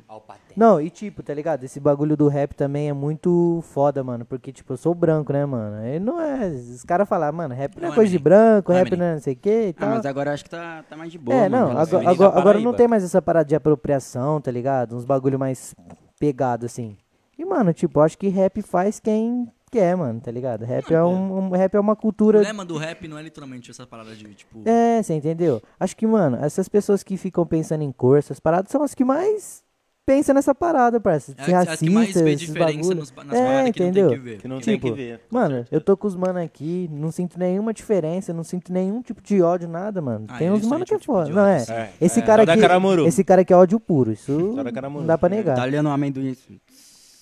[SPEAKER 5] Ao patente.
[SPEAKER 3] Não, e tipo, tá ligado? Esse bagulho do rap também é muito foda, mano. Porque, tipo, eu sou branco, né, mano? E não é. Os caras falam, mano, rap não,
[SPEAKER 1] Não
[SPEAKER 3] é
[SPEAKER 1] é
[SPEAKER 3] coisa de
[SPEAKER 1] menino.
[SPEAKER 3] branco,
[SPEAKER 1] Não é
[SPEAKER 3] rap não
[SPEAKER 1] menino.
[SPEAKER 3] é não sei o que e
[SPEAKER 6] Ah,
[SPEAKER 3] tal.
[SPEAKER 6] mas agora acho que tá, tá mais de boa.
[SPEAKER 3] é,
[SPEAKER 6] mano,
[SPEAKER 3] não,
[SPEAKER 6] relação-
[SPEAKER 3] agora,
[SPEAKER 4] menino da
[SPEAKER 3] agora, agora não
[SPEAKER 4] Paraíba.
[SPEAKER 3] tem mais essa parada de apropriação, tá ligado? Uns bagulho mais pegado, assim. E, mano, tipo, eu acho que rap faz quem quer, mano, tá ligado? Rap, é, um, um- rap é uma
[SPEAKER 1] O
[SPEAKER 3] cultura
[SPEAKER 1] problema do rap não é literalmente essa parada de, tipo...
[SPEAKER 3] é, você entendeu? Acho que, mano, essas pessoas que ficam pensando em cor, essas paradas, são as que mais pensam nessa parada, parceiro.
[SPEAKER 1] É
[SPEAKER 3] Ser
[SPEAKER 1] as-
[SPEAKER 3] racista,
[SPEAKER 1] as que mais vê
[SPEAKER 3] esses
[SPEAKER 1] diferença
[SPEAKER 3] bagulho.
[SPEAKER 1] nos- nas paradas
[SPEAKER 3] é,
[SPEAKER 1] que não tem
[SPEAKER 3] entendeu?
[SPEAKER 1] que ver.
[SPEAKER 4] Que não tem
[SPEAKER 3] Tipo,
[SPEAKER 4] que ver.
[SPEAKER 3] Mano, eu tô com os mano aqui, não sinto nenhuma diferença, não sinto nenhum tipo de ódio, nada, mano.
[SPEAKER 1] Ah,
[SPEAKER 3] Tem uns
[SPEAKER 1] isso
[SPEAKER 3] mano
[SPEAKER 1] é
[SPEAKER 3] que é
[SPEAKER 1] tipo de
[SPEAKER 3] foda,
[SPEAKER 1] ódio,
[SPEAKER 3] não é?
[SPEAKER 1] sim.
[SPEAKER 4] É,
[SPEAKER 3] Esse
[SPEAKER 4] é,
[SPEAKER 3] cara
[SPEAKER 4] só da
[SPEAKER 3] aqui,
[SPEAKER 4] Caramuru.
[SPEAKER 3] esse cara aqui é ódio puro, isso
[SPEAKER 4] Só da
[SPEAKER 3] não
[SPEAKER 4] Caramuru.
[SPEAKER 3] dá pra
[SPEAKER 6] Tá
[SPEAKER 3] negar.
[SPEAKER 6] olhando o amendoim. assim.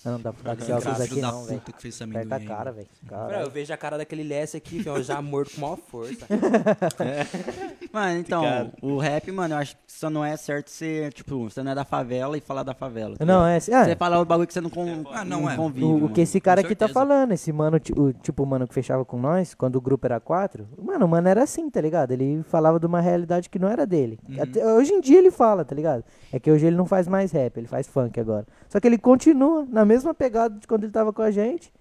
[SPEAKER 3] Não, não dá pra
[SPEAKER 1] É Cara,
[SPEAKER 3] negar vocês
[SPEAKER 1] filho
[SPEAKER 3] aqui
[SPEAKER 1] da
[SPEAKER 3] não,
[SPEAKER 1] puta
[SPEAKER 3] velho.
[SPEAKER 1] que fez esse
[SPEAKER 3] Perto
[SPEAKER 1] amendoim
[SPEAKER 3] da
[SPEAKER 1] aí.
[SPEAKER 3] cara, tá velho.
[SPEAKER 5] Cara, eu
[SPEAKER 3] Caralho.
[SPEAKER 5] vejo a cara daquele Less aqui, fião, já morto com maior força.
[SPEAKER 6] Mano, então,
[SPEAKER 4] Obrigado.
[SPEAKER 6] o rap, mano, eu acho que só não é certo ser, tipo, você não é da favela e falar da favela. tá
[SPEAKER 3] Não,
[SPEAKER 6] ligado?
[SPEAKER 3] é... Ah,
[SPEAKER 6] Você falar o bagulho que você não, con
[SPEAKER 1] Ah, não é.
[SPEAKER 6] convive.
[SPEAKER 3] O, o
[SPEAKER 6] mano.
[SPEAKER 3] que esse cara
[SPEAKER 1] Com
[SPEAKER 3] aqui tá
[SPEAKER 1] certeza.
[SPEAKER 3] falando, esse mano, ti- o tipo o mano que fechava com nós, quando o grupo era quatro, mano, o mano era assim, tá ligado? Ele falava de uma realidade que não era dele.
[SPEAKER 1] Uhum.
[SPEAKER 3] Até hoje em dia ele fala, tá ligado? É que hoje ele não faz mais rap, ele faz funk agora. Só que ele continua na mesma pegada de quando ele tava com a gente,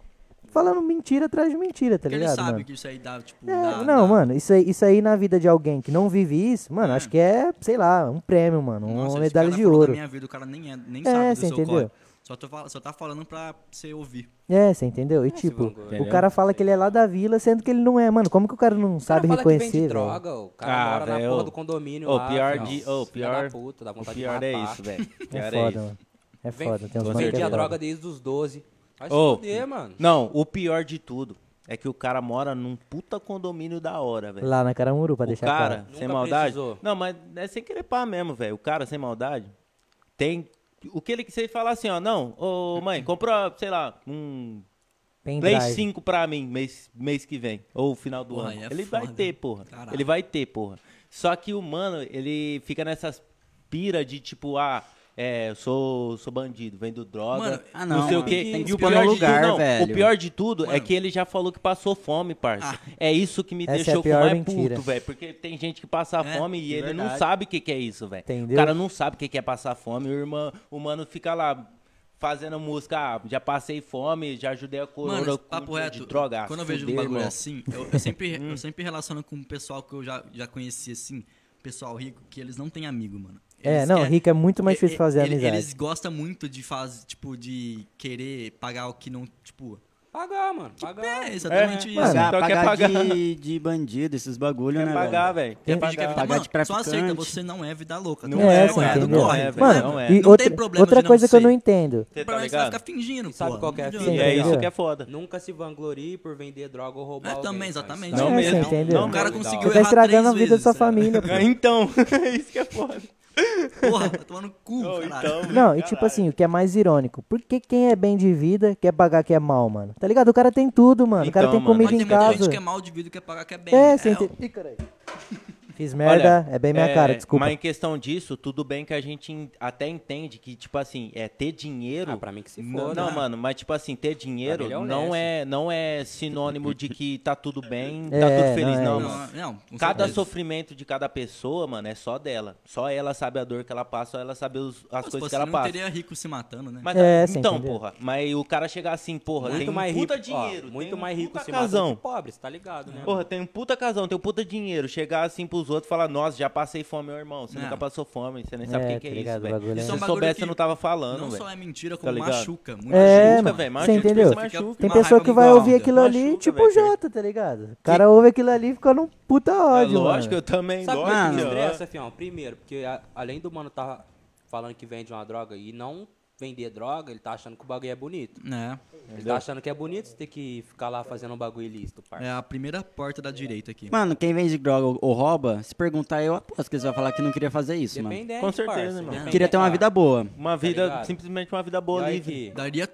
[SPEAKER 3] falando mentira atrás de mentira, tá
[SPEAKER 1] Porque ele
[SPEAKER 3] ligado?
[SPEAKER 1] sabe
[SPEAKER 3] mano?
[SPEAKER 1] que isso aí dá, tipo...
[SPEAKER 3] É,
[SPEAKER 1] dá-
[SPEAKER 3] não,
[SPEAKER 1] dá-
[SPEAKER 3] mano, isso aí, isso aí na vida de alguém que não vive isso, mano,
[SPEAKER 1] É.
[SPEAKER 3] acho que é, sei lá, um prêmio, mano,
[SPEAKER 1] Nossa,
[SPEAKER 3] uma
[SPEAKER 1] esse
[SPEAKER 3] medalha
[SPEAKER 1] cara
[SPEAKER 3] de
[SPEAKER 1] falou da
[SPEAKER 3] ouro.
[SPEAKER 1] minha vida, o cara nem, é, nem
[SPEAKER 3] É,
[SPEAKER 1] sabe do
[SPEAKER 3] você
[SPEAKER 1] seu
[SPEAKER 3] entendeu?
[SPEAKER 1] código. Só, tô fal- só tá falando pra você ouvir.
[SPEAKER 3] É, você entendeu? E tipo, o cara fala que ele é lá da vila, sendo que ele não é, mano. Como que o cara não
[SPEAKER 5] O cara
[SPEAKER 3] sabe
[SPEAKER 5] fala que
[SPEAKER 3] reconhecer?
[SPEAKER 5] vende
[SPEAKER 3] velho?
[SPEAKER 5] droga, o cara
[SPEAKER 4] Ah,
[SPEAKER 5] mora na
[SPEAKER 4] velho,
[SPEAKER 5] porra
[SPEAKER 4] ô.
[SPEAKER 5] do condomínio
[SPEAKER 4] Ô,
[SPEAKER 5] lá.
[SPEAKER 4] pior
[SPEAKER 5] fião.
[SPEAKER 4] de- ô,
[SPEAKER 5] ah, Filha
[SPEAKER 4] pior-
[SPEAKER 5] da puta, dá
[SPEAKER 4] O
[SPEAKER 5] vontade
[SPEAKER 4] pior
[SPEAKER 5] de
[SPEAKER 4] é
[SPEAKER 5] matar.
[SPEAKER 4] isso, velho. O
[SPEAKER 3] É
[SPEAKER 4] pior é
[SPEAKER 3] foda,
[SPEAKER 4] isso.
[SPEAKER 3] mano. É
[SPEAKER 5] Vem-
[SPEAKER 3] foda, tem uns mano que
[SPEAKER 5] Vendi
[SPEAKER 3] é
[SPEAKER 5] a
[SPEAKER 3] droga.
[SPEAKER 5] droga desde os 12. Vai se
[SPEAKER 4] Ô.
[SPEAKER 5] fuder, mano.
[SPEAKER 4] Não, o pior de tudo é que o cara mora num puta condomínio da hora, velho.
[SPEAKER 3] Lá na Caramuru, pra
[SPEAKER 4] O
[SPEAKER 3] deixar
[SPEAKER 4] cara,
[SPEAKER 3] claro.
[SPEAKER 4] sem
[SPEAKER 5] Nunca
[SPEAKER 4] maldade.
[SPEAKER 5] precisou.
[SPEAKER 4] Não, mas é sem querer pá mesmo, velho. O cara, sem maldade, tem. O que ele quiser falar assim, ó, não, ô mãe, compra, sei lá, um Play
[SPEAKER 3] Pendrive.
[SPEAKER 4] 5 pra mim mês, mês que vem, ou final do
[SPEAKER 1] Porra,
[SPEAKER 4] ano.
[SPEAKER 1] aí é
[SPEAKER 4] ele vai
[SPEAKER 1] foda,
[SPEAKER 4] ter,
[SPEAKER 1] hein?
[SPEAKER 4] porra.
[SPEAKER 1] Caralho.
[SPEAKER 4] Ele vai ter, porra. Só que o mano, ele fica nessas pira de tipo, ah, é, eu sou, sou bandido, vendo droga,
[SPEAKER 1] Mano,
[SPEAKER 6] ah,
[SPEAKER 4] não,
[SPEAKER 6] não,
[SPEAKER 4] sei o
[SPEAKER 6] mano,
[SPEAKER 4] quê.
[SPEAKER 6] tem que
[SPEAKER 4] E o
[SPEAKER 6] pôr
[SPEAKER 4] pior
[SPEAKER 6] no
[SPEAKER 4] de tudo,
[SPEAKER 6] lugar,
[SPEAKER 4] não,
[SPEAKER 6] velho.
[SPEAKER 4] O pior de tudo é
[SPEAKER 1] Mano.
[SPEAKER 4] que ele já falou que passou fome, parça. É isso que me
[SPEAKER 3] Essa é a
[SPEAKER 4] deixou
[SPEAKER 3] pior
[SPEAKER 4] com mais
[SPEAKER 3] mentira.
[SPEAKER 4] puto, velho. Porque tem gente que passa
[SPEAKER 1] É,
[SPEAKER 4] fome e
[SPEAKER 6] de
[SPEAKER 4] ele não
[SPEAKER 6] verdade.
[SPEAKER 4] sabe o que, que é isso, velho.
[SPEAKER 3] Entendeu?
[SPEAKER 4] O cara não sabe o que, que é passar fome. O, irmão, o mano fica lá fazendo música, ah, já passei fome, já ajudei a coroa
[SPEAKER 1] Mano,
[SPEAKER 4] com
[SPEAKER 1] papo
[SPEAKER 4] de
[SPEAKER 1] reto,
[SPEAKER 4] droga. ah,
[SPEAKER 1] quando eu vejo um
[SPEAKER 4] fuder,
[SPEAKER 1] bagulho
[SPEAKER 4] irmão.
[SPEAKER 1] assim, eu, eu sempre, eu sempre relaciono com o pessoal que eu já, já conheci, assim, pessoal rico, que eles não têm amigo, mano.
[SPEAKER 3] É,
[SPEAKER 1] Eles
[SPEAKER 3] não,
[SPEAKER 1] querem-
[SPEAKER 3] rico é muito mais
[SPEAKER 1] e-
[SPEAKER 3] difícil
[SPEAKER 1] e-
[SPEAKER 3] fazer
[SPEAKER 1] ele-
[SPEAKER 3] amizade.
[SPEAKER 1] Eles gostam muito de fazer, tipo, de querer pagar o que não, tipo...
[SPEAKER 5] Pagar, mano. Pagar.
[SPEAKER 1] É, exatamente isso.
[SPEAKER 3] Mano,
[SPEAKER 6] Pagar,
[SPEAKER 4] Então quer
[SPEAKER 6] pagar,
[SPEAKER 4] pagar.
[SPEAKER 6] De, de bandido, esses bagulho,
[SPEAKER 4] Quer
[SPEAKER 6] né,
[SPEAKER 4] pagar,
[SPEAKER 6] velho?
[SPEAKER 4] velho. Quer
[SPEAKER 1] Finge que é vida-
[SPEAKER 4] pagar.
[SPEAKER 6] pagar
[SPEAKER 1] Mano,
[SPEAKER 6] de
[SPEAKER 1] só
[SPEAKER 6] traficante.
[SPEAKER 1] aceita, você não é vida louca.
[SPEAKER 4] Não
[SPEAKER 1] tá
[SPEAKER 4] é,
[SPEAKER 1] ligado?
[SPEAKER 4] você
[SPEAKER 1] não
[SPEAKER 4] entendeu?
[SPEAKER 1] é, velho,
[SPEAKER 3] Mano,
[SPEAKER 1] não é.
[SPEAKER 3] e
[SPEAKER 1] Não
[SPEAKER 3] outra,
[SPEAKER 1] tem problema
[SPEAKER 3] outra
[SPEAKER 1] de não
[SPEAKER 3] coisa que eu
[SPEAKER 1] ser.
[SPEAKER 3] não entendo.
[SPEAKER 4] Você
[SPEAKER 1] O
[SPEAKER 4] tá
[SPEAKER 1] problema é que você vai ficar
[SPEAKER 4] ligado?
[SPEAKER 1] fingindo,
[SPEAKER 5] Sabe
[SPEAKER 1] pô.
[SPEAKER 5] qual que é a
[SPEAKER 1] Não
[SPEAKER 5] fita?
[SPEAKER 4] E
[SPEAKER 1] adianta.
[SPEAKER 4] é isso
[SPEAKER 3] Entendeu?
[SPEAKER 4] que é foda.
[SPEAKER 5] Nunca se vanglorie por vender droga ou
[SPEAKER 1] É,
[SPEAKER 5] roubar alguém,
[SPEAKER 1] também,
[SPEAKER 5] tá? Isso
[SPEAKER 1] exatamente.
[SPEAKER 5] daí
[SPEAKER 4] Não
[SPEAKER 5] é
[SPEAKER 4] mesmo.
[SPEAKER 5] legal.
[SPEAKER 3] entendeu?
[SPEAKER 4] Não
[SPEAKER 1] O cara
[SPEAKER 4] mesmo.
[SPEAKER 1] conseguiu
[SPEAKER 3] Você tá
[SPEAKER 1] errar
[SPEAKER 3] estragando a
[SPEAKER 1] três
[SPEAKER 3] vida da sua
[SPEAKER 1] vezes, sabe?
[SPEAKER 3] família, pô.
[SPEAKER 4] Então, é isso que é foda.
[SPEAKER 1] Porra, tá tomando cu,
[SPEAKER 4] Ô,
[SPEAKER 1] caralho.
[SPEAKER 4] então, velho,
[SPEAKER 3] Não, e tipo
[SPEAKER 4] caralho.
[SPEAKER 3] assim, o que é mais irônico, por que quem é bem de vida quer pagar que é mal, mano? Tá ligado? O cara tem tudo, mano. o cara
[SPEAKER 4] Então,
[SPEAKER 3] tem
[SPEAKER 4] mano.
[SPEAKER 3] comida
[SPEAKER 1] Mas tem
[SPEAKER 3] em
[SPEAKER 1] muita
[SPEAKER 3] casa.
[SPEAKER 1] gente que é mal de vida e quer pagar que é bem.
[SPEAKER 3] É, você entende? Ih, caralho. Fiz merda, é bem minha
[SPEAKER 4] é,
[SPEAKER 3] cara, desculpa.
[SPEAKER 4] Mas em questão disso, tudo bem que a gente en- até entende que, tipo assim, é ter dinheiro.
[SPEAKER 5] Ah, pra mim que se
[SPEAKER 4] Não,
[SPEAKER 5] foda.
[SPEAKER 4] não, mano, mas tipo assim, ter dinheiro
[SPEAKER 5] Pra mim ele é
[SPEAKER 4] não,
[SPEAKER 5] honesto.
[SPEAKER 4] é, não é sinônimo de que tá tudo bem,
[SPEAKER 3] É,
[SPEAKER 4] tá tudo feliz,
[SPEAKER 3] não é
[SPEAKER 4] não,
[SPEAKER 1] Não,
[SPEAKER 3] isso.
[SPEAKER 4] mano.
[SPEAKER 1] não, com
[SPEAKER 4] Cada
[SPEAKER 1] certeza.
[SPEAKER 4] sofrimento de cada pessoa, mano, é só dela. Só ela sabe a dor que ela passa, só ela sabe os- as
[SPEAKER 1] Pô, Se fosse,
[SPEAKER 4] coisas que ela
[SPEAKER 1] Tipo assim, não
[SPEAKER 4] passa.
[SPEAKER 1] teria rico se matando, né?
[SPEAKER 4] Mas,
[SPEAKER 3] É, você
[SPEAKER 4] então,
[SPEAKER 3] entendeu?
[SPEAKER 4] porra, mas o cara chegar assim, porra,
[SPEAKER 5] Muito
[SPEAKER 4] tem um
[SPEAKER 5] mais rico,
[SPEAKER 4] puta
[SPEAKER 5] ó,
[SPEAKER 4] dinheiro,
[SPEAKER 5] muito
[SPEAKER 4] tem um
[SPEAKER 5] mais rico
[SPEAKER 4] puta
[SPEAKER 5] se
[SPEAKER 4] casão.
[SPEAKER 5] matando que pobre, cê tá ligado, né?
[SPEAKER 4] Porra, tem um puta casão, tem um puta dinheiro. Chegar assim pros outros e falar, nossa, já passei fome, meu irmão. Você
[SPEAKER 1] Não.
[SPEAKER 4] nunca passou fome, você nem sabe o
[SPEAKER 3] É,
[SPEAKER 4] que que
[SPEAKER 3] tá
[SPEAKER 4] é isso,
[SPEAKER 3] ligado, o bagulho
[SPEAKER 4] velho.
[SPEAKER 3] é-
[SPEAKER 4] Se
[SPEAKER 1] Isso é um
[SPEAKER 4] você
[SPEAKER 1] bagulho
[SPEAKER 4] soubesse,
[SPEAKER 1] que
[SPEAKER 4] você não tava falando,
[SPEAKER 1] não
[SPEAKER 4] velho.
[SPEAKER 1] só é mentira,
[SPEAKER 4] Tá
[SPEAKER 1] como
[SPEAKER 4] ligado?
[SPEAKER 1] machuca. Muito
[SPEAKER 3] É,
[SPEAKER 1] gente,
[SPEAKER 3] mano,
[SPEAKER 1] mano.
[SPEAKER 4] machuca,
[SPEAKER 3] você
[SPEAKER 4] tipo,
[SPEAKER 3] entendeu?
[SPEAKER 4] você machuca.
[SPEAKER 3] Tem
[SPEAKER 1] uma
[SPEAKER 3] pessoa
[SPEAKER 1] raiva
[SPEAKER 3] que vai
[SPEAKER 1] muito
[SPEAKER 3] ouvir
[SPEAKER 1] alta.
[SPEAKER 3] aquilo ali,
[SPEAKER 4] Machuca,
[SPEAKER 3] tipo
[SPEAKER 4] velho.
[SPEAKER 3] o Jota, tá ligado? O cara ouve aquilo ali e fica num puta
[SPEAKER 4] É
[SPEAKER 3] ódio,
[SPEAKER 4] lógico,
[SPEAKER 3] mano.
[SPEAKER 4] eu também
[SPEAKER 5] Sabe o
[SPEAKER 4] gosto.
[SPEAKER 5] que me
[SPEAKER 4] ó.
[SPEAKER 5] estressa, fião? Primeiro, porque a- além do mano tá falando que vende uma droga e não vender droga, ele tá achando que o bagulho é bonito.
[SPEAKER 1] É,
[SPEAKER 5] Ele tá achando que é bonito você ter que ficar lá fazendo um bagulho ilícito, parça.
[SPEAKER 1] é a primeira porta da direita aqui.
[SPEAKER 6] Mano, quem vende droga ou, ou rouba, se perguntar, eu aposto que eles vão falar que não queria fazer isso, mano.
[SPEAKER 5] Dependente,
[SPEAKER 4] Com certeza,
[SPEAKER 5] parça,
[SPEAKER 4] irmão.
[SPEAKER 5] dependente.
[SPEAKER 6] Queria ter uma
[SPEAKER 5] Ah,
[SPEAKER 6] vida boa.
[SPEAKER 4] Uma vida,
[SPEAKER 5] ligado?
[SPEAKER 4] simplesmente uma vida
[SPEAKER 5] e
[SPEAKER 4] boa,
[SPEAKER 5] aí
[SPEAKER 4] livre.
[SPEAKER 5] que-
[SPEAKER 1] Daria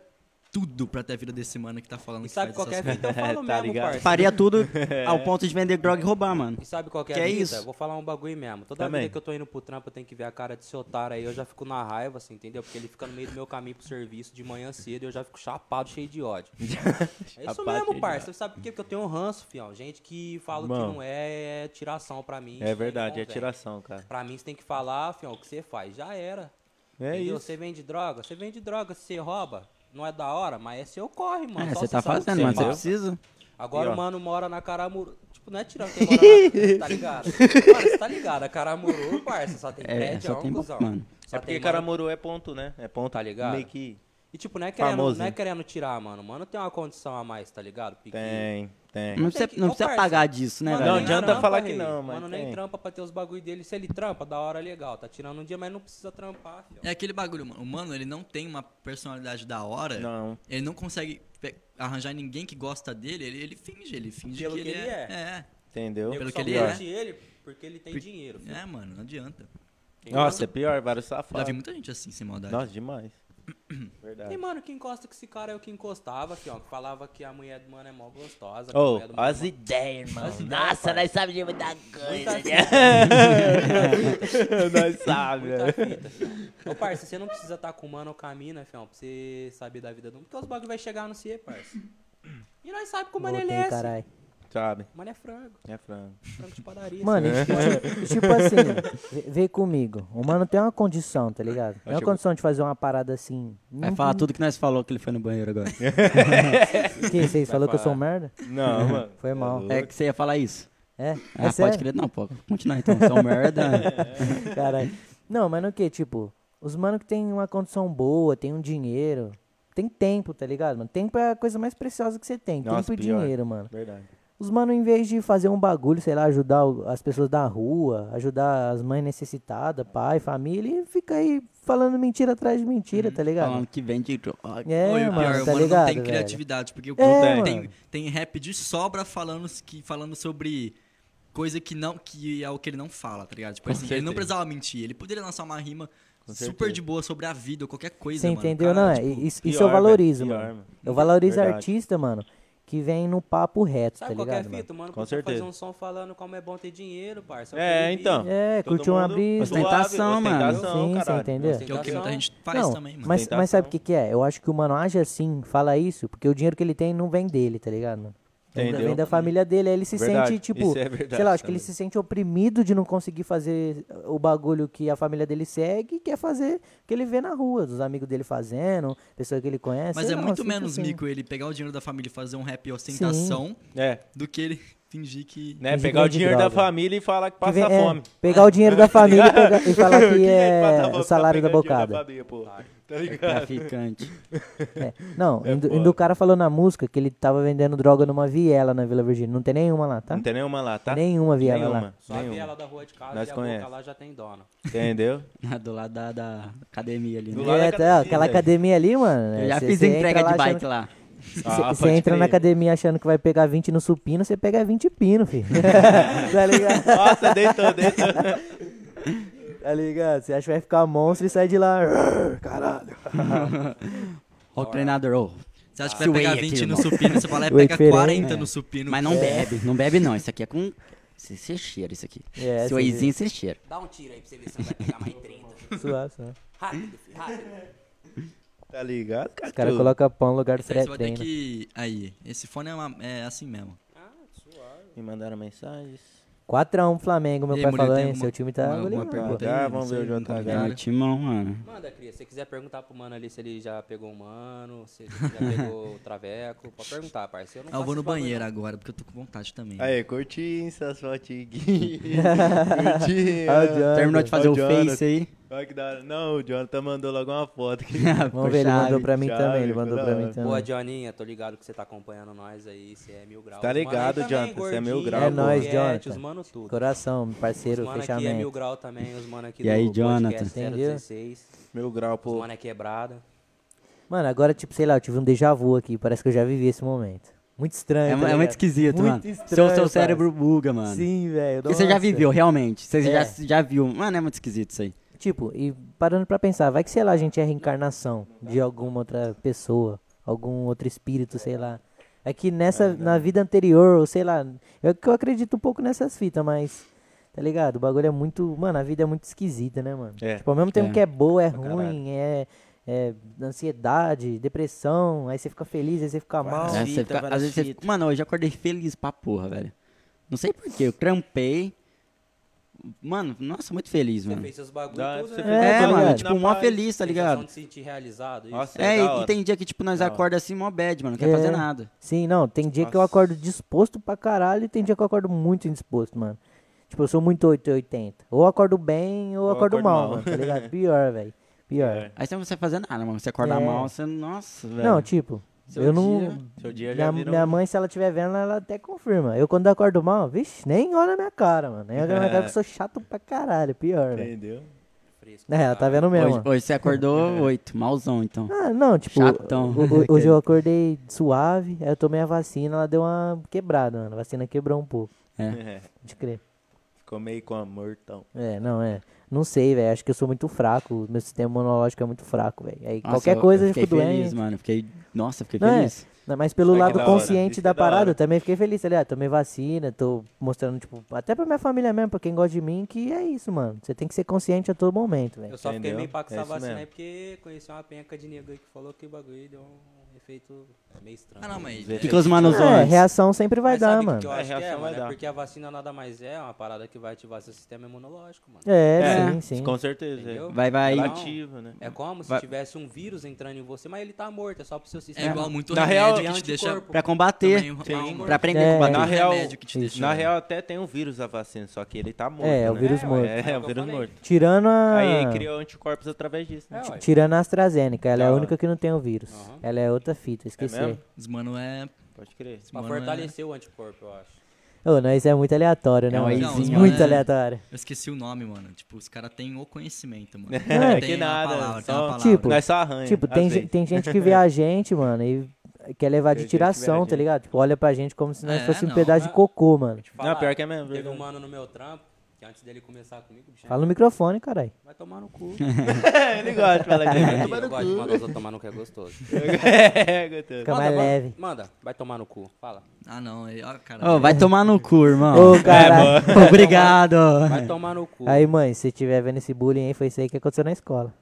[SPEAKER 1] tudo pra ter a vida desse mano que tá falando
[SPEAKER 5] E
[SPEAKER 1] que
[SPEAKER 5] sabe
[SPEAKER 1] faz
[SPEAKER 5] qual que é a
[SPEAKER 1] essas
[SPEAKER 5] fita? Eu falo
[SPEAKER 4] Tá
[SPEAKER 5] mesmo,
[SPEAKER 4] ligado?
[SPEAKER 5] parça.
[SPEAKER 6] Faria tudo
[SPEAKER 5] É.
[SPEAKER 6] ao ponto de vender droga e roubar, mano.
[SPEAKER 5] E sabe qual que é
[SPEAKER 6] Que
[SPEAKER 5] a
[SPEAKER 6] é
[SPEAKER 5] vida?
[SPEAKER 6] isso?
[SPEAKER 5] Vou falar um bagulho mesmo. Toda
[SPEAKER 4] Também.
[SPEAKER 5] vida que eu tô indo pro trampo, eu tenho que ver a cara desse otário aí, eu já fico na raiva, assim, entendeu? Porque ele fica no meio do meu caminho pro serviço de manhã cedo e eu já fico chapado, cheio de ódio. é isso
[SPEAKER 4] Chapado, cheio
[SPEAKER 5] mesmo,
[SPEAKER 4] de
[SPEAKER 5] parça. Você sabe por quê? Porque eu tenho um ranço, fião. Gente que fala
[SPEAKER 4] Mano.
[SPEAKER 5] que não é, é tiração pra mim. Isso
[SPEAKER 4] É
[SPEAKER 5] não
[SPEAKER 4] verdade, é
[SPEAKER 5] convém.
[SPEAKER 4] tiração, cara.
[SPEAKER 5] Pra mim, você tem que falar, fião, o que você faz. Já era.
[SPEAKER 4] É
[SPEAKER 5] entendeu?
[SPEAKER 4] isso.
[SPEAKER 5] Você vende droga, você vende droga, você rouba, não é da hora, mas é seu corre, mano.
[SPEAKER 6] É,
[SPEAKER 5] Só
[SPEAKER 6] você tá
[SPEAKER 5] sabe o que
[SPEAKER 6] fazendo, mas você
[SPEAKER 5] mata.
[SPEAKER 6] precisa.
[SPEAKER 5] Agora
[SPEAKER 4] E, ó.
[SPEAKER 5] o mano mora na Caramuru. Tipo, não é tirando quem mora na... Tá ligado? Mano, você tá ligado? A Caramuru, parça, só tem
[SPEAKER 6] É,
[SPEAKER 5] prédio,
[SPEAKER 6] só tem
[SPEAKER 5] cuzão.
[SPEAKER 6] pouco, mano.
[SPEAKER 5] Só
[SPEAKER 4] É porque
[SPEAKER 5] tem mano-
[SPEAKER 4] Caramuru é ponto, né? É ponto.
[SPEAKER 5] Tá ligado?
[SPEAKER 4] Meio que...
[SPEAKER 5] E tipo, não é, querendo,
[SPEAKER 4] Famoso,
[SPEAKER 5] não é
[SPEAKER 4] né?
[SPEAKER 5] querendo tirar, mano. Mano tem uma condição a mais, tá ligado? Pique-
[SPEAKER 4] Tem, tem.
[SPEAKER 6] Não precisa,
[SPEAKER 5] que-
[SPEAKER 6] não
[SPEAKER 5] Ô,
[SPEAKER 6] precisa
[SPEAKER 5] parça,
[SPEAKER 6] pagar disso, né,
[SPEAKER 5] Mano,
[SPEAKER 6] velho?
[SPEAKER 4] Não
[SPEAKER 5] nem
[SPEAKER 4] adianta
[SPEAKER 5] trampa,
[SPEAKER 4] falar que
[SPEAKER 5] rei.
[SPEAKER 4] não, mas
[SPEAKER 5] Mano, nem
[SPEAKER 4] tem.
[SPEAKER 5] trampa pra ter os bagulho dele. Se ele trampa, da hora, legal. Tá tirando um dia, mas não precisa trampar, fio.
[SPEAKER 1] É aquele bagulho, mano. O mano, ele não tem uma personalidade da hora.
[SPEAKER 4] Não.
[SPEAKER 1] Ele não consegue pe- arranjar ninguém que gosta dele. Ele, ele finge, ele finge
[SPEAKER 5] Pelo
[SPEAKER 1] que, ele, é.
[SPEAKER 4] Entendeu?
[SPEAKER 5] Eu
[SPEAKER 1] pelo
[SPEAKER 5] só
[SPEAKER 1] que ele
[SPEAKER 4] é.
[SPEAKER 5] curte ele é, porque ele tem
[SPEAKER 1] Por-
[SPEAKER 5] dinheiro,
[SPEAKER 1] É.
[SPEAKER 5] filho.
[SPEAKER 1] é, mano, não adianta.
[SPEAKER 5] né?
[SPEAKER 4] Nossa, é pior, vários
[SPEAKER 1] Já vi
[SPEAKER 4] safados.
[SPEAKER 1] muita gente assim, sem maldade.
[SPEAKER 4] Nossa, demais. Verdade.
[SPEAKER 5] E, mano, que encosta com esse cara é o que encostava, que, ó, que falava que a mulher do mano é mó gostosa. que a
[SPEAKER 4] Ô,
[SPEAKER 5] mulher do mano
[SPEAKER 4] olha
[SPEAKER 5] é
[SPEAKER 4] as
[SPEAKER 5] mó-
[SPEAKER 4] ideias, irmão.
[SPEAKER 7] Nossa, nós sabemos de muita coisa, né?
[SPEAKER 4] Nós sabe.
[SPEAKER 5] Muita fita, fião. Ô, parça, você não precisa estar com o mano ou com a mina, fião, pra você saber da vida do mundo, porque os bagulho vai chegar no C, parça. E nós sabemos que o mano ele
[SPEAKER 3] Voltei,
[SPEAKER 5] é esse.
[SPEAKER 3] caralho.
[SPEAKER 4] Sabe.
[SPEAKER 5] O Mano é frango,
[SPEAKER 4] É frango.
[SPEAKER 5] frango de padaria. assim.
[SPEAKER 3] Mano, e tipo, tipo assim, vê- vê comigo. O mano tem uma condição, tá ligado? Tem uma
[SPEAKER 4] Chegou.
[SPEAKER 3] condição de fazer uma parada assim.
[SPEAKER 6] Vai
[SPEAKER 3] não-
[SPEAKER 6] falar tudo que nós falou que ele foi no banheiro agora.
[SPEAKER 3] Que vocês falaram que eu sou um merda?
[SPEAKER 4] Não, mano.
[SPEAKER 3] Foi mal.
[SPEAKER 6] É que você ia falar isso.
[SPEAKER 3] É,
[SPEAKER 6] Ah,
[SPEAKER 3] é
[SPEAKER 6] pode
[SPEAKER 3] sério?
[SPEAKER 6] crer, não, pô. Continuar então, você é um merda.
[SPEAKER 3] Caralho. Não, mas no que, tipo, os mano que tem uma condição boa, tem um dinheiro, tem tempo, tá ligado, mano? Tempo é a coisa mais preciosa que você tem,
[SPEAKER 4] Nossa,
[SPEAKER 3] tempo e
[SPEAKER 4] pior.
[SPEAKER 3] dinheiro, mano.
[SPEAKER 4] Verdade.
[SPEAKER 3] Os mano, em vez de fazer um bagulho, sei lá, ajudar o- as pessoas da rua, ajudar as mães necessitadas, pai, família, e fica aí falando mentira atrás de mentira,
[SPEAKER 4] Uhum.
[SPEAKER 3] tá ligado?
[SPEAKER 6] Falando que vende droga.
[SPEAKER 3] É,
[SPEAKER 1] Ou, e o
[SPEAKER 3] mano,
[SPEAKER 1] pior, o
[SPEAKER 3] tá
[SPEAKER 1] mano
[SPEAKER 3] ligado,
[SPEAKER 1] não tem
[SPEAKER 3] velho?
[SPEAKER 1] criatividade, porque o
[SPEAKER 3] É,
[SPEAKER 1] cara
[SPEAKER 3] mano.
[SPEAKER 1] tem, tem rap de sobra falando, que, falando sobre coisa que não que é o que ele não fala, tá ligado? Tipo assim, ele não
[SPEAKER 4] certeza.
[SPEAKER 1] precisava mentir, ele poderia lançar uma rima super
[SPEAKER 4] certeza.
[SPEAKER 1] de boa sobre a vida ou qualquer coisa,
[SPEAKER 3] Você
[SPEAKER 1] mano.
[SPEAKER 3] entendeu?
[SPEAKER 1] Cara,
[SPEAKER 3] Não, é,
[SPEAKER 1] tipo,
[SPEAKER 3] isso, isso
[SPEAKER 4] pior,
[SPEAKER 3] eu valorizo,
[SPEAKER 4] velho,
[SPEAKER 3] mano.
[SPEAKER 4] pior, mano.
[SPEAKER 3] Eu valorizo
[SPEAKER 4] Verdade.
[SPEAKER 3] artista, mano, que vem no papo reto,
[SPEAKER 5] Sabe
[SPEAKER 3] tá
[SPEAKER 5] qual que é a
[SPEAKER 3] ligado, mano?
[SPEAKER 5] fita, mano?
[SPEAKER 4] Com
[SPEAKER 5] Pra você fazer
[SPEAKER 4] certeza.
[SPEAKER 5] um som falando como é bom ter dinheiro, parça.
[SPEAKER 4] É,
[SPEAKER 5] que ele
[SPEAKER 4] então.
[SPEAKER 5] vive.
[SPEAKER 3] É,
[SPEAKER 4] Todo
[SPEAKER 3] curtiu uma
[SPEAKER 4] mundo
[SPEAKER 3] brisa.
[SPEAKER 4] suave,
[SPEAKER 6] Ostentação, mano.
[SPEAKER 4] Ostentação,
[SPEAKER 3] Sim, você
[SPEAKER 4] caralho.
[SPEAKER 1] que
[SPEAKER 3] entendeu?
[SPEAKER 1] é o que muita gente faz também, mano.
[SPEAKER 3] Mas, mas sabe
[SPEAKER 4] Ostentação.
[SPEAKER 3] o que, que é? Eu acho que o mano age assim, fala isso, porque o dinheiro que ele tem não vem dele, tá ligado, mano? Vem da-
[SPEAKER 4] Entendeu?
[SPEAKER 3] Vem da família dele, aí ele se
[SPEAKER 4] Verdade,
[SPEAKER 3] sente, tipo,
[SPEAKER 4] isso é verdade
[SPEAKER 3] sei lá, acho que ele
[SPEAKER 4] também.
[SPEAKER 3] se sente oprimido de não conseguir fazer eh, o bagulho que a família dele segue e quer fazer o que ele vê na rua, dos amigos dele fazendo, pessoa que ele conhece.
[SPEAKER 1] Mas
[SPEAKER 3] sei
[SPEAKER 1] é
[SPEAKER 3] lá,
[SPEAKER 1] muito
[SPEAKER 3] assim,
[SPEAKER 1] menos
[SPEAKER 3] assim.
[SPEAKER 1] mico ele pegar o dinheiro da família e fazer um rap ostentação
[SPEAKER 4] É,
[SPEAKER 1] do que ele fingir que.
[SPEAKER 4] né?
[SPEAKER 3] Finge
[SPEAKER 4] Pegar o
[SPEAKER 3] que vende
[SPEAKER 4] dinheiro da
[SPEAKER 3] droga.
[SPEAKER 4] família e falar que
[SPEAKER 3] Que
[SPEAKER 4] passa
[SPEAKER 3] vem- é,
[SPEAKER 4] fome.
[SPEAKER 3] pegar o dinheiro da família e, pegar- e falar que
[SPEAKER 4] Quem
[SPEAKER 3] é
[SPEAKER 4] passa fome
[SPEAKER 3] o
[SPEAKER 4] pra
[SPEAKER 3] salário da
[SPEAKER 4] pegar o dinheiro
[SPEAKER 3] bocada.
[SPEAKER 4] família, pô? Tá ligado?
[SPEAKER 6] Traficante.
[SPEAKER 3] É, Não,
[SPEAKER 4] É
[SPEAKER 3] ainda
[SPEAKER 4] foda.
[SPEAKER 3] ainda o cara falou na música que ele tava vendendo droga numa viela na Vila Virgínia. Não tem nenhuma lá, tá?
[SPEAKER 4] Não tem nenhuma lá, tá?
[SPEAKER 3] Nenhuma viela
[SPEAKER 4] Nenhuma,
[SPEAKER 3] lá.
[SPEAKER 5] Só
[SPEAKER 4] nenhuma.
[SPEAKER 5] a vela da rua de casa
[SPEAKER 4] Nós
[SPEAKER 5] e a
[SPEAKER 4] conhece.
[SPEAKER 5] boca lá já tem dono.
[SPEAKER 4] Entendeu?
[SPEAKER 6] Ah, Do lado da, da academia ali,
[SPEAKER 4] Do
[SPEAKER 6] né?
[SPEAKER 4] lado da
[SPEAKER 3] É, tá,
[SPEAKER 4] academia,
[SPEAKER 3] aquela
[SPEAKER 4] velho.
[SPEAKER 3] academia ali, mano. né?
[SPEAKER 6] Eu já
[SPEAKER 3] cê-
[SPEAKER 6] fiz
[SPEAKER 3] cê entra
[SPEAKER 6] entrega
[SPEAKER 3] lá
[SPEAKER 6] de bike
[SPEAKER 3] achando-
[SPEAKER 6] lá.
[SPEAKER 4] Ah,
[SPEAKER 3] Você
[SPEAKER 4] pode
[SPEAKER 3] entra na
[SPEAKER 4] crer.
[SPEAKER 3] academia achando que vai pegar 20 no supino, você pega 20 pino, filho. tá ligado?
[SPEAKER 4] Nossa, deitou, deitou.
[SPEAKER 3] Tá ligado? Você acha que vai ficar monstro e sai de lá. Caralho.
[SPEAKER 6] Ó, o treinador, ô.
[SPEAKER 1] Você acha que
[SPEAKER 6] Ah.
[SPEAKER 1] vai pegar
[SPEAKER 6] Suei aqui,
[SPEAKER 1] 20 no
[SPEAKER 6] irmão.
[SPEAKER 1] supino, você vai lá e
[SPEAKER 3] Suei né?"
[SPEAKER 1] pega
[SPEAKER 3] diferente.
[SPEAKER 1] 40
[SPEAKER 6] É.
[SPEAKER 1] no supino.
[SPEAKER 6] Mas não bebe, não bebe não. Isso aqui é com. Você você cheira isso aqui.
[SPEAKER 3] É,
[SPEAKER 6] Seu
[SPEAKER 3] você-
[SPEAKER 6] oizinho, você cheira.
[SPEAKER 5] Dá um tiro aí pra você ver se não vai pegar mais 30.
[SPEAKER 3] Suave, suave.
[SPEAKER 5] Rápido, filho, rápido.
[SPEAKER 4] Tá ligado,
[SPEAKER 3] Os caras
[SPEAKER 4] Catu?
[SPEAKER 3] colocam pão no lugar do
[SPEAKER 1] Isso aí você vai ter
[SPEAKER 3] pré-treino.
[SPEAKER 1] que. Aí, esse fone é, uma- é assim mesmo.
[SPEAKER 4] Me mandaram mensagens.
[SPEAKER 3] 4x1 Flamengo, meu
[SPEAKER 1] E aí,
[SPEAKER 3] pai
[SPEAKER 1] Murilo,
[SPEAKER 3] falou,
[SPEAKER 1] tem
[SPEAKER 3] hein?
[SPEAKER 1] uma-
[SPEAKER 3] Seu time tá
[SPEAKER 1] uma- uma
[SPEAKER 3] goleando,
[SPEAKER 1] pergunta
[SPEAKER 3] pô.
[SPEAKER 1] aí?
[SPEAKER 4] Ah,
[SPEAKER 1] não
[SPEAKER 4] vamos
[SPEAKER 1] sei,
[SPEAKER 4] ver o
[SPEAKER 1] não tá
[SPEAKER 4] jantar,
[SPEAKER 1] combinei.
[SPEAKER 4] galera.
[SPEAKER 6] Ah, timão, mano.
[SPEAKER 5] Manda, Cria, se você quiser perguntar pro mano ali se ele já pegou o mano, se ele já pegou o traveco, pode perguntar, parceiro.
[SPEAKER 1] Ah, eu vou no banheiro agora, porque eu tô com vontade também.
[SPEAKER 4] Aí, curti essas fotinhas.
[SPEAKER 3] Ah, o
[SPEAKER 4] curti. ó.
[SPEAKER 3] Jonathan.
[SPEAKER 6] Terminou de fazer
[SPEAKER 4] Ó,
[SPEAKER 6] o
[SPEAKER 4] Jonathan.
[SPEAKER 6] face aí.
[SPEAKER 4] Olha que da hora. Não, o Jonathan mandou logo uma foto. aqui.
[SPEAKER 3] Vamos ver, ele
[SPEAKER 6] Chave,
[SPEAKER 3] mandou pra mim
[SPEAKER 4] chave,
[SPEAKER 3] também, ele mandou
[SPEAKER 4] da
[SPEAKER 3] pra
[SPEAKER 4] hora.
[SPEAKER 3] mim também.
[SPEAKER 5] Boa, Johninha, tô ligado que você tá acompanhando nós aí, você é mil graus.
[SPEAKER 4] Tá
[SPEAKER 5] Os mano aí
[SPEAKER 4] ligado,
[SPEAKER 5] também,
[SPEAKER 4] Jonathan, você é mil
[SPEAKER 5] gordinho,
[SPEAKER 4] grau,
[SPEAKER 3] É nóis,
[SPEAKER 5] Juliette,
[SPEAKER 3] Jonathan.
[SPEAKER 5] Os mano tudo.
[SPEAKER 3] Coração, meu
[SPEAKER 5] Os
[SPEAKER 3] parceiro,
[SPEAKER 5] mano aqui é mil
[SPEAKER 3] fechamento.
[SPEAKER 5] grau também, os mano aqui
[SPEAKER 6] E
[SPEAKER 5] do
[SPEAKER 6] aí, Jonathan?
[SPEAKER 5] podcast
[SPEAKER 3] Entendeu?
[SPEAKER 5] 016.
[SPEAKER 4] Meu grau,
[SPEAKER 5] Os
[SPEAKER 4] pô.
[SPEAKER 5] mano é quebrada.
[SPEAKER 3] Mano, agora, tipo, sei lá, eu tive um déjà vu aqui, parece que eu já vivi esse momento. Muito
[SPEAKER 6] É,
[SPEAKER 3] estranho, tá
[SPEAKER 6] é muito
[SPEAKER 3] ligado?
[SPEAKER 6] esquisito,
[SPEAKER 3] Muito
[SPEAKER 6] mano.
[SPEAKER 3] estranho,
[SPEAKER 6] seu, seu
[SPEAKER 3] parça.
[SPEAKER 6] cérebro buga, mano.
[SPEAKER 3] Sim, velho.
[SPEAKER 6] Porque você já
[SPEAKER 3] nossa.
[SPEAKER 6] viveu, realmente. Você
[SPEAKER 3] É.
[SPEAKER 6] já, já viu. Mano, é muito esquisito isso aí.
[SPEAKER 3] Tipo, e parando pra pensar, vai que, sei lá, a gente é a reencarnação de alguma outra pessoa, algum outro espírito, sei lá. É que nessa, na vida anterior, ou sei lá, eu, que eu acredito um pouco nessas fitas, mas, tá ligado? O bagulho é muito, mano, a vida é muito esquisita, né, mano?
[SPEAKER 4] É.
[SPEAKER 3] Tipo, ao mesmo tempo
[SPEAKER 6] É.
[SPEAKER 3] que é boa, é
[SPEAKER 4] Pra
[SPEAKER 3] ruim, é, é ansiedade, depressão, aí você fica feliz, aí você fica mal.
[SPEAKER 6] É,
[SPEAKER 4] Fita,
[SPEAKER 6] você fica-
[SPEAKER 4] várias
[SPEAKER 6] às vezes você
[SPEAKER 4] fitas.
[SPEAKER 6] fica- Mano, hoje eu acordei feliz pra porra, velho. Não sei porquê, eu trampei. Mano, nossa, muito feliz,
[SPEAKER 5] Você
[SPEAKER 6] mano.
[SPEAKER 5] fez seus bagulhos.
[SPEAKER 4] Dá-
[SPEAKER 5] tudo,
[SPEAKER 4] você
[SPEAKER 6] É,
[SPEAKER 5] né?
[SPEAKER 3] fez- É, tá
[SPEAKER 6] mano,
[SPEAKER 3] ligado?
[SPEAKER 6] tipo, mó feliz, tá ligado?
[SPEAKER 5] Sensação de se sentir realizado. isso.
[SPEAKER 4] Nossa, é,
[SPEAKER 6] É,
[SPEAKER 4] da
[SPEAKER 6] e
[SPEAKER 4] hora.
[SPEAKER 6] tem dia que, tipo, nós
[SPEAKER 4] Da hora.
[SPEAKER 6] acorda assim, mó bad, mano. Não quer fazer
[SPEAKER 3] É.
[SPEAKER 6] nada.
[SPEAKER 3] Sim, não, tem dia que eu
[SPEAKER 4] Nossa.
[SPEAKER 3] acordo disposto pra caralho e tem dia que eu acordo muito indisposto, mano. Tipo, eu sou muito 880. Ou acordo bem ou, acordo,
[SPEAKER 4] acordo
[SPEAKER 3] mal,
[SPEAKER 4] mal.
[SPEAKER 3] mano, tá ligado? Pior, velho. Pior.
[SPEAKER 4] É.
[SPEAKER 6] Aí você não consegue fazer nada, mano. Você acorda
[SPEAKER 3] É.
[SPEAKER 6] mal, você. Nossa, velho.
[SPEAKER 3] Não, tipo,
[SPEAKER 6] né? Seu
[SPEAKER 3] eu não.
[SPEAKER 6] dia-
[SPEAKER 4] Seu dia
[SPEAKER 3] Minha,
[SPEAKER 4] já virou. um
[SPEAKER 3] minha mãe, se ela estiver vendo, ela até confirma. Eu, quando acordo mal, vixe, nem olha na minha cara, mano. Nem olha na minha cara que eu sou chato pra caralho. Pior, velho.
[SPEAKER 4] Entendeu?
[SPEAKER 5] Fresco,
[SPEAKER 3] É, ela tá vendo mesmo.
[SPEAKER 6] Hoje,
[SPEAKER 3] ó.
[SPEAKER 6] hoje você acordou oito, malzão, então.
[SPEAKER 3] Ah, não, tipo,
[SPEAKER 6] Chatão.
[SPEAKER 3] o- o- hoje eu acordei suave, aí eu tomei a vacina, ela deu uma quebrada, mano. A vacina quebrou um pouco, de crer.
[SPEAKER 4] Ficou meio com amor, então.
[SPEAKER 3] É, não, é. Não sei, velho. Acho que eu sou muito fraco. Meu sistema imunológico é muito fraco, velho. Aí
[SPEAKER 6] Nossa,
[SPEAKER 3] qualquer
[SPEAKER 6] eu-
[SPEAKER 3] coisa eu,
[SPEAKER 6] eu fiquei
[SPEAKER 3] fico doente.
[SPEAKER 6] feliz, mano. Fiquei, nossa, fiquei
[SPEAKER 3] Não é?
[SPEAKER 6] feliz.
[SPEAKER 3] Não, Mas pelo
[SPEAKER 4] Ai, que
[SPEAKER 3] lado
[SPEAKER 4] da hora.
[SPEAKER 3] consciente
[SPEAKER 4] Isso que é
[SPEAKER 3] da
[SPEAKER 4] da hora.
[SPEAKER 3] parada, eu também fiquei feliz, tá ligado? Tomei vacina, tô mostrando, tipo, até pra minha família mesmo, pra quem gosta de mim, que é isso, mano. Você tem que ser consciente a todo momento, velho.
[SPEAKER 5] Eu só
[SPEAKER 4] Entendeu?
[SPEAKER 5] fiquei meio pá com
[SPEAKER 4] É
[SPEAKER 5] essa
[SPEAKER 4] isso
[SPEAKER 5] vacina
[SPEAKER 4] mesmo.
[SPEAKER 5] aí porque conheci uma penca de nego aí que falou que o bagulho deu um efeito meio estranho.
[SPEAKER 1] Ah, não, mas.
[SPEAKER 6] O que, que os manos
[SPEAKER 3] É,
[SPEAKER 6] antes?
[SPEAKER 3] reação sempre vai
[SPEAKER 5] Mas
[SPEAKER 3] dar,
[SPEAKER 5] sabe o que
[SPEAKER 3] mano.
[SPEAKER 5] que eu
[SPEAKER 4] É,
[SPEAKER 5] acho que é,
[SPEAKER 4] reação vai
[SPEAKER 5] mano? É
[SPEAKER 4] dar.
[SPEAKER 5] porque a vacina nada mais é uma parada que vai ativar seu sistema imunológico, mano.
[SPEAKER 3] É,
[SPEAKER 4] É,
[SPEAKER 3] sim, sim.
[SPEAKER 4] Com certeza.
[SPEAKER 5] Entendeu?
[SPEAKER 6] Vai, vai.
[SPEAKER 5] Ela
[SPEAKER 4] Ela
[SPEAKER 5] Não.
[SPEAKER 4] ativa, né?
[SPEAKER 5] É como se
[SPEAKER 6] Vai-
[SPEAKER 5] tivesse um vírus entrando em você, mas ele tá morto, é só pro seu
[SPEAKER 1] É
[SPEAKER 5] sistema.
[SPEAKER 1] igual muito
[SPEAKER 4] Na real,
[SPEAKER 1] remédio
[SPEAKER 5] é
[SPEAKER 1] que te deixa.
[SPEAKER 5] anticorpo.
[SPEAKER 6] Pra combater.
[SPEAKER 1] também uma- uma-
[SPEAKER 6] Pra aprender a
[SPEAKER 3] É.
[SPEAKER 6] combater.
[SPEAKER 4] Na
[SPEAKER 1] muito
[SPEAKER 4] real,
[SPEAKER 1] remédio que te deixa-
[SPEAKER 4] na real, até tem um vírus da vacina, só que ele tá morto.
[SPEAKER 3] É, é o
[SPEAKER 4] né?
[SPEAKER 3] vírus
[SPEAKER 5] É,
[SPEAKER 3] morto. Ah.
[SPEAKER 5] ué.
[SPEAKER 4] É,
[SPEAKER 5] É
[SPEAKER 4] é
[SPEAKER 5] o
[SPEAKER 4] o
[SPEAKER 5] que
[SPEAKER 4] vírus
[SPEAKER 5] eu falei.
[SPEAKER 4] morto.
[SPEAKER 3] Tirando a.
[SPEAKER 4] Aí criou anticorpos através disso, né?
[SPEAKER 5] É,
[SPEAKER 1] tipo,
[SPEAKER 5] ué.
[SPEAKER 3] Tirando a AstraZeneca, ela é a
[SPEAKER 4] Da
[SPEAKER 3] única que não tem o vírus.
[SPEAKER 5] Aham.
[SPEAKER 3] Ela é outra fita, esqueci.
[SPEAKER 4] mesmo?
[SPEAKER 1] Os mano é.
[SPEAKER 4] Tipo, Pode crer.
[SPEAKER 5] Pra
[SPEAKER 1] mano, é-
[SPEAKER 5] fortalecer o anticorpo, eu acho.
[SPEAKER 3] Ô, nós é muito aleatório, né?
[SPEAKER 6] É um
[SPEAKER 3] mano?
[SPEAKER 1] eizinho,
[SPEAKER 3] muito
[SPEAKER 1] né?
[SPEAKER 3] aleatório.
[SPEAKER 1] Eu esqueci o nome, mano. Tipo, os caras têm o conhecimento, mano. Tem
[SPEAKER 4] É, que
[SPEAKER 1] uma
[SPEAKER 4] nada,
[SPEAKER 1] palavra, tem
[SPEAKER 4] só-
[SPEAKER 1] uma palavra.
[SPEAKER 3] Tipo,
[SPEAKER 4] Nós só arranha.
[SPEAKER 3] Tipo,
[SPEAKER 4] às
[SPEAKER 3] tem,
[SPEAKER 4] vezes.
[SPEAKER 3] gen- tem gente que vê a gente, mano, e quer levar
[SPEAKER 4] Tem
[SPEAKER 3] de
[SPEAKER 4] gente que vê a
[SPEAKER 3] tiração, tá
[SPEAKER 4] gente.
[SPEAKER 3] ligado? Tipo, olha pra gente como se nós
[SPEAKER 1] É,
[SPEAKER 3] fosse um
[SPEAKER 1] não,
[SPEAKER 3] pedaço de
[SPEAKER 5] é.
[SPEAKER 3] cocô, mano.
[SPEAKER 5] Te
[SPEAKER 4] Não,
[SPEAKER 5] falar,
[SPEAKER 4] pior que é mesmo.
[SPEAKER 5] Teve um
[SPEAKER 4] verdade.
[SPEAKER 5] mano no meu trampo, que antes dele começar comigo, bicho,
[SPEAKER 3] Fala no microfone, caralho.
[SPEAKER 5] vai tomar no cu.
[SPEAKER 4] Ele gosta de falar
[SPEAKER 5] Eu
[SPEAKER 4] que
[SPEAKER 5] gosto de mandar os outros tomar no cu, é gostoso.
[SPEAKER 4] é gostoso.
[SPEAKER 3] Fica
[SPEAKER 5] Manda,
[SPEAKER 3] mais
[SPEAKER 5] manda-
[SPEAKER 3] leve.
[SPEAKER 5] Manda, vai tomar no cu. Fala.
[SPEAKER 1] Ah, não. Aí, ó, cara.
[SPEAKER 6] Ô, vai tomar no cu, irmão.
[SPEAKER 3] É. Ô,
[SPEAKER 4] É,
[SPEAKER 3] caralho.
[SPEAKER 6] Obrigado.
[SPEAKER 5] Vai tomar no cu.
[SPEAKER 3] Aí, mãe, se tiver vendo esse bullying aí, foi isso aí que aconteceu na escola.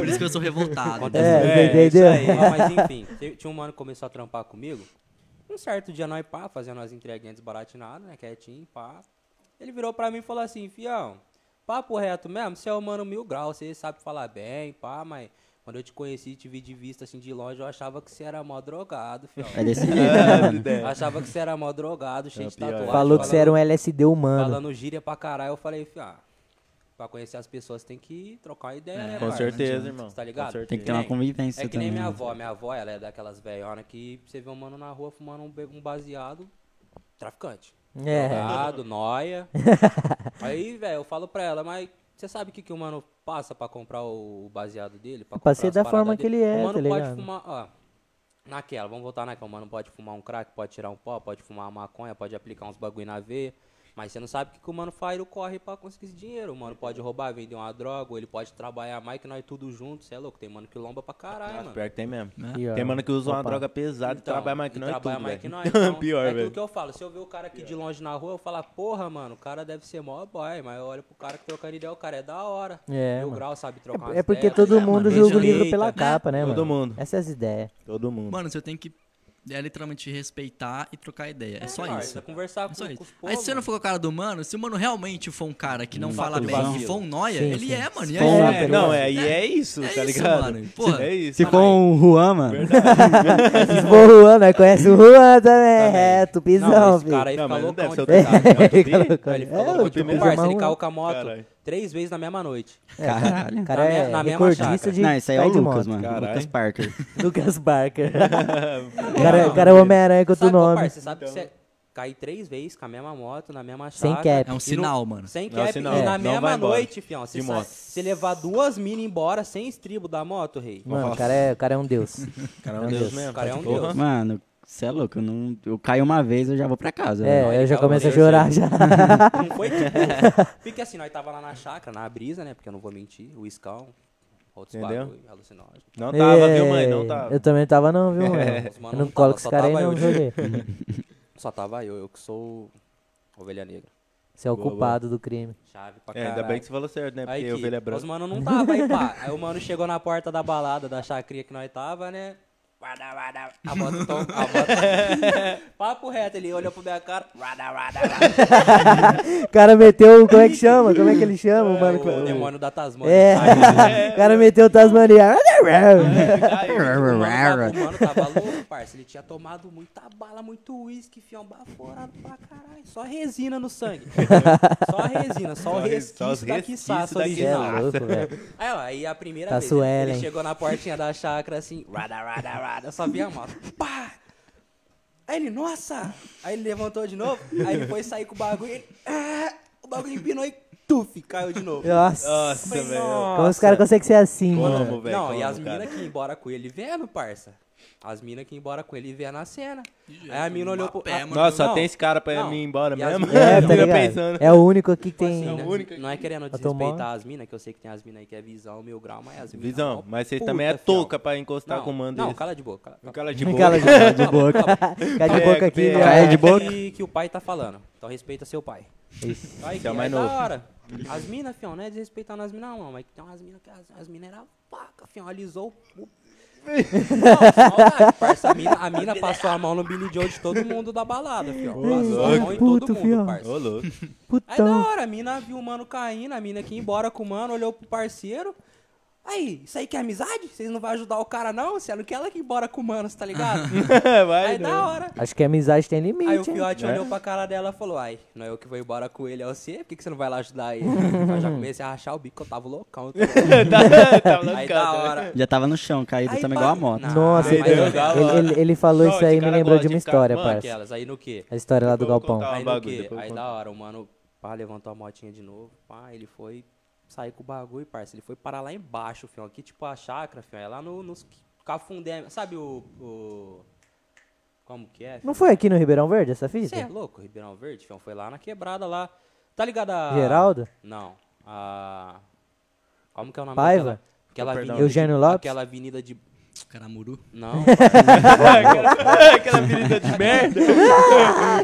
[SPEAKER 1] Por isso que eu sou revoltado.
[SPEAKER 5] Acontece
[SPEAKER 3] É,
[SPEAKER 5] mesmo.
[SPEAKER 4] É, isso
[SPEAKER 3] entendeu?
[SPEAKER 5] Ó, mas enfim, te- tinha um mano que começou a trampar comigo. Um certo dia nós pá, fazendo as entreguinhas desbaratinadas, né? Quietinho, pá. Ele virou pra mim e falou assim, fião, papo reto mesmo, você é um mano mil graus, você sabe falar bem, pá, mas quando eu te conheci, te vi de vista assim de longe, eu achava que você era mó drogado, fião.
[SPEAKER 6] É desse jeito, né, mano.
[SPEAKER 5] achava que você era mó drogado, cheio de
[SPEAKER 4] pior.
[SPEAKER 5] tatuagem.
[SPEAKER 3] Falou que você
[SPEAKER 5] falando-
[SPEAKER 3] era um LSD humano.
[SPEAKER 5] Falando gíria pra caralho, eu falei, fi, ah, pra conhecer as pessoas tem que trocar uma ideia, né,
[SPEAKER 4] É, Com
[SPEAKER 5] parça?
[SPEAKER 4] certeza, irmão.
[SPEAKER 5] Você tá ligado?
[SPEAKER 4] Com certeza.
[SPEAKER 6] Tem que ter uma
[SPEAKER 5] nem-
[SPEAKER 6] convivência
[SPEAKER 5] É que nem
[SPEAKER 6] também,
[SPEAKER 5] minha
[SPEAKER 6] né?
[SPEAKER 5] avó. Minha avó, ela é daquelas velhonas que você vê um mano na rua fumando um, be- um baseado, traficante.
[SPEAKER 3] É.
[SPEAKER 5] Drogado, nóia. Aí, velho, eu falo pra ela, mas você sabe o que, que o mano passa pra comprar o o baseado dele? Pra
[SPEAKER 3] Pra
[SPEAKER 5] comprar
[SPEAKER 3] ser
[SPEAKER 5] as
[SPEAKER 3] da
[SPEAKER 5] paradas
[SPEAKER 3] forma que
[SPEAKER 5] dele?
[SPEAKER 3] ele é,
[SPEAKER 5] O mano
[SPEAKER 3] tá
[SPEAKER 5] pode
[SPEAKER 3] ligado?
[SPEAKER 5] fumar, ó, naquela, vamos voltar naquela. O mano pode fumar um crack, pode tirar um pó, pode fumar uma maconha, pode aplicar uns bagulho na veia. Mas você não sabe o que, que o mano faz, ele corre pra conseguir esse dinheiro. O mano pode roubar, vender uma droga, ou ele pode trabalhar mais que nós tudo junto. Você é louco, tem mano que lomba pra caralho,
[SPEAKER 4] Nossa,
[SPEAKER 5] mano.
[SPEAKER 4] pior que tem mesmo.
[SPEAKER 3] E, ó,
[SPEAKER 4] Tem mano que usa uma
[SPEAKER 3] Né? opa.
[SPEAKER 4] droga pesada e
[SPEAKER 5] Então,
[SPEAKER 4] trabalha mais
[SPEAKER 5] e
[SPEAKER 4] que nós
[SPEAKER 5] trabalha
[SPEAKER 4] tudo, velho.
[SPEAKER 5] mais que nós. Então,
[SPEAKER 4] Pior,
[SPEAKER 5] é aquilo
[SPEAKER 4] velho.
[SPEAKER 5] que eu falo. Se eu ver o cara aqui de longe na rua, eu falo, porra, mano, o cara deve ser mó boy. Mas eu olho pro cara que trocando ideia, o cara é da hora.
[SPEAKER 3] É,
[SPEAKER 5] Mil
[SPEAKER 3] mano.
[SPEAKER 5] grau, sabe trocar umas
[SPEAKER 3] É porque
[SPEAKER 5] ideias,
[SPEAKER 3] todo
[SPEAKER 5] mas é,
[SPEAKER 3] mundo
[SPEAKER 1] mano,
[SPEAKER 3] julga
[SPEAKER 1] beijo
[SPEAKER 3] o livro
[SPEAKER 4] aí,
[SPEAKER 3] pela
[SPEAKER 4] tá?
[SPEAKER 3] capa, né, mano?
[SPEAKER 4] Todo mundo.
[SPEAKER 3] Essas ideias.
[SPEAKER 4] Todo mundo.
[SPEAKER 1] Mano, você tem que é, literalmente respeitar e trocar ideia. É, só
[SPEAKER 5] parça,
[SPEAKER 1] isso.
[SPEAKER 5] é conversar
[SPEAKER 1] É
[SPEAKER 5] com,
[SPEAKER 1] só
[SPEAKER 5] com os
[SPEAKER 1] isso.
[SPEAKER 5] povos.
[SPEAKER 1] Aí se você não for o cara do mano, se o mano realmente for um cara que não fala
[SPEAKER 5] de
[SPEAKER 1] bem
[SPEAKER 5] vazio.
[SPEAKER 1] e for um nóia,
[SPEAKER 3] Hum, tá Sim,
[SPEAKER 1] ele
[SPEAKER 3] sim.
[SPEAKER 1] é, mano. E
[SPEAKER 3] Se for
[SPEAKER 1] aí,
[SPEAKER 3] um
[SPEAKER 1] já
[SPEAKER 4] É,
[SPEAKER 1] era.
[SPEAKER 4] não, é, e é isso,
[SPEAKER 1] É
[SPEAKER 4] tá
[SPEAKER 1] isso,
[SPEAKER 4] ligado?
[SPEAKER 1] mano. Porra.
[SPEAKER 4] é isso.
[SPEAKER 6] Se for um Juan, mano.
[SPEAKER 3] Boa, Juan, nós conhece o Juan também. É,
[SPEAKER 5] Não,
[SPEAKER 3] tupizão,
[SPEAKER 5] esse cara aí
[SPEAKER 4] Não,
[SPEAKER 5] fica
[SPEAKER 4] mas não
[SPEAKER 5] loucão
[SPEAKER 4] deve ser
[SPEAKER 5] de
[SPEAKER 4] o teu
[SPEAKER 5] verdade.
[SPEAKER 4] cara.
[SPEAKER 3] Ele
[SPEAKER 4] Não,
[SPEAKER 3] colocou-
[SPEAKER 5] Ele
[SPEAKER 3] é,
[SPEAKER 5] fica
[SPEAKER 3] o
[SPEAKER 5] loucão, tipo,
[SPEAKER 3] tupizão
[SPEAKER 5] parça, ele
[SPEAKER 3] marrom.
[SPEAKER 5] caiu com a moto
[SPEAKER 4] Caralho.
[SPEAKER 5] três vezes na mesma noite.
[SPEAKER 3] O cara
[SPEAKER 5] Na
[SPEAKER 3] é
[SPEAKER 5] minha- na mesma
[SPEAKER 3] recordista
[SPEAKER 5] chácara.
[SPEAKER 3] de
[SPEAKER 6] Não, isso aí é o
[SPEAKER 3] cair de
[SPEAKER 6] Lucas,
[SPEAKER 3] moto.
[SPEAKER 6] mano.
[SPEAKER 4] Caralho.
[SPEAKER 6] Lucas Parker.
[SPEAKER 3] Lucas Barker. O
[SPEAKER 5] não,
[SPEAKER 3] cara,
[SPEAKER 5] não.
[SPEAKER 3] o cara é o Homem-Aranha com outro
[SPEAKER 5] Sabe, ô,
[SPEAKER 3] nome.
[SPEAKER 5] parça, você sabe
[SPEAKER 4] Então.
[SPEAKER 5] que você cai três vezes com a mesma moto, na mesma
[SPEAKER 3] Sem
[SPEAKER 5] chácara.
[SPEAKER 3] cap.
[SPEAKER 1] É um
[SPEAKER 5] E no-
[SPEAKER 1] sinal, mano.
[SPEAKER 5] Sem
[SPEAKER 4] Não,
[SPEAKER 5] cap
[SPEAKER 4] sinal.
[SPEAKER 5] e
[SPEAKER 4] É.
[SPEAKER 5] na
[SPEAKER 4] Não vai
[SPEAKER 5] mesma
[SPEAKER 4] embora.
[SPEAKER 5] noite, fião.
[SPEAKER 4] De
[SPEAKER 5] Se
[SPEAKER 4] moto.
[SPEAKER 5] você levar duas minas embora sem estribo da moto, rei.
[SPEAKER 3] Mano, o cara, é, o cara é um deus.
[SPEAKER 4] Cara, é um Deus mesmo.
[SPEAKER 5] O cara é
[SPEAKER 4] tá de
[SPEAKER 5] um
[SPEAKER 4] boa.
[SPEAKER 5] Deus.
[SPEAKER 6] Mano, você é louco. Eu, não, eu caio uma vez, eu já vou pra casa. velho.
[SPEAKER 3] É, eu já
[SPEAKER 5] calma,
[SPEAKER 3] começo a
[SPEAKER 5] eu sei.
[SPEAKER 3] chorar já.
[SPEAKER 5] Não foi tipo. Fica assim, nós tava lá na chácara, na brisa, né? Porque eu não vou mentir. O Iscão, outros
[SPEAKER 4] Entendeu?
[SPEAKER 5] bagulho, alucinógeno.
[SPEAKER 4] Não tava,
[SPEAKER 3] É,
[SPEAKER 4] viu, mãe? Não tava. É.
[SPEAKER 3] Eu também tava não, viu, mano?
[SPEAKER 5] Os mano
[SPEAKER 3] Eu não
[SPEAKER 5] não
[SPEAKER 3] colo
[SPEAKER 5] tava,
[SPEAKER 3] com os
[SPEAKER 5] só
[SPEAKER 3] caras aí
[SPEAKER 5] tava
[SPEAKER 3] não,
[SPEAKER 5] eu,
[SPEAKER 3] viu,
[SPEAKER 5] tio.
[SPEAKER 3] Lê?
[SPEAKER 5] Só tava eu, eu que sou ovelha negra.
[SPEAKER 3] Você é o
[SPEAKER 4] Boa,
[SPEAKER 3] culpado do crime.
[SPEAKER 5] Chave pra
[SPEAKER 4] É,
[SPEAKER 5] caralho.
[SPEAKER 4] ainda bem que você falou certo, né? Porque
[SPEAKER 5] Aí que,
[SPEAKER 4] eu ovelha
[SPEAKER 5] Os
[SPEAKER 4] branca.
[SPEAKER 5] mano não tava aí, pá. Aí o mano chegou na porta da balada da chacrinha que nós tava, né? Wada, wada. A moto tom, a moto... Papo reto, ele olhou pra minha cara. Wada, wada, wada.
[SPEAKER 3] O cara meteu. o- Como é que chama? Como é que ele chama? o mano, que-
[SPEAKER 5] O demônio da Tasmania.
[SPEAKER 3] É, o cara meteu o Tasmania.
[SPEAKER 5] Aí, o mano, tava- o mano tava louco, parça. Ele tinha tomado muita bala, muito uísque, fião baforado pra caralho. Só resina no sangue. só resina, só
[SPEAKER 4] Só
[SPEAKER 5] o
[SPEAKER 4] res- só os
[SPEAKER 5] resquício
[SPEAKER 4] resquícios
[SPEAKER 5] da quiçaça
[SPEAKER 4] da
[SPEAKER 3] Cê é
[SPEAKER 5] original.
[SPEAKER 3] louco, velho.
[SPEAKER 5] Aí, ó, aí a primeira
[SPEAKER 3] Tá
[SPEAKER 5] vez,
[SPEAKER 3] Suelen.
[SPEAKER 5] ele chegou na portinha da chácara assim, rada, rada, rada, só via a moto. Pá! Aí ele, nossa! Aí ele levantou de novo, aí ele foi sair com o bagulho, ele, ah! o bagulho empinou e tuf, caiu de novo.
[SPEAKER 3] Nossa.
[SPEAKER 4] Nossa, velho.
[SPEAKER 3] Como os caras conseguem ser assim, mano?
[SPEAKER 4] Como, velho?
[SPEAKER 5] Não,
[SPEAKER 4] como,
[SPEAKER 5] e as
[SPEAKER 4] cara?
[SPEAKER 5] minas que ia embora com ele vendo, parça. As minas que ia embora com ele vendo a cena. Aí a mina olhou pro.
[SPEAKER 1] pé,
[SPEAKER 5] a-
[SPEAKER 1] mano.
[SPEAKER 4] Nossa, só
[SPEAKER 5] Não,
[SPEAKER 4] tem esse cara pra
[SPEAKER 5] não.
[SPEAKER 4] mim ir embora
[SPEAKER 5] E as
[SPEAKER 4] mesmo.
[SPEAKER 5] minas-
[SPEAKER 3] É,
[SPEAKER 4] Eu
[SPEAKER 3] tá
[SPEAKER 4] fico
[SPEAKER 3] ligado?
[SPEAKER 4] pensando.
[SPEAKER 3] É o único aqui que
[SPEAKER 5] Assim, né?
[SPEAKER 3] tem.
[SPEAKER 5] Não é querendo
[SPEAKER 3] Vai tomar. um-
[SPEAKER 5] desrespeitar as minas, que eu sei que tem as minas aí que é visão, mil grau, mas as minas.
[SPEAKER 4] Visão, mas você
[SPEAKER 5] Puta,
[SPEAKER 4] também é
[SPEAKER 5] fião.
[SPEAKER 4] touca pra encostar
[SPEAKER 5] não,
[SPEAKER 4] com o mando
[SPEAKER 5] Não,
[SPEAKER 4] desse.
[SPEAKER 5] cala de boca. Cala, cala.
[SPEAKER 4] Cara de boa.
[SPEAKER 3] Cala
[SPEAKER 5] de boca.
[SPEAKER 3] Ficar de
[SPEAKER 4] Pega,
[SPEAKER 3] boca aqui,
[SPEAKER 4] pega.
[SPEAKER 3] né?
[SPEAKER 2] Cai de boca.
[SPEAKER 5] Que, que o pai tá falando. Então respeita seu pai. Aí,
[SPEAKER 4] Você é
[SPEAKER 5] que
[SPEAKER 4] mais
[SPEAKER 5] é
[SPEAKER 4] novo.
[SPEAKER 5] da hora. As minas, fião, não é desrespeitando as minas, não. Mas tem umas minas que as, as minas eram faca, fião. Alisou o. o- Não, sem maldade, parça. A mina, a mina passou a mão no Billy Joe de todo mundo da balada, fião. Passou a mão em todo
[SPEAKER 3] Puto, fião.
[SPEAKER 5] mundo, parça.
[SPEAKER 4] Ô, louco.
[SPEAKER 5] Aí da
[SPEAKER 3] Putão.
[SPEAKER 5] hora, a mina viu o mano caindo, a mina que ia embora com o mano, olhou pro parceiro. Aí, isso aí que é amizade? Vocês não vão ajudar o cara, não? Se ela não quer ela que ir embora com o mano, cê tá ligado?
[SPEAKER 4] Vai,
[SPEAKER 5] aí da hora.
[SPEAKER 3] Acho que a amizade tem
[SPEAKER 5] Aí o
[SPEAKER 3] limite, hein?
[SPEAKER 5] Fiote olhou pra cara dela e falou: Ai, não é eu que vou embora com ele, é você? Por que, que você não vai lá ajudar ele? Aí já comecei a rachar o bico, eu tava loucão. tá ligado?
[SPEAKER 4] Tá- tá loucão,
[SPEAKER 5] aí
[SPEAKER 4] tá
[SPEAKER 5] da
[SPEAKER 4] ligado?
[SPEAKER 5] hora.
[SPEAKER 2] Já tava no chão, caído
[SPEAKER 5] Aí
[SPEAKER 2] também
[SPEAKER 5] pá-
[SPEAKER 2] igual a moto.
[SPEAKER 5] Não,
[SPEAKER 3] Nossa,
[SPEAKER 5] mas
[SPEAKER 3] ele, é
[SPEAKER 5] eu-
[SPEAKER 4] da
[SPEAKER 3] ele-
[SPEAKER 4] hora.
[SPEAKER 3] ele- ele falou
[SPEAKER 4] Não,
[SPEAKER 3] isso aí
[SPEAKER 4] esse
[SPEAKER 3] me
[SPEAKER 4] cara
[SPEAKER 3] lembrou
[SPEAKER 4] gosta
[SPEAKER 3] de uma
[SPEAKER 4] de ficar-
[SPEAKER 3] história,
[SPEAKER 4] Mano,
[SPEAKER 3] parça.
[SPEAKER 5] Aquelas, aí no quê?
[SPEAKER 3] A história lá do
[SPEAKER 4] Eu vou
[SPEAKER 3] galpão.
[SPEAKER 4] contar. Ah,
[SPEAKER 5] Aí no
[SPEAKER 4] bagulho,
[SPEAKER 5] quê?
[SPEAKER 4] depois eu
[SPEAKER 5] Aí
[SPEAKER 4] conto.
[SPEAKER 5] da hora, o mano pá, levantou a motinha de novo, pá, ele foi sair com o bagulho, parça. Ele foi parar lá embaixo, fião. Aqui, tipo, a chácara, fião, é lá no, nos cafundé. Sabe o, o- Como que é?
[SPEAKER 3] Não foi aqui no Ribeirão Verde essa fita?
[SPEAKER 5] Você é louco, Ribeirão Verde, fião. Foi lá na quebrada lá. Tá ligado a...
[SPEAKER 3] Geraldo?
[SPEAKER 5] Não. A... Como que é o nome
[SPEAKER 3] Paiva?
[SPEAKER 5] daquela? Aquela
[SPEAKER 4] Perdão.
[SPEAKER 5] avenida de-
[SPEAKER 3] Eugênio Lopes?
[SPEAKER 5] Aquela avenida de...
[SPEAKER 1] Caramuru.
[SPEAKER 5] Não,
[SPEAKER 4] Aquela menina de merda.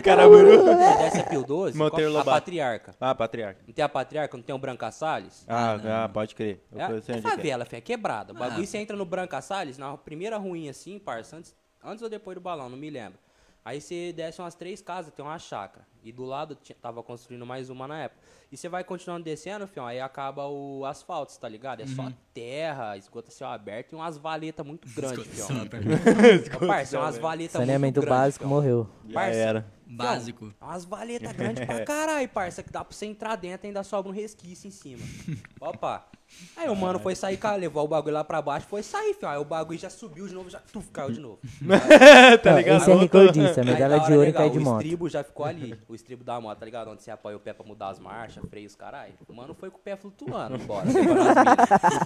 [SPEAKER 4] Caramuru.
[SPEAKER 5] você desce a é Pio 12, qual-
[SPEAKER 4] Monteiro
[SPEAKER 5] a
[SPEAKER 4] Lobato.
[SPEAKER 5] Patriarca.
[SPEAKER 4] Ah, patriarca.
[SPEAKER 5] Não tem a Patriarca, não tem o Branca Salles?
[SPEAKER 4] Ah, ah, pode crer. Eu sei
[SPEAKER 5] É, é
[SPEAKER 4] onde é que é.
[SPEAKER 5] favela, fé, é quebrada. O
[SPEAKER 3] Ah.
[SPEAKER 5] bagulho você entra no Branca Salles, na primeira ruim assim, parça, antes, antes ou depois do balão, não me lembro. Aí você desce umas três casas, tem uma chácara. E do lado ti- tava construindo mais uma na época. E você vai continuando descendo, fião, aí acaba o asfalto, cê tá ligado? É
[SPEAKER 3] Uhum.
[SPEAKER 5] só terra, esgoto a céu aberto e umas valetas muito grandes, fião. Ô, Parça, são umas valetas muito
[SPEAKER 3] Saneamento
[SPEAKER 5] grandes,
[SPEAKER 3] básico
[SPEAKER 5] fião.
[SPEAKER 3] morreu.
[SPEAKER 4] Já
[SPEAKER 5] Parça,
[SPEAKER 4] era.
[SPEAKER 1] Básico.
[SPEAKER 5] é Umas valetas grandes pra caralho, parça, que dá pra você entrar dentro e ainda sobra um resquício em cima. Opa. Aí o mano foi sair, cara, levou o bagulho lá pra baixo, foi sair, filho. Aí o bagulho já subiu de novo, já tuf, caiu de novo. Tá
[SPEAKER 3] Não, Esse é recordista,
[SPEAKER 5] Aí
[SPEAKER 3] medalha
[SPEAKER 5] da hora,
[SPEAKER 3] de ouro e
[SPEAKER 5] legal,
[SPEAKER 3] cai de
[SPEAKER 5] O
[SPEAKER 3] moto.
[SPEAKER 5] estribo já ficou ali, o estribo da moto, tá ligado? Onde você apoia o pé pra mudar as marchas, freios, caralho. O mano foi com o pé flutuando, bora.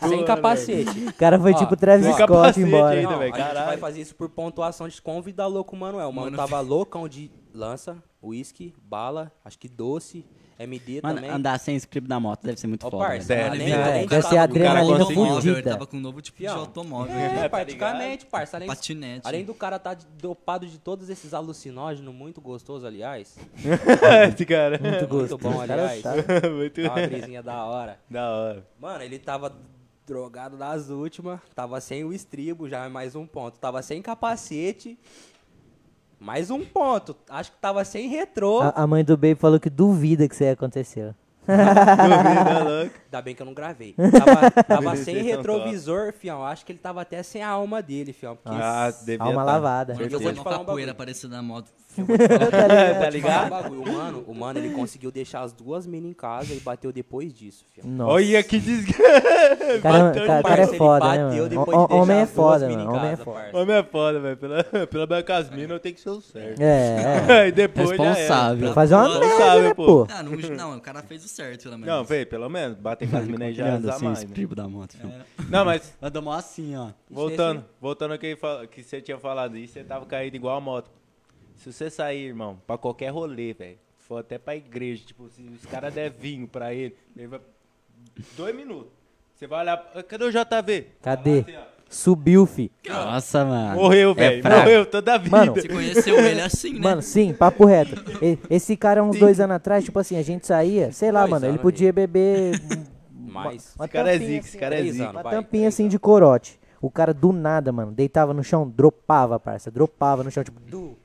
[SPEAKER 5] sem capacete.
[SPEAKER 3] O cara foi
[SPEAKER 5] Ó,
[SPEAKER 3] tipo Travis
[SPEAKER 5] sem
[SPEAKER 3] Scott
[SPEAKER 4] capacete
[SPEAKER 3] embora.
[SPEAKER 4] ainda.
[SPEAKER 5] Não,
[SPEAKER 4] velho,
[SPEAKER 5] a gente vai
[SPEAKER 4] caralho.
[SPEAKER 5] fazer isso por pontuação de convidar louco o Manuel. O mano
[SPEAKER 1] Mano,
[SPEAKER 5] tava loucão de lança, uísque, bala, acho que doce, MD
[SPEAKER 2] Mano,
[SPEAKER 5] também.
[SPEAKER 2] andar sem script da moto deve ser muito
[SPEAKER 5] Ó,
[SPEAKER 2] foda.
[SPEAKER 5] parça,
[SPEAKER 4] velho.
[SPEAKER 5] além,
[SPEAKER 4] Sério,
[SPEAKER 1] Ele
[SPEAKER 5] além
[SPEAKER 1] tava
[SPEAKER 3] é,
[SPEAKER 1] com
[SPEAKER 5] de-
[SPEAKER 3] deve
[SPEAKER 1] um
[SPEAKER 3] ser
[SPEAKER 1] carro-
[SPEAKER 3] adrenalina
[SPEAKER 1] um carro de automóvel,
[SPEAKER 3] fudida.
[SPEAKER 1] Ele tava com um novo tipo de
[SPEAKER 5] Fião.
[SPEAKER 1] automóvel.
[SPEAKER 5] É,
[SPEAKER 4] Tá ligado?
[SPEAKER 5] praticamente, parça. Além,
[SPEAKER 1] Patinete.
[SPEAKER 5] além do cara tá de- dopado de todos esses alucinógenos, muito gostoso, aliás.
[SPEAKER 4] Esse cara.
[SPEAKER 3] Muito
[SPEAKER 5] Muito
[SPEAKER 3] gostoso.
[SPEAKER 5] bom,
[SPEAKER 3] O cara
[SPEAKER 5] aliás.
[SPEAKER 3] sabe.
[SPEAKER 4] Muito
[SPEAKER 5] Dá uma brisinha da hora.
[SPEAKER 4] da hora.
[SPEAKER 5] Mano, ele tava drogado das últimas, tava sem o estribo, já é mais um ponto. Tava sem capacete, mais um ponto. Acho que tava sem retrô.
[SPEAKER 3] A, a mãe do Baby falou que duvida que isso aí aconteceu.
[SPEAKER 4] Duvido, louco.
[SPEAKER 5] Ainda bem que eu não gravei. Tava, tava
[SPEAKER 4] Vocês
[SPEAKER 5] sem
[SPEAKER 4] são
[SPEAKER 3] então,
[SPEAKER 5] retrovisor, fião. Acho que ele tava até sem a alma dele, fião. Porque
[SPEAKER 4] Ah, devia
[SPEAKER 3] Alma
[SPEAKER 4] tá.
[SPEAKER 3] lavada.
[SPEAKER 1] Mano, eu
[SPEAKER 5] Certeza.
[SPEAKER 1] vou te
[SPEAKER 4] um
[SPEAKER 1] falar uma poeira aparecendo na moto.
[SPEAKER 4] Tá ligado?
[SPEAKER 5] Falar um bagulho, O mano, o mano, ele conseguiu deixar as duas minas em casa e bateu depois disso, fião.
[SPEAKER 3] Nossa.
[SPEAKER 4] Olha que desgraça.
[SPEAKER 3] O cara, o
[SPEAKER 4] bateu
[SPEAKER 3] cara- o
[SPEAKER 4] demais.
[SPEAKER 3] cara é
[SPEAKER 5] Parça, ele
[SPEAKER 3] foda, né,
[SPEAKER 5] bateu
[SPEAKER 3] mano?
[SPEAKER 5] depois
[SPEAKER 3] O-
[SPEAKER 5] de
[SPEAKER 3] homem
[SPEAKER 5] deixar
[SPEAKER 3] é
[SPEAKER 5] as duas
[SPEAKER 3] foda,
[SPEAKER 5] mina em
[SPEAKER 3] mano. Homem é
[SPEAKER 5] casa,
[SPEAKER 3] foda.
[SPEAKER 5] parça.
[SPEAKER 4] Homem é foda, velho. Pela, pela minha casmina eu tenho que ser o certo.
[SPEAKER 3] É,
[SPEAKER 4] Aí depois já
[SPEAKER 2] Responsável.
[SPEAKER 1] Pra-
[SPEAKER 3] Fazer uma
[SPEAKER 1] Não,
[SPEAKER 3] merda,
[SPEAKER 4] sabe,
[SPEAKER 3] né,
[SPEAKER 4] pô.
[SPEAKER 3] pô?
[SPEAKER 1] Ah, não, não, o cara fez o certo, pelo
[SPEAKER 4] era.
[SPEAKER 1] menos.
[SPEAKER 4] Não, véi, pelo menos. Bater casmina aí já
[SPEAKER 2] Andando
[SPEAKER 6] assim,
[SPEAKER 4] azar
[SPEAKER 2] sem
[SPEAKER 4] mais.
[SPEAKER 6] tipo
[SPEAKER 4] né?
[SPEAKER 2] script da moto. filho.
[SPEAKER 4] Não, mas
[SPEAKER 2] É. Andou mó assim, ó.
[SPEAKER 4] Voltando, voltando ao que, ele fala- que você tinha falado, e você tava caído igual a moto. Se você sair, irmão, pra qualquer rolê, velho, for até pra igreja, tipo, se os caras der vinho pra ele, ele vai... Dois minutos. Você vai olhar, "Ah, cadê o JV?
[SPEAKER 3] Cadê?
[SPEAKER 4] Assim,
[SPEAKER 3] Subiu, fi.
[SPEAKER 2] Nossa,
[SPEAKER 4] ó,
[SPEAKER 2] mano.
[SPEAKER 4] morreu, velho,
[SPEAKER 2] fraco.
[SPEAKER 4] morreu toda a vida.
[SPEAKER 3] Mano,
[SPEAKER 1] Você conheceu ele assim, né?
[SPEAKER 3] Mano, sim, papo reto. E- Esse cara, uns dois anos atrás, tipo assim, a gente saía, sei lá,
[SPEAKER 5] Dois
[SPEAKER 3] mano, ele
[SPEAKER 5] anos, né?
[SPEAKER 3] podia beber
[SPEAKER 5] Mas...
[SPEAKER 3] uma
[SPEAKER 4] Esse cara é
[SPEAKER 3] tampinha,
[SPEAKER 4] zica, esse cara é
[SPEAKER 5] assim, três
[SPEAKER 4] zica.
[SPEAKER 5] anos.
[SPEAKER 3] uma
[SPEAKER 5] Vai,
[SPEAKER 3] tampinha
[SPEAKER 5] três
[SPEAKER 3] assim
[SPEAKER 5] anos.
[SPEAKER 3] de corote. O cara do nada, mano, deitava no chão, dropava, parça. Dropava no chão, tipo, du.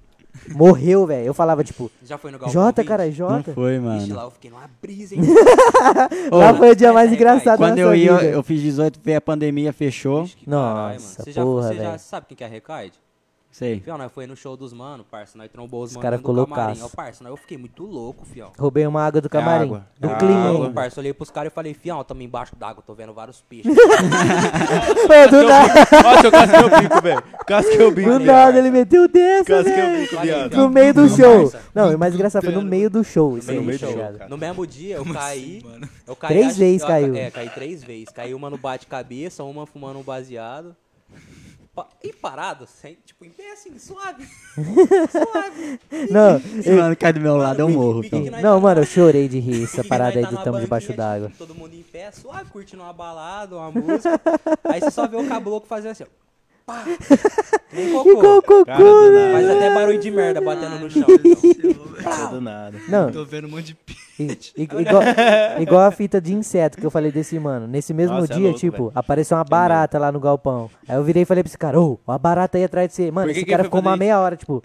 [SPEAKER 3] Morreu, velho. Eu falava, tipo,
[SPEAKER 5] Já foi no Galpão
[SPEAKER 3] Jota,
[SPEAKER 5] Covid?
[SPEAKER 3] cara,
[SPEAKER 2] Não
[SPEAKER 3] Jota.
[SPEAKER 2] foi,
[SPEAKER 5] Ixi,
[SPEAKER 2] mano.
[SPEAKER 5] lá eu fiquei numa brisa, hein?
[SPEAKER 3] Lá foi o dia
[SPEAKER 5] Vai,
[SPEAKER 3] mais
[SPEAKER 5] vai,
[SPEAKER 3] engraçado da
[SPEAKER 2] Quando eu
[SPEAKER 3] nossa
[SPEAKER 2] ia, eu
[SPEAKER 3] tá vida.
[SPEAKER 2] eu fiz 18, veio a pandemia, fechou.
[SPEAKER 5] Ixi, que caralho, mano.
[SPEAKER 3] Nossa,
[SPEAKER 5] Você já,
[SPEAKER 3] porra,
[SPEAKER 5] você já
[SPEAKER 3] velho.
[SPEAKER 5] sabe quem que é a Recaide?
[SPEAKER 2] Sei.
[SPEAKER 5] Fião, nós foi no show dos mano, parça. Nós trombou os
[SPEAKER 3] Os
[SPEAKER 5] mano
[SPEAKER 3] cara
[SPEAKER 5] dentro do camarim.
[SPEAKER 3] colocaço.
[SPEAKER 5] Ó, parça, nós eu fiquei muito louco, fião.
[SPEAKER 3] Roubei uma água do camarim.
[SPEAKER 4] água.
[SPEAKER 3] Do
[SPEAKER 4] É
[SPEAKER 5] Água,
[SPEAKER 3] clima.
[SPEAKER 5] parça, eu olhei pros caras e falei, fião, tamo embaixo d'água, tô vendo vários peixes.
[SPEAKER 3] Ô, Do nada,
[SPEAKER 4] Nossa, eu casquei o bico, velho. Casquei o bico.
[SPEAKER 3] do
[SPEAKER 4] viado.
[SPEAKER 3] nada, ele meteu dessa,
[SPEAKER 4] Casquei o
[SPEAKER 3] velho.
[SPEAKER 4] bico,
[SPEAKER 5] Olha aí,
[SPEAKER 4] viado.
[SPEAKER 5] então.
[SPEAKER 3] No meio do
[SPEAKER 5] Não,
[SPEAKER 3] show.
[SPEAKER 5] parça.
[SPEAKER 3] Não, e o mais engraçado foi no meio do show. Isso aí,
[SPEAKER 5] No meio do
[SPEAKER 3] tá
[SPEAKER 5] show,
[SPEAKER 3] ligado?
[SPEAKER 5] cara. No mesmo dia eu caí. eu caí
[SPEAKER 3] Três
[SPEAKER 5] acho-
[SPEAKER 3] vezes
[SPEAKER 5] eu-
[SPEAKER 3] caiu.
[SPEAKER 5] É, caí três vezes. Caiu uma no bate-cabeça, uma fumando um baseado. Pa- E parado, sem, tipo, em pé assim, suave. suave.
[SPEAKER 3] Não,
[SPEAKER 2] Esse mano cai do meu lado, eu morro.
[SPEAKER 5] Pique- pique
[SPEAKER 2] Então.
[SPEAKER 5] que nós
[SPEAKER 3] não,
[SPEAKER 5] tá-
[SPEAKER 3] mano, eu chorei de rir essa
[SPEAKER 5] pique que
[SPEAKER 3] parada aí
[SPEAKER 5] nós tá
[SPEAKER 3] do
[SPEAKER 5] numa
[SPEAKER 3] tamo debaixo
[SPEAKER 5] banquinha,
[SPEAKER 3] d'água.
[SPEAKER 5] tipo, Todo mundo em pé, suave, curtindo uma balada, uma música. aí você só vê o caboclo fazer assim, ó. Pá! Nem
[SPEAKER 3] Que
[SPEAKER 5] cocô.
[SPEAKER 3] cocô,
[SPEAKER 4] Cara, do nada.
[SPEAKER 5] Faz até barulho de merda batendo no chão.
[SPEAKER 4] Cara, do nada.
[SPEAKER 3] Não,
[SPEAKER 1] Tô vendo um monte de p...
[SPEAKER 3] i- i- igual, igual a fita de inseto que eu falei desse mano. Nesse mesmo
[SPEAKER 4] Nossa, é
[SPEAKER 3] dia,
[SPEAKER 4] louco,
[SPEAKER 3] tipo,
[SPEAKER 4] velho. É
[SPEAKER 3] apareceu uma barata lá no galpão. Aí eu virei e falei pra esse cara, ô, uma barata aí atrás de você. Mano,
[SPEAKER 4] Por que
[SPEAKER 3] esse
[SPEAKER 4] que
[SPEAKER 3] cara
[SPEAKER 4] foi
[SPEAKER 3] ficou
[SPEAKER 4] fazer
[SPEAKER 3] uma
[SPEAKER 4] isso?
[SPEAKER 3] meia hora, tipo,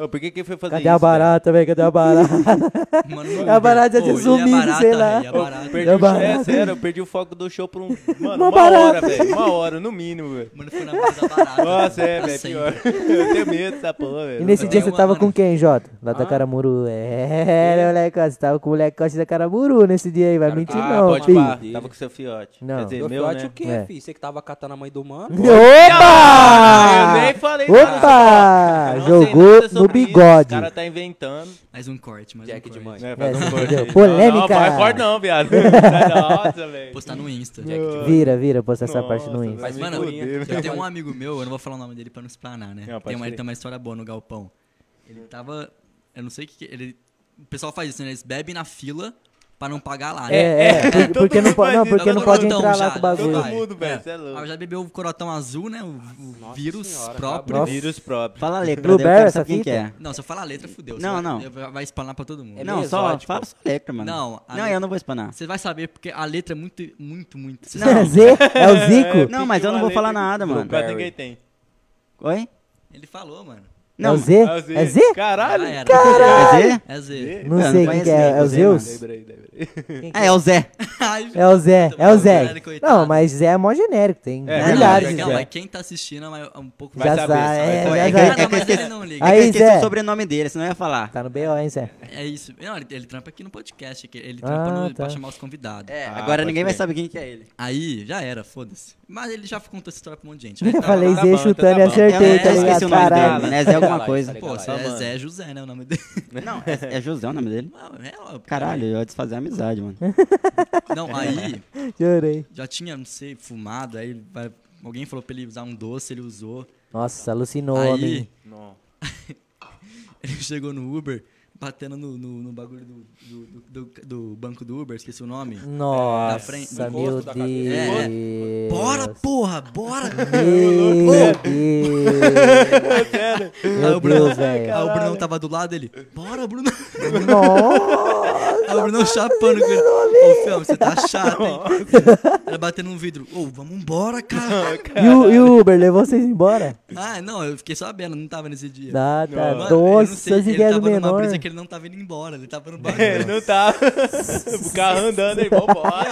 [SPEAKER 4] Ô, por que que foi fazer
[SPEAKER 3] cadê
[SPEAKER 4] isso?
[SPEAKER 3] a barata, velho? Cadê a barata?
[SPEAKER 1] Mano,
[SPEAKER 3] A barata já
[SPEAKER 1] Ô,
[SPEAKER 3] tinha
[SPEAKER 1] e é
[SPEAKER 3] sumido,
[SPEAKER 1] barata,
[SPEAKER 3] sei
[SPEAKER 1] véi,
[SPEAKER 3] lá.
[SPEAKER 1] é
[SPEAKER 4] velho? Ô,
[SPEAKER 1] barata.
[SPEAKER 4] perdi
[SPEAKER 3] É
[SPEAKER 4] o show-
[SPEAKER 3] barato.
[SPEAKER 4] É sério, eu perdi o foco do show por um. Mano,
[SPEAKER 3] Uma
[SPEAKER 4] uma,
[SPEAKER 3] barata.
[SPEAKER 4] hora, velho. Uma hora, no mínimo, velho.
[SPEAKER 1] Mano, foi na base da barata.
[SPEAKER 4] Nossa, é,
[SPEAKER 1] Pra
[SPEAKER 4] velho,
[SPEAKER 1] sempre.
[SPEAKER 4] pior. Eu tenho medo dessa porra, velho.
[SPEAKER 3] E nesse
[SPEAKER 1] Eu
[SPEAKER 3] dia
[SPEAKER 1] tenho
[SPEAKER 3] você tava
[SPEAKER 1] uma-
[SPEAKER 3] com quem, Jota? Lá da Caramuru. É, moleque, ó, você tava com o moleque Costa da Caramuru nesse dia aí, vai mentir
[SPEAKER 4] Ah,
[SPEAKER 3] não,
[SPEAKER 4] pode
[SPEAKER 3] filho.
[SPEAKER 4] pá. Tava com seu fiote.
[SPEAKER 3] Não.
[SPEAKER 4] Quer dizer,
[SPEAKER 5] Meu
[SPEAKER 4] meu,
[SPEAKER 5] fiote
[SPEAKER 4] né?
[SPEAKER 5] o quê,
[SPEAKER 3] É.
[SPEAKER 5] filho? Você que tava catando a mãe do mano.
[SPEAKER 4] Ah, eu
[SPEAKER 3] Opa!
[SPEAKER 4] nem falei
[SPEAKER 3] Opa!
[SPEAKER 4] nada. Eu não sei
[SPEAKER 3] Jogou
[SPEAKER 4] nada sobre
[SPEAKER 3] no
[SPEAKER 4] isso,
[SPEAKER 3] bigode.
[SPEAKER 4] O cara tá inventando.
[SPEAKER 1] Mais um corte, mais
[SPEAKER 5] Jack
[SPEAKER 1] um
[SPEAKER 5] de
[SPEAKER 1] corte.
[SPEAKER 5] mãe.
[SPEAKER 4] Né,
[SPEAKER 3] É,
[SPEAKER 4] faz um
[SPEAKER 3] você
[SPEAKER 4] corte
[SPEAKER 3] entendeu?
[SPEAKER 4] aí.
[SPEAKER 3] Polêmica.
[SPEAKER 4] Não, não, vai corte não, viado. Nossa, velho.
[SPEAKER 1] Postar no Insta.
[SPEAKER 3] Vira, vira, posta essa é parte no
[SPEAKER 4] Nossa,
[SPEAKER 3] Insta.
[SPEAKER 4] velho.
[SPEAKER 1] Mas, mano,
[SPEAKER 4] Figurinha.
[SPEAKER 1] eu tenho um amigo meu, eu não vou falar o nome dele pra não explanar, né?
[SPEAKER 4] Não, pode
[SPEAKER 1] tem, uma, ele
[SPEAKER 4] crer.
[SPEAKER 1] tem uma história boa no galpão. Ele
[SPEAKER 3] Hum.
[SPEAKER 1] tava. Eu não sei o que. que- Ele, o pessoal faz isso, né? Eles bebem na fila pra não pagar lá, né?
[SPEAKER 3] É, é, por-
[SPEAKER 4] todo
[SPEAKER 3] porque não,
[SPEAKER 4] mundo
[SPEAKER 3] po-
[SPEAKER 4] faz
[SPEAKER 3] não,
[SPEAKER 4] isso.
[SPEAKER 3] porque
[SPEAKER 1] Tava
[SPEAKER 3] não
[SPEAKER 1] no
[SPEAKER 3] pode
[SPEAKER 1] portão
[SPEAKER 3] entrar lá
[SPEAKER 1] já,
[SPEAKER 3] com o
[SPEAKER 4] Todo
[SPEAKER 3] bagulho.
[SPEAKER 1] vai.
[SPEAKER 4] mundo, velho,
[SPEAKER 1] É.
[SPEAKER 4] cê é louco.
[SPEAKER 1] Ah, eu já bebeu o corotão azul, né? O, o
[SPEAKER 5] Nossa
[SPEAKER 1] vírus
[SPEAKER 5] senhora,
[SPEAKER 3] tá
[SPEAKER 1] próprio.
[SPEAKER 3] Nossa.
[SPEAKER 4] Vírus próprio.
[SPEAKER 2] Fala a letra,
[SPEAKER 3] Blue
[SPEAKER 2] daí eu quero
[SPEAKER 3] Bear,
[SPEAKER 2] saber
[SPEAKER 3] essa
[SPEAKER 2] quem que é.
[SPEAKER 1] Não, se eu falar a letra, fudeu.
[SPEAKER 2] Não,
[SPEAKER 1] você vai-
[SPEAKER 2] não.
[SPEAKER 1] Vai, vai espanar pra todo mundo.
[SPEAKER 5] É
[SPEAKER 2] não,
[SPEAKER 5] meio
[SPEAKER 2] só
[SPEAKER 5] exótico.
[SPEAKER 2] fala só a letra, mano.
[SPEAKER 1] Não, a
[SPEAKER 2] não
[SPEAKER 1] letra-
[SPEAKER 2] eu não vou espanar.
[SPEAKER 1] Você vai saber, porque a letra é muito, muito, muito. Você
[SPEAKER 3] É
[SPEAKER 1] sabe?
[SPEAKER 3] Z? É o Zico?
[SPEAKER 2] Não, mas eu não vou falar nada, mano.
[SPEAKER 4] Mas ninguém tem.
[SPEAKER 2] Oi?
[SPEAKER 1] Ele falou, mano.
[SPEAKER 3] É
[SPEAKER 2] Não,
[SPEAKER 3] o Z?
[SPEAKER 4] Ah,
[SPEAKER 3] É Z?
[SPEAKER 4] Caralho.
[SPEAKER 1] Já Ah, era.
[SPEAKER 2] é Z?
[SPEAKER 1] É Z.
[SPEAKER 3] Não
[SPEAKER 2] Não, não
[SPEAKER 3] sei quem que
[SPEAKER 2] conheço
[SPEAKER 3] é,
[SPEAKER 2] nem
[SPEAKER 3] é o
[SPEAKER 2] você, mano.
[SPEAKER 3] Zeus?
[SPEAKER 4] Lembrei, lembrei.
[SPEAKER 2] Ah, é o Zé.
[SPEAKER 1] Ai,
[SPEAKER 3] É o Zé, é o Zé.
[SPEAKER 1] Coitado.
[SPEAKER 3] Não, mas Zé é mó genérico, tem
[SPEAKER 4] É,
[SPEAKER 3] milhares de
[SPEAKER 1] não,
[SPEAKER 4] é,
[SPEAKER 1] Não,
[SPEAKER 3] Zé.
[SPEAKER 1] mas quem tá assistindo é um- é um pouco
[SPEAKER 4] Vai
[SPEAKER 3] Já
[SPEAKER 4] saber,
[SPEAKER 3] sabe, é,
[SPEAKER 4] sabe, sabe.
[SPEAKER 3] já
[SPEAKER 2] É que-
[SPEAKER 3] sabe.
[SPEAKER 2] é que
[SPEAKER 1] Não,
[SPEAKER 2] eu
[SPEAKER 1] mas ele
[SPEAKER 2] esqueci-
[SPEAKER 1] não liga.
[SPEAKER 2] é que eu
[SPEAKER 3] Aí,
[SPEAKER 2] esqueci
[SPEAKER 3] Zé.
[SPEAKER 2] o sobrenome dele, senão eu ia falar.
[SPEAKER 3] Tá no B.O., hein, Zé?
[SPEAKER 1] É isso. Não, ele, ele trampa aqui no podcast, que ele trampa
[SPEAKER 3] Ah,
[SPEAKER 1] no, pra
[SPEAKER 3] tá.
[SPEAKER 1] chamar os convidados.
[SPEAKER 2] É,
[SPEAKER 4] Ah,
[SPEAKER 2] agora
[SPEAKER 4] pode
[SPEAKER 2] ninguém vai
[SPEAKER 4] crer.
[SPEAKER 2] saber quem que é ele.
[SPEAKER 1] Aí, já era, foda-se. Mas ele já contou essa história pra um monte de gente. Aí tá
[SPEAKER 3] Falei
[SPEAKER 1] lá,
[SPEAKER 4] tá
[SPEAKER 3] Zé
[SPEAKER 4] bom, então
[SPEAKER 3] chutando
[SPEAKER 4] tá
[SPEAKER 3] e
[SPEAKER 4] bom.
[SPEAKER 2] É, eu
[SPEAKER 6] É,
[SPEAKER 3] acertei,
[SPEAKER 2] até
[SPEAKER 3] tá
[SPEAKER 2] esqueci
[SPEAKER 3] ligado?
[SPEAKER 2] o nome
[SPEAKER 3] Caralho.
[SPEAKER 2] dele, né? Zé alguma
[SPEAKER 5] Tá
[SPEAKER 2] coisa.
[SPEAKER 5] ligado?
[SPEAKER 1] Pô,
[SPEAKER 5] Tá
[SPEAKER 1] você é
[SPEAKER 4] mano.
[SPEAKER 1] Zé José, né, o nome dele.
[SPEAKER 2] Não, é, é José o nome dele?
[SPEAKER 1] Não, é, ó,
[SPEAKER 2] Caralho, eu ia desfazer a amizade, mano.
[SPEAKER 1] Não, aí,
[SPEAKER 3] Chorei.
[SPEAKER 1] já tinha, não sei, fumado, aí vai- alguém falou pra ele usar um doce, ele usou.
[SPEAKER 3] Nossa, alucinou,
[SPEAKER 1] aí,
[SPEAKER 3] homem.
[SPEAKER 4] Não.
[SPEAKER 1] ele chegou no Uber, batendo no, no- no bagulho do, do- do- do- do banco do Uber, esqueci o nome. Na
[SPEAKER 3] Nossa,
[SPEAKER 1] frente,
[SPEAKER 5] no
[SPEAKER 3] meu
[SPEAKER 5] encosto da cabeça.
[SPEAKER 3] Deus.
[SPEAKER 1] Bora, porra, bora!
[SPEAKER 3] Meu Deus.
[SPEAKER 1] Aí
[SPEAKER 3] Meu
[SPEAKER 1] o Bruno,
[SPEAKER 3] Deus, velho.
[SPEAKER 1] aí o Brunão tava do lado dele. Bora, Bruno!
[SPEAKER 3] Nossa.
[SPEAKER 1] Aí o Brunão chapando com ele. um Ô, Fião, você tá chato, hein? Ela batendo no vidro. Ô, vamos embora, cara.
[SPEAKER 3] E o, e o Uber levou vocês embora?
[SPEAKER 1] Ah, não, eu fiquei sabendo, não tava nesse dia.
[SPEAKER 3] Ah, tá.
[SPEAKER 1] Mano, eu não
[SPEAKER 3] Nossa,
[SPEAKER 1] sei,
[SPEAKER 3] as
[SPEAKER 1] ele
[SPEAKER 3] ideias do
[SPEAKER 1] tava numa
[SPEAKER 3] menor.
[SPEAKER 1] brisa que ele não tava indo embora, ele tava no bagulho.
[SPEAKER 4] Ele não tá. O carro andando, irmão, bora.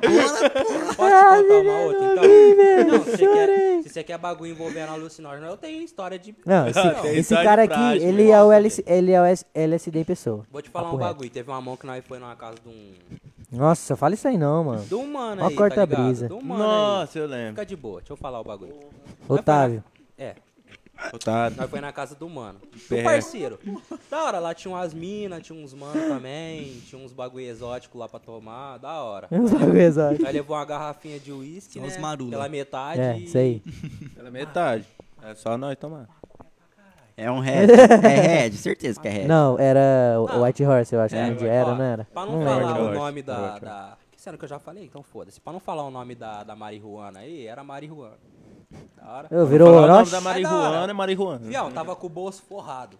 [SPEAKER 5] Posso te contar uma outra, então? Não, se você quer- se você quer bagulho envolvendo alucinógeno, eu tenho história de...
[SPEAKER 3] Não, esse,
[SPEAKER 4] Ah, tem
[SPEAKER 3] esse
[SPEAKER 4] idade
[SPEAKER 3] cara aqui,
[SPEAKER 4] frágil,
[SPEAKER 3] ele
[SPEAKER 5] né?
[SPEAKER 3] é o LS, ele é o S- LSD em pessoa.
[SPEAKER 5] Vou te falar
[SPEAKER 3] Papo
[SPEAKER 5] um
[SPEAKER 3] reto.
[SPEAKER 5] bagulho. Teve uma mão que nós foi numa casa de um...
[SPEAKER 3] Nossa, fala isso aí não, mano.
[SPEAKER 5] De um mano
[SPEAKER 3] Ó a
[SPEAKER 5] aí, tá ligado?
[SPEAKER 3] corta-brisa.
[SPEAKER 5] De um mano aí.
[SPEAKER 4] Nossa, eu lembro.
[SPEAKER 5] Fica de boa, deixa eu falar o bagulho.
[SPEAKER 3] Otávio.
[SPEAKER 5] É,
[SPEAKER 4] Otário.
[SPEAKER 5] nós foi na casa do mano.
[SPEAKER 4] É.
[SPEAKER 5] Do parceiro. Da hora, lá tinha umas minas, tinha uns manos também, tinha uns bagulho exótico lá pra tomar, da hora.
[SPEAKER 3] Os bagulho é exótico.
[SPEAKER 5] Nós levou uma garrafinha de uísque,
[SPEAKER 1] São
[SPEAKER 5] né?
[SPEAKER 1] os marula.
[SPEAKER 5] Pela metade.
[SPEAKER 3] É,
[SPEAKER 5] e-
[SPEAKER 3] isso aí.
[SPEAKER 4] Pela metade. É só nós tomar.
[SPEAKER 2] É um Red. É Red, certeza que é Red.
[SPEAKER 3] Não, era o- o White Horse, eu acho que um dia era,
[SPEAKER 5] Ó,
[SPEAKER 3] não era?
[SPEAKER 5] É, Pra não,
[SPEAKER 3] lembro.
[SPEAKER 5] falar
[SPEAKER 4] lembro.
[SPEAKER 5] o nome
[SPEAKER 4] Não
[SPEAKER 5] da.
[SPEAKER 4] lembro.
[SPEAKER 5] da... Que será que eu já falei? Então foda-se. Pra não falar o nome da, da marihuana aí, era marihuana. Da hora.
[SPEAKER 3] Eu, virou
[SPEAKER 4] Falar o nome
[SPEAKER 3] Orochi?
[SPEAKER 4] da
[SPEAKER 5] Vai dar.
[SPEAKER 4] marihuana é marihuana.
[SPEAKER 5] Fião, tava com o bolso forrado.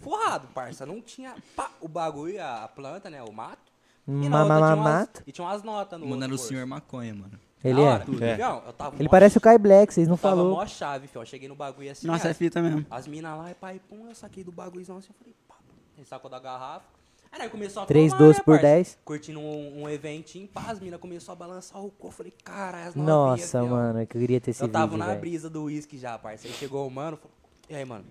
[SPEAKER 5] Forrado, parça. Não tinha pá, o bagulho, a planta, né? O mato. E na outra tinha umas-
[SPEAKER 3] Mamamato.
[SPEAKER 5] E tinha umas notas no
[SPEAKER 1] Mano, era o
[SPEAKER 5] outro bolso.
[SPEAKER 1] senhor maconha, mano.
[SPEAKER 3] Ele
[SPEAKER 5] Da
[SPEAKER 3] é.
[SPEAKER 5] hora.
[SPEAKER 1] Tudo.
[SPEAKER 5] Fião, eu tava
[SPEAKER 3] Ele
[SPEAKER 5] mó-
[SPEAKER 3] parece o Kai Black, vocês não
[SPEAKER 5] eu tava
[SPEAKER 3] falou.
[SPEAKER 5] mó chave, fião. Eu cheguei no bagulho assim.
[SPEAKER 6] Nossa,
[SPEAKER 5] ah,
[SPEAKER 6] é fita mesmo.
[SPEAKER 5] As minas lá, e pai, pum, eu saquei do bagulhozão assim, eu falei, pá, ele sacou da garrafa. Aí nós começou a
[SPEAKER 3] Três
[SPEAKER 5] tomar, né,
[SPEAKER 3] doces por
[SPEAKER 5] parça?
[SPEAKER 3] 10.
[SPEAKER 5] Curtindo um, um eventinho, pá, as minas começou a balançar o corpo, eu falei, caralho, as novinhas,
[SPEAKER 3] Nossa,
[SPEAKER 5] fião.
[SPEAKER 3] mano, que eu queria ter esse
[SPEAKER 5] assim, Eu tava
[SPEAKER 3] vídeo,
[SPEAKER 5] na
[SPEAKER 3] velho.
[SPEAKER 5] brisa do uísque já, parça. Aí chegou o mano, falou, e aí, mano,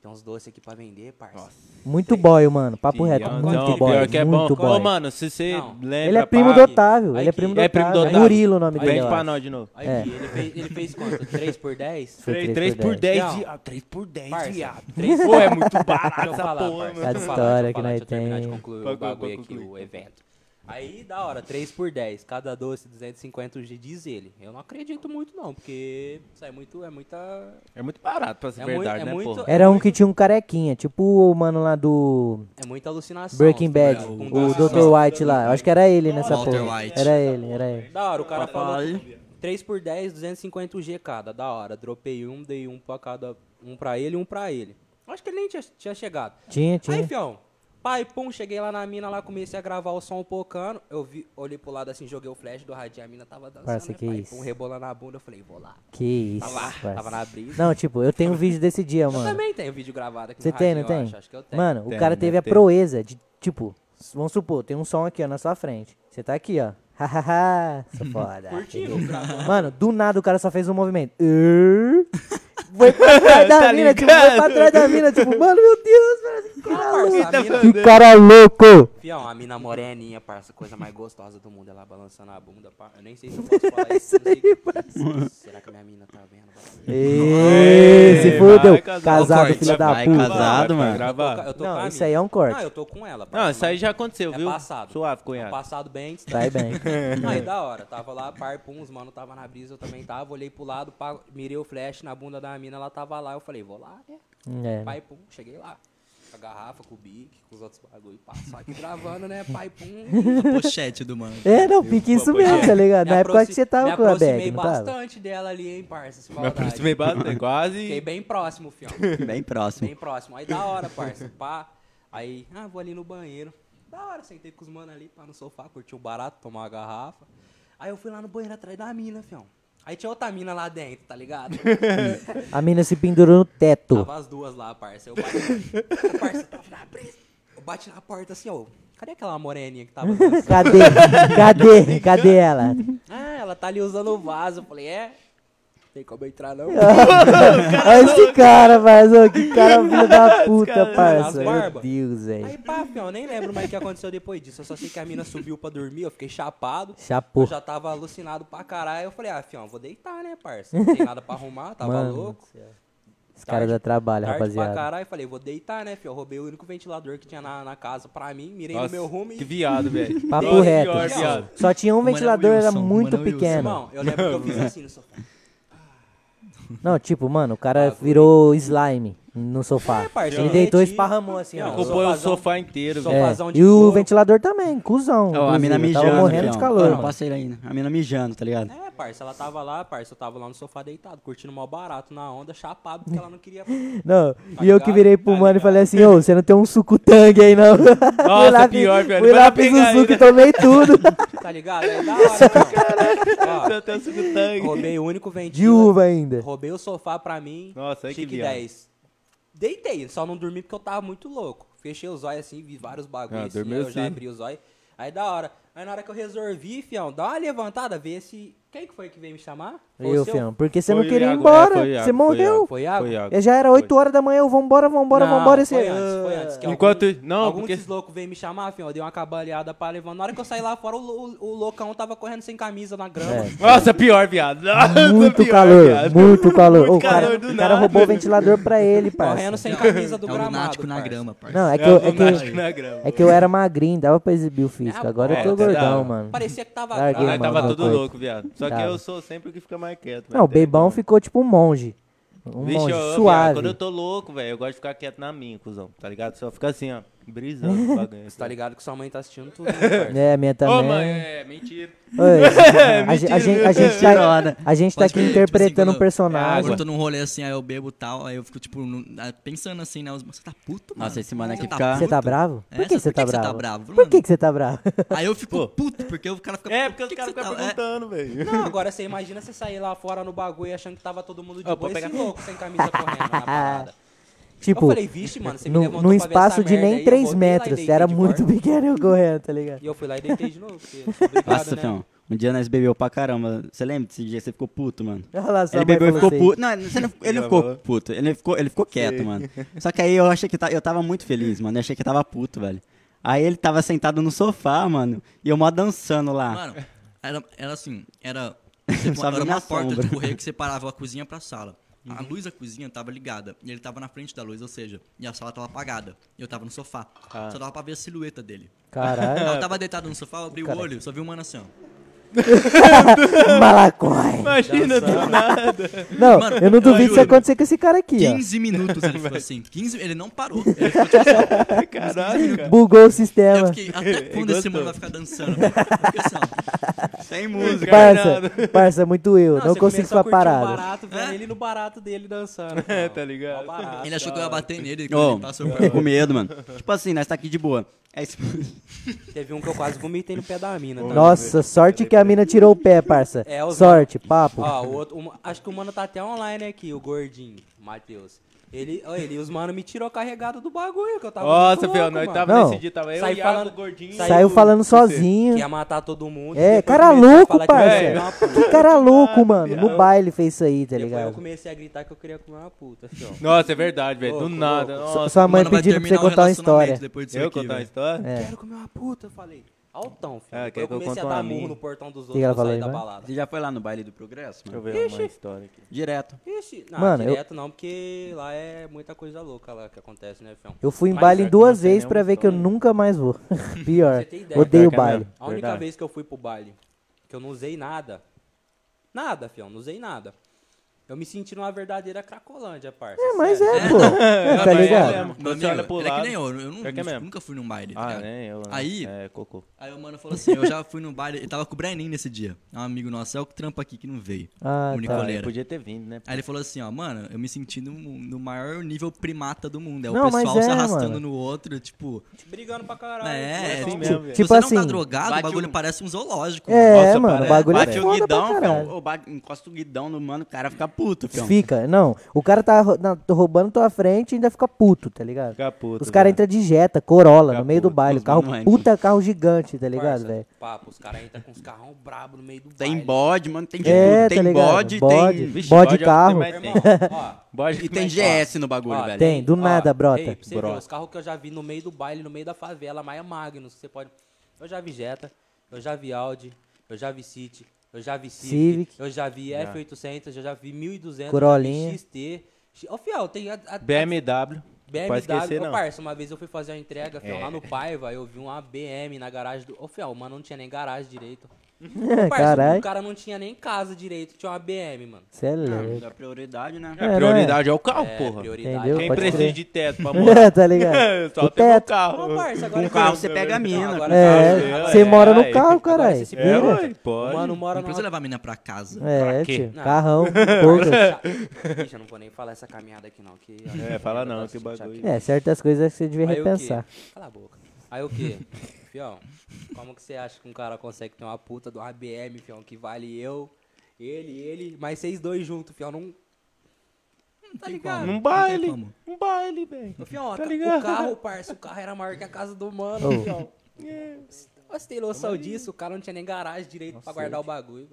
[SPEAKER 5] tem uns doces aqui pra vender, parça.
[SPEAKER 3] Muito boy, mano. Papo reto,
[SPEAKER 4] Fião,
[SPEAKER 3] muito
[SPEAKER 4] não,
[SPEAKER 3] boy,
[SPEAKER 4] pior que é bom.
[SPEAKER 3] muito
[SPEAKER 4] Ô,
[SPEAKER 3] boy.
[SPEAKER 4] mano, se você
[SPEAKER 5] Não.
[SPEAKER 4] lembra...
[SPEAKER 3] Ele é primo do
[SPEAKER 4] pá,
[SPEAKER 3] Otávio, ele é
[SPEAKER 5] aqui.
[SPEAKER 3] primo do
[SPEAKER 4] É primo do
[SPEAKER 3] Otávio. É
[SPEAKER 4] Otávio.
[SPEAKER 3] Murilo o nome dele.
[SPEAKER 4] Vende
[SPEAKER 3] eu
[SPEAKER 4] pra
[SPEAKER 3] acho.
[SPEAKER 4] nós de novo.
[SPEAKER 5] Aí
[SPEAKER 3] É.
[SPEAKER 5] ele, fez, ele fez quanto? 3 por 10?
[SPEAKER 3] Foi
[SPEAKER 4] 3 por 10
[SPEAKER 5] Não.
[SPEAKER 4] de... 3 por 10
[SPEAKER 5] Parça.
[SPEAKER 4] de ato. Pô, é muito barato
[SPEAKER 5] Deixa eu
[SPEAKER 4] essa
[SPEAKER 5] falar,
[SPEAKER 4] porra,
[SPEAKER 5] parça.
[SPEAKER 4] mano.
[SPEAKER 3] A
[SPEAKER 5] Deixa eu
[SPEAKER 3] história
[SPEAKER 5] falar, deixa eu
[SPEAKER 3] que nós
[SPEAKER 5] falar, deixa eu terminar de
[SPEAKER 3] tem.
[SPEAKER 5] concluir
[SPEAKER 4] Conclui,
[SPEAKER 5] o bagulho aqui,
[SPEAKER 4] conclui.
[SPEAKER 5] o evento. Aí, da hora, 3 por 10, cada doce, 250 G, diz ele. Eu não acredito muito, não, porque isso é muito, é muita...
[SPEAKER 4] É muito barato, pra ser
[SPEAKER 5] É muito-
[SPEAKER 4] verdade,
[SPEAKER 5] é
[SPEAKER 4] né,
[SPEAKER 5] muito-
[SPEAKER 4] porra?
[SPEAKER 3] Era um que tinha um carequinha, tipo o mano lá do
[SPEAKER 5] É muita alucinação.
[SPEAKER 3] Breaking
[SPEAKER 5] tá
[SPEAKER 3] Bad,
[SPEAKER 4] É,
[SPEAKER 5] ligado? Com
[SPEAKER 3] o
[SPEAKER 5] doce,
[SPEAKER 3] Dr.
[SPEAKER 5] doce,
[SPEAKER 3] White lá. Eu acho que era ele nessa
[SPEAKER 1] Walter
[SPEAKER 3] porra.
[SPEAKER 1] White.
[SPEAKER 3] Era ele, era ele.
[SPEAKER 5] Da hora, o cara falou 3 por 10, 250 G cada, da hora. Dropei um, dei um pra cada, um pra ele e um pra ele. Acho que ele nem tinha, tinha chegado.
[SPEAKER 3] Tinha,
[SPEAKER 5] Aí,
[SPEAKER 3] tinha.
[SPEAKER 5] fião, pai, pum, cheguei lá na mina, lá comecei a gravar o som um poucano. Eu vi, olhei pro lado assim, joguei o flash do radinho, a mina tava dançando,
[SPEAKER 3] Parça,
[SPEAKER 5] né,
[SPEAKER 3] que
[SPEAKER 5] pai,
[SPEAKER 3] isso.
[SPEAKER 5] pum, rebolando a bunda, eu falei, vou lá.
[SPEAKER 3] Que isso,
[SPEAKER 5] Tava lá,
[SPEAKER 3] parça.
[SPEAKER 5] tava na brisa.
[SPEAKER 3] Não, tipo, eu tenho um vídeo desse dia,
[SPEAKER 5] Eu
[SPEAKER 3] mano.
[SPEAKER 5] também tenho vídeo gravado aqui
[SPEAKER 3] Você
[SPEAKER 5] no
[SPEAKER 3] tem, não
[SPEAKER 5] radinho, eu
[SPEAKER 3] tem?
[SPEAKER 5] acho, acho que eu tenho.
[SPEAKER 3] Mano, o
[SPEAKER 4] Tem,
[SPEAKER 3] cara
[SPEAKER 4] né?
[SPEAKER 3] teve a
[SPEAKER 4] Tem.
[SPEAKER 3] proeza de, tipo, vamos supor, tem um som aqui, ó, na sua frente. Você tá aqui, ó. Hahaha, sou foda.
[SPEAKER 5] Curtindo,
[SPEAKER 3] Mano, do nada o cara só fez um movimento. Foi pra trás da
[SPEAKER 4] Tá
[SPEAKER 3] mina, tipo,
[SPEAKER 4] ligado?
[SPEAKER 3] foi pra trás da mina, tipo, mano, meu Deus, mano, assim, né? que cara louco.
[SPEAKER 5] parça, a mina,
[SPEAKER 3] Que cara louco!
[SPEAKER 5] fião, a mina moreninha, parça, coisa mais gostosa do mundo, ela balançando a bunda, pá. Eu nem sei se eu posso falar isso. não sei- Será que minha mina tá vendo? É,
[SPEAKER 3] Ê, se
[SPEAKER 4] Vai,
[SPEAKER 3] fudeu.
[SPEAKER 4] casado.
[SPEAKER 3] Casado,
[SPEAKER 1] Corte,
[SPEAKER 3] filho da
[SPEAKER 6] vai,
[SPEAKER 3] puta.
[SPEAKER 6] casado.
[SPEAKER 4] Gravado,
[SPEAKER 6] mano.
[SPEAKER 4] Gravado.
[SPEAKER 5] Eu tô com
[SPEAKER 3] Não,
[SPEAKER 5] a
[SPEAKER 3] isso
[SPEAKER 5] mina.
[SPEAKER 3] aí é um corte.
[SPEAKER 5] Ah, eu tô com ela.
[SPEAKER 4] Não,
[SPEAKER 5] parça,
[SPEAKER 4] isso aí
[SPEAKER 5] mas-
[SPEAKER 4] já aconteceu,
[SPEAKER 5] É
[SPEAKER 4] viu?
[SPEAKER 5] passado.
[SPEAKER 4] Suave,
[SPEAKER 5] É um
[SPEAKER 4] cunhado.
[SPEAKER 5] passado bem distante.
[SPEAKER 3] Vai bem.
[SPEAKER 5] Aí da hora, tava lá, par, pum, os mano tava na brisa, eu também tava, olhei pro lado, pá, mirei o flash na bunda da mina, ela tava lá, eu falei, vou lá, né?
[SPEAKER 3] É.
[SPEAKER 5] Pai, pum, cheguei lá. Com a garrafa, com o bique, com os outros bagulho, pá, só aqui gravando, né? Pai, pum.
[SPEAKER 1] A pochete do mano.
[SPEAKER 3] É, não, pique isso mesmo, tá ligado? Na época que você tava
[SPEAKER 5] me
[SPEAKER 3] com a
[SPEAKER 5] aproximei
[SPEAKER 3] Beck, não tá? tava?
[SPEAKER 5] bastante dela ali, hein, parça, se
[SPEAKER 4] Me aproximei bastante,
[SPEAKER 5] Fiquei
[SPEAKER 4] né? quase.
[SPEAKER 5] bem próximo, fião.
[SPEAKER 6] Bem próximo.
[SPEAKER 5] Bem próximo. Aí da hora, parça. Pá. Aí, ah, vou ali no banheiro. Da hora, sentei com os manos ali, pá, no sofá, curti um barato, tomar uma garrafa. Aí eu fui lá no banheiro atrás da mina, fião. Aí tinha outra mina lá dentro, tá ligado?
[SPEAKER 3] A mina se pendurou no teto.
[SPEAKER 5] Tava as duas lá, parça. Eu bati. parça, tava na brisa. Eu bati na porta assim, ó. Cadê aquela moreninha que tava dançando?
[SPEAKER 3] Cadê? Cadê? Cadê ela?
[SPEAKER 5] ah, ela tá ali usando o vaso. Eu falei, é? Tem como entrar, não?
[SPEAKER 3] Olha esse cara, parça. Que cara filho da puta,
[SPEAKER 4] caras,
[SPEAKER 3] parça.
[SPEAKER 5] as
[SPEAKER 3] Meu
[SPEAKER 5] barbas.
[SPEAKER 3] Deus, velho.
[SPEAKER 5] Aí, pá, fião, nem lembro mais o que aconteceu depois disso. Eu só sei que a mina subiu pra dormir, eu fiquei chapado.
[SPEAKER 3] Chapou.
[SPEAKER 5] Eu já tava alucinado pra caralho. Eu falei, ah, fião, vou deitar, né, parça? Não tem nada pra arrumar, tava
[SPEAKER 3] Mano do
[SPEAKER 5] louco.
[SPEAKER 3] Esse cara dá trabalho,
[SPEAKER 5] Tarde pra
[SPEAKER 3] rapaziada.
[SPEAKER 5] caralho. Falei, vou deitar, né, fião? Roubei o único ventilador que tinha na, na casa pra mim, mirei no
[SPEAKER 4] Nossa,
[SPEAKER 5] meu rumo e.
[SPEAKER 4] Que viado, velho.
[SPEAKER 3] Papo
[SPEAKER 4] Nossa,
[SPEAKER 3] reto.
[SPEAKER 4] pior viado.
[SPEAKER 3] Só tinha um
[SPEAKER 1] Mano é
[SPEAKER 3] ventilador, era
[SPEAKER 1] Wilson,
[SPEAKER 3] muito
[SPEAKER 1] mano é Wilson.
[SPEAKER 3] pequeno.
[SPEAKER 5] Irmão, eu lembro que eu fiz assim no sofá.
[SPEAKER 3] Não, tipo, mano, o cara virou slime no sofá.
[SPEAKER 5] É, parça,
[SPEAKER 3] Ele
[SPEAKER 5] eu
[SPEAKER 3] deitou e
[SPEAKER 5] meti-
[SPEAKER 3] esparramou assim,
[SPEAKER 5] Não,
[SPEAKER 3] ó.
[SPEAKER 5] com-
[SPEAKER 4] Compõe o
[SPEAKER 5] Sofazão.
[SPEAKER 4] sofá inteiro,
[SPEAKER 5] Sofá.
[SPEAKER 4] velho.
[SPEAKER 5] Sofazão
[SPEAKER 3] É.
[SPEAKER 5] de
[SPEAKER 3] E o
[SPEAKER 5] couro.
[SPEAKER 3] ventilador também, cuzão.
[SPEAKER 6] Ó, a mina
[SPEAKER 3] inclusive.
[SPEAKER 6] mijando.
[SPEAKER 3] um Tava morrendo de
[SPEAKER 6] fião.
[SPEAKER 3] calor.
[SPEAKER 6] Não,
[SPEAKER 3] mano.
[SPEAKER 6] passei lá ainda. A mina mijando, tá ligado?
[SPEAKER 5] É, parça, ela tava lá, parça, eu tava lá no sofá deitado, curtindo mal barato na onda, chapado, porque ela não queria.
[SPEAKER 3] Não, e eu que
[SPEAKER 5] ligado?
[SPEAKER 3] virei pro
[SPEAKER 5] Tá
[SPEAKER 3] mano e
[SPEAKER 5] ligado?
[SPEAKER 3] falei assim, ô, você não tem um suco tangue aí, não. Nossa,
[SPEAKER 4] pior, velho.
[SPEAKER 3] Fui
[SPEAKER 4] Vai
[SPEAKER 3] lá,
[SPEAKER 4] lá
[SPEAKER 3] fiz
[SPEAKER 4] pegar
[SPEAKER 3] o
[SPEAKER 4] aí,
[SPEAKER 3] suco
[SPEAKER 4] né?
[SPEAKER 3] e tomei tudo.
[SPEAKER 5] Tá ligado? É da hora, fião. Ó,
[SPEAKER 4] Seu teu suco tangue.
[SPEAKER 5] Roubei o único
[SPEAKER 3] De
[SPEAKER 5] ventilador.
[SPEAKER 3] uva ainda.
[SPEAKER 5] Roubei o sofá pra mim.
[SPEAKER 4] Nossa, aí que
[SPEAKER 5] Chique
[SPEAKER 4] viado.
[SPEAKER 5] 10. Deitei, só não dormi porque eu tava muito louco. Fechei os olhos assim, vi vários bagulhos.
[SPEAKER 4] Ah,
[SPEAKER 5] assim,
[SPEAKER 4] dormiu
[SPEAKER 5] aí eu já
[SPEAKER 4] sim.
[SPEAKER 5] abri os olhos. Aí da hora. Aí na hora que eu resolvi, fião, dá uma levantada, ver se. Quem que foi que veio me chamar? Foi o
[SPEAKER 3] Eu,
[SPEAKER 5] seu?
[SPEAKER 3] fião, porque você não
[SPEAKER 4] Foi o
[SPEAKER 3] queria ir
[SPEAKER 4] Iago, é,
[SPEAKER 3] embora.
[SPEAKER 4] foi o Iago,
[SPEAKER 3] Você
[SPEAKER 4] foi o
[SPEAKER 3] morreu.
[SPEAKER 4] Iago,
[SPEAKER 5] Foi água?
[SPEAKER 4] Foi água.
[SPEAKER 3] Já era 8 horas da manhã, eu vambora, vambora,
[SPEAKER 5] Não,
[SPEAKER 3] vambora. e você- é
[SPEAKER 5] foi antes, foi antes. que
[SPEAKER 4] Enquanto.
[SPEAKER 5] algum-
[SPEAKER 4] Não,
[SPEAKER 5] algum
[SPEAKER 4] porque.
[SPEAKER 5] desses loucos veio me chamar, fião, eu dei uma cabalhada pra levantar. Na hora que eu saí lá fora, o, lou- o loucão tava correndo sem camisa na grama.
[SPEAKER 4] Nossa, pior viado. Nossa,
[SPEAKER 3] Muito
[SPEAKER 4] pior,
[SPEAKER 3] calor,
[SPEAKER 4] viado.
[SPEAKER 3] muito calor. Ô, o
[SPEAKER 4] calor
[SPEAKER 3] cara,
[SPEAKER 4] do
[SPEAKER 3] o cara
[SPEAKER 4] nada.
[SPEAKER 3] roubou o ventilador pra ele,
[SPEAKER 5] Correndo
[SPEAKER 3] É, parça.
[SPEAKER 5] sem camisa do
[SPEAKER 1] É um
[SPEAKER 5] gramado.
[SPEAKER 1] lunático na
[SPEAKER 5] parça.
[SPEAKER 1] grama, parça.
[SPEAKER 3] Não, é que
[SPEAKER 4] É
[SPEAKER 3] eu,
[SPEAKER 4] o
[SPEAKER 3] é que
[SPEAKER 4] lunático
[SPEAKER 3] eu,
[SPEAKER 4] na grama.
[SPEAKER 3] é que eu era magrinho, dava pra exibir o físico.
[SPEAKER 5] Ah,
[SPEAKER 3] Agora eu tô
[SPEAKER 4] é, tá da
[SPEAKER 3] gordão,
[SPEAKER 4] hora.
[SPEAKER 3] mano.
[SPEAKER 5] Parecia que tava
[SPEAKER 3] Larguei,
[SPEAKER 5] grávida.
[SPEAKER 4] Ah, tava
[SPEAKER 3] mano,
[SPEAKER 4] tudo
[SPEAKER 3] coisa.
[SPEAKER 4] louco, viado. Só que
[SPEAKER 3] Tava.
[SPEAKER 4] eu sou sempre o que fica mais quieto.
[SPEAKER 3] Não, o Beibão
[SPEAKER 4] fica
[SPEAKER 3] ficou tipo um monge. Um
[SPEAKER 4] Vixe, eu-
[SPEAKER 3] monge
[SPEAKER 4] eu- viado,
[SPEAKER 3] suave.
[SPEAKER 4] Quando eu tô louco, velho, eu gosto de ficar quieto na minha, cuzão, tá ligado? Só fica assim, ó. Brisando assim. pra ganhar.
[SPEAKER 5] Você tá ligado que sua mãe tá assistindo tudo, né, parça?
[SPEAKER 3] É, a minha também.
[SPEAKER 5] Ô, mãe, é, mentira.
[SPEAKER 3] Oi, a, gen- a
[SPEAKER 6] né?
[SPEAKER 3] gen- a gente tá, a gente tá
[SPEAKER 1] Pode
[SPEAKER 3] aqui
[SPEAKER 1] crer, tipo
[SPEAKER 3] interpretando
[SPEAKER 1] assim,
[SPEAKER 3] um
[SPEAKER 1] Quando
[SPEAKER 3] personagem.
[SPEAKER 1] eu tô num rolê assim, aí eu bebo e tal, aí eu fico, tipo, num- ah, pensando assim, né? Você tá puto, mano?
[SPEAKER 6] Nossa, esse mano
[SPEAKER 1] Você
[SPEAKER 6] aqui
[SPEAKER 1] tá
[SPEAKER 6] fica-
[SPEAKER 3] Você tá
[SPEAKER 1] puto?
[SPEAKER 3] bravo?
[SPEAKER 1] É,
[SPEAKER 3] Por que
[SPEAKER 1] você-
[SPEAKER 3] você tá
[SPEAKER 1] por que que você tá
[SPEAKER 3] bravo?
[SPEAKER 1] bravo,
[SPEAKER 3] Por
[SPEAKER 1] mano?
[SPEAKER 3] que que você tá bravo?
[SPEAKER 1] Aí eu fico puto, porque o cara fica.
[SPEAKER 4] É, porque os
[SPEAKER 1] "Por que que
[SPEAKER 4] caras
[SPEAKER 1] você
[SPEAKER 4] ficam
[SPEAKER 1] tá- é,
[SPEAKER 4] perguntando, velho.
[SPEAKER 5] Não, agora você imagina você sair lá fora no bagulho achando que tava todo mundo de
[SPEAKER 3] Ah,
[SPEAKER 4] Ô,
[SPEAKER 5] boa,
[SPEAKER 4] pode
[SPEAKER 5] esse
[SPEAKER 4] pegar-
[SPEAKER 5] louco sem camisa correndo na parada.
[SPEAKER 3] Tipo,
[SPEAKER 5] eu falei, vixe, mano, você me
[SPEAKER 3] num
[SPEAKER 5] levantou
[SPEAKER 3] num
[SPEAKER 5] pra ver essa
[SPEAKER 3] espaço de
[SPEAKER 5] merda aí,
[SPEAKER 3] nem
[SPEAKER 5] eu
[SPEAKER 3] 3
[SPEAKER 5] voltei lá e
[SPEAKER 3] metros.
[SPEAKER 5] deitei
[SPEAKER 3] Era
[SPEAKER 5] de
[SPEAKER 3] muito
[SPEAKER 5] bordo.
[SPEAKER 3] pequeno eu correndo, tá ligado?
[SPEAKER 5] E eu fui lá e deitei de novo, porque obrigado,
[SPEAKER 6] Nossa,
[SPEAKER 5] né?
[SPEAKER 6] fião. Um dia nós bebeu pra caramba. Você lembra desse dia que você ficou puto, mano?
[SPEAKER 3] Olha lá, sua
[SPEAKER 6] Ele
[SPEAKER 3] mãe
[SPEAKER 6] bebeu e ficou
[SPEAKER 3] falou assim.
[SPEAKER 6] puto. Não, você não- ele não ficou
[SPEAKER 4] falou.
[SPEAKER 6] puto. Ele ficou, ele ficou quieto, mano. Só que aí eu achei que tá, eu tava muito feliz, mano. Eu achei que eu tava puto, velho. Aí ele tava sentado no sofá, mano. E eu mó dançando lá.
[SPEAKER 1] Mano, era, era assim, era,
[SPEAKER 6] Só vi
[SPEAKER 1] era
[SPEAKER 6] minha
[SPEAKER 1] uma porta
[SPEAKER 6] sombra.
[SPEAKER 1] de
[SPEAKER 6] Uhum.
[SPEAKER 1] correio que separava a cozinha pra sala. A luz da cozinha tava ligada e ele tava na frente da luz, ou seja, e a sala tava apagada. E eu tava no sofá.
[SPEAKER 6] Ah.
[SPEAKER 1] Só dava pra ver a silhueta dele.
[SPEAKER 3] Caralho,
[SPEAKER 6] É.
[SPEAKER 1] Eu tava deitado no sofá, eu abri o olho, só vi um mano assim, ó.
[SPEAKER 3] malacói.
[SPEAKER 4] Imagina, do nada.
[SPEAKER 3] Não,
[SPEAKER 1] Mano,
[SPEAKER 3] eu não duvido isso acontecer com esse cara aqui, ó.
[SPEAKER 1] 15 minutos ele ficou assim. 15, ele não parou. Ele ficou tipo assim, ó.
[SPEAKER 4] Caralho, cara.
[SPEAKER 3] Bugou o
[SPEAKER 1] Eu
[SPEAKER 3] sistema.
[SPEAKER 1] fiquei, até quando esse
[SPEAKER 4] Gostou.
[SPEAKER 1] mano vai ficar dançando? velho? Eu fiquei assim, ó.
[SPEAKER 6] Sem música.
[SPEAKER 3] Parça, parça, muito eu. Não,
[SPEAKER 5] você
[SPEAKER 3] consigo
[SPEAKER 5] começou
[SPEAKER 3] ficar
[SPEAKER 5] a curtir um o
[SPEAKER 3] parado.
[SPEAKER 5] barato, vendo
[SPEAKER 1] É?
[SPEAKER 5] ele no barato dele dançando.
[SPEAKER 4] É,
[SPEAKER 5] Não,
[SPEAKER 4] tá ligado?
[SPEAKER 5] mó barato, tá
[SPEAKER 1] Ele achou que eu
[SPEAKER 5] da
[SPEAKER 1] ia
[SPEAKER 5] hora.
[SPEAKER 1] bater nele quando
[SPEAKER 6] Ô,
[SPEAKER 1] ele passou por
[SPEAKER 6] fiquei com medo, mano. Tipo assim, nós tá aqui de boa. Aí esse-
[SPEAKER 5] Teve um que eu quase vomitei no pé da mina. tá?
[SPEAKER 3] Nossa, sorte que a mina tirou o pé, parça.
[SPEAKER 5] É, os-
[SPEAKER 3] Sorte, papo.
[SPEAKER 5] Ó, o outro, um- acho que o mano tá até online aqui, o gordinho, Matheus. Ele, ó, ele, os mano me tirou carregado do bagulho que eu tava.
[SPEAKER 4] Nossa,
[SPEAKER 5] muito
[SPEAKER 4] Fião,
[SPEAKER 5] louco,
[SPEAKER 4] nós
[SPEAKER 5] mano.
[SPEAKER 4] tava
[SPEAKER 3] Não.
[SPEAKER 4] nesse dia, tava eu
[SPEAKER 5] Sai
[SPEAKER 4] e Iago,
[SPEAKER 5] falando-
[SPEAKER 4] gordinho.
[SPEAKER 5] sai-
[SPEAKER 3] Saiu
[SPEAKER 5] saiu
[SPEAKER 3] falando
[SPEAKER 5] você.
[SPEAKER 3] sozinho.
[SPEAKER 5] Que ia matar todo mundo.
[SPEAKER 3] É,
[SPEAKER 5] depois
[SPEAKER 3] cara
[SPEAKER 5] começou a
[SPEAKER 3] louco, É,
[SPEAKER 5] falar que eu queria
[SPEAKER 3] parça.
[SPEAKER 5] comer uma puta.
[SPEAKER 3] Que cara louco, mano.
[SPEAKER 4] viado.
[SPEAKER 3] No baile fez isso aí, tá
[SPEAKER 5] Depois eu
[SPEAKER 3] ligado?
[SPEAKER 5] comecei a gritar que eu queria comer uma puta, assim, Fião.
[SPEAKER 4] Nossa, é verdade, velho. Do
[SPEAKER 5] Louco,
[SPEAKER 4] nada.
[SPEAKER 5] louco.
[SPEAKER 4] Nossa,
[SPEAKER 3] Sua mãe
[SPEAKER 1] Mano, vai
[SPEAKER 3] pediu pra você
[SPEAKER 1] terminar o
[SPEAKER 3] contar uma
[SPEAKER 1] relacionamento
[SPEAKER 3] história.
[SPEAKER 1] depois disso
[SPEAKER 4] eu
[SPEAKER 1] aqui,
[SPEAKER 4] contar uma
[SPEAKER 1] velho.
[SPEAKER 4] história?
[SPEAKER 3] É.
[SPEAKER 5] Quero comer uma puta, eu falei. Altão, filho.
[SPEAKER 4] Ah,
[SPEAKER 5] Depois
[SPEAKER 4] quer
[SPEAKER 5] eu
[SPEAKER 4] que eu
[SPEAKER 5] comecei a
[SPEAKER 4] conte
[SPEAKER 5] dar
[SPEAKER 4] uma
[SPEAKER 5] murro
[SPEAKER 4] minha?
[SPEAKER 5] no portão dos outros
[SPEAKER 3] que ela
[SPEAKER 5] pra
[SPEAKER 3] falou
[SPEAKER 5] sair da
[SPEAKER 3] aí, vai?
[SPEAKER 5] balada.
[SPEAKER 6] Você já foi lá no baile do Progresso,
[SPEAKER 4] Deixa eu
[SPEAKER 6] mano?
[SPEAKER 4] ver uma história aqui.
[SPEAKER 6] Direto.
[SPEAKER 5] Ixi, não, é
[SPEAKER 3] Mano, eu-
[SPEAKER 5] direto não, porque lá é muita coisa louca lá que acontece, né, Fião?
[SPEAKER 3] Eu fui em
[SPEAKER 5] Mas
[SPEAKER 3] baile
[SPEAKER 4] pior que
[SPEAKER 3] duas
[SPEAKER 4] não tem
[SPEAKER 3] vezes pra
[SPEAKER 4] nenhuma
[SPEAKER 3] ver que eu
[SPEAKER 4] história.
[SPEAKER 3] nunca mais vou. Pior.
[SPEAKER 5] Você tem ideia,
[SPEAKER 3] Odeio
[SPEAKER 4] Caraca,
[SPEAKER 3] baile.
[SPEAKER 4] é mesmo.
[SPEAKER 5] A única
[SPEAKER 4] Verdade.
[SPEAKER 5] vez que eu fui pro baile, que eu não usei nada. Nada, Fião, não usei nada. Eu me senti numa verdadeira cracolândia, parça.
[SPEAKER 3] É, mas
[SPEAKER 5] sério.
[SPEAKER 3] é, pô. É, tá
[SPEAKER 4] mas é
[SPEAKER 3] ligado?
[SPEAKER 4] mesmo.
[SPEAKER 1] Meu
[SPEAKER 4] Quando você
[SPEAKER 1] amigo,
[SPEAKER 4] olha pro
[SPEAKER 1] ele é que
[SPEAKER 4] lado-
[SPEAKER 1] nem eu, eu, não-
[SPEAKER 4] Pior que é mesmo.
[SPEAKER 1] nunca fui num baile, tá
[SPEAKER 4] Ah,
[SPEAKER 1] ligado?
[SPEAKER 4] nem eu. né?
[SPEAKER 1] Aí-
[SPEAKER 4] É, cocô.
[SPEAKER 1] Aí o mano falou assim, eu já fui no baile, ele tava com o Brenin nesse dia. É um amigo nosso, é o que trampa aqui que não veio.
[SPEAKER 3] Ah,
[SPEAKER 1] o
[SPEAKER 3] tá.
[SPEAKER 4] Ele
[SPEAKER 1] Nicoleira.
[SPEAKER 4] podia ter vindo, né?
[SPEAKER 1] Aí ele falou assim, ó, mano, eu me senti no, no maior nível primata do mundo. É
[SPEAKER 3] Não,
[SPEAKER 1] o
[SPEAKER 3] mas
[SPEAKER 1] pessoal
[SPEAKER 3] é,
[SPEAKER 1] se arrastando
[SPEAKER 3] mano.
[SPEAKER 1] no outro, tipo.
[SPEAKER 5] Brigando pra caralho.
[SPEAKER 1] É,
[SPEAKER 5] Não,
[SPEAKER 1] tipo,
[SPEAKER 4] mesmo, velho.
[SPEAKER 1] se
[SPEAKER 3] Tipo
[SPEAKER 1] você
[SPEAKER 3] assim,
[SPEAKER 1] não tá drogado, o
[SPEAKER 6] bate
[SPEAKER 1] bagulho
[SPEAKER 6] um-
[SPEAKER 1] parece um zoológico. mano.
[SPEAKER 3] É,
[SPEAKER 4] Nossa,
[SPEAKER 3] mano, o
[SPEAKER 4] parece-
[SPEAKER 3] bagulho é
[SPEAKER 6] Bate o
[SPEAKER 3] foda pra
[SPEAKER 6] guidão,
[SPEAKER 3] caralho.
[SPEAKER 6] fião. Ô, bate- Encosta o guidão no mano, o cara fica puto, fião.
[SPEAKER 3] Fica, não. O cara tá rou- na- roubando tua frente e ainda fica puto, tá ligado?
[SPEAKER 4] Fica puto,
[SPEAKER 3] Os caras
[SPEAKER 4] velho.
[SPEAKER 3] entram de Jetta, Corolla, no
[SPEAKER 4] Fica
[SPEAKER 3] meio do
[SPEAKER 4] puto,
[SPEAKER 3] baile.
[SPEAKER 6] os
[SPEAKER 3] Carro
[SPEAKER 6] mano,
[SPEAKER 3] puta, carro gigante, tá ligado,
[SPEAKER 5] parça,
[SPEAKER 3] velho?
[SPEAKER 5] Papo, os caras entram com os carrão brabo no meio do baile.
[SPEAKER 6] Tem bode, mano, tem de tudo.
[SPEAKER 3] É, tá
[SPEAKER 6] Tem
[SPEAKER 3] ligado?
[SPEAKER 6] bode,
[SPEAKER 3] Bode.
[SPEAKER 6] tem.
[SPEAKER 4] Vixe,
[SPEAKER 3] Bode
[SPEAKER 4] é o que
[SPEAKER 3] carro.
[SPEAKER 4] mais tem.
[SPEAKER 5] Irmão, ó.
[SPEAKER 4] Bode
[SPEAKER 6] E
[SPEAKER 4] que mais
[SPEAKER 6] tem GS no bagulho,
[SPEAKER 5] Ó,
[SPEAKER 6] velho.
[SPEAKER 3] Tem, do
[SPEAKER 5] ó,
[SPEAKER 3] nada, brota.
[SPEAKER 5] Ei, pra você ver,
[SPEAKER 4] Brota.
[SPEAKER 5] os carros que eu já vi no meio do baile, no meio da favela, Maia Magnus, que você pode... Eu já vi Jetta, eu já vi Audi, eu já vi City, eu já vi Civic,
[SPEAKER 3] Civic.
[SPEAKER 5] eu já vi F800, eu já vi 1200,
[SPEAKER 3] Corolinha.
[SPEAKER 5] eu já vi XT. X- Ô, fiel, tem a, a,
[SPEAKER 4] BMW.
[SPEAKER 5] BMW.
[SPEAKER 4] Pode esquecer,
[SPEAKER 5] Ô,
[SPEAKER 4] não. É.
[SPEAKER 5] parça, uma vez eu fui fazer uma entrega, fiel, lá no Paiva, eu vi uma BM na garagem do... Ô, fiel, o mano não tinha nem garagem direito. Ô, parça,
[SPEAKER 3] Caralho.
[SPEAKER 5] o cara não tinha nem casa direito, tinha uma BM, mano.
[SPEAKER 3] Você é louco.
[SPEAKER 6] Da prioridade, né?
[SPEAKER 3] É, não é?
[SPEAKER 4] A prioridade é o carro,
[SPEAKER 5] É,
[SPEAKER 4] porra.
[SPEAKER 5] prioridade.
[SPEAKER 3] Entendeu?
[SPEAKER 4] Quem
[SPEAKER 3] Pode
[SPEAKER 4] precisa
[SPEAKER 3] crer.
[SPEAKER 4] de teto pra morar?
[SPEAKER 3] tá ligado?
[SPEAKER 4] Só
[SPEAKER 3] O
[SPEAKER 4] tem um
[SPEAKER 3] teto.
[SPEAKER 4] carro.
[SPEAKER 5] Ô, parça, agora
[SPEAKER 6] Com
[SPEAKER 5] que-
[SPEAKER 6] carro você pega a mina. né?
[SPEAKER 5] Não,
[SPEAKER 6] pô.
[SPEAKER 5] agora-
[SPEAKER 3] É,
[SPEAKER 4] Ah,
[SPEAKER 3] você
[SPEAKER 4] é,
[SPEAKER 3] mora no
[SPEAKER 4] é,
[SPEAKER 3] carro,
[SPEAKER 5] Agora
[SPEAKER 3] caralho.
[SPEAKER 5] você se
[SPEAKER 3] Se
[SPEAKER 4] É,
[SPEAKER 3] vira.
[SPEAKER 4] ué, pode.
[SPEAKER 5] O mano mora
[SPEAKER 1] Não
[SPEAKER 5] numa
[SPEAKER 1] precisa levar a menina pra casa.
[SPEAKER 3] É,
[SPEAKER 4] Pra quê?
[SPEAKER 3] tio.
[SPEAKER 5] Não.
[SPEAKER 3] Carrão, porra.
[SPEAKER 5] Porra. Bicho, eu não vou nem falar essa caminhada aqui, não. Que,
[SPEAKER 4] É, fala não, que bagulho.
[SPEAKER 3] É, certas coisas que você devia
[SPEAKER 5] Aí o quê?
[SPEAKER 3] repensar.
[SPEAKER 5] Cala a boca. Aí o quê? Fião, como que você acha que um cara consegue ter uma puta do ABM, Fião, que vale eu, ele, ele, mas vocês dois juntos, Fião, não... Tá ligado?
[SPEAKER 4] Num
[SPEAKER 1] Não tem
[SPEAKER 4] baile.
[SPEAKER 1] como.
[SPEAKER 4] Um baile, velho.
[SPEAKER 5] Ô, Fião, a ca-
[SPEAKER 4] ligado?
[SPEAKER 5] o carro, parça, o carro era maior que a casa do mano,
[SPEAKER 3] Ô.
[SPEAKER 5] Fião. É. Você tem noção disso? O cara não tinha nem garagem direito pra guardar o bagulho.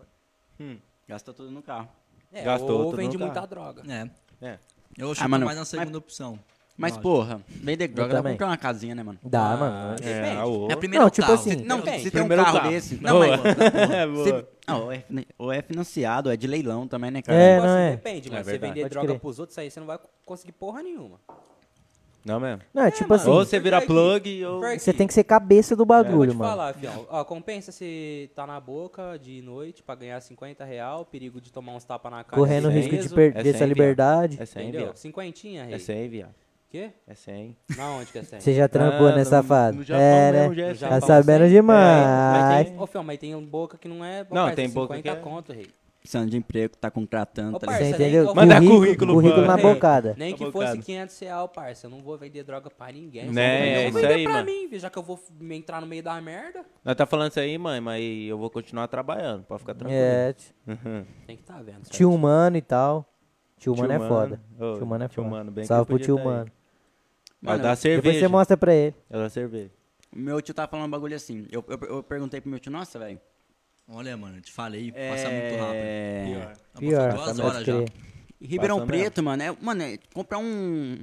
[SPEAKER 5] mano.
[SPEAKER 6] Gasta tudo no carro.
[SPEAKER 5] É,
[SPEAKER 4] Gastou
[SPEAKER 5] ou
[SPEAKER 4] tudo
[SPEAKER 5] vende
[SPEAKER 4] no carro.
[SPEAKER 5] muita droga.
[SPEAKER 1] É.
[SPEAKER 4] É.
[SPEAKER 1] Eu chuto
[SPEAKER 6] mano,
[SPEAKER 1] mais na segunda opção.
[SPEAKER 6] Mas,
[SPEAKER 1] Lógico.
[SPEAKER 6] porra, vender droga dá pra
[SPEAKER 3] também.
[SPEAKER 6] comprar uma casinha, né, mano?
[SPEAKER 3] Dá, mano.
[SPEAKER 4] É,
[SPEAKER 5] Ah, Depende.
[SPEAKER 4] aô.
[SPEAKER 1] É a primeira
[SPEAKER 3] Não,
[SPEAKER 1] não,
[SPEAKER 3] tipo assim,
[SPEAKER 6] Não,
[SPEAKER 5] Depende.
[SPEAKER 6] você tem um
[SPEAKER 4] Primeiro
[SPEAKER 6] carro
[SPEAKER 4] carro.
[SPEAKER 6] desse. Não,
[SPEAKER 4] Não,
[SPEAKER 6] mas.
[SPEAKER 4] É,
[SPEAKER 6] Você...
[SPEAKER 4] boa.
[SPEAKER 6] Ah, ou é, fina- ou é financiado, é de leilão também, né, cara?
[SPEAKER 3] É,
[SPEAKER 5] Tipo
[SPEAKER 3] não
[SPEAKER 5] assim,
[SPEAKER 3] é?
[SPEAKER 5] Depende,
[SPEAKER 4] É
[SPEAKER 5] mano. você
[SPEAKER 4] verdade.
[SPEAKER 5] vender
[SPEAKER 3] Pode
[SPEAKER 5] droga
[SPEAKER 3] crer.
[SPEAKER 5] pros outros aí, você não vai conseguir porra nenhuma.
[SPEAKER 4] Não mesmo?
[SPEAKER 3] Não, é tipo assim,
[SPEAKER 4] Ou você vira
[SPEAKER 5] Porque aqui-
[SPEAKER 4] plug ou...
[SPEAKER 5] porque
[SPEAKER 3] você
[SPEAKER 5] aqui,
[SPEAKER 3] tem que ser cabeça do
[SPEAKER 5] eu É, vou te
[SPEAKER 3] bagulho, mano.
[SPEAKER 5] falar, fião. Ó, compensa se tá na boca de noite pra ganhar 50 real, perigo de tomar uns tapas na cara.
[SPEAKER 3] Correndo o
[SPEAKER 5] ser
[SPEAKER 3] risco de
[SPEAKER 5] preso,
[SPEAKER 3] perder
[SPEAKER 4] sem
[SPEAKER 3] sua
[SPEAKER 4] viado.
[SPEAKER 3] liberdade.
[SPEAKER 4] É sem,
[SPEAKER 5] Entendeu?
[SPEAKER 4] viado.
[SPEAKER 5] Cinquentinha, rei.
[SPEAKER 4] É sem, viado.
[SPEAKER 5] Quê?
[SPEAKER 4] É 100.
[SPEAKER 5] Na onde que é 100?
[SPEAKER 3] Você já trampou,
[SPEAKER 4] Ah,
[SPEAKER 3] né,
[SPEAKER 4] no-
[SPEAKER 3] safado?
[SPEAKER 4] no Japão
[SPEAKER 3] é,
[SPEAKER 4] mesmo
[SPEAKER 3] né?
[SPEAKER 4] já é cem.
[SPEAKER 5] No Japão,
[SPEAKER 3] Tá sabendo demais.
[SPEAKER 5] Mas tem, ô, filho, mas tem um boca que não é.
[SPEAKER 4] Não, tem boca
[SPEAKER 5] 50
[SPEAKER 4] que é-
[SPEAKER 5] conto, rei.
[SPEAKER 6] Precisando de emprego, tá contratando,
[SPEAKER 5] Ô,
[SPEAKER 6] tá
[SPEAKER 5] parça,
[SPEAKER 6] ligado?
[SPEAKER 3] Você
[SPEAKER 5] nem-
[SPEAKER 3] entendeu?
[SPEAKER 5] ô,
[SPEAKER 4] Manda
[SPEAKER 5] filho,
[SPEAKER 4] currículo,
[SPEAKER 3] Currículo
[SPEAKER 4] mano.
[SPEAKER 3] na
[SPEAKER 5] Ei,
[SPEAKER 3] bocada.
[SPEAKER 5] Nem que
[SPEAKER 4] Tá
[SPEAKER 5] fosse
[SPEAKER 4] bocado.
[SPEAKER 5] 500 real, parça. Eu não vou vender droga pra ninguém. só
[SPEAKER 4] Né,
[SPEAKER 5] vou vender- um
[SPEAKER 4] é
[SPEAKER 5] vou
[SPEAKER 4] isso
[SPEAKER 5] vender
[SPEAKER 4] aí,
[SPEAKER 5] pra
[SPEAKER 4] mano.
[SPEAKER 5] mim, filho, já que eu vou entrar no meio da merda.
[SPEAKER 4] Nós tá falando isso aí, mãe, mas eu vou continuar trabalhando, pode ficar tranquilo.
[SPEAKER 3] É, t-
[SPEAKER 5] Tem que tá vendo. certo?
[SPEAKER 3] tio humano e tal. Tio
[SPEAKER 4] Tio
[SPEAKER 3] humano é
[SPEAKER 4] Mano.
[SPEAKER 3] foda.
[SPEAKER 4] Ô,
[SPEAKER 3] Tio humano é
[SPEAKER 4] Tio
[SPEAKER 3] foda.
[SPEAKER 4] Mano, bem que
[SPEAKER 3] Salve
[SPEAKER 4] eu
[SPEAKER 3] pro
[SPEAKER 4] podia
[SPEAKER 3] tio
[SPEAKER 4] tá aí.
[SPEAKER 3] humano.
[SPEAKER 4] Ela
[SPEAKER 6] Mano,
[SPEAKER 4] dá
[SPEAKER 3] Depois você
[SPEAKER 4] cerveja.
[SPEAKER 3] mostra pra ele.
[SPEAKER 4] Ela dá cerveja.
[SPEAKER 6] Meu tio tava falando um bagulho assim. Eu, eu, eu perguntei pro meu tio, nossa, velho.
[SPEAKER 1] Olha, mano, eu te falei,
[SPEAKER 6] É...
[SPEAKER 1] passa muito rápido. Tá
[SPEAKER 3] Pior,
[SPEAKER 1] duas
[SPEAKER 3] pode
[SPEAKER 1] horas já.
[SPEAKER 3] crer.
[SPEAKER 6] E Ribeirão
[SPEAKER 4] Passa mesmo.
[SPEAKER 6] Preto, mano, é, mano, é comprar um,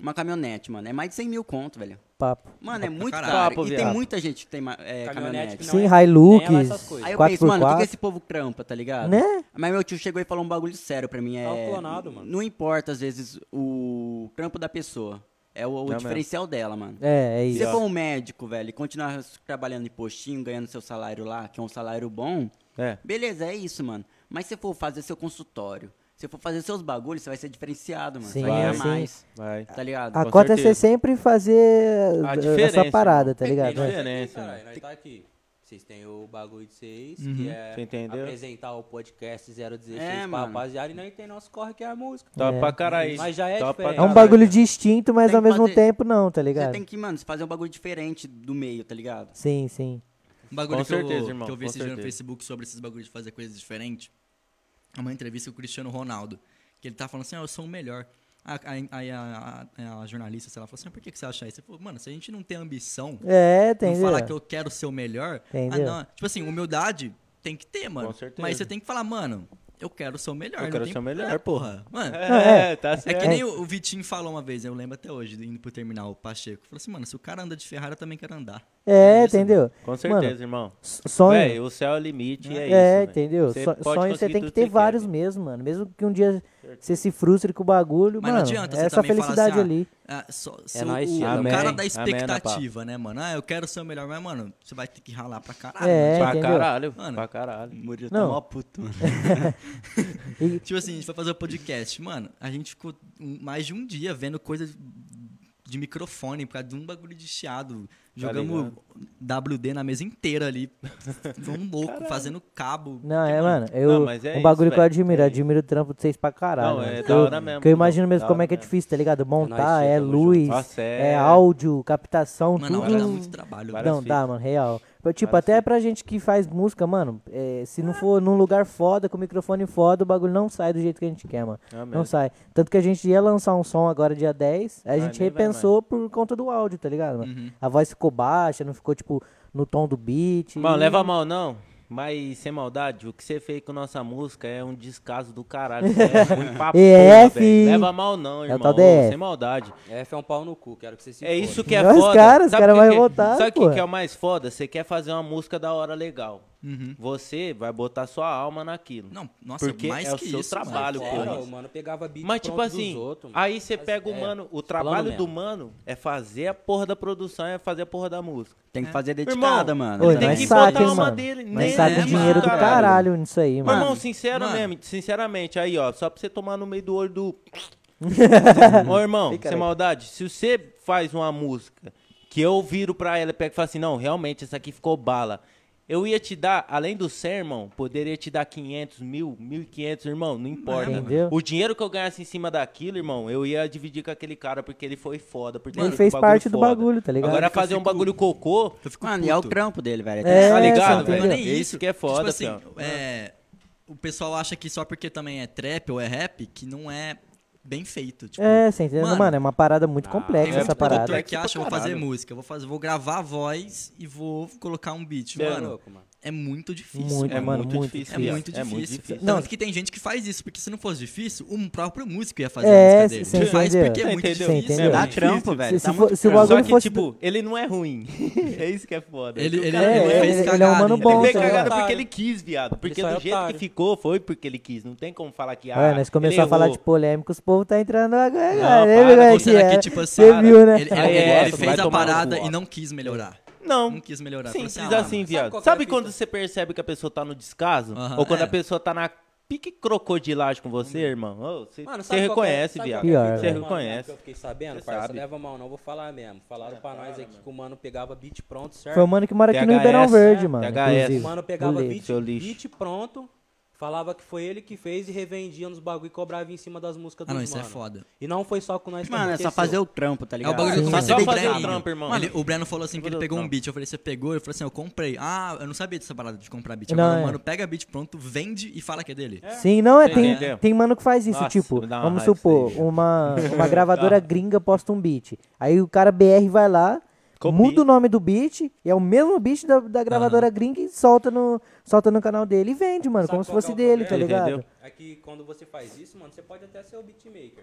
[SPEAKER 6] uma caminhonete, mano, é mais de 100 mil conto, velho.
[SPEAKER 3] Papo.
[SPEAKER 6] Mano, é
[SPEAKER 1] pra
[SPEAKER 6] muito
[SPEAKER 1] caralho.
[SPEAKER 6] caro.
[SPEAKER 4] Papo,
[SPEAKER 6] e tem
[SPEAKER 4] viado.
[SPEAKER 6] muita gente que tem ma- é, caminhonete.
[SPEAKER 5] que não
[SPEAKER 3] Sim,
[SPEAKER 5] é-
[SPEAKER 3] Hilux.
[SPEAKER 5] nem é lá essas coisas.
[SPEAKER 6] Aí eu
[SPEAKER 3] 4x4.
[SPEAKER 6] penso, mano, por que esse povo trampa, tá ligado?
[SPEAKER 3] Né?
[SPEAKER 6] Mas meu tio chegou e falou um bagulho sério pra mim. É,
[SPEAKER 5] Calculado, mano.
[SPEAKER 6] Não importa, às vezes, o trampo da pessoa. É o, o
[SPEAKER 4] mesmo.
[SPEAKER 6] diferencial dela, mano.
[SPEAKER 3] É, é
[SPEAKER 6] Se você
[SPEAKER 3] isso.
[SPEAKER 6] for um médico, velho, e continuar trabalhando em postinho, ganhando seu salário lá, que é um salário bom,
[SPEAKER 4] É.
[SPEAKER 6] beleza, é isso, mano. Mas se você for fazer seu consultório, se você for fazer seus bagulhos, você vai ser diferenciado, mano. Você
[SPEAKER 3] Sim,
[SPEAKER 6] vai ganhar
[SPEAKER 3] sim.
[SPEAKER 6] mais,
[SPEAKER 4] Vai.
[SPEAKER 6] tá ligado?
[SPEAKER 3] A
[SPEAKER 4] com
[SPEAKER 3] cota é você
[SPEAKER 4] certeza.
[SPEAKER 3] sempre fazer
[SPEAKER 4] A
[SPEAKER 3] eh,
[SPEAKER 4] diferença,
[SPEAKER 3] essa parada, tá
[SPEAKER 4] irmão.
[SPEAKER 5] Tem
[SPEAKER 3] ligado?
[SPEAKER 5] nós
[SPEAKER 4] Tem
[SPEAKER 3] É.
[SPEAKER 5] aqui,
[SPEAKER 4] diferença,
[SPEAKER 5] caralho,
[SPEAKER 4] mano.
[SPEAKER 5] nós tá aqui. Vocês têm o bagulho de vocês, que é
[SPEAKER 4] Uhum. Você entendeu?
[SPEAKER 5] apresentar o podcast 016
[SPEAKER 6] É,
[SPEAKER 5] pra
[SPEAKER 6] mano.
[SPEAKER 5] rapaziada e nós tem nosso corre que é a música.
[SPEAKER 4] Top
[SPEAKER 3] É.
[SPEAKER 4] pra caralho.
[SPEAKER 5] Mas já é
[SPEAKER 4] Top pra
[SPEAKER 5] diferente.
[SPEAKER 3] É um
[SPEAKER 4] caralho.
[SPEAKER 3] bagulho distinto, mas
[SPEAKER 6] Tem
[SPEAKER 3] ao
[SPEAKER 6] que
[SPEAKER 3] mesmo
[SPEAKER 6] fazer-
[SPEAKER 3] tempo não, tá
[SPEAKER 6] Você
[SPEAKER 3] ligado?
[SPEAKER 6] tem que, mano, fazer um bagulho diferente do meio, tá ligado?
[SPEAKER 3] Sim, sim.
[SPEAKER 1] Um bagulho
[SPEAKER 4] Com
[SPEAKER 1] que, eu-
[SPEAKER 4] certeza,
[SPEAKER 1] que
[SPEAKER 4] irmão,
[SPEAKER 1] eu vi
[SPEAKER 4] com
[SPEAKER 1] esse dia no
[SPEAKER 4] certeza.
[SPEAKER 1] Facebook sobre esses bagulhos de fazer coisas diferentes. É uma entrevista com o Cristiano Ronaldo. Que ele tá falando assim, ah, eu sou o melhor. Ah, Aí aí a, a- a jornalista, sei lá, falou assim, "Ah, por que, que você acha isso? Ele falou, mano, se a gente não tem ambição,
[SPEAKER 3] É, tem.
[SPEAKER 1] não falar que eu quero ser o melhor, ah,
[SPEAKER 3] Entendeu?
[SPEAKER 1] não. Tipo assim, humildade tem que ter, mano.
[SPEAKER 4] Com certeza.
[SPEAKER 1] Mas você tem que falar, mano, eu quero ser o melhor.
[SPEAKER 4] Eu
[SPEAKER 1] não
[SPEAKER 4] quero
[SPEAKER 1] tem-
[SPEAKER 4] ser o melhor,
[SPEAKER 1] É, porra. Mano,
[SPEAKER 4] É, tá
[SPEAKER 1] é
[SPEAKER 4] certo.
[SPEAKER 1] que nem o o Vitinho falou uma vez, eu lembro até hoje, indo pro terminal, o Pacheco. Falou assim, mano, se o cara anda de Ferrari, eu também quero andar.
[SPEAKER 3] É,
[SPEAKER 1] isso,
[SPEAKER 3] entendeu?
[SPEAKER 4] né? Com
[SPEAKER 3] Mano,
[SPEAKER 4] certeza, irmão.
[SPEAKER 3] s- sonho.
[SPEAKER 4] Véi, o céu é o limite, é, isso.
[SPEAKER 3] É,
[SPEAKER 4] véi.
[SPEAKER 3] entendeu?
[SPEAKER 4] Você
[SPEAKER 3] So-
[SPEAKER 4] pode
[SPEAKER 3] sonho você
[SPEAKER 4] conseguir
[SPEAKER 3] tem que
[SPEAKER 4] tudo
[SPEAKER 3] ter
[SPEAKER 4] você
[SPEAKER 3] vários
[SPEAKER 4] quer.
[SPEAKER 3] mesmo, mano. Mesmo que um dia você se frustre com o bagulho,
[SPEAKER 1] Mas
[SPEAKER 3] mano,
[SPEAKER 1] não adianta
[SPEAKER 3] é
[SPEAKER 1] você
[SPEAKER 3] essa
[SPEAKER 1] também falar assim,
[SPEAKER 3] felicidade
[SPEAKER 1] ah,
[SPEAKER 3] ali.
[SPEAKER 1] ah, só,
[SPEAKER 5] É
[SPEAKER 1] só
[SPEAKER 5] nóis,
[SPEAKER 1] o, o
[SPEAKER 5] tio.
[SPEAKER 1] cara
[SPEAKER 4] Amém.
[SPEAKER 1] da
[SPEAKER 4] Amém,
[SPEAKER 1] expectativa, né, mano? Ah, eu quero ser o melhor, mas, mano, você vai ter que ralar pra caralho.
[SPEAKER 3] É,
[SPEAKER 1] né?
[SPEAKER 4] Pra
[SPEAKER 3] entendeu?
[SPEAKER 4] caralho,
[SPEAKER 1] Mano.
[SPEAKER 4] pra caralho.
[SPEAKER 6] Murilo
[SPEAKER 3] Não.
[SPEAKER 6] tá mó puto, mano.
[SPEAKER 3] E-
[SPEAKER 1] Tipo assim, a gente foi fazer o podcast, mano, a gente ficou um- mais de um dia vendo coisa de microfone por causa de um bagulho de
[SPEAKER 4] Tá
[SPEAKER 1] chiado. Jogamos WD na mesa inteira ali. Foi um louco, fazendo cabo.
[SPEAKER 3] Não,
[SPEAKER 1] Porque,
[SPEAKER 3] é, mano. Eu,
[SPEAKER 4] Não, mas é
[SPEAKER 3] um bagulho
[SPEAKER 4] isso,
[SPEAKER 3] que eu
[SPEAKER 4] véi.
[SPEAKER 3] admiro.
[SPEAKER 4] É
[SPEAKER 3] admiro o trampo de vocês pra caralho.
[SPEAKER 4] Não, é
[SPEAKER 3] mano.
[SPEAKER 4] da
[SPEAKER 3] Que eu-
[SPEAKER 4] hora mesmo,
[SPEAKER 3] Que eu imagino
[SPEAKER 4] Bruno,
[SPEAKER 3] mesmo
[SPEAKER 4] da
[SPEAKER 3] como é
[SPEAKER 4] hora
[SPEAKER 3] que é
[SPEAKER 4] mesmo.
[SPEAKER 3] difícil, tá ligado? Montar, é,
[SPEAKER 5] tio,
[SPEAKER 4] tá
[SPEAKER 5] tamo junto.
[SPEAKER 3] luz,
[SPEAKER 4] Nossa,
[SPEAKER 3] é...
[SPEAKER 4] é-
[SPEAKER 3] áudio, captação,
[SPEAKER 1] Mano,
[SPEAKER 3] tudo.
[SPEAKER 1] dá muito trabalho.
[SPEAKER 4] Várias
[SPEAKER 3] Não, dá,
[SPEAKER 4] fitas.
[SPEAKER 3] mano, real. Eu, Tipo,
[SPEAKER 4] Várias
[SPEAKER 3] até pra gente que faz música, mano, é, se não for num lugar foda, com microfone foda, o bagulho não sai do jeito que a gente quer, mano.
[SPEAKER 4] É
[SPEAKER 3] Não
[SPEAKER 4] mesmo.
[SPEAKER 3] sai. Tanto que a gente ia lançar um som agora dia 10, a
[SPEAKER 4] Ah,
[SPEAKER 3] gente
[SPEAKER 4] nem vai
[SPEAKER 3] repensou por conta do áudio, tá ligado, mano?
[SPEAKER 4] Uhum.
[SPEAKER 3] A voz ficou baixa, não ficou, tipo, no tom do beat.
[SPEAKER 4] Mano, leva mal não. Mas sem maldade, o que você fez com nossa música é um descaso do caralho. É ruim pra
[SPEAKER 3] É,
[SPEAKER 4] porra, velho.
[SPEAKER 3] fi.
[SPEAKER 4] Leva mal não,
[SPEAKER 3] É o
[SPEAKER 4] irmão.
[SPEAKER 3] tal DF.
[SPEAKER 4] Sem maldade.
[SPEAKER 5] F é um pau no cu, quero que vocês se
[SPEAKER 4] É isso que é
[SPEAKER 3] Olha os
[SPEAKER 4] foda.
[SPEAKER 3] caras, os
[SPEAKER 4] Sabe
[SPEAKER 3] caras
[SPEAKER 4] o que
[SPEAKER 3] vai
[SPEAKER 4] que-
[SPEAKER 3] votar,
[SPEAKER 4] Sabe o que
[SPEAKER 3] porra.
[SPEAKER 4] que é o mais foda? Você quer fazer uma música da hora legal. Você vai botar sua alma naquilo.
[SPEAKER 1] Não, nossa,
[SPEAKER 4] Porque
[SPEAKER 1] mais
[SPEAKER 4] é o
[SPEAKER 1] que
[SPEAKER 4] seu
[SPEAKER 1] isso,
[SPEAKER 4] trabalho,
[SPEAKER 1] mano.
[SPEAKER 4] pô.
[SPEAKER 5] Fora,
[SPEAKER 4] porra.
[SPEAKER 5] o mano pegava beat
[SPEAKER 4] Mas tipo
[SPEAKER 5] pronto dos
[SPEAKER 4] assim,
[SPEAKER 5] outros, mano.
[SPEAKER 4] aí você
[SPEAKER 5] Mas
[SPEAKER 4] pega o
[SPEAKER 5] é,
[SPEAKER 4] mano, o
[SPEAKER 5] falando
[SPEAKER 4] trabalho do
[SPEAKER 5] mesmo.
[SPEAKER 4] mano é fazer a porra da produção, é fazer a porra da música.
[SPEAKER 6] Tem que fazer
[SPEAKER 4] É. Irmão,
[SPEAKER 6] dedicada, mano.
[SPEAKER 3] Ô,
[SPEAKER 4] Ele tem
[SPEAKER 3] nós
[SPEAKER 4] que
[SPEAKER 3] saca,
[SPEAKER 4] botar
[SPEAKER 3] hein,
[SPEAKER 4] uma
[SPEAKER 3] mano.
[SPEAKER 4] dele
[SPEAKER 3] Nós
[SPEAKER 4] nele,
[SPEAKER 3] saca
[SPEAKER 1] né,
[SPEAKER 3] dinheiro do
[SPEAKER 1] mano?
[SPEAKER 3] caralho nisso aí,
[SPEAKER 4] Meu
[SPEAKER 3] mano.
[SPEAKER 4] irmão, sincero
[SPEAKER 1] mano.
[SPEAKER 4] mesmo, sinceramente, aí ó, só pra você tomar no meio do olho do. Ô irmão, sem maldade, se você faz uma música que eu viro pra ela e pego e falo assim, não, realmente, essa aqui ficou bala. Eu ia te dar, além do sermão, poderia te dar 500, mil, 1.500, irmão, não importa.
[SPEAKER 3] Entendeu?
[SPEAKER 4] O dinheiro que eu ganhasse em cima daquilo, irmão, eu ia dividir com aquele cara porque ele foi foda. Por ter
[SPEAKER 3] Ele
[SPEAKER 4] feito
[SPEAKER 3] fez
[SPEAKER 4] um
[SPEAKER 3] parte do
[SPEAKER 4] foda.
[SPEAKER 3] bagulho, tá ligado?
[SPEAKER 4] Agora fazer um bagulho cocô,
[SPEAKER 1] Eu fico
[SPEAKER 6] Mano, e é o
[SPEAKER 1] puto.
[SPEAKER 6] trampo dele, velho.
[SPEAKER 3] É,
[SPEAKER 4] tá
[SPEAKER 3] você
[SPEAKER 4] ligado,
[SPEAKER 1] Não
[SPEAKER 4] velho?
[SPEAKER 1] é
[SPEAKER 3] entendeu?
[SPEAKER 1] nem
[SPEAKER 4] Isso que é foda,
[SPEAKER 1] tipo assim,
[SPEAKER 4] fião.
[SPEAKER 1] é, O pessoal acha que só porque também é trap ou é rap, que não é bem feito. Tipo,
[SPEAKER 3] É, você entendeu?
[SPEAKER 1] mano,
[SPEAKER 3] Mano, é uma parada muito
[SPEAKER 5] Ah,
[SPEAKER 1] tem
[SPEAKER 3] complexa
[SPEAKER 1] muito
[SPEAKER 3] essa parada.
[SPEAKER 1] produtor
[SPEAKER 4] É tipo
[SPEAKER 1] que acha, eu vou fazer música, eu vou, fazer, vou gravar a voz e vou colocar um beat.
[SPEAKER 4] Cê é
[SPEAKER 5] É
[SPEAKER 1] Mano,
[SPEAKER 5] louco, mano.
[SPEAKER 1] é muito difícil.
[SPEAKER 3] Muito,
[SPEAKER 1] cara.
[SPEAKER 3] mano, muito
[SPEAKER 1] É
[SPEAKER 4] viado.
[SPEAKER 1] muito difícil.
[SPEAKER 3] Não.
[SPEAKER 1] Tanto que tem gente que faz isso, porque se não fosse difícil, o próprio músico ia fazer
[SPEAKER 3] É,
[SPEAKER 1] a música dele.
[SPEAKER 3] sim, sim,
[SPEAKER 1] faz
[SPEAKER 3] entendeu?
[SPEAKER 1] porque é
[SPEAKER 4] Você
[SPEAKER 1] muito
[SPEAKER 4] entendeu?
[SPEAKER 1] difícil.
[SPEAKER 3] Você entendeu?
[SPEAKER 1] mano.
[SPEAKER 6] Dá trampo, velho.
[SPEAKER 3] Se,
[SPEAKER 6] dá
[SPEAKER 3] for-
[SPEAKER 6] muito
[SPEAKER 3] se o
[SPEAKER 6] trampo.
[SPEAKER 3] bagulho
[SPEAKER 4] tá Só que,
[SPEAKER 3] fosse
[SPEAKER 4] tipo, ele não é ruim. é isso que é foda.
[SPEAKER 1] Ele, ele,
[SPEAKER 3] É,
[SPEAKER 1] ele
[SPEAKER 3] é,
[SPEAKER 1] fez
[SPEAKER 3] ele é um
[SPEAKER 1] cagada,
[SPEAKER 3] mano
[SPEAKER 1] ele
[SPEAKER 3] bom,
[SPEAKER 4] ele fez
[SPEAKER 3] tá
[SPEAKER 4] cagada
[SPEAKER 5] ligado?
[SPEAKER 4] porque ele quis, viado. Porque
[SPEAKER 5] Ele só é
[SPEAKER 4] do jeito
[SPEAKER 5] otário.
[SPEAKER 4] que ficou, foi porque ele quis. Não tem como falar que.
[SPEAKER 3] Ué,
[SPEAKER 4] Ah,
[SPEAKER 3] nós
[SPEAKER 4] ele
[SPEAKER 3] começamos a falar
[SPEAKER 4] errou.
[SPEAKER 3] de polêmica, os povos tá entrando agora. cara,
[SPEAKER 4] para,
[SPEAKER 3] né, velho,
[SPEAKER 4] pô,
[SPEAKER 3] que
[SPEAKER 1] será que,
[SPEAKER 3] é.
[SPEAKER 1] tipo assim,
[SPEAKER 3] Você viu, né?
[SPEAKER 1] Ele,
[SPEAKER 4] Ah,
[SPEAKER 1] ele-
[SPEAKER 4] é,
[SPEAKER 1] ele
[SPEAKER 4] vai
[SPEAKER 1] fez a
[SPEAKER 4] tomar no
[SPEAKER 1] parada
[SPEAKER 4] cu,
[SPEAKER 1] e não quis melhorar. Não
[SPEAKER 4] Não.
[SPEAKER 1] quis melhorar. Falou
[SPEAKER 4] Simples
[SPEAKER 1] ah,
[SPEAKER 4] assim,
[SPEAKER 1] mano,
[SPEAKER 4] viado.
[SPEAKER 5] qual
[SPEAKER 4] Sabe,
[SPEAKER 5] que é a fita?
[SPEAKER 4] quando você percebe que a pessoa tá no descaso?
[SPEAKER 1] Aham,
[SPEAKER 4] Ou quando
[SPEAKER 1] é.
[SPEAKER 4] a pessoa tá na pique crocodilagem com você, irmão. Ô, Você
[SPEAKER 5] Mano,
[SPEAKER 4] você
[SPEAKER 5] sabe qual que é-
[SPEAKER 4] reconhece,
[SPEAKER 5] sabe
[SPEAKER 4] viado.
[SPEAKER 5] qual que é a
[SPEAKER 3] Pior, né?
[SPEAKER 5] fita,
[SPEAKER 4] Você
[SPEAKER 5] mano? Sabe o que
[SPEAKER 4] reconhece.
[SPEAKER 5] Eu fiquei sabendo,
[SPEAKER 4] Você
[SPEAKER 5] parça.
[SPEAKER 4] sabe.
[SPEAKER 5] Leva mal, não vou falar mesmo. Falaram pra nós aqui que o mano pegava beat pronto, certo?
[SPEAKER 3] Foi o mano que mora aqui no
[SPEAKER 4] THS,
[SPEAKER 3] Ribeirão Verde, mano.
[SPEAKER 4] THS.
[SPEAKER 3] inclusive.
[SPEAKER 5] O mano pegava
[SPEAKER 3] Boleto.
[SPEAKER 5] beat,
[SPEAKER 4] Seu um lixo.
[SPEAKER 5] beat pronto, falava que foi ele que fez e revendia nos bagulho e cobrava em cima das músicas dos
[SPEAKER 1] Ah, não,
[SPEAKER 5] manos.
[SPEAKER 1] isso é foda.
[SPEAKER 5] E não foi só com nós que
[SPEAKER 6] Mano, é só
[SPEAKER 5] aconteceu.
[SPEAKER 6] fazer o trampo,
[SPEAKER 1] É
[SPEAKER 6] tá
[SPEAKER 1] o
[SPEAKER 6] ligado?
[SPEAKER 1] bagulho que eu
[SPEAKER 3] Sim.
[SPEAKER 1] comecei
[SPEAKER 4] Só
[SPEAKER 1] do
[SPEAKER 4] fazer o
[SPEAKER 1] Breno.
[SPEAKER 4] trampo, irmão.
[SPEAKER 1] Ele- o Breno falou assim que
[SPEAKER 4] Fazer
[SPEAKER 1] ele
[SPEAKER 4] o
[SPEAKER 1] pegou um
[SPEAKER 4] trampo.
[SPEAKER 1] beat. Eu falei, você pegou? Ele falou assim, eu comprei. Ah, eu não sabia dessa parada de comprar beat.
[SPEAKER 3] Não,
[SPEAKER 1] Agora,
[SPEAKER 3] é.
[SPEAKER 1] mano, pega beat pronto, vende e fala que é dele.
[SPEAKER 3] Sim, não, é, tem,
[SPEAKER 4] Entendeu?
[SPEAKER 3] tem mano que faz isso,
[SPEAKER 4] Nossa,
[SPEAKER 3] tipo,
[SPEAKER 4] me dá uma
[SPEAKER 3] vamos
[SPEAKER 4] raiva
[SPEAKER 3] supor,
[SPEAKER 4] isso aí,
[SPEAKER 3] uma, uma gravadora gringa posta um beat. Aí o cara BR vai lá,
[SPEAKER 4] Copia.
[SPEAKER 3] muda o nome do beat, e é o mesmo beat da, da gravadora gringa e solta no, solta no canal dele e vende, mano,
[SPEAKER 5] Sabe
[SPEAKER 3] como se
[SPEAKER 5] qual que
[SPEAKER 3] fosse
[SPEAKER 5] é o
[SPEAKER 3] dele, tá
[SPEAKER 5] problema?
[SPEAKER 3] ligado?
[SPEAKER 4] Entendeu?
[SPEAKER 5] É que quando você faz isso, mano, você pode até ser o beatmaker.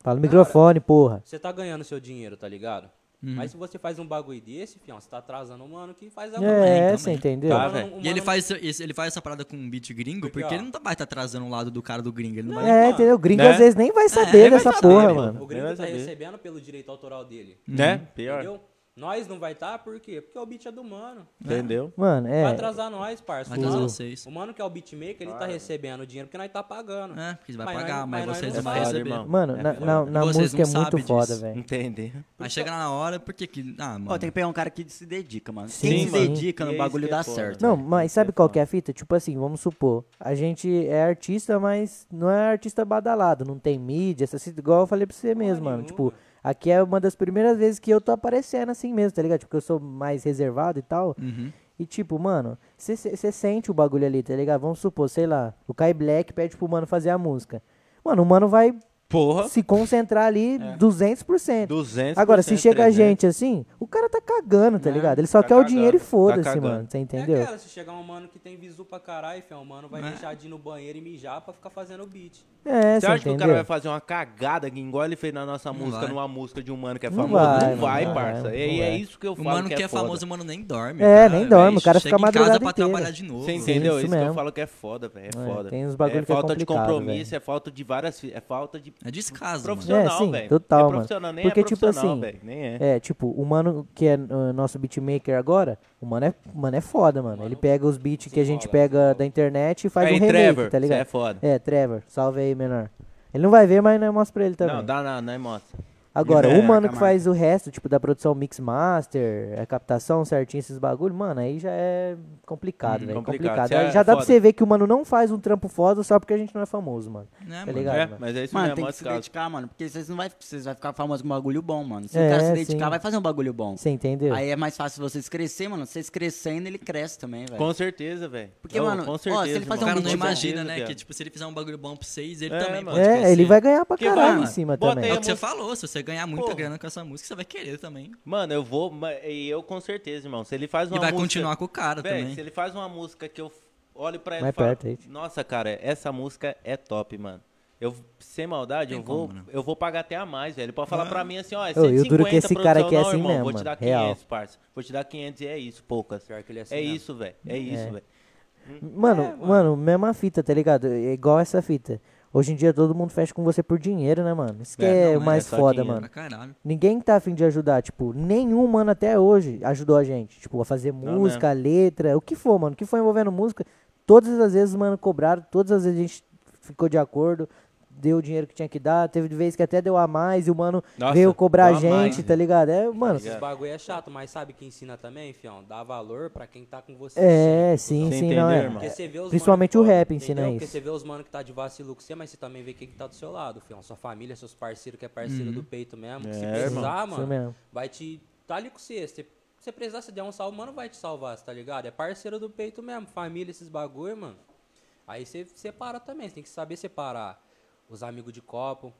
[SPEAKER 3] Fala no microfone, porra.
[SPEAKER 5] Você tá ganhando seu dinheiro, tá ligado? Mas se você faz um bagulho desse, fião, você tá atrasando o mano que faz a
[SPEAKER 3] É,
[SPEAKER 1] também.
[SPEAKER 3] você entendeu?
[SPEAKER 4] Tá,
[SPEAKER 5] mano-
[SPEAKER 4] velho.
[SPEAKER 5] o
[SPEAKER 1] E ele
[SPEAKER 5] mano-
[SPEAKER 1] faz, esse- esse- ele faz essa parada com um beat gringo
[SPEAKER 5] Porque,
[SPEAKER 1] porque
[SPEAKER 5] ó.
[SPEAKER 1] ele não tá mais tá atrasando o lado do cara do gringo. Ele não vai...
[SPEAKER 3] É, entendeu? O gringo
[SPEAKER 4] Né?
[SPEAKER 3] às vezes nem vai saber
[SPEAKER 1] nem vai
[SPEAKER 3] dessa
[SPEAKER 1] saber,
[SPEAKER 3] porra,
[SPEAKER 1] pô.
[SPEAKER 3] mano.
[SPEAKER 5] O gringo
[SPEAKER 4] Vai
[SPEAKER 5] tá
[SPEAKER 4] saber.
[SPEAKER 5] recebendo pelo direito autoral dele.
[SPEAKER 4] Né? Pior.
[SPEAKER 5] é? Entendeu? Nós não vai tá, por quê? Porque o beat é do mano.
[SPEAKER 4] Entendeu?
[SPEAKER 3] Mano,
[SPEAKER 5] Vai
[SPEAKER 3] é.
[SPEAKER 5] atrasar nós, parça.
[SPEAKER 1] Vai
[SPEAKER 5] O
[SPEAKER 1] atrasar
[SPEAKER 5] mano-
[SPEAKER 1] vocês.
[SPEAKER 5] O mano que é o beatmaker, ele tá recebendo o dinheiro porque nós tá pagando.
[SPEAKER 1] É, porque você vai
[SPEAKER 5] Mas
[SPEAKER 1] pagar,
[SPEAKER 5] nós-
[SPEAKER 1] mas,
[SPEAKER 5] mas
[SPEAKER 1] vocês
[SPEAKER 5] nós
[SPEAKER 1] não
[SPEAKER 5] não
[SPEAKER 1] vão
[SPEAKER 5] sabe,
[SPEAKER 1] receber.
[SPEAKER 4] irmão.
[SPEAKER 3] Mano, na, na, na
[SPEAKER 1] Vocês não
[SPEAKER 3] música é muito
[SPEAKER 1] sabem
[SPEAKER 3] foda,
[SPEAKER 1] disso.
[SPEAKER 3] velho.
[SPEAKER 4] Entendeu?
[SPEAKER 1] Aí chega lá na hora, porque que... Ah, mano.
[SPEAKER 6] Ó, tem que pegar um cara que se dedica, mano.
[SPEAKER 3] Sim,
[SPEAKER 6] Quem se
[SPEAKER 3] mano.
[SPEAKER 6] dedica
[SPEAKER 4] E é
[SPEAKER 6] no
[SPEAKER 4] isso
[SPEAKER 6] bagulho
[SPEAKER 4] que é
[SPEAKER 6] dá
[SPEAKER 4] foda.
[SPEAKER 6] certo. né?
[SPEAKER 3] Não, mas sabe qual que é a fita? Tipo assim, vamos supor, a gente é artista, mas não é artista badalado, não tem mídia, essas coisas, igual eu falei pra você mesmo, mano. Tipo, aqui é uma das primeiras vezes que eu tô aparecendo assim mesmo, tá ligado? Porque eu sou mais reservado e tal.
[SPEAKER 4] Uhum.
[SPEAKER 3] E tipo, mano, você sente o bagulho ali, tá ligado? Vamos supor, sei lá, o Kai Black pede pro mano fazer a música. Mano, o mano vai
[SPEAKER 4] Porra. É.
[SPEAKER 3] se concentrar ali 200%.
[SPEAKER 4] 200%,
[SPEAKER 3] Agora, se chega a
[SPEAKER 4] 300.
[SPEAKER 3] gente assim, o cara tá cagando, tá ligado? Ele só
[SPEAKER 4] né? tá
[SPEAKER 3] quer o dinheiro e
[SPEAKER 4] cagando, tá
[SPEAKER 3] foda-se,
[SPEAKER 4] cagando.
[SPEAKER 3] mano. Você
[SPEAKER 5] É
[SPEAKER 3] entendeu?
[SPEAKER 5] aquela, se chegar um mano que tem visu pra caralho, fião, o mano vai deixar de ir no banheiro e mijar pra ficar fazendo o beat.
[SPEAKER 3] É,
[SPEAKER 4] Você
[SPEAKER 3] você
[SPEAKER 4] acha que o cara
[SPEAKER 3] entendeu? É,
[SPEAKER 4] vai fazer uma cagada que igual ele fez na nossa música,
[SPEAKER 1] vai.
[SPEAKER 4] numa música de um mano que é
[SPEAKER 3] Não
[SPEAKER 4] famoso?
[SPEAKER 3] vai,
[SPEAKER 4] Não
[SPEAKER 3] não
[SPEAKER 4] vai,
[SPEAKER 3] vai,
[SPEAKER 4] parça.
[SPEAKER 3] não
[SPEAKER 4] E
[SPEAKER 3] vai.
[SPEAKER 4] é isso que eu
[SPEAKER 1] O
[SPEAKER 4] falo.
[SPEAKER 1] mano que
[SPEAKER 4] que
[SPEAKER 1] é
[SPEAKER 4] foda.
[SPEAKER 1] famoso, o mano, nem dorme.
[SPEAKER 3] É,
[SPEAKER 1] cara,
[SPEAKER 3] nem
[SPEAKER 1] velho.
[SPEAKER 3] dorme, o cara
[SPEAKER 1] Chega
[SPEAKER 3] fica a
[SPEAKER 1] em casa
[SPEAKER 3] madrugada
[SPEAKER 1] pra
[SPEAKER 3] inteira.
[SPEAKER 1] trabalhar de novo.
[SPEAKER 4] Você entendeu?
[SPEAKER 3] isso
[SPEAKER 4] isso que eu
[SPEAKER 3] mesmo.
[SPEAKER 4] falo que é foda, velho. É foda.
[SPEAKER 3] tem uns bagulho
[SPEAKER 4] é
[SPEAKER 3] que é
[SPEAKER 4] falta de
[SPEAKER 3] complicado,
[SPEAKER 4] compromisso, é falta de várias. fi- É falta de.
[SPEAKER 1] É descaso, mano.
[SPEAKER 4] Profissional,
[SPEAKER 3] É, sim,
[SPEAKER 4] velho.
[SPEAKER 3] total,
[SPEAKER 4] é
[SPEAKER 3] mano.
[SPEAKER 4] profissional, nem
[SPEAKER 3] Porque,
[SPEAKER 4] é
[SPEAKER 3] tipo
[SPEAKER 4] profissional,
[SPEAKER 3] assim,
[SPEAKER 4] velho. Nem é.
[SPEAKER 3] É, tipo, o mano que é uh, nosso beatmaker agora, o mano é, o mano é foda, mano. Ele pega os beats que a gente pega da internet e faz
[SPEAKER 4] Aí,
[SPEAKER 3] um remake,
[SPEAKER 4] Trevor,
[SPEAKER 3] tá ligado?
[SPEAKER 4] cê é foda.
[SPEAKER 3] É, Trevor, salve aí, menor. Ele não vai ver, mas nós mostra pra ele também.
[SPEAKER 4] Não, dá nada, né, moça?
[SPEAKER 3] Agora,
[SPEAKER 4] É,
[SPEAKER 3] o mano que
[SPEAKER 6] Camargo.
[SPEAKER 3] faz o resto, tipo, da produção mix master, a captação certinho, esses bagulho, mano, aí já é complicado, velho.
[SPEAKER 4] complicado.
[SPEAKER 3] Complicado.
[SPEAKER 4] Cê é
[SPEAKER 3] Aí já dá pra
[SPEAKER 4] foda.
[SPEAKER 3] você ver que o mano não faz um trampo foda só porque a gente não é famoso, mano.
[SPEAKER 1] Né,
[SPEAKER 3] tá
[SPEAKER 1] mano?
[SPEAKER 3] ligado?
[SPEAKER 4] É,
[SPEAKER 3] mano?
[SPEAKER 4] mas é isso
[SPEAKER 6] Mano,
[SPEAKER 4] mesmo,
[SPEAKER 6] tem que
[SPEAKER 4] moça
[SPEAKER 6] se
[SPEAKER 4] caso.
[SPEAKER 6] dedicar, mano. Porque vocês não vai, vocês vai ficar famoso com um bagulho bom, mano. Se
[SPEAKER 3] É,
[SPEAKER 6] o cara se dedicar,
[SPEAKER 3] sim.
[SPEAKER 6] vai fazer um bagulho bom.
[SPEAKER 3] Você entendeu?
[SPEAKER 6] Aí é mais fácil vocês crescer, mano. Vocês crescendo, ele cresce também, velho.
[SPEAKER 4] Com certeza, velho.
[SPEAKER 6] Porque,
[SPEAKER 4] Não,
[SPEAKER 6] mano,
[SPEAKER 4] com
[SPEAKER 6] ó, se
[SPEAKER 4] certeza,
[SPEAKER 6] ele fazer
[SPEAKER 1] O
[SPEAKER 6] um
[SPEAKER 4] mano.
[SPEAKER 1] cara não
[SPEAKER 6] vídeo bom.
[SPEAKER 1] imagina, né?
[SPEAKER 4] Certeza,
[SPEAKER 1] Que, tipo, se ele fizer um bagulho bom pra vocês, ele
[SPEAKER 4] É,
[SPEAKER 1] também
[SPEAKER 4] mano.
[SPEAKER 1] pode
[SPEAKER 3] é,
[SPEAKER 1] crescer.
[SPEAKER 3] ele vai ganhar pra
[SPEAKER 4] Que vai,
[SPEAKER 3] caralho em
[SPEAKER 4] mano.
[SPEAKER 3] cima
[SPEAKER 4] Bota
[SPEAKER 3] também.
[SPEAKER 1] É o
[SPEAKER 4] Temos-
[SPEAKER 1] que você falou, se você ganhar muita
[SPEAKER 4] Porra.
[SPEAKER 1] grana com essa música, você vai querer também.
[SPEAKER 4] Mano, eu vou. ma- E eu com certeza, irmão. Se ele faz uma
[SPEAKER 1] E vai
[SPEAKER 4] música-
[SPEAKER 1] continuar com o cara
[SPEAKER 4] Véi,
[SPEAKER 1] também.
[SPEAKER 4] se ele faz uma música que eu f- olho pra ele
[SPEAKER 3] Mais
[SPEAKER 4] e falo,
[SPEAKER 3] perto aí, tio.
[SPEAKER 4] nossa, cara, essa música é top, mano. Eu, sem maldade,
[SPEAKER 1] Tem
[SPEAKER 4] eu vou,
[SPEAKER 1] como, né?
[SPEAKER 4] eu vou pagar até a mais, velho. Ele pode falar pra mim assim, ó, é
[SPEAKER 3] Ô,
[SPEAKER 4] 150,
[SPEAKER 3] e o duro que esse cara aqui é
[SPEAKER 4] produção, não,
[SPEAKER 3] assim
[SPEAKER 4] irmão,
[SPEAKER 3] mesmo,
[SPEAKER 4] vou te dar
[SPEAKER 3] mano, real.
[SPEAKER 4] 500, parça. Vou te dar 500 e é isso, poucas.
[SPEAKER 5] Pior que ele é assim
[SPEAKER 4] é
[SPEAKER 5] mesmo.
[SPEAKER 4] isso, velho. É isso, velho. É,
[SPEAKER 3] Mano, mano, mesma fita, tá ligado? É igual essa fita. Hoje em dia todo mundo fecha com você por dinheiro, né, mano? Isso que é,
[SPEAKER 4] não,
[SPEAKER 3] o
[SPEAKER 4] é
[SPEAKER 3] mais
[SPEAKER 4] só
[SPEAKER 3] foda,
[SPEAKER 4] dinheiro.
[SPEAKER 1] Pra
[SPEAKER 3] mano.
[SPEAKER 1] caralho.
[SPEAKER 3] Ninguém tá afim de ajudar, tipo, nenhum mano até hoje ajudou a gente. Tipo, a fazer música, a letra, o que for, mano. O que for envolvendo música, todas as vezes, mano, cobraram, todas as vezes a gente ficou de acordo, deu o dinheiro que tinha que dar. Teve vez que até deu a mais e o mano
[SPEAKER 4] Nossa,
[SPEAKER 3] veio cobrar a
[SPEAKER 4] deu a mais, né?
[SPEAKER 3] gente, tá ligado? É, mano.
[SPEAKER 5] Esses bagulho é chato, mas sabe que ensina também, fião? Dá valor pra quem tá com você.
[SPEAKER 3] É, sim,
[SPEAKER 4] Você
[SPEAKER 3] sim,
[SPEAKER 4] entendeu,
[SPEAKER 3] não é.
[SPEAKER 4] irmão?
[SPEAKER 5] Porque você vê os
[SPEAKER 3] Principalmente
[SPEAKER 5] mano
[SPEAKER 3] o rap
[SPEAKER 5] foda,
[SPEAKER 3] ensina
[SPEAKER 5] entendeu?
[SPEAKER 3] isso.
[SPEAKER 5] Porque você vê os mano que tá de vacilo com você, mas você também vê quem que tá do seu lado, filhão. Sua família, seus parceiros que é
[SPEAKER 4] Uhum.
[SPEAKER 5] parceiro do peito mesmo.
[SPEAKER 4] É,
[SPEAKER 5] que se precisar,
[SPEAKER 3] Isso
[SPEAKER 5] mano,
[SPEAKER 3] mesmo.
[SPEAKER 5] vai te... Tá ali com você. Se você precisar, se der um salve, mano, vai te salvar, cê tá ligado? É parceiro do peito mesmo. Família, esses bagulho, mano. Aí você separa também. Você tem que saber separar os amigos de copo,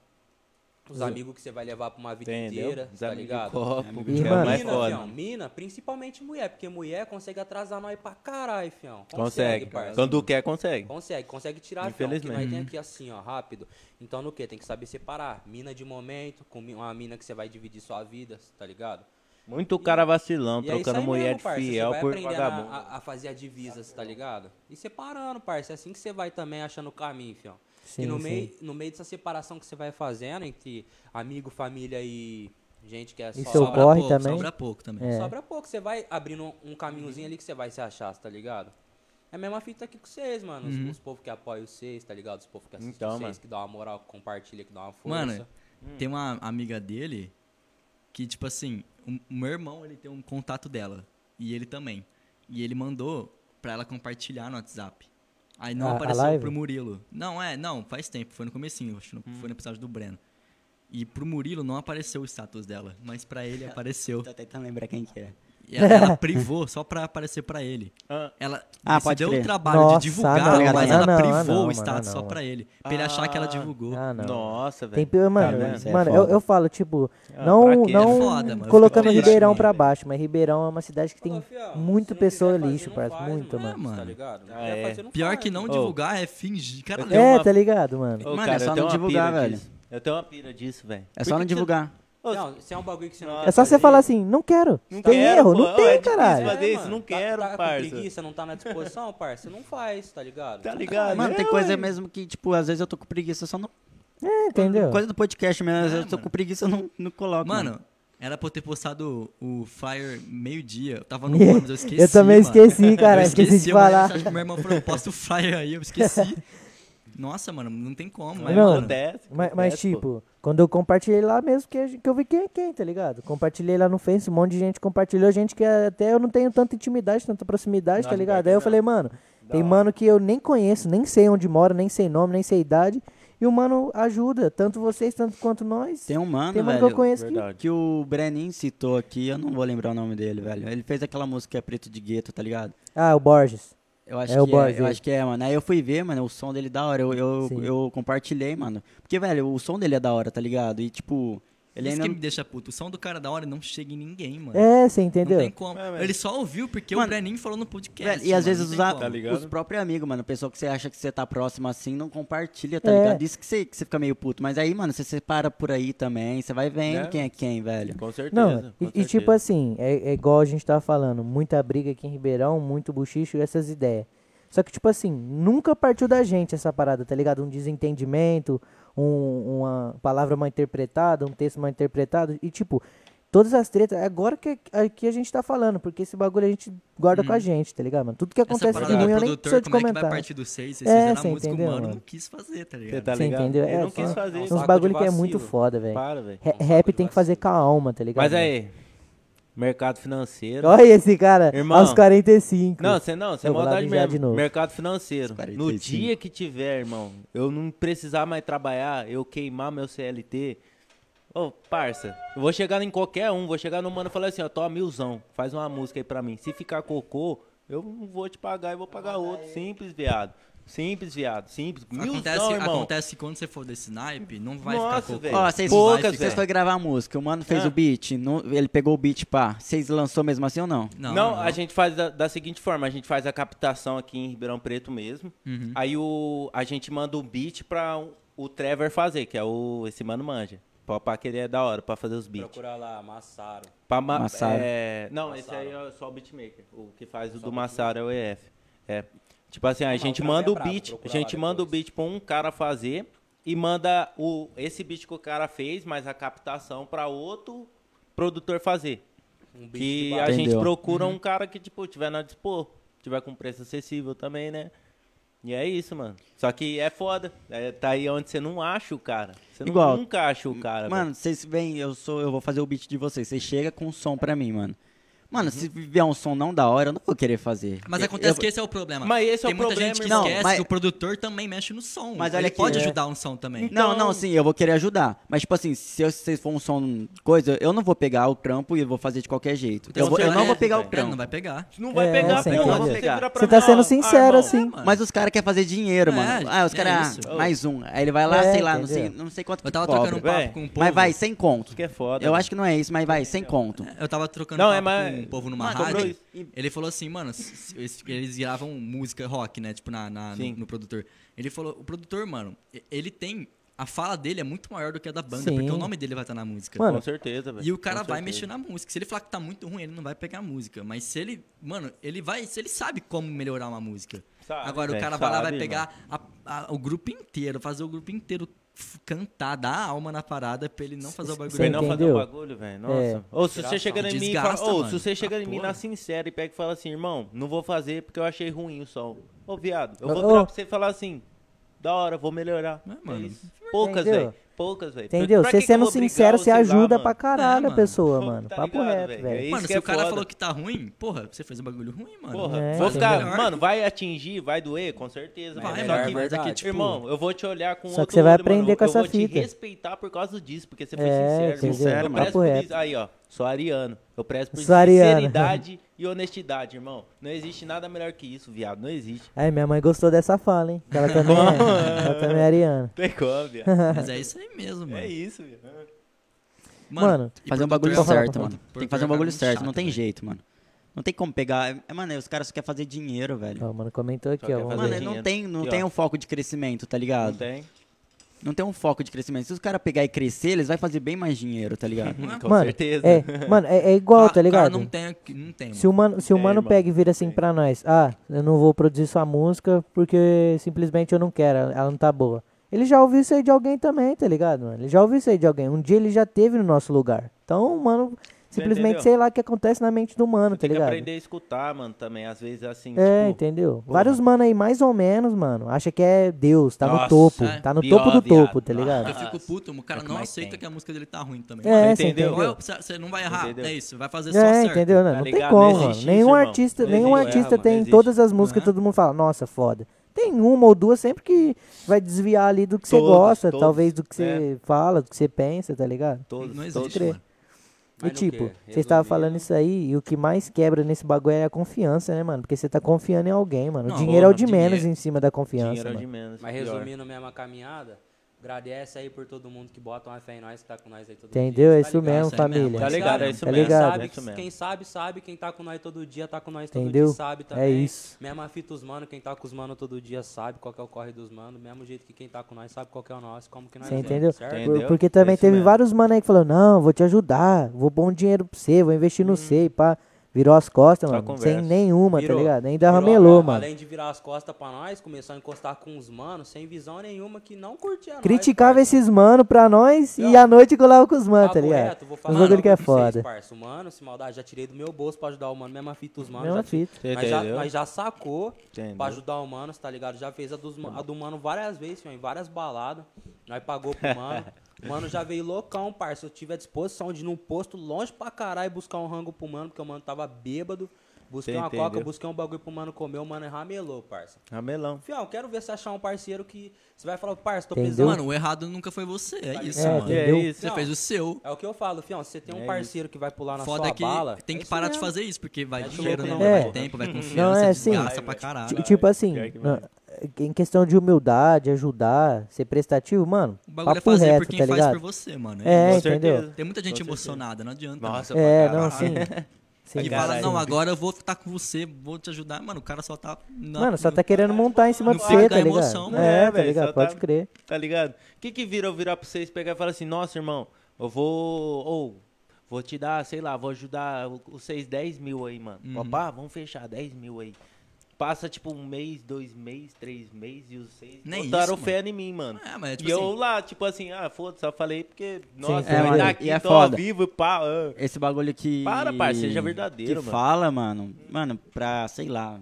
[SPEAKER 5] os amigos que você vai levar pra uma vida
[SPEAKER 4] Entendeu?
[SPEAKER 5] inteira, tá ligado?
[SPEAKER 4] Copo,
[SPEAKER 3] E,
[SPEAKER 4] que é o
[SPEAKER 3] mano,
[SPEAKER 4] mais
[SPEAKER 5] mina,
[SPEAKER 4] foda.
[SPEAKER 5] fião, mina, principalmente mulher, porque mulher consegue atrasar nós pra caralho, fião.
[SPEAKER 4] Consegue.
[SPEAKER 5] parça.
[SPEAKER 4] Quando quer, consegue.
[SPEAKER 5] Consegue, consegue tirar Infelizmente.
[SPEAKER 4] Infelizmente.
[SPEAKER 5] fião, que nós tem aqui assim, ó, rápido. Então, no que? Tem que saber separar. Mina de momento, com mi- uma mina que você vai dividir sua vida, tá ligado?
[SPEAKER 4] Muito cara vacilão,
[SPEAKER 5] E é isso
[SPEAKER 4] trocando
[SPEAKER 5] aí
[SPEAKER 4] mulher
[SPEAKER 5] mesmo,
[SPEAKER 4] de
[SPEAKER 5] parça,
[SPEAKER 4] fiel
[SPEAKER 5] você vai
[SPEAKER 4] por
[SPEAKER 5] aprendendo
[SPEAKER 4] vagabundo.
[SPEAKER 5] A, a fazer a divisa, cê tá ligado? E separando, parça. É assim que você vai também achando o caminho, fião.
[SPEAKER 3] Sim,
[SPEAKER 5] e no
[SPEAKER 3] sim.
[SPEAKER 5] meio, no meio dessa separação que você vai fazendo entre amigo, família e gente que é só...
[SPEAKER 3] seu
[SPEAKER 5] Sobra
[SPEAKER 3] corre
[SPEAKER 1] pouco,
[SPEAKER 3] também.
[SPEAKER 1] Sobra pouco também.
[SPEAKER 3] É.
[SPEAKER 5] Sobra pouco, você vai abrindo um caminhozinho ali que você vai se achar, cê tá ligado? É a mesma fita aqui com vocês, mano. Os-
[SPEAKER 3] Uhum.
[SPEAKER 5] Os, povos que apoiam vocês, tá ligado? Os povos que assistem
[SPEAKER 4] Então,
[SPEAKER 5] vocês,
[SPEAKER 4] mano.
[SPEAKER 5] que dá uma moral, que compartilha, que dá uma força.
[SPEAKER 1] Mano, tem uma amiga dele que, tipo assim, o o meu irmão, ele tem um contato dela. E ele também. E ele mandou pra ela compartilhar no WhatsApp. Aí não
[SPEAKER 3] A- a
[SPEAKER 1] apareceu
[SPEAKER 3] live?
[SPEAKER 1] pro Murilo. Não, é, não, faz tempo. Foi no comecinho, acho que no- foi no episódio do Breno. E pro Murilo não apareceu o status dela, mas pra ele apareceu.
[SPEAKER 6] Tô tentando lembrar quem que é.
[SPEAKER 1] E ela, ela privou só pra aparecer pra ele.
[SPEAKER 4] Ah.
[SPEAKER 1] Ela
[SPEAKER 6] Ah,
[SPEAKER 1] se
[SPEAKER 6] pode
[SPEAKER 1] deu o
[SPEAKER 6] crer.
[SPEAKER 1] trabalho
[SPEAKER 3] Nossa,
[SPEAKER 1] de divulgar,
[SPEAKER 3] não,
[SPEAKER 1] mas
[SPEAKER 3] não,
[SPEAKER 1] ela
[SPEAKER 3] não,
[SPEAKER 1] privou
[SPEAKER 3] não,
[SPEAKER 1] o
[SPEAKER 3] mano,
[SPEAKER 1] status
[SPEAKER 3] não,
[SPEAKER 1] só
[SPEAKER 3] mano.
[SPEAKER 1] pra ele. Pra ele achar que ela divulgou.
[SPEAKER 3] Ah, não.
[SPEAKER 4] Nossa, tá,
[SPEAKER 3] Tem,
[SPEAKER 4] né? velho.
[SPEAKER 3] mano,
[SPEAKER 4] Cara,
[SPEAKER 2] isso é
[SPEAKER 3] mano
[SPEAKER 2] foda.
[SPEAKER 3] eu, eu falo, tipo,
[SPEAKER 4] Ah, pra
[SPEAKER 3] não,
[SPEAKER 4] quê?
[SPEAKER 3] não
[SPEAKER 1] É foda, mano, eu
[SPEAKER 3] colocando
[SPEAKER 1] fico triste,
[SPEAKER 3] Ribeirão
[SPEAKER 1] mano.
[SPEAKER 3] pra baixo, mas Ribeirão é uma cidade que tem
[SPEAKER 5] Ô, fiel, se
[SPEAKER 3] muito
[SPEAKER 5] não
[SPEAKER 3] pessoa
[SPEAKER 5] quiser fazer,
[SPEAKER 3] lixo,
[SPEAKER 5] não
[SPEAKER 3] parça.
[SPEAKER 5] tá faz,
[SPEAKER 3] Muito, mano.
[SPEAKER 1] mano.
[SPEAKER 5] Tá ligado? Não
[SPEAKER 4] Ah,
[SPEAKER 5] quer
[SPEAKER 4] é.
[SPEAKER 5] fazer, não
[SPEAKER 1] Pior
[SPEAKER 5] faz,
[SPEAKER 1] que não
[SPEAKER 4] Ô.
[SPEAKER 1] divulgar é fingir. Cara,
[SPEAKER 4] Eu tenho
[SPEAKER 3] É,
[SPEAKER 4] uma-
[SPEAKER 3] tá ligado, mano?
[SPEAKER 4] Ô,
[SPEAKER 6] Mano,
[SPEAKER 4] cara,
[SPEAKER 6] é só
[SPEAKER 4] eu tenho
[SPEAKER 6] não
[SPEAKER 4] uma
[SPEAKER 6] divulgar,
[SPEAKER 4] pira
[SPEAKER 6] velho.
[SPEAKER 4] disso. Eu tenho uma pira disso, velho.
[SPEAKER 6] É só não divulgar.
[SPEAKER 5] Não, se é um bagulho que você não
[SPEAKER 4] Não,
[SPEAKER 5] quer
[SPEAKER 3] É só você
[SPEAKER 5] fazer,
[SPEAKER 3] falar assim, não quero.
[SPEAKER 4] Não
[SPEAKER 3] tem
[SPEAKER 4] quero,
[SPEAKER 3] erro,
[SPEAKER 4] pô.
[SPEAKER 3] não
[SPEAKER 4] Ô,
[SPEAKER 3] tem,
[SPEAKER 4] é difícil
[SPEAKER 3] caralho.
[SPEAKER 4] fazer isso, não
[SPEAKER 5] Tá-
[SPEAKER 4] quero,
[SPEAKER 5] tá,
[SPEAKER 4] parça.
[SPEAKER 5] com preguiça, não tá na disposição, parça, não faz, tá ligado?
[SPEAKER 4] Tá ligado?
[SPEAKER 6] Mano, tem
[SPEAKER 4] É,
[SPEAKER 6] coisa
[SPEAKER 4] ué.
[SPEAKER 6] mesmo que, tipo, às vezes eu tô com preguiça, eu só não.
[SPEAKER 3] É, entendeu?
[SPEAKER 6] Coisa do podcast mesmo, às
[SPEAKER 1] É,
[SPEAKER 6] vezes eu tô
[SPEAKER 1] mano.
[SPEAKER 6] com preguiça, eu não, não coloco.
[SPEAKER 1] Mano, era pra eu ter postado o Fire meio-dia. Eu tava no
[SPEAKER 3] Yeah.
[SPEAKER 1] ônibus, eu esqueci.
[SPEAKER 3] eu também
[SPEAKER 1] mano.
[SPEAKER 3] esqueci, cara.
[SPEAKER 1] eu
[SPEAKER 3] esqueci, de
[SPEAKER 1] eu mandei
[SPEAKER 3] falar.
[SPEAKER 1] mensagem pro meu irmão falou, posta o Fire aí, eu esqueci. Nossa, mano, não tem como. é Mas,
[SPEAKER 3] Não.
[SPEAKER 1] mano,
[SPEAKER 4] Acontece.
[SPEAKER 3] Mas, mas,
[SPEAKER 4] acontece, pô.
[SPEAKER 3] tipo, quando eu compartilhei lá mesmo, que, a gente- que eu vi quem é quem, tá ligado? Compartilhei lá no Face, um monte de gente compartilhou, gente que até eu não tenho tanta intimidade, tanta proximidade, tá ligado? Aí eu falei, mano, tem mano que eu nem conheço, nem sei onde mora, nem sei nome, nem sei idade. E o mano ajuda, tanto vocês, tanto quanto nós.
[SPEAKER 6] Tem um mano,
[SPEAKER 3] Tem mano
[SPEAKER 6] velho.
[SPEAKER 3] que eu conheço que-
[SPEAKER 4] Verdade.
[SPEAKER 6] que o Brenin citou aqui, eu não vou lembrar o nome dele, velho. Ele fez aquela música Preto de Gueto, tá ligado?
[SPEAKER 3] Ah, o Borges.
[SPEAKER 6] Eu acho,
[SPEAKER 3] É o
[SPEAKER 6] que
[SPEAKER 3] Borges.
[SPEAKER 6] é, eu acho que é, mano. Aí eu fui ver, mano, o som dele da hora. Eu, eu,
[SPEAKER 3] Sim.
[SPEAKER 6] eu compartilhei, mano. Porque, velho, o som dele é da hora, tá ligado? E, tipo, ele
[SPEAKER 1] Isso
[SPEAKER 6] ainda.
[SPEAKER 1] que me deixa puto. O som do cara é da hora não chega em ninguém, mano.
[SPEAKER 3] É, você
[SPEAKER 1] Não tem
[SPEAKER 3] entendeu?
[SPEAKER 1] como.
[SPEAKER 4] É, velho.
[SPEAKER 1] Ele só ouviu porque o
[SPEAKER 6] Mano,
[SPEAKER 1] Breninho falou no podcast.
[SPEAKER 6] Velho, e às
[SPEAKER 1] mano,
[SPEAKER 6] vezes
[SPEAKER 1] não
[SPEAKER 6] os,
[SPEAKER 1] tem
[SPEAKER 6] a-
[SPEAKER 1] como.
[SPEAKER 4] Tá ligado?
[SPEAKER 6] os próprios amigos, mano, pessoa que você acha que você tá próximo assim, não compartilha, tá
[SPEAKER 3] É.
[SPEAKER 6] ligado? Isso que você, que você fica meio puto. Mas aí, mano, você separa por aí também, você vai vendo
[SPEAKER 4] É.
[SPEAKER 1] Né?
[SPEAKER 6] quem é quem, velho.
[SPEAKER 4] Com certeza.
[SPEAKER 3] Não,
[SPEAKER 4] com
[SPEAKER 3] e, e tipo
[SPEAKER 4] certeza.
[SPEAKER 3] assim, é, é igual a gente tava falando, muita briga aqui em Ribeirão, muito buchicho, essas ideias. Só que, tipo assim, nunca partiu da gente essa parada, tá ligado? Um desentendimento, um- uma palavra mal interpretada, um texto mal interpretado. E, tipo, todas as tretas, é agora que, que a gente tá falando, porque esse bagulho a gente guarda com a gente, tá ligado, mano? Tudo que
[SPEAKER 1] Uhum. Essa
[SPEAKER 3] acontece de
[SPEAKER 1] parada do
[SPEAKER 3] ruim, eu nem preciso
[SPEAKER 1] produtor,
[SPEAKER 3] de
[SPEAKER 1] como é que vai
[SPEAKER 3] comentar.
[SPEAKER 1] partir do 6? Vocês
[SPEAKER 3] É,
[SPEAKER 1] fizeram
[SPEAKER 3] você
[SPEAKER 1] a música,
[SPEAKER 3] entendeu,
[SPEAKER 1] o mano
[SPEAKER 3] mano?
[SPEAKER 1] não quis fazer, tá
[SPEAKER 4] Você
[SPEAKER 1] ligado?
[SPEAKER 4] tá
[SPEAKER 3] Você
[SPEAKER 4] ligado?
[SPEAKER 3] entendeu?
[SPEAKER 4] Ele
[SPEAKER 3] É,
[SPEAKER 4] não quis
[SPEAKER 3] só-
[SPEAKER 4] fazer
[SPEAKER 3] Uns
[SPEAKER 4] isso.
[SPEAKER 5] bagulho
[SPEAKER 3] bagulho
[SPEAKER 5] de
[SPEAKER 3] que é muito
[SPEAKER 5] vacilo.
[SPEAKER 3] foda, velho.
[SPEAKER 4] Para, velho.
[SPEAKER 3] Ra-
[SPEAKER 5] um
[SPEAKER 3] Rap
[SPEAKER 5] bagulho
[SPEAKER 3] tem que
[SPEAKER 5] vacilo.
[SPEAKER 3] fazer com a alma, tá ligado?
[SPEAKER 4] Mas
[SPEAKER 3] mano?
[SPEAKER 4] aí, mercado
[SPEAKER 1] é,
[SPEAKER 4] financeiro. né?
[SPEAKER 3] Olha esse cara,
[SPEAKER 4] Irmão.
[SPEAKER 3] aos 45.
[SPEAKER 4] Não, você não, você é
[SPEAKER 3] Eu vou lá
[SPEAKER 4] maldade
[SPEAKER 3] brincar
[SPEAKER 4] mesmo.
[SPEAKER 3] de novo.
[SPEAKER 4] Mercado financeiro. No
[SPEAKER 6] 45.
[SPEAKER 4] dia que tiver, irmão, eu não precisar mais trabalhar, eu queimar meu CLT. Ô, parça, eu vou chegar em qualquer um, vou chegar no mano e falar assim, ó, toma milzão, faz uma música aí pra mim. Se ficar cocô, eu não vou te pagar, eu vou pagar outro. Simples, viado. Simples, viado. Simples.
[SPEAKER 6] tá
[SPEAKER 4] Milzão,
[SPEAKER 1] Acontece,
[SPEAKER 4] irmão.
[SPEAKER 1] acontece que quando você for desse naipe, não vai
[SPEAKER 4] Nossa,
[SPEAKER 1] ficar
[SPEAKER 4] velho.
[SPEAKER 1] cocô.
[SPEAKER 6] Ó, vocês,
[SPEAKER 1] Poucas, é.
[SPEAKER 6] vocês
[SPEAKER 1] velho.
[SPEAKER 6] foram gravar a música, o mano fez
[SPEAKER 4] Ah.
[SPEAKER 6] o beat, não- ele pegou o beat, pá. Vocês lançou mesmo assim ou não?
[SPEAKER 1] Não,
[SPEAKER 4] não, a gente faz da, da seguinte forma, a gente faz a captação aqui em Ribeirão Preto mesmo. Aí o, a gente manda o beat pra o, o Trevor fazer, que é o esse mano manja. Papá que ele é da hora pra fazer os beats.
[SPEAKER 5] Procura lá, Massaro.
[SPEAKER 4] Pra ma-
[SPEAKER 6] Massaro.
[SPEAKER 4] é, não, esse aí é só o beatmaker. O que faz o do Massaro é o EF. É. Tipo assim, a
[SPEAKER 5] Não,
[SPEAKER 4] gente
[SPEAKER 5] o cara
[SPEAKER 4] manda
[SPEAKER 5] é
[SPEAKER 4] o
[SPEAKER 5] brabo,
[SPEAKER 4] beat, a
[SPEAKER 5] procura lá
[SPEAKER 4] gente manda o
[SPEAKER 5] depois.
[SPEAKER 4] beat pra um cara fazer e manda o esse beat que o cara fez, mais a captação pra outro produtor fazer.
[SPEAKER 5] Um bicho de
[SPEAKER 4] Que
[SPEAKER 5] barro.
[SPEAKER 4] a gente
[SPEAKER 6] Entendeu. Uhum.
[SPEAKER 4] procura um cara que, tipo, tiver na dispor, tiver com preço acessível também, né? E é isso, mano. Só que é foda. É, tá aí onde você não acha o cara. Você não-
[SPEAKER 6] Igual.
[SPEAKER 4] nunca acha o cara.
[SPEAKER 6] Mano, vocês vêm, eu sou, eu vou fazer o beat de vocês. Vocês chegam com um som pra mim, mano. Mano, se vier um som não da hora, eu não vou querer fazer.
[SPEAKER 1] Mas
[SPEAKER 6] Eu-
[SPEAKER 1] acontece
[SPEAKER 6] eu-
[SPEAKER 1] que esse é o problema.
[SPEAKER 4] Mas esse é
[SPEAKER 1] Tem
[SPEAKER 4] o
[SPEAKER 1] muita
[SPEAKER 4] problema,
[SPEAKER 1] gente que
[SPEAKER 4] irmão.
[SPEAKER 1] esquece
[SPEAKER 6] Não, mas-
[SPEAKER 1] que o produtor também mexe no som.
[SPEAKER 6] Mas olha
[SPEAKER 1] Ele
[SPEAKER 6] aqui,
[SPEAKER 1] pode
[SPEAKER 6] é.
[SPEAKER 1] ajudar um som também.
[SPEAKER 6] Não, não, sim, eu vou querer ajudar. Mas, tipo assim, se eu- se vocês for um som coisa, eu não vou pegar o trampo e vou fazer de qualquer jeito. Eu,
[SPEAKER 1] Então,
[SPEAKER 6] vou- eu
[SPEAKER 1] é,
[SPEAKER 6] não vou pegar o
[SPEAKER 1] é, Não
[SPEAKER 6] trampo.
[SPEAKER 1] vai pegar.
[SPEAKER 4] não vai
[SPEAKER 3] é,
[SPEAKER 4] pegar,
[SPEAKER 3] você
[SPEAKER 4] pô.
[SPEAKER 6] entendeu?
[SPEAKER 4] Não vai pegar.
[SPEAKER 3] Você tá sendo sincero, assim.
[SPEAKER 1] mano.
[SPEAKER 6] Mas os caras querem fazer dinheiro,
[SPEAKER 1] É,
[SPEAKER 6] mano. Ah, os
[SPEAKER 1] é
[SPEAKER 6] caras.
[SPEAKER 1] isso.
[SPEAKER 6] ah, mais um. Aí ele vai lá,
[SPEAKER 3] É,
[SPEAKER 6] sei lá, não sei,
[SPEAKER 3] entendeu?
[SPEAKER 6] não sei quanto
[SPEAKER 1] Eu
[SPEAKER 6] que
[SPEAKER 1] tava
[SPEAKER 6] cobra.
[SPEAKER 1] trocando um papo
[SPEAKER 4] velho.
[SPEAKER 1] com um povo.
[SPEAKER 6] Mas vai, sem conto.
[SPEAKER 4] Isso que é foda.
[SPEAKER 6] Eu
[SPEAKER 4] mano.
[SPEAKER 6] acho que não é isso, mas vai, sem conto.
[SPEAKER 1] Eu tava trocando
[SPEAKER 4] Não,
[SPEAKER 1] papo
[SPEAKER 4] é,
[SPEAKER 1] com
[SPEAKER 4] mas-
[SPEAKER 1] um povo numa
[SPEAKER 4] Mano,
[SPEAKER 1] rádio.
[SPEAKER 4] cobrou
[SPEAKER 1] Ele falou assim, mano, s- s- eles, eles gravam música rock, né? Tipo, na, na-
[SPEAKER 4] Sim.
[SPEAKER 1] no, no produtor. Ele falou, o produtor, mano, e- ele tem. A fala dele é muito maior do que a da banda,
[SPEAKER 3] Sim.
[SPEAKER 1] porque o nome dele vai estar na música.
[SPEAKER 3] Mano,
[SPEAKER 4] Com certeza,
[SPEAKER 6] Né?
[SPEAKER 4] velho.
[SPEAKER 1] E o cara
[SPEAKER 4] Com
[SPEAKER 1] vai
[SPEAKER 4] certeza.
[SPEAKER 1] mexer na música. Se ele falar que tá muito ruim, ele não vai pegar a música. Mas se ele. Mano, ele vai. Se ele sabe como melhorar uma música.
[SPEAKER 4] Sabe,
[SPEAKER 1] Agora o
[SPEAKER 6] É,
[SPEAKER 4] velho,
[SPEAKER 1] cara vai lá, vai
[SPEAKER 4] sabe,
[SPEAKER 1] pegar a- a- o grupo inteiro, fazer o grupo inteiro f- cantar, dar alma na parada pra ele não fazer o bagulho.
[SPEAKER 3] Você
[SPEAKER 4] Pra não fazer o
[SPEAKER 3] entendeu?
[SPEAKER 4] bagulho, velho. Nossa.
[SPEAKER 3] É.
[SPEAKER 4] Ou se você
[SPEAKER 1] Desgasta,
[SPEAKER 4] chega em mim e
[SPEAKER 1] desgasta,
[SPEAKER 4] fala, ou,
[SPEAKER 1] mano.
[SPEAKER 4] se você chega
[SPEAKER 1] Ah,
[SPEAKER 4] em mim
[SPEAKER 1] porra.
[SPEAKER 4] na sincera e pega e fala assim, irmão, não vou fazer porque eu achei ruim o som. Ô, viado, eu
[SPEAKER 3] Ô,
[SPEAKER 4] vou
[SPEAKER 3] ô.
[SPEAKER 4] virar pra você e falar assim, da hora, vou melhorar.
[SPEAKER 1] Não é,
[SPEAKER 4] É
[SPEAKER 1] mano?
[SPEAKER 4] isso. Poucas,
[SPEAKER 3] Entendeu?
[SPEAKER 4] velho. Poucas, velho.
[SPEAKER 3] Entendeu?
[SPEAKER 4] Pra que
[SPEAKER 3] Você
[SPEAKER 4] que eu
[SPEAKER 3] sendo
[SPEAKER 4] vou brigar
[SPEAKER 3] sincero,
[SPEAKER 4] ou
[SPEAKER 3] você
[SPEAKER 4] sei lá,
[SPEAKER 3] ajuda
[SPEAKER 4] mano?
[SPEAKER 3] pra caralho
[SPEAKER 1] É,
[SPEAKER 3] a pessoa,
[SPEAKER 4] mano.
[SPEAKER 3] mano.
[SPEAKER 4] Tá
[SPEAKER 3] Papo
[SPEAKER 4] ligado,
[SPEAKER 3] reto,
[SPEAKER 4] velho.
[SPEAKER 3] velho.
[SPEAKER 4] Isso
[SPEAKER 1] Mano,
[SPEAKER 4] que
[SPEAKER 1] se
[SPEAKER 4] é
[SPEAKER 1] o cara
[SPEAKER 4] foda.
[SPEAKER 1] falou que tá ruim, porra, você fez um bagulho ruim, mano.
[SPEAKER 4] Porra,
[SPEAKER 3] É,
[SPEAKER 4] vou
[SPEAKER 3] sim.
[SPEAKER 4] ficar.
[SPEAKER 1] Melhor.
[SPEAKER 4] Mano, vai atingir, vai doer, com certeza.
[SPEAKER 1] Vai,
[SPEAKER 4] velho.
[SPEAKER 1] mano,
[SPEAKER 4] Só que,
[SPEAKER 1] mas aqui, tipo-
[SPEAKER 4] irmão, eu vou te olhar com
[SPEAKER 3] Só
[SPEAKER 4] outro
[SPEAKER 3] que você vai
[SPEAKER 4] olho,
[SPEAKER 3] aprender
[SPEAKER 4] mano.
[SPEAKER 3] com essa
[SPEAKER 4] Eu vou
[SPEAKER 3] fita.
[SPEAKER 4] te respeitar por causa disso, porque você
[SPEAKER 3] É,
[SPEAKER 4] foi sincero,
[SPEAKER 3] entendeu?
[SPEAKER 4] irmão.
[SPEAKER 3] Sincero,
[SPEAKER 4] eu
[SPEAKER 3] mano.
[SPEAKER 4] presto
[SPEAKER 3] Papo
[SPEAKER 4] por
[SPEAKER 3] reto.
[SPEAKER 4] isso. Aí, ó, sou ariano. Eu presto por
[SPEAKER 3] Sou ariano.
[SPEAKER 4] sinceridade e honestidade, irmão. Não existe nada melhor que isso, viado. Não existe.
[SPEAKER 3] Aí minha mãe gostou dessa fala, hein? Que ela também é. Ela também é ariana.
[SPEAKER 4] Tem como, viado.
[SPEAKER 1] Mas é isso aí mesmo, mano.
[SPEAKER 4] É isso, viado.
[SPEAKER 3] Mano,
[SPEAKER 1] e
[SPEAKER 6] Fazer
[SPEAKER 1] produtor
[SPEAKER 6] um bagulho
[SPEAKER 1] é um-
[SPEAKER 6] certo,
[SPEAKER 3] porra.
[SPEAKER 6] mano. Tem que
[SPEAKER 1] Produtor
[SPEAKER 6] fazer um
[SPEAKER 1] é
[SPEAKER 6] bagulho
[SPEAKER 1] muito
[SPEAKER 6] certo,
[SPEAKER 1] chato,
[SPEAKER 6] não tem
[SPEAKER 1] velho.
[SPEAKER 6] jeito, mano. Não tem como pegar. é- Mano, os caras só querem fazer dinheiro, velho.
[SPEAKER 3] ó, mano, comentou aqui,
[SPEAKER 4] quer
[SPEAKER 3] ó. vamos
[SPEAKER 4] fazer
[SPEAKER 6] Mano,
[SPEAKER 3] ver.
[SPEAKER 6] ele não
[SPEAKER 4] dinheiro.
[SPEAKER 6] tem, não
[SPEAKER 4] E, ó.
[SPEAKER 6] tem um foco de crescimento, tá ligado?
[SPEAKER 4] Não tem.
[SPEAKER 6] Não tem um foco de crescimento. Se os caras pegar e crescer, eles vão fazer bem mais dinheiro, tá ligado?
[SPEAKER 4] Com
[SPEAKER 3] Mano,
[SPEAKER 4] certeza.
[SPEAKER 3] É, mano, é, é
[SPEAKER 1] Cara-
[SPEAKER 3] igual, tá
[SPEAKER 1] cara,
[SPEAKER 3] ligado?
[SPEAKER 1] Não tem, aqui- não tem.
[SPEAKER 3] Se o mano, se o
[SPEAKER 4] Tem,
[SPEAKER 3] mano
[SPEAKER 4] mano,
[SPEAKER 3] pega e vira assim
[SPEAKER 4] tem.
[SPEAKER 3] pra nós, ah, eu não vou produzir sua música porque simplesmente eu não quero, ela não tá boa. Ele já ouviu isso aí de alguém também, tá ligado, mano? Ele já ouviu isso aí de alguém. Um dia ele já teve no nosso lugar. Então, mano, simplesmente
[SPEAKER 4] entendeu?
[SPEAKER 3] sei lá o que acontece na mente do mano, tá
[SPEAKER 4] Tem que
[SPEAKER 3] ligado?
[SPEAKER 4] aprender a escutar, mano, também. Às vezes, assim,
[SPEAKER 3] É,
[SPEAKER 4] tipo,
[SPEAKER 3] entendeu? Vários mano aí, mais ou menos, mano, acha que é Deus, tá no
[SPEAKER 4] Nossa,
[SPEAKER 3] topo,
[SPEAKER 1] é.
[SPEAKER 3] tá no
[SPEAKER 4] Pior,
[SPEAKER 3] topo do
[SPEAKER 4] viado.
[SPEAKER 3] topo, tá ligado?
[SPEAKER 1] Eu fico puto, o cara
[SPEAKER 6] É o que
[SPEAKER 1] não
[SPEAKER 6] mais
[SPEAKER 1] aceita
[SPEAKER 6] tem.
[SPEAKER 1] que a música dele tá ruim também.
[SPEAKER 3] É,
[SPEAKER 1] Mano,
[SPEAKER 3] você
[SPEAKER 4] entendeu?
[SPEAKER 3] entendeu?
[SPEAKER 1] Você não vai errar,
[SPEAKER 4] Entendeu?
[SPEAKER 1] é isso, vai fazer só
[SPEAKER 3] É,
[SPEAKER 1] certo.
[SPEAKER 3] entendeu? Não,
[SPEAKER 4] Tá
[SPEAKER 3] não tem
[SPEAKER 4] ligado?
[SPEAKER 3] como,
[SPEAKER 4] Não
[SPEAKER 3] mano.
[SPEAKER 4] existe
[SPEAKER 3] Nenhum
[SPEAKER 4] isso, irmão.
[SPEAKER 3] artista,
[SPEAKER 4] Não
[SPEAKER 3] nenhum
[SPEAKER 4] existe, Ah,
[SPEAKER 3] artista
[SPEAKER 4] mano,
[SPEAKER 3] tem
[SPEAKER 4] não
[SPEAKER 3] todas as músicas,
[SPEAKER 1] Não.
[SPEAKER 3] todo mundo fala, nossa, foda. Tem uma ou duas sempre que vai desviar ali do que você
[SPEAKER 4] Todos,
[SPEAKER 3] gosta,
[SPEAKER 4] todos,
[SPEAKER 3] talvez do que você
[SPEAKER 4] né?
[SPEAKER 3] fala, do que você pensa, tá ligado?
[SPEAKER 4] todos,
[SPEAKER 1] Não
[SPEAKER 4] todos.
[SPEAKER 1] existe,
[SPEAKER 3] crer.
[SPEAKER 1] mano.
[SPEAKER 3] E
[SPEAKER 5] Mas no
[SPEAKER 3] tipo,
[SPEAKER 5] quê?
[SPEAKER 3] você estava
[SPEAKER 5] Resolver,
[SPEAKER 3] falando
[SPEAKER 5] né?
[SPEAKER 3] isso aí, e o que mais quebra nesse bagulho é a confiança, né, mano? Porque você tá confiando em alguém, mano. O
[SPEAKER 1] Não,
[SPEAKER 3] dinheiro é o
[SPEAKER 1] mano,
[SPEAKER 3] de menos
[SPEAKER 1] dinheiro-
[SPEAKER 3] em cima da confiança,
[SPEAKER 4] Dinheiro é o de
[SPEAKER 3] mano.
[SPEAKER 4] menos.
[SPEAKER 5] Mas
[SPEAKER 4] pior.
[SPEAKER 5] resumindo mesmo a caminhada, agradece aí por todo mundo que bota uma fé em nós, que tá com nós aí todo
[SPEAKER 3] Entendeu? É
[SPEAKER 5] dia. Tá
[SPEAKER 3] isso
[SPEAKER 5] ligado?
[SPEAKER 3] mesmo,
[SPEAKER 1] Isso aí mesmo,
[SPEAKER 3] família.
[SPEAKER 4] Tá ligado, é
[SPEAKER 5] Sabe?
[SPEAKER 4] isso
[SPEAKER 3] Tá
[SPEAKER 4] mesmo.
[SPEAKER 3] ligado?
[SPEAKER 4] É
[SPEAKER 5] Sabe,
[SPEAKER 4] isso mesmo.
[SPEAKER 5] quem sabe, sabe. Quem tá com nós todo dia, tá com nós todo
[SPEAKER 3] Entendeu?
[SPEAKER 5] dia, sabe
[SPEAKER 3] É
[SPEAKER 5] também.
[SPEAKER 3] isso.
[SPEAKER 5] Mesma fita os mano, quem tá com os mano todo dia sabe qual que é o corre dos mano. Mesmo jeito que quem tá com nós sabe qual que é o nosso, como que nós
[SPEAKER 3] Você
[SPEAKER 5] é,
[SPEAKER 3] entendeu?
[SPEAKER 5] certo?
[SPEAKER 3] Por-
[SPEAKER 4] Entendeu?
[SPEAKER 3] porque também
[SPEAKER 4] É isso
[SPEAKER 3] teve
[SPEAKER 4] mesmo.
[SPEAKER 3] vários mano aí que falou, não, vou te ajudar, vou pôr um dinheiro pra você, vou investir no você e pá. Virou as costas,
[SPEAKER 4] Só
[SPEAKER 3] mano. Sem
[SPEAKER 4] conversa.
[SPEAKER 3] nenhuma,
[SPEAKER 4] Virou.
[SPEAKER 3] tá ligado? Ainda
[SPEAKER 5] Virou,
[SPEAKER 3] ramelou,
[SPEAKER 5] a-
[SPEAKER 3] mano.
[SPEAKER 5] Além de virar as costas pra nós, começou a encostar com os manos, sem visão nenhuma, que não curtia nós.
[SPEAKER 3] Criticava
[SPEAKER 5] parça.
[SPEAKER 3] esses mano pra nós e à noite colava com os mano, tá
[SPEAKER 5] Papo
[SPEAKER 3] ligado?
[SPEAKER 5] reto, vou falar
[SPEAKER 3] Os bagulho
[SPEAKER 5] logo
[SPEAKER 3] que é
[SPEAKER 5] pra vocês,
[SPEAKER 3] foda.
[SPEAKER 5] parça. O Mano, se maldade, já tirei do meu bolso pra ajudar o mano. Mesma fita os manos.
[SPEAKER 3] Mesma
[SPEAKER 5] já ti-
[SPEAKER 3] fita.
[SPEAKER 4] Você
[SPEAKER 5] Nós já,
[SPEAKER 4] entendeu?
[SPEAKER 5] nós já sacou
[SPEAKER 4] Entendeu?
[SPEAKER 5] pra ajudar o mano, tá ligado? Já fez a, dos ma- a do mano várias vezes, senhor, em várias baladas. Nós pagou pro mano. O mano já veio loucão, parça. Eu tive a disposição de ir num posto longe pra caralho buscar um rango pro mano, porque o mano tava bêbado. Busquei
[SPEAKER 4] Você
[SPEAKER 5] uma coca,
[SPEAKER 4] entendeu?
[SPEAKER 5] busquei um bagulho pro mano comer, o mano ramelou, parça.
[SPEAKER 4] Ramelão.
[SPEAKER 5] Fião, quero ver se achar um parceiro que você vai falar, parça, tô
[SPEAKER 3] Entendeu?
[SPEAKER 5] precisando
[SPEAKER 1] Mano, o errado nunca foi você, é isso,
[SPEAKER 3] É,
[SPEAKER 1] mano.
[SPEAKER 3] tem-
[SPEAKER 4] É
[SPEAKER 3] Entendeu?
[SPEAKER 4] isso.
[SPEAKER 1] Você fez o seu.
[SPEAKER 5] É o que eu falo, fião. Você tem um
[SPEAKER 4] É
[SPEAKER 5] parceiro que vai pular na
[SPEAKER 1] Foda
[SPEAKER 5] sua
[SPEAKER 1] que
[SPEAKER 5] bala.
[SPEAKER 1] tem
[SPEAKER 5] é
[SPEAKER 1] que
[SPEAKER 5] isso
[SPEAKER 1] parar de
[SPEAKER 5] mesmo.
[SPEAKER 1] fazer isso, porque vai
[SPEAKER 5] Vai te
[SPEAKER 1] dinheiro,
[SPEAKER 5] louco,
[SPEAKER 1] não,
[SPEAKER 3] né?
[SPEAKER 1] vai
[SPEAKER 3] É.
[SPEAKER 1] tempo, vai
[SPEAKER 3] Não,
[SPEAKER 1] confiança,
[SPEAKER 3] é assim.
[SPEAKER 1] desgraça pra caralho.
[SPEAKER 3] Ti- Tipo assim,
[SPEAKER 4] pior que
[SPEAKER 3] na- em questão de humildade, ajudar, ser prestativo, mano,
[SPEAKER 1] O bagulho é
[SPEAKER 3] papo
[SPEAKER 1] fazer
[SPEAKER 3] reto,
[SPEAKER 1] por quem
[SPEAKER 3] tá
[SPEAKER 1] faz
[SPEAKER 3] ligado?
[SPEAKER 1] por você, mano.
[SPEAKER 3] É,
[SPEAKER 1] isso.
[SPEAKER 4] Com certeza.
[SPEAKER 3] entendeu?
[SPEAKER 1] Tem muita gente
[SPEAKER 4] Com certeza.
[SPEAKER 1] emocionada, não adianta.
[SPEAKER 4] Nossa,
[SPEAKER 3] É,
[SPEAKER 4] pra
[SPEAKER 3] não,
[SPEAKER 4] caralho.
[SPEAKER 3] sim. Sim,
[SPEAKER 1] Que
[SPEAKER 4] Pra
[SPEAKER 1] fala,
[SPEAKER 4] caralho.
[SPEAKER 1] não, agora eu vou estar com você, vou te ajudar. Mano, o cara só tá. na-
[SPEAKER 3] Mano, só
[SPEAKER 1] no-
[SPEAKER 3] tá querendo montar em
[SPEAKER 4] tipo,
[SPEAKER 3] cima
[SPEAKER 1] no
[SPEAKER 3] de
[SPEAKER 1] pico
[SPEAKER 3] você,
[SPEAKER 1] da
[SPEAKER 3] tá ligado?
[SPEAKER 1] emoção,
[SPEAKER 4] né?
[SPEAKER 3] É,
[SPEAKER 4] É,
[SPEAKER 3] tá
[SPEAKER 4] velho,
[SPEAKER 3] ligado?
[SPEAKER 4] só
[SPEAKER 3] Pode
[SPEAKER 4] tá-
[SPEAKER 3] crer.
[SPEAKER 4] Tá ligado? O que que vira eu virar pra vocês pegar e falar assim, nossa, irmão, eu vou... Ou, vou te dar, sei lá, vou ajudar o- vocês 10 mil aí, mano. Papá, vamos fechar 10 mil aí. Passa, tipo, um mês, dois meses, três meses e os seis
[SPEAKER 1] Nem
[SPEAKER 4] botaram
[SPEAKER 1] isso,
[SPEAKER 4] fé em mim, mano.
[SPEAKER 1] É, mas é tipo
[SPEAKER 4] tá e
[SPEAKER 1] assim-
[SPEAKER 4] eu lá, tipo assim, ah, foda-se, só falei porque, nossa,
[SPEAKER 3] sim.
[SPEAKER 6] É,
[SPEAKER 4] vai
[SPEAKER 6] mano,
[SPEAKER 4] tá aqui,
[SPEAKER 6] e é
[SPEAKER 4] tô ao
[SPEAKER 6] foda.
[SPEAKER 4] vivo, pá. ah.
[SPEAKER 6] Esse bagulho que.
[SPEAKER 4] Para, parceiro, seja verdadeiro,
[SPEAKER 6] que
[SPEAKER 4] mano.
[SPEAKER 6] fala, mano. Mano, pra, sei lá.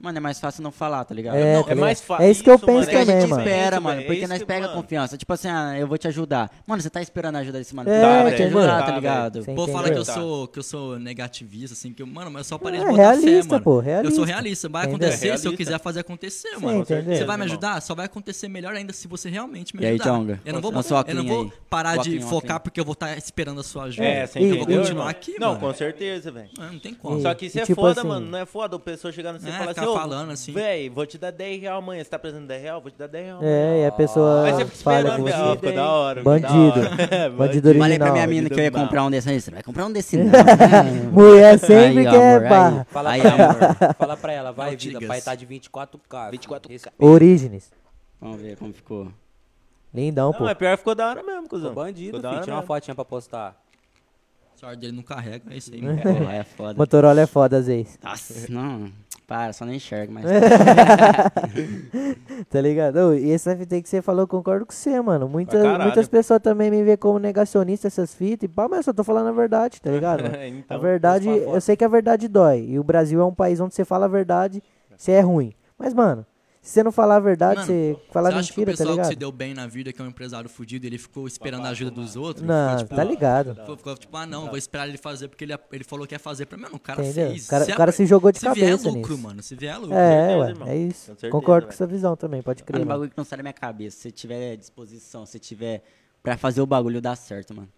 [SPEAKER 6] Mano, é mais fácil não falar, tá ligado?
[SPEAKER 3] É,
[SPEAKER 6] Não,
[SPEAKER 3] tá
[SPEAKER 4] é
[SPEAKER 3] ligado?
[SPEAKER 4] mais fácil
[SPEAKER 3] É isso que eu
[SPEAKER 4] isso, mano,
[SPEAKER 6] Por isso
[SPEAKER 3] penso
[SPEAKER 6] que a
[SPEAKER 3] também,
[SPEAKER 6] gente
[SPEAKER 3] mano.
[SPEAKER 6] espera,
[SPEAKER 4] Isso,
[SPEAKER 6] mano.
[SPEAKER 4] velho, é
[SPEAKER 6] Porque
[SPEAKER 4] isso
[SPEAKER 6] nós
[SPEAKER 4] que-
[SPEAKER 6] pega
[SPEAKER 4] mano.
[SPEAKER 6] confiança. Tipo assim, ah, eu vou te ajudar. Mano, você tá esperando a ajuda desse mano.
[SPEAKER 3] É,
[SPEAKER 6] Tá, vai te
[SPEAKER 3] entendeu?
[SPEAKER 6] ajudar,
[SPEAKER 4] Tá,
[SPEAKER 6] tá ligado?
[SPEAKER 3] velho.
[SPEAKER 1] O povo fala que eu,
[SPEAKER 3] Entendeu?
[SPEAKER 1] sou, que eu sou negativista, assim, que eu, mano, mas eu só pareço
[SPEAKER 3] É,
[SPEAKER 1] botar
[SPEAKER 3] realista,
[SPEAKER 1] fé, mano.
[SPEAKER 3] pô,
[SPEAKER 1] Eu
[SPEAKER 3] realista.
[SPEAKER 1] sou realista, vai
[SPEAKER 3] Entendeu?
[SPEAKER 1] acontecer se eu
[SPEAKER 4] Realista.
[SPEAKER 1] quiser fazer acontecer,
[SPEAKER 3] Sim,
[SPEAKER 1] mano.
[SPEAKER 3] entendeu?
[SPEAKER 1] Você vai me
[SPEAKER 4] Irmão.
[SPEAKER 1] ajudar? Só vai acontecer melhor ainda se você realmente me
[SPEAKER 6] E aí,
[SPEAKER 1] ajudar.
[SPEAKER 6] Djonga?
[SPEAKER 1] eu não vou,
[SPEAKER 6] Mostra o
[SPEAKER 1] eu não
[SPEAKER 6] óculinho
[SPEAKER 1] vou
[SPEAKER 6] aí.
[SPEAKER 1] parar
[SPEAKER 6] O
[SPEAKER 1] de
[SPEAKER 6] óculinho,
[SPEAKER 1] focar
[SPEAKER 6] óculinho.
[SPEAKER 1] porque eu vou estar esperando a sua ajuda.
[SPEAKER 4] assim. É, você
[SPEAKER 3] E-
[SPEAKER 1] eu vou
[SPEAKER 4] entendeu,
[SPEAKER 1] continuar
[SPEAKER 4] irmão?
[SPEAKER 1] aqui,
[SPEAKER 4] Não,
[SPEAKER 1] mano.
[SPEAKER 4] com certeza, velho.
[SPEAKER 1] Ah, Não tem como.
[SPEAKER 4] Só que isso
[SPEAKER 3] E
[SPEAKER 4] é
[SPEAKER 3] tipo
[SPEAKER 4] foda,
[SPEAKER 3] assim-
[SPEAKER 4] mano. Não é foda o pessoa chegando assim e
[SPEAKER 1] É,
[SPEAKER 4] falar assim,
[SPEAKER 1] ficar
[SPEAKER 4] ô,
[SPEAKER 1] falando assim.
[SPEAKER 4] véi, vou te dar 10 real amanhã. Você tá precisando de 10 real? Vou te dar 10 real.
[SPEAKER 3] É, e a pessoa
[SPEAKER 4] Aí você fica
[SPEAKER 3] fala com
[SPEAKER 4] esperando, velho.
[SPEAKER 3] você.
[SPEAKER 4] Ficou da hora. ficou da
[SPEAKER 3] Bandido. é
[SPEAKER 4] hora. É,
[SPEAKER 3] Bandido
[SPEAKER 6] Falei pra
[SPEAKER 3] original.
[SPEAKER 6] minha mina que eu ia
[SPEAKER 4] Original.
[SPEAKER 6] comprar um desse aí. Você vai comprar um desse não. né?
[SPEAKER 3] Mulher
[SPEAKER 6] Aí,
[SPEAKER 3] sempre quer
[SPEAKER 6] amor,
[SPEAKER 3] barra.
[SPEAKER 5] Fala
[SPEAKER 6] Aí,
[SPEAKER 5] pra
[SPEAKER 6] amor.
[SPEAKER 5] ela, fala pra ela, vai
[SPEAKER 1] Não
[SPEAKER 5] vida,
[SPEAKER 1] digas.
[SPEAKER 5] pai tá de 24k.
[SPEAKER 4] 24K.
[SPEAKER 5] é
[SPEAKER 3] Orígenes.
[SPEAKER 6] Vamos ver como ficou.
[SPEAKER 3] Lindão, pô.
[SPEAKER 4] Não, é pior, ficou da hora mesmo, cuzão.
[SPEAKER 5] Bandido,
[SPEAKER 4] Ficou da
[SPEAKER 5] filho,
[SPEAKER 4] hora
[SPEAKER 5] tinha uma
[SPEAKER 4] mesmo.
[SPEAKER 5] fotinha pra postar.
[SPEAKER 3] Né?
[SPEAKER 1] A sorte dele não carrega, é isso aí. mano.
[SPEAKER 6] Porra, é foda.
[SPEAKER 3] Motorola é foda às vezes.
[SPEAKER 6] Nossa, não. Para, só não enxerga, mas.
[SPEAKER 3] Tá ligado? Ô, e essa fita aí que você falou, eu concordo com você, mano. Muita,
[SPEAKER 4] Pra caralho.
[SPEAKER 3] muitas pessoas também me veem como negacionista essas fitas e pá, mas eu só tô falando a verdade, tá ligado? mano?
[SPEAKER 4] Então,
[SPEAKER 3] a verdade,
[SPEAKER 4] vamos pra fora.
[SPEAKER 3] eu sei que a verdade dói. E o Brasil é um país onde você fala a verdade, você é ruim. Mas, mano, se você não falar a verdade,
[SPEAKER 1] Mano,
[SPEAKER 3] você fala
[SPEAKER 1] Você acha que o
[SPEAKER 3] mentira, tá
[SPEAKER 1] pessoal que se
[SPEAKER 3] ligado?
[SPEAKER 1] deu bem na vida, que é um empresário fudido, ele ficou esperando a ajuda dos outros?
[SPEAKER 3] Não,
[SPEAKER 1] ficou, tipo,
[SPEAKER 3] tá ligado.
[SPEAKER 1] ficou- ficou tipo, ah não, vou esperar ele fazer porque ele, ele falou que ia fazer pra mim. Mano, o cara
[SPEAKER 3] Entendeu?
[SPEAKER 1] fez. é
[SPEAKER 3] O cara-
[SPEAKER 1] Se
[SPEAKER 3] o cara se jogou de
[SPEAKER 1] se vier
[SPEAKER 3] cabeça
[SPEAKER 1] lucro,
[SPEAKER 3] nisso.
[SPEAKER 1] mano, se vier lucro.
[SPEAKER 3] É,
[SPEAKER 4] certeza,
[SPEAKER 3] ué,
[SPEAKER 4] irmão.
[SPEAKER 3] é isso.
[SPEAKER 4] Com certeza,
[SPEAKER 3] Concordo com
[SPEAKER 4] velho.
[SPEAKER 3] essa visão também, pode
[SPEAKER 6] Mano,
[SPEAKER 3] crer.
[SPEAKER 6] um
[SPEAKER 3] mano.
[SPEAKER 6] bagulho que não sai da minha cabeça. Se tiver disposição, se tiver pra fazer o bagulho, dá certo, mano.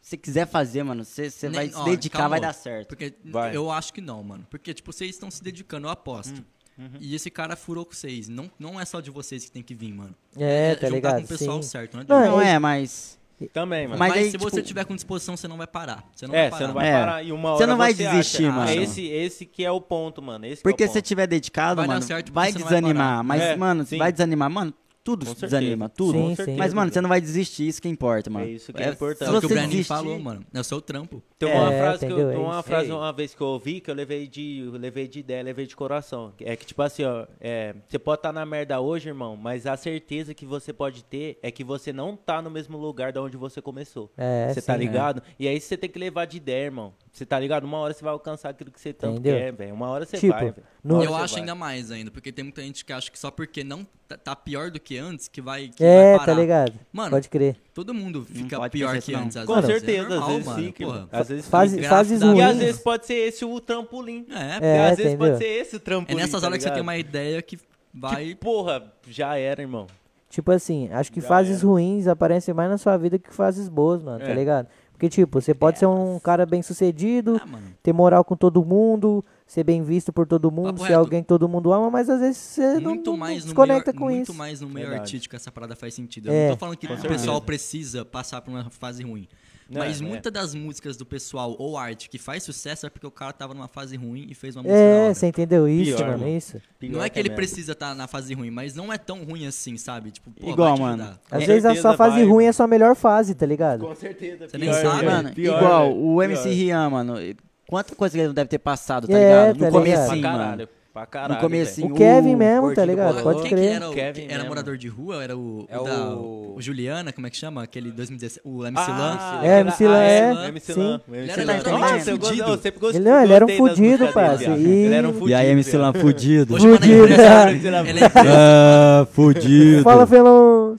[SPEAKER 6] Se quiser fazer, mano, você você
[SPEAKER 1] Nem-
[SPEAKER 6] vai se
[SPEAKER 1] ó,
[SPEAKER 6] dedicar,
[SPEAKER 1] calma.
[SPEAKER 6] vai dar certo.
[SPEAKER 1] Porque
[SPEAKER 4] Vai.
[SPEAKER 1] eu acho que não, mano. Porque, tipo, vocês estão se dedicando, eu aposto.
[SPEAKER 4] Hum, uhum.
[SPEAKER 1] E esse cara furou com vocês. Não, não é só de vocês que tem que vir, mano.
[SPEAKER 3] É, tá
[SPEAKER 1] juntar
[SPEAKER 3] ligado?
[SPEAKER 1] com o pessoal
[SPEAKER 3] Sim.
[SPEAKER 1] certo, né?
[SPEAKER 3] Não,
[SPEAKER 1] Mas,
[SPEAKER 6] Não é, mas.
[SPEAKER 4] Também, mano.
[SPEAKER 6] Mas aí,
[SPEAKER 1] se
[SPEAKER 6] tipo-
[SPEAKER 1] você tiver com disposição, você não vai parar. Você não vai
[SPEAKER 4] é, você
[SPEAKER 1] parar.
[SPEAKER 4] não vai
[SPEAKER 6] É.
[SPEAKER 4] parar. E uma hora
[SPEAKER 6] Você não vai
[SPEAKER 4] acha.
[SPEAKER 6] desistir, mano.
[SPEAKER 4] É esse, esse que é o ponto, mano. Esse que
[SPEAKER 6] Porque
[SPEAKER 4] é o
[SPEAKER 6] se
[SPEAKER 4] ponto.
[SPEAKER 6] tiver dedicado,
[SPEAKER 1] Vai dar
[SPEAKER 6] mano,
[SPEAKER 1] certo porque
[SPEAKER 6] vai
[SPEAKER 1] você não vai
[SPEAKER 6] desanimar.
[SPEAKER 1] parar.
[SPEAKER 6] mas,
[SPEAKER 4] É,
[SPEAKER 6] mano,
[SPEAKER 4] sim.
[SPEAKER 6] vai desanimar, mano. Tudo
[SPEAKER 4] Com certeza.
[SPEAKER 6] desanima, tudo.
[SPEAKER 3] Sim, sim.
[SPEAKER 6] Mas, mano, você não vai desistir, isso que importa, mano.
[SPEAKER 4] É isso que é importante.
[SPEAKER 1] É
[SPEAKER 6] se
[SPEAKER 1] o que o
[SPEAKER 6] você
[SPEAKER 1] Brandon
[SPEAKER 6] desistir-
[SPEAKER 1] falou, mano. É o seu trampo.
[SPEAKER 4] Tem uma
[SPEAKER 3] É,
[SPEAKER 4] frase que eu,
[SPEAKER 3] entendeu?
[SPEAKER 4] tem
[SPEAKER 3] É
[SPEAKER 4] uma
[SPEAKER 3] isso.
[SPEAKER 4] frase
[SPEAKER 5] É.
[SPEAKER 4] uma vez que eu ouvi que eu levei de eu levei de ideia, levei de coração. É que tipo assim, ó, é, você pode estar na merda hoje, irmão, mas a certeza que você pode ter é que você não tá no mesmo lugar da onde você começou.
[SPEAKER 3] É,
[SPEAKER 4] Você tá
[SPEAKER 3] sim.
[SPEAKER 4] ligado? E aí você tem que levar de ideia, irmão. Você tá ligado? Uma hora você vai alcançar aquilo que você tanto
[SPEAKER 3] Entendeu?
[SPEAKER 4] quer, velho. Uma hora você
[SPEAKER 3] Tipo,
[SPEAKER 4] vai, velho.
[SPEAKER 3] no-
[SPEAKER 4] Uma hora
[SPEAKER 1] eu
[SPEAKER 4] você
[SPEAKER 1] acho
[SPEAKER 4] vai.
[SPEAKER 1] ainda mais ainda, porque tem muita gente que acha que só porque não tá, tá pior do que antes que vai que vai
[SPEAKER 3] É,
[SPEAKER 1] parar.
[SPEAKER 3] tá ligado?
[SPEAKER 1] Mano,
[SPEAKER 3] Pode crer.
[SPEAKER 1] todo mundo fica
[SPEAKER 6] pode
[SPEAKER 1] pior
[SPEAKER 6] pensar
[SPEAKER 1] que
[SPEAKER 6] isso, não.
[SPEAKER 1] antes. às
[SPEAKER 4] Com
[SPEAKER 1] vezes.
[SPEAKER 4] certeza,
[SPEAKER 1] é normal,
[SPEAKER 4] às vezes
[SPEAKER 1] mano,
[SPEAKER 4] sim, que-
[SPEAKER 1] porra.
[SPEAKER 4] às vezes
[SPEAKER 3] Fase-
[SPEAKER 4] sim.
[SPEAKER 1] graças
[SPEAKER 3] fases
[SPEAKER 1] a Deus.
[SPEAKER 4] E
[SPEAKER 3] ruins.
[SPEAKER 4] às vezes pode ser esse o trampolim.
[SPEAKER 1] É,
[SPEAKER 3] É,
[SPEAKER 4] e às vezes
[SPEAKER 3] entendeu?
[SPEAKER 4] pode ser esse o
[SPEAKER 1] é
[SPEAKER 4] trampolim.
[SPEAKER 1] nessas
[SPEAKER 4] tá
[SPEAKER 1] horas que você
[SPEAKER 4] ligado?
[SPEAKER 1] tem uma ideia que vai...
[SPEAKER 4] Que, porra, já era, irmão.
[SPEAKER 3] Tipo assim, acho que
[SPEAKER 4] Já
[SPEAKER 3] fases
[SPEAKER 4] era.
[SPEAKER 3] ruins aparecem mais na sua vida que fases boas, mano, tá
[SPEAKER 4] É.
[SPEAKER 3] ligado? Porque, tipo, você pode ser um cara bem sucedido,
[SPEAKER 1] Ah, mano.
[SPEAKER 3] ter moral com todo mundo, ser bem visto por todo mundo, ser
[SPEAKER 1] reto.
[SPEAKER 3] alguém que todo mundo ama, mas às vezes você não,
[SPEAKER 1] Muito
[SPEAKER 3] não- não
[SPEAKER 1] mais, no meio,
[SPEAKER 3] desconecta com
[SPEAKER 1] muito
[SPEAKER 3] isso.
[SPEAKER 1] mais no meio
[SPEAKER 4] Verdade.
[SPEAKER 1] artístico essa parada faz sentido. Eu
[SPEAKER 3] É.
[SPEAKER 1] não tô falando que o pessoal precisa passar por uma fase ruim.
[SPEAKER 4] Não,
[SPEAKER 1] mas
[SPEAKER 4] é.
[SPEAKER 1] muitas das músicas do pessoal ou arte que faz sucesso é porque o cara tava numa fase ruim e fez uma música da
[SPEAKER 3] É,
[SPEAKER 1] hora.
[SPEAKER 3] você entendeu isso,
[SPEAKER 4] Pior,
[SPEAKER 3] mano?
[SPEAKER 4] mano.
[SPEAKER 3] Isso.
[SPEAKER 1] Não é que ele
[SPEAKER 4] Pior a merda.
[SPEAKER 1] precisa estar na fase ruim, mas não é tão ruim assim, sabe? Tipo, pô,
[SPEAKER 6] Igual,
[SPEAKER 1] vai te
[SPEAKER 6] mano.
[SPEAKER 1] ajudar.
[SPEAKER 3] Às
[SPEAKER 4] Com
[SPEAKER 3] vezes a
[SPEAKER 4] certeza
[SPEAKER 3] sua fase
[SPEAKER 4] vai,
[SPEAKER 3] ruim
[SPEAKER 4] mano.
[SPEAKER 3] é sua melhor fase, tá ligado?
[SPEAKER 4] Com certeza.
[SPEAKER 1] Você nem sabe, né?
[SPEAKER 6] Mano,
[SPEAKER 4] pior,
[SPEAKER 6] igual
[SPEAKER 4] velho.
[SPEAKER 6] o MC
[SPEAKER 4] Pior.
[SPEAKER 6] Rian, mano. Quanta coisa que ele não deve ter passado, tá
[SPEAKER 3] É,
[SPEAKER 6] ligado? No
[SPEAKER 3] tá ligado.
[SPEAKER 6] comecinho,
[SPEAKER 4] Pra
[SPEAKER 6] mano.
[SPEAKER 4] caralho. Pra caralho.
[SPEAKER 6] No comecinho.
[SPEAKER 3] O Kevin mesmo, tá
[SPEAKER 6] Gordinho do
[SPEAKER 3] ligado?
[SPEAKER 6] Bolão.
[SPEAKER 3] Pode
[SPEAKER 1] Quem
[SPEAKER 3] crer.
[SPEAKER 1] que era o,
[SPEAKER 4] Kevin
[SPEAKER 1] quem era
[SPEAKER 4] mesmo.
[SPEAKER 1] morador de rua? Era o,
[SPEAKER 5] É
[SPEAKER 1] o da-
[SPEAKER 5] o-
[SPEAKER 1] o Juliana, como é que chama? Aquele 2017, o MC
[SPEAKER 4] Ah,
[SPEAKER 1] Lan.
[SPEAKER 3] É, MC Lan, é,
[SPEAKER 4] É, MC
[SPEAKER 3] sim.
[SPEAKER 4] Lan.
[SPEAKER 1] Ele
[SPEAKER 4] MC
[SPEAKER 1] era
[SPEAKER 4] Lan.
[SPEAKER 1] literalmente
[SPEAKER 4] Nossa, eu
[SPEAKER 1] fudido.
[SPEAKER 4] gosto- eu sempre gostei.
[SPEAKER 3] um Ele- não, ele era um
[SPEAKER 4] gostei das
[SPEAKER 3] fudido,
[SPEAKER 4] músicas dele,
[SPEAKER 3] parça,
[SPEAKER 4] viado.
[SPEAKER 3] e-
[SPEAKER 4] Ele era um fudido.
[SPEAKER 6] E aí, MC Lan,
[SPEAKER 4] viado.
[SPEAKER 3] É.
[SPEAKER 6] fudido.
[SPEAKER 1] Hoje, mano, ele
[SPEAKER 3] Fudido.
[SPEAKER 1] é ele é empresário.
[SPEAKER 6] Ah, fudido.
[SPEAKER 3] Fala, Felão!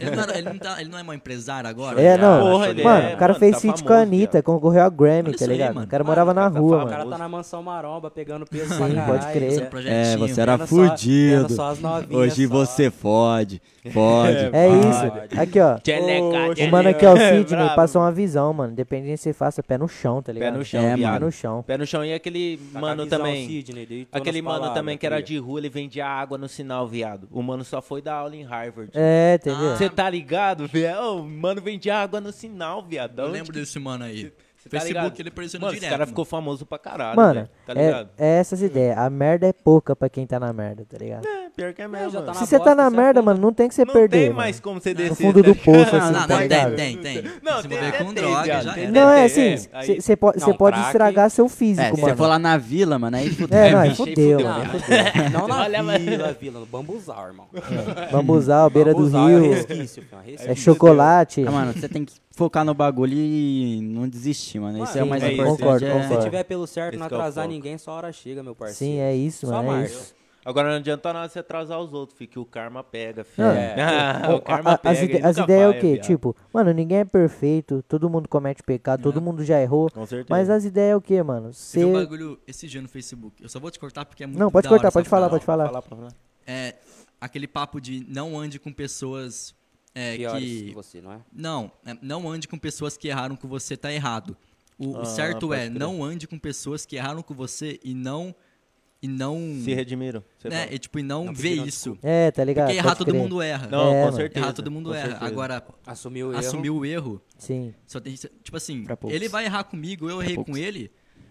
[SPEAKER 1] Ele não, era- ele não tá- ele não é um empresário agora?
[SPEAKER 3] É,
[SPEAKER 1] Ele
[SPEAKER 3] não.
[SPEAKER 4] Porra, ele
[SPEAKER 3] mano,
[SPEAKER 4] é,
[SPEAKER 3] o cara
[SPEAKER 4] mano,
[SPEAKER 3] fez
[SPEAKER 4] tá
[SPEAKER 3] feat com a
[SPEAKER 4] famoso,
[SPEAKER 3] Anitta,
[SPEAKER 4] viado.
[SPEAKER 3] concorreu a Grammy,
[SPEAKER 1] Olha
[SPEAKER 3] tá
[SPEAKER 1] isso aí,
[SPEAKER 3] ligado?
[SPEAKER 1] mano.
[SPEAKER 3] o cara morava na
[SPEAKER 4] cara tá
[SPEAKER 3] rua,
[SPEAKER 5] O
[SPEAKER 4] famoso.
[SPEAKER 3] mano.
[SPEAKER 5] cara tá na mansão maromba, pegando peso
[SPEAKER 3] Sim,
[SPEAKER 5] pra
[SPEAKER 3] pode
[SPEAKER 5] caralho,
[SPEAKER 3] crer.
[SPEAKER 5] só-
[SPEAKER 1] é um projetinho.
[SPEAKER 6] É, você era
[SPEAKER 5] pegando só-
[SPEAKER 6] fudido.
[SPEAKER 5] pegando Só as novinhas
[SPEAKER 6] Hoje
[SPEAKER 5] só.
[SPEAKER 6] você fode. Fode.
[SPEAKER 3] É
[SPEAKER 5] Pode.
[SPEAKER 3] isso. Aqui, ó.
[SPEAKER 4] Tcheleca,
[SPEAKER 3] O
[SPEAKER 4] tcheleca.
[SPEAKER 3] mano aqui, ó, o Sidney,
[SPEAKER 4] Bravo.
[SPEAKER 3] passou uma visão, mano. Dependendo do que você faça, pé no chão, tá
[SPEAKER 4] Pé
[SPEAKER 3] ligado?
[SPEAKER 4] no chão,
[SPEAKER 6] É,
[SPEAKER 4] viado.
[SPEAKER 3] Pé no chão.
[SPEAKER 4] Pé no chão. E aquele
[SPEAKER 5] Tá com a
[SPEAKER 4] mano
[SPEAKER 5] visão,
[SPEAKER 4] também.
[SPEAKER 5] Sidney, deitou nas
[SPEAKER 4] Aquele mano
[SPEAKER 5] palavras,
[SPEAKER 4] também que era
[SPEAKER 5] cria.
[SPEAKER 4] de rua, ele vendia água no sinal, viado. O mano só foi dar aula em Harvard.
[SPEAKER 3] É, entendeu?
[SPEAKER 4] Você tá ligado, viado? Ô, O mano vendia água no sinal, viado. Da
[SPEAKER 1] Eu
[SPEAKER 4] onde
[SPEAKER 1] lembro
[SPEAKER 4] que-
[SPEAKER 1] desse mano aí.
[SPEAKER 4] Cê tá
[SPEAKER 1] Facebook,
[SPEAKER 4] ligado?
[SPEAKER 1] ele apareceu no
[SPEAKER 4] mano,
[SPEAKER 1] direto.
[SPEAKER 4] Esse cara
[SPEAKER 1] mano.
[SPEAKER 4] ficou famoso pra caralho.
[SPEAKER 3] Mano,
[SPEAKER 4] velho. tá
[SPEAKER 3] é,
[SPEAKER 4] ligado?
[SPEAKER 3] é essas ideias. A merda é pouca pra quem tá na merda, tá ligado?
[SPEAKER 4] É, pior que é
[SPEAKER 5] já
[SPEAKER 4] mesmo.
[SPEAKER 5] tá
[SPEAKER 4] mano.
[SPEAKER 5] na
[SPEAKER 3] Se você tá
[SPEAKER 5] bosta,
[SPEAKER 3] na
[SPEAKER 5] você
[SPEAKER 3] merda,
[SPEAKER 5] afunda.
[SPEAKER 3] mano, não tem que você
[SPEAKER 4] Não
[SPEAKER 3] perder.
[SPEAKER 4] tem
[SPEAKER 3] mano.
[SPEAKER 4] mais como você descer.
[SPEAKER 3] No fundo do
[SPEAKER 4] tá
[SPEAKER 3] poço,
[SPEAKER 4] ligado?
[SPEAKER 3] assim,
[SPEAKER 1] Não,
[SPEAKER 3] tá
[SPEAKER 1] não,
[SPEAKER 3] ligado?
[SPEAKER 1] tem, tem, tem.
[SPEAKER 4] Não,
[SPEAKER 1] Se
[SPEAKER 4] tem
[SPEAKER 1] envolver
[SPEAKER 4] até
[SPEAKER 1] com
[SPEAKER 4] tem,
[SPEAKER 1] droga
[SPEAKER 4] viado,
[SPEAKER 1] já
[SPEAKER 4] tem
[SPEAKER 1] era.
[SPEAKER 4] até
[SPEAKER 3] Não, é
[SPEAKER 4] É,
[SPEAKER 3] assim,
[SPEAKER 4] é, aí-
[SPEAKER 3] você pode, cê
[SPEAKER 5] Não,
[SPEAKER 3] pode
[SPEAKER 5] craque-
[SPEAKER 3] estragar seu
[SPEAKER 6] É,
[SPEAKER 3] físico,
[SPEAKER 6] se
[SPEAKER 3] mano.
[SPEAKER 6] você for lá na vila, mano, aí fudeu.
[SPEAKER 3] É, não, aí
[SPEAKER 5] Achei
[SPEAKER 3] fudeu,
[SPEAKER 5] fudeu,
[SPEAKER 3] mano. aí
[SPEAKER 5] não.
[SPEAKER 3] fudeu.
[SPEAKER 5] Não na
[SPEAKER 4] Olha,
[SPEAKER 5] vila, vila, no bambuzal, irmão.
[SPEAKER 3] Bambuzal, beira do
[SPEAKER 5] Bambuzal É
[SPEAKER 3] rio,
[SPEAKER 5] resquício, filho, é resquício.
[SPEAKER 3] é chocolate.
[SPEAKER 6] Ah, mano, você tem que focar no bagulho e não desistir, mano. Isso é o
[SPEAKER 5] Mano,
[SPEAKER 6] mais
[SPEAKER 4] é isso,
[SPEAKER 6] importante.
[SPEAKER 3] concordo,
[SPEAKER 6] é-
[SPEAKER 5] Se
[SPEAKER 3] concordo.
[SPEAKER 5] tiver pelo certo,
[SPEAKER 4] Esse
[SPEAKER 5] não
[SPEAKER 4] que é o
[SPEAKER 5] atrasar
[SPEAKER 4] foco.
[SPEAKER 5] ninguém, só hora chega, meu parceiro.
[SPEAKER 3] Sim, é isso,
[SPEAKER 5] Só
[SPEAKER 3] mano. É
[SPEAKER 5] marcha.
[SPEAKER 3] isso.
[SPEAKER 4] Agora não adianta nada você atrasar os outros, filho, que o karma pega, filho.
[SPEAKER 3] Não,
[SPEAKER 5] É.
[SPEAKER 4] Ah, o
[SPEAKER 3] Bom,
[SPEAKER 4] karma
[SPEAKER 3] a- a- as
[SPEAKER 4] pega,
[SPEAKER 3] ide-
[SPEAKER 4] ele
[SPEAKER 3] as
[SPEAKER 4] nunca
[SPEAKER 3] ideias é
[SPEAKER 4] vai,
[SPEAKER 3] o quê?
[SPEAKER 4] viado.
[SPEAKER 3] Tipo, mano, ninguém é perfeito, todo mundo comete pecado, todo mundo já errou.
[SPEAKER 4] Com certeza.
[SPEAKER 3] Mas as ideias é o quê, mano?
[SPEAKER 1] Você viu um
[SPEAKER 3] Você.
[SPEAKER 1] bagulho esse dia no Facebook. Eu só vou te cortar porque é muito
[SPEAKER 3] Não, pode
[SPEAKER 1] da hora
[SPEAKER 3] cortar,
[SPEAKER 1] essa
[SPEAKER 3] pode falar,
[SPEAKER 1] parada.
[SPEAKER 3] pode falar.
[SPEAKER 4] Fala pra falar.
[SPEAKER 1] É, aquele papo de não ande com pessoas é,
[SPEAKER 5] Piores
[SPEAKER 1] que...
[SPEAKER 5] que você, não é?
[SPEAKER 1] Não, é, não ande com pessoas que erraram com você, tá errado. O, o
[SPEAKER 4] Ah,
[SPEAKER 1] certo
[SPEAKER 4] pode
[SPEAKER 1] é,
[SPEAKER 4] crer.
[SPEAKER 1] não ande com pessoas que erraram com você e não... E não...
[SPEAKER 4] Se redimiram. Cê
[SPEAKER 1] né,
[SPEAKER 4] fala.
[SPEAKER 1] e, tipo, e não, vê isso.
[SPEAKER 3] É, tá ligado?
[SPEAKER 1] Porque errar
[SPEAKER 3] Pode
[SPEAKER 1] todo
[SPEAKER 3] crer.
[SPEAKER 1] mundo erra.
[SPEAKER 4] Não,
[SPEAKER 3] É,
[SPEAKER 4] com
[SPEAKER 3] mano.
[SPEAKER 4] certeza.
[SPEAKER 1] Errar todo mundo
[SPEAKER 4] com
[SPEAKER 1] erra.
[SPEAKER 4] certeza.
[SPEAKER 1] Agora,
[SPEAKER 5] Assumiu o erro.
[SPEAKER 1] assumir o erro...
[SPEAKER 3] Sim.
[SPEAKER 1] Só tem, tipo assim,
[SPEAKER 6] Pra poucos.
[SPEAKER 1] ele vai errar comigo, eu errei com
[SPEAKER 6] poucos.
[SPEAKER 1] ele,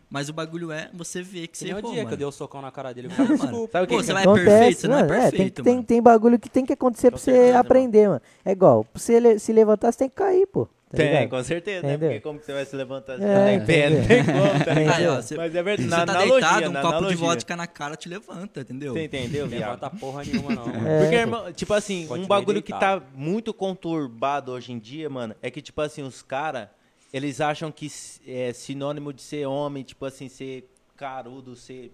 [SPEAKER 1] mas o bagulho é você ver que
[SPEAKER 5] Que
[SPEAKER 1] você
[SPEAKER 5] nem o
[SPEAKER 1] errou,
[SPEAKER 5] dia que eu
[SPEAKER 1] mano.
[SPEAKER 5] dei o socão na cara dele. Eu falei,
[SPEAKER 1] Mano,
[SPEAKER 5] desculpa.
[SPEAKER 4] Sabe o que
[SPEAKER 1] Pô,
[SPEAKER 4] que
[SPEAKER 1] você vai
[SPEAKER 3] Acontece,
[SPEAKER 1] perfeito, você não é
[SPEAKER 3] mano, é, tem,
[SPEAKER 1] perfeito,
[SPEAKER 3] que- tem,
[SPEAKER 1] mano.
[SPEAKER 3] tem bagulho que tem que acontecer pra você
[SPEAKER 4] certeza,
[SPEAKER 3] aprender, mano. É igual, pra você le- se levantar, você tem que cair, pô. tá
[SPEAKER 4] tem,
[SPEAKER 3] ligado?
[SPEAKER 4] com certeza, né?
[SPEAKER 3] Entendeu?
[SPEAKER 4] Porque como que você vai se levantar se
[SPEAKER 3] É,
[SPEAKER 4] tá em pé? Não tem como, tá ligado?
[SPEAKER 1] Aí, ó, você-
[SPEAKER 4] Mas é verdade,
[SPEAKER 1] Você
[SPEAKER 4] na
[SPEAKER 1] tá
[SPEAKER 4] analogia,
[SPEAKER 1] deitado, um
[SPEAKER 4] na
[SPEAKER 1] copo de
[SPEAKER 4] analogia.
[SPEAKER 1] vodka na cara te levanta, entendeu?
[SPEAKER 4] Você entendeu, viado?
[SPEAKER 5] Levanta porra nenhuma, não.
[SPEAKER 3] É.
[SPEAKER 4] Porque, irmão, tipo assim,
[SPEAKER 5] Pode
[SPEAKER 4] um
[SPEAKER 5] bem
[SPEAKER 4] bagulho que tá
[SPEAKER 5] deitado.
[SPEAKER 4] muito conturbado hoje em dia, mano, é que, tipo assim, os caras, eles acham que s- é sinônimo de ser homem, tipo assim, ser carudo, ser.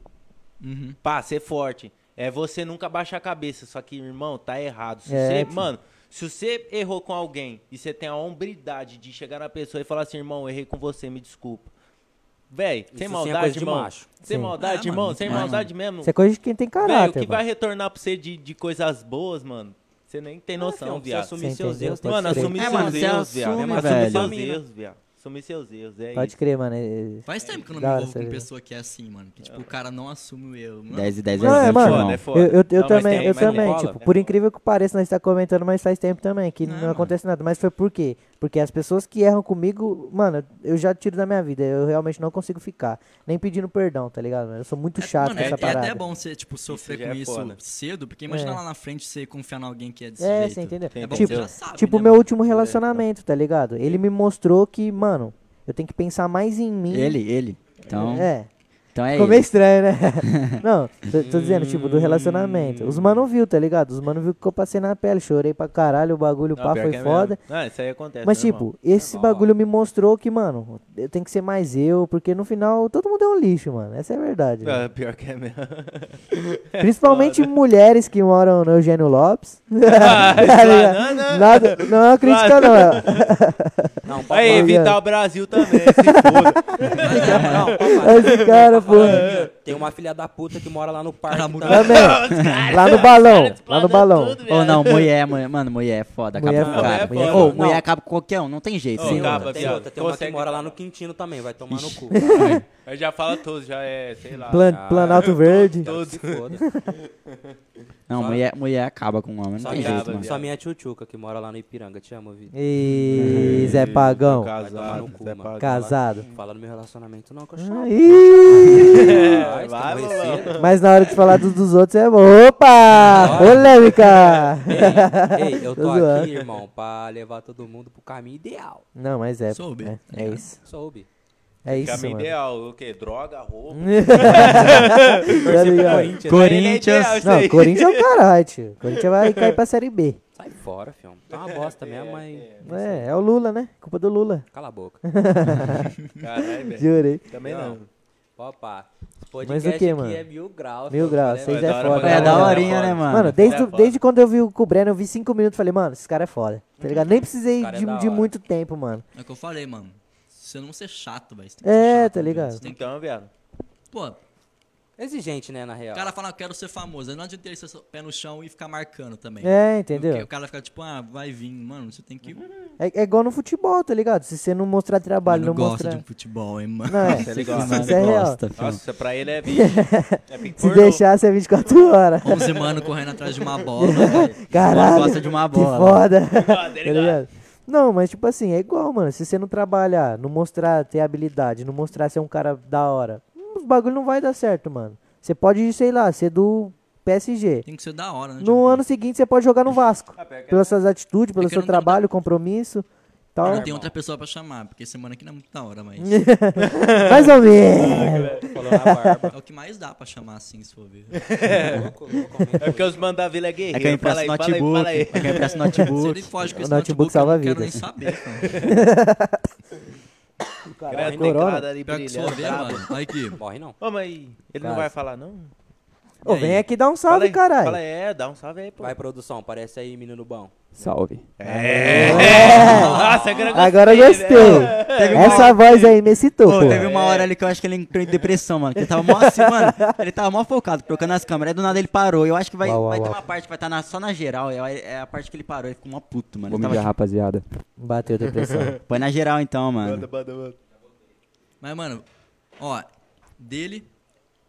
[SPEAKER 1] Uhum.
[SPEAKER 4] pá, ser forte. É você nunca baixar a cabeça. Só que, irmão, tá errado. Se
[SPEAKER 3] É,
[SPEAKER 4] você-
[SPEAKER 3] pô.
[SPEAKER 4] mano, se você errou com alguém e você tem a hombridade de chegar na pessoa e falar assim, irmão, errei com você, me desculpa. Véi,
[SPEAKER 5] sim
[SPEAKER 4] sem
[SPEAKER 5] é
[SPEAKER 4] maldade,
[SPEAKER 5] coisa de
[SPEAKER 4] irmão.
[SPEAKER 5] macho.
[SPEAKER 4] Sem
[SPEAKER 3] Sim.
[SPEAKER 1] Ah,
[SPEAKER 4] maldade,
[SPEAKER 1] mano,
[SPEAKER 4] irmão.
[SPEAKER 1] muito
[SPEAKER 4] Sem
[SPEAKER 1] mais,
[SPEAKER 4] maldade mesmo.
[SPEAKER 3] Isso é coisa de quem tem
[SPEAKER 4] Véi, o
[SPEAKER 3] caráter,
[SPEAKER 4] que vai
[SPEAKER 3] mano.
[SPEAKER 4] retornar pra você de, de coisas boas, mano, você nem tem noção,
[SPEAKER 5] Não, você
[SPEAKER 4] viado.
[SPEAKER 5] assumir
[SPEAKER 3] Sim,
[SPEAKER 5] seus
[SPEAKER 3] entendeu?
[SPEAKER 5] erros, tem
[SPEAKER 4] Mano,
[SPEAKER 5] que ser.
[SPEAKER 4] assumir
[SPEAKER 6] É,
[SPEAKER 4] seus
[SPEAKER 6] mano, você
[SPEAKER 4] erros, viado.
[SPEAKER 6] assume,
[SPEAKER 4] Assumir
[SPEAKER 6] velho.
[SPEAKER 4] seus
[SPEAKER 5] Assume, né?
[SPEAKER 4] erros, viado. Assumir seus erros, é
[SPEAKER 3] Pode
[SPEAKER 4] isso.
[SPEAKER 3] crer, mano. é-
[SPEAKER 1] Faz tempo que eu não
[SPEAKER 3] Da
[SPEAKER 1] me
[SPEAKER 3] hora
[SPEAKER 1] envolvo
[SPEAKER 3] essa
[SPEAKER 1] com
[SPEAKER 3] vida.
[SPEAKER 1] pessoa que é assim, mano. Que, tipo, o cara não assume o erro. Não,
[SPEAKER 6] 10 e 10
[SPEAKER 3] Não, é,
[SPEAKER 6] é,
[SPEAKER 3] mano.
[SPEAKER 6] mano.
[SPEAKER 4] é foda.
[SPEAKER 3] Eu, eu, eu
[SPEAKER 4] Não, mas
[SPEAKER 3] também,
[SPEAKER 4] tem-
[SPEAKER 3] eu
[SPEAKER 4] mas tem
[SPEAKER 3] também,
[SPEAKER 5] cola,
[SPEAKER 3] tipo,
[SPEAKER 5] tem
[SPEAKER 3] por
[SPEAKER 5] cola.
[SPEAKER 3] incrível que pareça, nós tá comentando, mas faz tempo também, que
[SPEAKER 1] Não,
[SPEAKER 3] não,
[SPEAKER 1] mano.
[SPEAKER 3] acontece nada. Mas foi por quê? Porque as pessoas que erram comigo, mano, eu já tiro da minha vida, eu realmente não consigo ficar. Nem pedindo perdão, tá ligado? mano? Eu sou muito
[SPEAKER 1] É,
[SPEAKER 3] chato
[SPEAKER 1] mano,
[SPEAKER 3] com
[SPEAKER 1] é,
[SPEAKER 3] essa
[SPEAKER 1] é
[SPEAKER 3] parada.
[SPEAKER 1] até bom você, tipo, sofrer
[SPEAKER 4] já
[SPEAKER 1] com
[SPEAKER 4] é
[SPEAKER 1] isso
[SPEAKER 4] foda.
[SPEAKER 1] cedo, porque imagina
[SPEAKER 3] É.
[SPEAKER 1] lá na frente você confiar em alguém que é desse
[SPEAKER 3] É,
[SPEAKER 1] jeito.
[SPEAKER 3] você entendeu?
[SPEAKER 1] É bom,
[SPEAKER 3] Tipo,
[SPEAKER 1] você já sabe,
[SPEAKER 3] tipo,
[SPEAKER 1] né,
[SPEAKER 3] meu
[SPEAKER 1] mano?
[SPEAKER 3] último relacionamento, tá ligado? Ele me mostrou que, mano, eu tenho que pensar mais em mim.
[SPEAKER 6] Ele, ele. Então
[SPEAKER 3] É.
[SPEAKER 6] então é
[SPEAKER 3] Ficou meio
[SPEAKER 6] ele.
[SPEAKER 3] estranho, né? não, tô, tô dizendo, tipo, do relacionamento. Os mano viu, tá ligado? Os mano viu que eu passei na pele, chorei pra caralho, o bagulho, o
[SPEAKER 4] Não,
[SPEAKER 3] pá,
[SPEAKER 4] pior
[SPEAKER 3] foi
[SPEAKER 4] que é
[SPEAKER 3] foda.
[SPEAKER 4] mesmo. É, tá Não, isso aí acontece. né,
[SPEAKER 3] Mas,
[SPEAKER 4] normal.
[SPEAKER 3] tipo, esse
[SPEAKER 5] normal,
[SPEAKER 3] bagulho me mostrou que, mano, eu tenho que ser mais eu, porque no final todo mundo é um lixo, mano. Essa é a verdade. né?
[SPEAKER 4] Ah, pior que é mesmo. É,
[SPEAKER 3] Principalmente mulheres que moram no Eugênio Lopes.
[SPEAKER 4] Ah,
[SPEAKER 3] Tá
[SPEAKER 4] isso lá,
[SPEAKER 3] ligado?
[SPEAKER 4] não, não.
[SPEAKER 3] Nada, não é uma crítica, não. é-
[SPEAKER 5] Não, pode
[SPEAKER 4] Aí,
[SPEAKER 3] Tá
[SPEAKER 4] evitar
[SPEAKER 3] ligado?
[SPEAKER 4] o Brasil também, se foda.
[SPEAKER 5] falar. Não, pode
[SPEAKER 3] é
[SPEAKER 5] falar.
[SPEAKER 3] Esse cara, pô.
[SPEAKER 5] Tem uma filha da puta que tá- mora lá no
[SPEAKER 1] Cara,
[SPEAKER 5] parque.
[SPEAKER 1] murado.
[SPEAKER 3] Também. Lá no balão, lá
[SPEAKER 7] é
[SPEAKER 3] no balão.
[SPEAKER 6] Ou não, mulher, mulher, mano, mulher é foda, acaba
[SPEAKER 3] Mulher
[SPEAKER 6] com
[SPEAKER 3] é
[SPEAKER 6] o
[SPEAKER 4] foda.
[SPEAKER 6] cara.
[SPEAKER 4] Mulher é
[SPEAKER 6] Ô,
[SPEAKER 4] foda.
[SPEAKER 6] mulher
[SPEAKER 5] Não.
[SPEAKER 6] acaba com qualquer um, não tem jeito.
[SPEAKER 4] Ô,
[SPEAKER 6] sim,
[SPEAKER 4] acaba,
[SPEAKER 5] Tem
[SPEAKER 4] viado.
[SPEAKER 5] outra, tem uma que
[SPEAKER 4] Consegue-
[SPEAKER 5] mora lá no Quintino também, vai tomar no cu.
[SPEAKER 4] Aí já fala todos, já é, sei lá.
[SPEAKER 3] Plan-
[SPEAKER 4] Ah,
[SPEAKER 3] Planalto Verde.
[SPEAKER 5] Quero que se foda.
[SPEAKER 6] Não,
[SPEAKER 5] Só-
[SPEAKER 6] mulher, mulher acaba com o homem,
[SPEAKER 5] Só
[SPEAKER 6] não
[SPEAKER 5] a
[SPEAKER 6] tem
[SPEAKER 4] acaba,
[SPEAKER 6] jeito,
[SPEAKER 5] minha,
[SPEAKER 6] mano.
[SPEAKER 5] só a minha tchutchuca que mora lá no Ipiranga. Te amo, vida.
[SPEAKER 3] E Zé é Pagão.
[SPEAKER 5] Vai tomar no
[SPEAKER 4] Casado,
[SPEAKER 5] cu,
[SPEAKER 4] Zé
[SPEAKER 5] mano.
[SPEAKER 4] Pagão.
[SPEAKER 3] Casado.
[SPEAKER 5] Fala no meu relacionamento, não, que eu chamo.
[SPEAKER 3] Ih!
[SPEAKER 5] Vai,
[SPEAKER 4] Vai,
[SPEAKER 5] tem
[SPEAKER 4] Lulão.
[SPEAKER 5] conhecido.
[SPEAKER 3] Mas na hora de falar dos, dos outros é. Opa! Polêmica!
[SPEAKER 5] Ei, ei, eu tô
[SPEAKER 3] Tô zoando.
[SPEAKER 5] aqui, irmão, pra levar todo mundo pro caminho ideal.
[SPEAKER 3] Não, mas é.
[SPEAKER 1] Soube,
[SPEAKER 3] É,
[SPEAKER 1] tá
[SPEAKER 3] é
[SPEAKER 1] ligado?
[SPEAKER 3] isso.
[SPEAKER 5] Soube.
[SPEAKER 3] É isso,
[SPEAKER 4] Caminho
[SPEAKER 3] mano. Hum.
[SPEAKER 4] ideal, o quê? Droga, roupa.
[SPEAKER 3] Tá ligado?
[SPEAKER 5] Corinthians, né?
[SPEAKER 4] Corinthians. isso
[SPEAKER 3] Não,
[SPEAKER 4] aí.
[SPEAKER 3] Corinthians é o caralho, tio. Corinthians vai cair pra Série B.
[SPEAKER 5] Sai fora, filho. Tá uma bosta mesmo, mas.
[SPEAKER 3] É, é o Lula, né? Culpa do Lula.
[SPEAKER 5] Cala a boca.
[SPEAKER 4] Caralho, velho.
[SPEAKER 3] Jurei.
[SPEAKER 4] Também não.
[SPEAKER 5] Opa. Esse
[SPEAKER 3] Mas
[SPEAKER 5] podcast
[SPEAKER 3] o quê,
[SPEAKER 5] aqui
[SPEAKER 3] mano?
[SPEAKER 5] é mil graus.
[SPEAKER 3] Mil
[SPEAKER 5] filho,
[SPEAKER 3] graus,
[SPEAKER 5] né,
[SPEAKER 3] vocês
[SPEAKER 5] velho?
[SPEAKER 3] é
[SPEAKER 4] da hora pra
[SPEAKER 3] foda.
[SPEAKER 6] É
[SPEAKER 4] caralho.
[SPEAKER 3] né, mano?
[SPEAKER 6] daorinha, né, mano?
[SPEAKER 3] Mano, desde,
[SPEAKER 4] é
[SPEAKER 3] o- desde quando eu vi o com o Breno, eu vi cinco minutos e falei, mano, esse cara é foda. Tá ligado? Nem precisei
[SPEAKER 5] O cara é
[SPEAKER 3] de,
[SPEAKER 5] da
[SPEAKER 3] de
[SPEAKER 5] hora.
[SPEAKER 3] muito tempo, mano.
[SPEAKER 1] É o que eu falei, mano. Você não ser chato, velho. Você tem que ser
[SPEAKER 3] É,
[SPEAKER 1] chato,
[SPEAKER 3] tá
[SPEAKER 1] né?
[SPEAKER 3] ligado?
[SPEAKER 1] Você tem que-
[SPEAKER 4] Então, viado.
[SPEAKER 1] Pô, o
[SPEAKER 5] Exigente, né, na real.
[SPEAKER 1] cara fala, "Ah, eu quero ser famoso. Aí não adianta ele ser só pé no chão e ficar marcando também.
[SPEAKER 3] É,
[SPEAKER 1] Porque
[SPEAKER 3] entendeu?
[SPEAKER 1] o cara fica tipo, ah, vai vir. Mano, você tem que.
[SPEAKER 3] É, é igual no futebol, tá ligado? Se você não mostrar trabalho,
[SPEAKER 1] Mano,
[SPEAKER 3] não,
[SPEAKER 1] gosta
[SPEAKER 3] mostrar.
[SPEAKER 1] de um futebol, hein, mano.
[SPEAKER 3] Não, é.
[SPEAKER 4] Tá ligado?
[SPEAKER 3] Isso é real.
[SPEAKER 6] Gosta, filho.
[SPEAKER 4] Nossa, pra ele é vídeo. É pique
[SPEAKER 3] Se
[SPEAKER 4] pornô.
[SPEAKER 3] deixasse é 24 horas.
[SPEAKER 1] 11 mano correndo atrás de uma bola. velho.
[SPEAKER 3] Caralho.
[SPEAKER 6] gosta de uma
[SPEAKER 3] que
[SPEAKER 6] bola.
[SPEAKER 3] foda.
[SPEAKER 4] Tá
[SPEAKER 3] Tá
[SPEAKER 4] ligado?
[SPEAKER 3] ligado? Não, mas tipo assim, é igual, mano. Se você não trabalhar, não mostrar ter habilidade, não mostrar ser um cara da hora, os bagulho não vai dar certo, mano. Você pode, sei lá, ser do PSG.
[SPEAKER 1] Tem que ser da hora, né?
[SPEAKER 3] No ano seguinte você pode jogar no Vasco.
[SPEAKER 4] Ah, pior que é.
[SPEAKER 3] Pelas suas atitudes, pelo
[SPEAKER 1] É que
[SPEAKER 3] seu
[SPEAKER 1] não dá-
[SPEAKER 3] trabalho, compromisso. Tal.
[SPEAKER 1] Não tem outra pessoa pra chamar, porque semana aqui não é muito da hora, mas.
[SPEAKER 3] Mais ou menos.
[SPEAKER 5] Falou na barba.
[SPEAKER 1] É o que mais dá pra chamar assim, se for ver.
[SPEAKER 5] Louco, louco, aumenta
[SPEAKER 4] É porque os mandavila é
[SPEAKER 6] É quem
[SPEAKER 4] guerreiro. Fala
[SPEAKER 6] empresta
[SPEAKER 4] aí, fala aí, fala
[SPEAKER 6] notebook.
[SPEAKER 4] aí.
[SPEAKER 6] É quem empresta
[SPEAKER 1] Se
[SPEAKER 6] notebook.
[SPEAKER 1] ele foge com
[SPEAKER 3] O
[SPEAKER 1] esse notebook,
[SPEAKER 3] notebook salva
[SPEAKER 1] tipo, eu não quero nem
[SPEAKER 3] vidas.
[SPEAKER 1] saber, cara.
[SPEAKER 4] Grande
[SPEAKER 3] Corona.
[SPEAKER 4] teclado ali
[SPEAKER 1] Pior que se for
[SPEAKER 6] é
[SPEAKER 4] brilhando.
[SPEAKER 1] ver,
[SPEAKER 4] brabo.
[SPEAKER 1] mano. Olha aqui.
[SPEAKER 5] Morre não.
[SPEAKER 4] Ô, mas ele não
[SPEAKER 5] Quase.
[SPEAKER 4] vai falar, não?
[SPEAKER 3] Ô,
[SPEAKER 1] E aí?
[SPEAKER 3] vem aqui dar um
[SPEAKER 4] Fala
[SPEAKER 3] salve,
[SPEAKER 4] aí,
[SPEAKER 3] caralho.
[SPEAKER 4] Fala, é, dá um salve aí, pô.
[SPEAKER 5] Vai, produção, parece aí, menino bom.
[SPEAKER 8] Salve.
[SPEAKER 4] É. Nossa, agora eu
[SPEAKER 3] Agora eu gostei. Essa voz aí me excitou,
[SPEAKER 6] Pô,
[SPEAKER 3] pô.
[SPEAKER 6] teve uma hora ali que eu acho que ele entrou em depressão, mano. Que ele tava mó assim, mano. Ele tava mó focado, trocando as câmeras. Aí do nada ele parou. Eu acho que vai,
[SPEAKER 3] Uau, uau,
[SPEAKER 6] vai ter
[SPEAKER 3] uau.
[SPEAKER 6] uma parte que vai estar na, só na geral. É, é a parte que ele parou. Ele ficou mó puto, mano.
[SPEAKER 8] Vou
[SPEAKER 6] Ele
[SPEAKER 8] me
[SPEAKER 6] tava,
[SPEAKER 8] mijar, rapaziada.
[SPEAKER 3] Bateu depressão.
[SPEAKER 6] tipo, Põe na geral então, mano.
[SPEAKER 1] Mas, mano, ó, dele,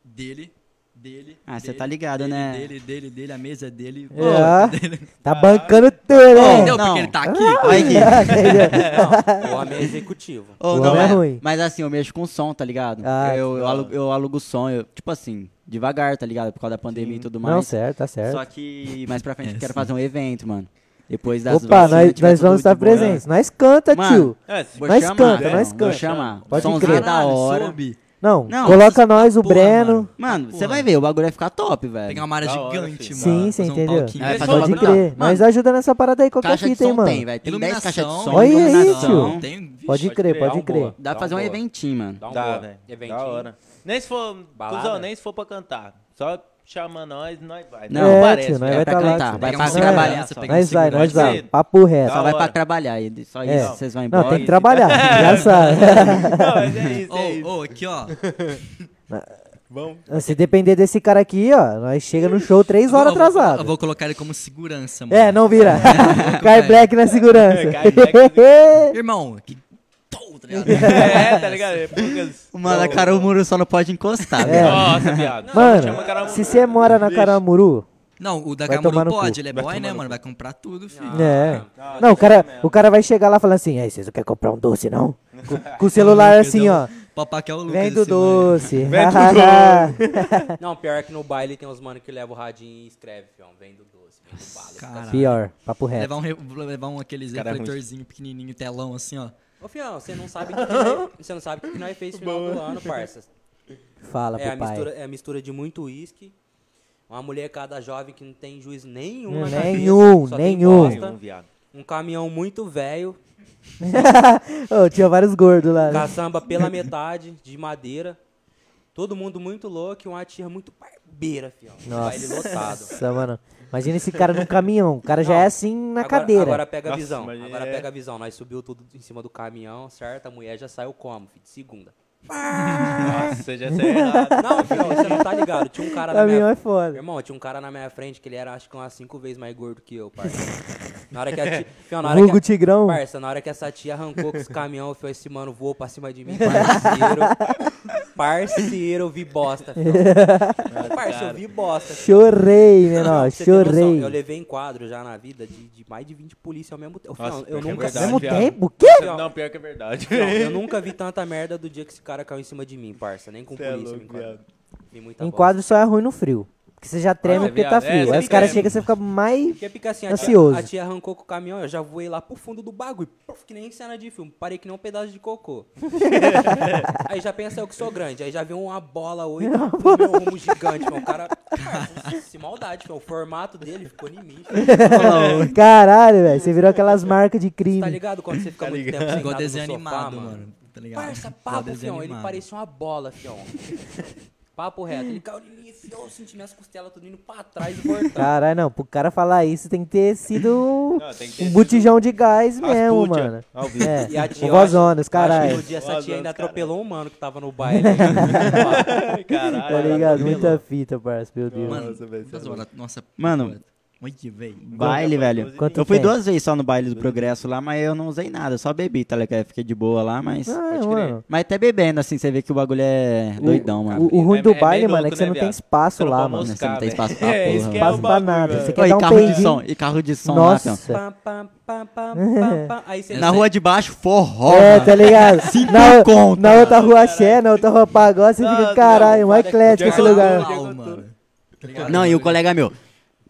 [SPEAKER 1] dele, dele.
[SPEAKER 6] Ah, cê
[SPEAKER 1] dele,
[SPEAKER 6] tá ligado,
[SPEAKER 1] dele,
[SPEAKER 6] né?
[SPEAKER 1] Dele, dele, dele, a mesa é dele.
[SPEAKER 3] É.
[SPEAKER 1] Ô, dele.
[SPEAKER 3] Tá bancando tudo, né?
[SPEAKER 1] Entendeu
[SPEAKER 6] não.
[SPEAKER 1] porque ele tá aqui?
[SPEAKER 6] Olha aqui.
[SPEAKER 5] O homem é executivo.
[SPEAKER 6] Ô,
[SPEAKER 3] Ah, O
[SPEAKER 6] não,
[SPEAKER 3] homem é
[SPEAKER 6] mas-
[SPEAKER 3] ruim.
[SPEAKER 6] Mas assim, eu mexo com som, tá ligado?
[SPEAKER 3] Ah,
[SPEAKER 6] eu, eu, alugo, eu alugo som, eu- tipo assim, devagar, tá ligado? Por causa da pandemia e tudo mais.
[SPEAKER 3] Não, certo, tá certo.
[SPEAKER 6] Só que mais pra frente
[SPEAKER 1] É,
[SPEAKER 6] eu quero
[SPEAKER 1] sim.
[SPEAKER 6] fazer um evento, mano. Depois das
[SPEAKER 3] Opa,
[SPEAKER 6] vacinas,
[SPEAKER 3] nós,
[SPEAKER 6] tiver
[SPEAKER 3] nós
[SPEAKER 6] tudo
[SPEAKER 3] vamos estar
[SPEAKER 6] de boa.
[SPEAKER 3] presentes. Nós canta,
[SPEAKER 6] Mano,
[SPEAKER 3] tio.
[SPEAKER 4] É,
[SPEAKER 6] Vou
[SPEAKER 3] Nós
[SPEAKER 6] chamar,
[SPEAKER 3] canta,
[SPEAKER 6] velho.
[SPEAKER 3] nós
[SPEAKER 6] Vou
[SPEAKER 3] canta.
[SPEAKER 6] chamar.
[SPEAKER 3] Pode
[SPEAKER 6] Sonzeira
[SPEAKER 3] crer.
[SPEAKER 6] da hora.
[SPEAKER 1] soube.
[SPEAKER 3] Não,
[SPEAKER 6] Não,
[SPEAKER 3] coloca nós, o
[SPEAKER 1] porra,
[SPEAKER 3] Breno.
[SPEAKER 1] mano.
[SPEAKER 6] Mano, você
[SPEAKER 1] Porra.
[SPEAKER 6] vai ver, o bagulho vai ficar top, velho.
[SPEAKER 1] Pegar uma área
[SPEAKER 4] Da hora,
[SPEAKER 1] gigante,
[SPEAKER 4] filho.
[SPEAKER 1] mano.
[SPEAKER 3] Sim, você
[SPEAKER 1] fazer um
[SPEAKER 3] entendeu?
[SPEAKER 1] palquinho.
[SPEAKER 6] É,
[SPEAKER 1] Só
[SPEAKER 6] fazer um
[SPEAKER 3] Pode
[SPEAKER 6] bagulho da
[SPEAKER 3] crer.
[SPEAKER 6] hora.
[SPEAKER 3] Nós ajuda nessa parada aí qualquer
[SPEAKER 6] Caixa de
[SPEAKER 3] é fita, hein,
[SPEAKER 6] som
[SPEAKER 3] mano.
[SPEAKER 6] tem, velho. Tem 10 caixas de
[SPEAKER 1] Iluminação,
[SPEAKER 6] som.
[SPEAKER 3] Olha aí,
[SPEAKER 6] iluminação.
[SPEAKER 3] tio.
[SPEAKER 1] Tem, vixe,
[SPEAKER 3] Pode crer, pode crer.
[SPEAKER 6] Dá pra fazer um eventinho, mano.
[SPEAKER 5] Dá um
[SPEAKER 4] Da,
[SPEAKER 5] boa.
[SPEAKER 4] velho.
[SPEAKER 5] Eventinho.
[SPEAKER 4] Da hora. Nem se for.
[SPEAKER 5] Balada?
[SPEAKER 4] Cuzão, nem se for pra cantar. Só chama nós, nós vai.
[SPEAKER 6] Não,
[SPEAKER 3] é,
[SPEAKER 4] parece.
[SPEAKER 3] tio, nós
[SPEAKER 4] velho.
[SPEAKER 6] É
[SPEAKER 3] vai
[SPEAKER 6] pra
[SPEAKER 3] tá lá,
[SPEAKER 6] cantar,
[SPEAKER 3] tio.
[SPEAKER 6] vai
[SPEAKER 1] Pegar
[SPEAKER 6] pra
[SPEAKER 1] um
[SPEAKER 6] trabalhar
[SPEAKER 1] segurança,
[SPEAKER 6] só.
[SPEAKER 1] pegar um
[SPEAKER 3] Nós vai, nós
[SPEAKER 1] segurança.
[SPEAKER 3] vai.
[SPEAKER 4] Sim.
[SPEAKER 3] Papo reto.
[SPEAKER 6] Só
[SPEAKER 4] Da
[SPEAKER 6] vai
[SPEAKER 4] hora.
[SPEAKER 6] pra trabalhar e só
[SPEAKER 3] É.
[SPEAKER 6] isso, vocês vão embora.
[SPEAKER 3] Não, tem que
[SPEAKER 6] e-
[SPEAKER 3] trabalhar, já sabe.
[SPEAKER 4] Não, mas é isso, é
[SPEAKER 1] Ô,
[SPEAKER 4] isso.
[SPEAKER 1] ô, aqui, ó.
[SPEAKER 4] Vamos.
[SPEAKER 3] Se depender desse cara aqui, ó, nós chega no show três horas
[SPEAKER 1] Eu vou-
[SPEAKER 3] atrasado.
[SPEAKER 1] Eu vou colocar ele como segurança, mano.
[SPEAKER 3] É, não vira. Cai
[SPEAKER 1] velho.
[SPEAKER 3] black na
[SPEAKER 5] É,
[SPEAKER 3] segurança.
[SPEAKER 4] Cai black na
[SPEAKER 3] é?
[SPEAKER 1] Irmão, que. Tô, tá ligado?
[SPEAKER 4] É, tá ligado? É poucas-
[SPEAKER 6] Mano, a cara, o muro só não pode encostar,
[SPEAKER 3] É.
[SPEAKER 6] velho.
[SPEAKER 4] Nossa, viado. Chama um
[SPEAKER 3] Mano,
[SPEAKER 4] Caramuru.
[SPEAKER 3] se você mora na Caramuru,
[SPEAKER 1] Não, o da
[SPEAKER 3] Vai tomar
[SPEAKER 1] Gamuru
[SPEAKER 3] no cu.
[SPEAKER 1] pode, ele é boy, né, mano? Vai comprar tudo, filho.
[SPEAKER 3] é.
[SPEAKER 4] Ah,
[SPEAKER 3] Não, o cara, o cara vai chegar lá falando assim, aí, vocês não querem comprar um doce, não? Com, com o celular assim,
[SPEAKER 5] um
[SPEAKER 3] ó.
[SPEAKER 1] Papai que é o Lucas.
[SPEAKER 3] Vem do
[SPEAKER 1] esse, mano.
[SPEAKER 3] doce.
[SPEAKER 4] Vem do
[SPEAKER 5] Não, pior é que no baile tem uns mano que leva o radinho e escreve, fião. Vem do doce, vem do bala.
[SPEAKER 1] Caralho.
[SPEAKER 3] Pior,
[SPEAKER 5] É,
[SPEAKER 3] papo reto.
[SPEAKER 1] Levar um, re- levar um aqueles
[SPEAKER 4] Cara, é ruim.
[SPEAKER 1] refletorzinho pequenininho, telão assim, ó.
[SPEAKER 5] Ô, fião, você não sabe o que, que nós- você não sabe o que, que nós fez no final do ano, parça.
[SPEAKER 3] Fala
[SPEAKER 5] É a,
[SPEAKER 3] pro pai.
[SPEAKER 5] mistura, é a mistura de muito uísque, uma molecada jovem que não tem juízo nenhum na cabeça,
[SPEAKER 3] Nenhum,
[SPEAKER 5] só tem
[SPEAKER 3] nenhum.
[SPEAKER 5] bosta,
[SPEAKER 4] Nenhum, viado.
[SPEAKER 5] um caminhão muito velho,
[SPEAKER 3] Ô, tinha vários gordos lá. né?
[SPEAKER 5] caçamba pela metade, de madeira, todo mundo muito louco e uma tia muito barbeira, fião. Baile é lotado.
[SPEAKER 3] Nossa, mano. Imagina esse cara num caminhão. O cara já
[SPEAKER 5] Não,
[SPEAKER 3] é assim na
[SPEAKER 5] Agora-
[SPEAKER 3] cadeira.
[SPEAKER 5] Agora pega a
[SPEAKER 4] Nossa,
[SPEAKER 5] visão.
[SPEAKER 4] mas
[SPEAKER 5] Agora
[SPEAKER 4] é-
[SPEAKER 5] pega a visão. Nós subiu tudo em cima do caminhão, certo? A mulher já saiu como, filho? De segunda.
[SPEAKER 4] Nossa, já saiu errado.
[SPEAKER 5] Não, filho, você não tá ligado. Tinha um cara na
[SPEAKER 3] caminhão é
[SPEAKER 5] minha...
[SPEAKER 3] foda.
[SPEAKER 5] Irmão, tinha um cara na minha frente que ele era, acho que umas cinco vezes mais gordo que eu, parça. Na hora que a tia... Fio, na hora
[SPEAKER 3] Vulgo
[SPEAKER 5] que a...
[SPEAKER 3] Tigrão.
[SPEAKER 5] Parça, na hora que essa tia arrancou com os caminhão, fio, esse mano voou pra cima de mim, parceiro. Parceiro, eu vi bosta, filho. Parceiro, eu vi bosta, filho.
[SPEAKER 3] Chorei, menor.
[SPEAKER 5] Não, pra você ter noção,
[SPEAKER 3] Chorei.
[SPEAKER 5] Eu levei em quadro já na vida de, de mais de 20 polícias ao mesmo tempo.
[SPEAKER 4] Nossa,
[SPEAKER 5] Não, eu
[SPEAKER 4] pior que é
[SPEAKER 5] nunca
[SPEAKER 3] Ao
[SPEAKER 4] verdade,
[SPEAKER 3] mesmo
[SPEAKER 4] viado.
[SPEAKER 3] tempo? O quê?
[SPEAKER 4] Não, pior que é verdade.
[SPEAKER 5] Não, eu nunca vi tanta merda do dia que esse cara caiu em cima de mim, parça. Nem com
[SPEAKER 4] Cê é
[SPEAKER 5] polícia me
[SPEAKER 4] louco,
[SPEAKER 5] enquadra.
[SPEAKER 4] viado.
[SPEAKER 5] Vi
[SPEAKER 4] Tá
[SPEAKER 5] muita
[SPEAKER 3] Em
[SPEAKER 5] bosta.
[SPEAKER 3] quadro só é ruim no frio. Porque você já treme
[SPEAKER 4] Ah,
[SPEAKER 3] porque
[SPEAKER 4] viado,
[SPEAKER 3] tá
[SPEAKER 4] é,
[SPEAKER 3] frio.
[SPEAKER 4] você
[SPEAKER 3] Aí os caras
[SPEAKER 4] treme.
[SPEAKER 3] chegam e você fica mais.
[SPEAKER 5] Porque fica assim, a tia,
[SPEAKER 3] Ansioso.
[SPEAKER 5] a tia arrancou com o caminhão, eu já voei lá pro fundo do bagulho. Puf, que nem cena de filme. Parei que nem um pedaço de cocô. aí já pensa eu que sou grande. Aí já vem uma bola oito no meu rumo gigante, meu. O cara. Parça, se maldade, meu. O formato dele ficou em mim. tá filho.
[SPEAKER 3] Caralho, velho. Você virou aquelas marcas de crime.
[SPEAKER 5] Tá ligado quando você fica muito tempo sentado
[SPEAKER 1] Igual
[SPEAKER 5] no
[SPEAKER 1] desenho
[SPEAKER 5] sofá,
[SPEAKER 1] animado,
[SPEAKER 5] mano.
[SPEAKER 1] mano. Tá ligado?
[SPEAKER 5] Parça,
[SPEAKER 1] Igual
[SPEAKER 5] papo,
[SPEAKER 1] desenho
[SPEAKER 5] fião. Ele
[SPEAKER 1] animado.
[SPEAKER 5] parecia uma bola, fião. papo reto. Ele caiu em mim, fião. Eu senti minhas costelas tudo indo pra trás e voltando.
[SPEAKER 3] Caralho, não. Pro cara falar isso tem que ter sido
[SPEAKER 4] Não, tem que ter
[SPEAKER 3] um botijão de gás mesmo,
[SPEAKER 4] Astúcia,
[SPEAKER 3] mano.
[SPEAKER 4] ao vivo.
[SPEAKER 3] É,
[SPEAKER 5] E a tia,
[SPEAKER 3] um
[SPEAKER 5] eu acho-
[SPEAKER 3] vozona, os
[SPEAKER 5] Acho que
[SPEAKER 4] é
[SPEAKER 3] caralho.
[SPEAKER 5] no dia essa
[SPEAKER 4] Nossa,
[SPEAKER 5] tia ainda
[SPEAKER 4] cara.
[SPEAKER 5] atropelou um mano que tava no baile.
[SPEAKER 3] Tá
[SPEAKER 4] Caralho.
[SPEAKER 3] ligado? Muita fita, parça, meu Deus.
[SPEAKER 1] Mano,
[SPEAKER 4] Nossa, velho,
[SPEAKER 1] duas
[SPEAKER 4] você é
[SPEAKER 1] horas, nossa.
[SPEAKER 6] Mano.
[SPEAKER 1] porra. Olha, velho.
[SPEAKER 6] Baile, velho.
[SPEAKER 3] Quanto
[SPEAKER 6] Eu fui
[SPEAKER 3] tem?
[SPEAKER 6] duas vezes só no baile do Progresso lá, mas eu não usei nada, eu só bebi, tá ligado? Fiquei de boa lá, mas.
[SPEAKER 3] Ah,
[SPEAKER 4] crer.
[SPEAKER 3] mano.
[SPEAKER 6] Mas até bebendo, assim, você vê que o bagulho é doidão, mano.
[SPEAKER 3] O, o ruim
[SPEAKER 4] É-
[SPEAKER 3] do
[SPEAKER 4] é meio
[SPEAKER 3] baile, mano, é
[SPEAKER 4] louco,
[SPEAKER 3] que você
[SPEAKER 4] né,
[SPEAKER 3] não tem
[SPEAKER 4] viado?
[SPEAKER 3] espaço
[SPEAKER 4] Você não
[SPEAKER 3] lá,
[SPEAKER 4] pode
[SPEAKER 3] mano.
[SPEAKER 4] moscar,
[SPEAKER 6] Você não tem
[SPEAKER 4] velho.
[SPEAKER 6] espaço pra
[SPEAKER 4] É,
[SPEAKER 6] porra,
[SPEAKER 4] isso que é
[SPEAKER 3] Espaço
[SPEAKER 4] o
[SPEAKER 3] pra
[SPEAKER 4] bagulho,
[SPEAKER 3] nada.
[SPEAKER 4] velho.
[SPEAKER 3] Você
[SPEAKER 6] Oi,
[SPEAKER 3] quer dar um
[SPEAKER 6] carro de
[SPEAKER 3] peidinho.
[SPEAKER 6] som, e carro de som lá, então.
[SPEAKER 3] Nossa.
[SPEAKER 6] fião.
[SPEAKER 5] Pá, pá, pá, pá, pá, pá. Aí você
[SPEAKER 6] Na rua de baixo, forró,
[SPEAKER 3] É,
[SPEAKER 6] mano.
[SPEAKER 3] tá ligado? na,
[SPEAKER 6] conto,
[SPEAKER 3] na outra rua axé, na outra rua pagode, você fica, caralho, mais eclético esse
[SPEAKER 4] Não,
[SPEAKER 3] lugar.
[SPEAKER 4] não,
[SPEAKER 1] Uau, mano. Tá ligado?
[SPEAKER 6] Não, e o colega meu,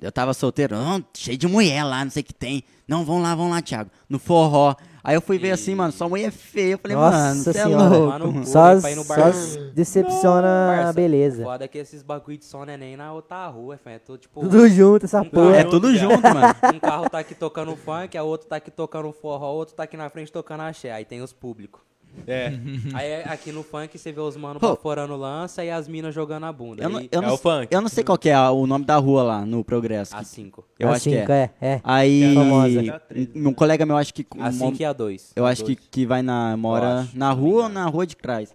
[SPEAKER 6] eu tava solteiro, "Não, cheio de mulher lá, não sei o que tem. Não, vão lá, vão lá, Thiago, no forró. Aí eu fui ver assim, mano, sua mulher é feia. Eu falei, mano,
[SPEAKER 3] Nossa
[SPEAKER 6] você é
[SPEAKER 3] senhora.
[SPEAKER 6] louco.
[SPEAKER 5] Mano,
[SPEAKER 6] mano."
[SPEAKER 3] Só,
[SPEAKER 5] Pô, pra ir no
[SPEAKER 3] só
[SPEAKER 5] bar-
[SPEAKER 3] s- decepciona a beleza.
[SPEAKER 5] Foda é que esses bagulho de som neném na outra rua, fã. É tudo tipo.
[SPEAKER 3] Tudo junto, essa
[SPEAKER 5] Não,
[SPEAKER 3] porra.
[SPEAKER 6] É tudo junto, mano.
[SPEAKER 5] Um carro tá aqui tocando funk, a outro tá aqui tocando forró, outro tá aqui na frente tocando axé. Aí tem os públicos.
[SPEAKER 4] É,
[SPEAKER 5] Aí aqui no funk você vê os manos
[SPEAKER 6] Uhum. Pô.
[SPEAKER 5] forando lança e as minas jogando a bunda.
[SPEAKER 6] Eu não,
[SPEAKER 5] Aí,
[SPEAKER 6] eu
[SPEAKER 4] É
[SPEAKER 6] não-
[SPEAKER 4] o funk.
[SPEAKER 6] eu não sei qual que é a- o nome da rua lá no Progresso.
[SPEAKER 5] A 5.
[SPEAKER 6] Eu acho que
[SPEAKER 3] Assim,
[SPEAKER 6] é.
[SPEAKER 3] é.
[SPEAKER 6] Aí,
[SPEAKER 3] Famosa.
[SPEAKER 6] um, um colega meu, acho que...
[SPEAKER 5] A 5 e a 2.
[SPEAKER 6] Eu acho que, que vai na. Mora
[SPEAKER 5] acho,
[SPEAKER 6] na
[SPEAKER 5] se não me
[SPEAKER 6] rua ou
[SPEAKER 5] engano.
[SPEAKER 6] na rua de trás.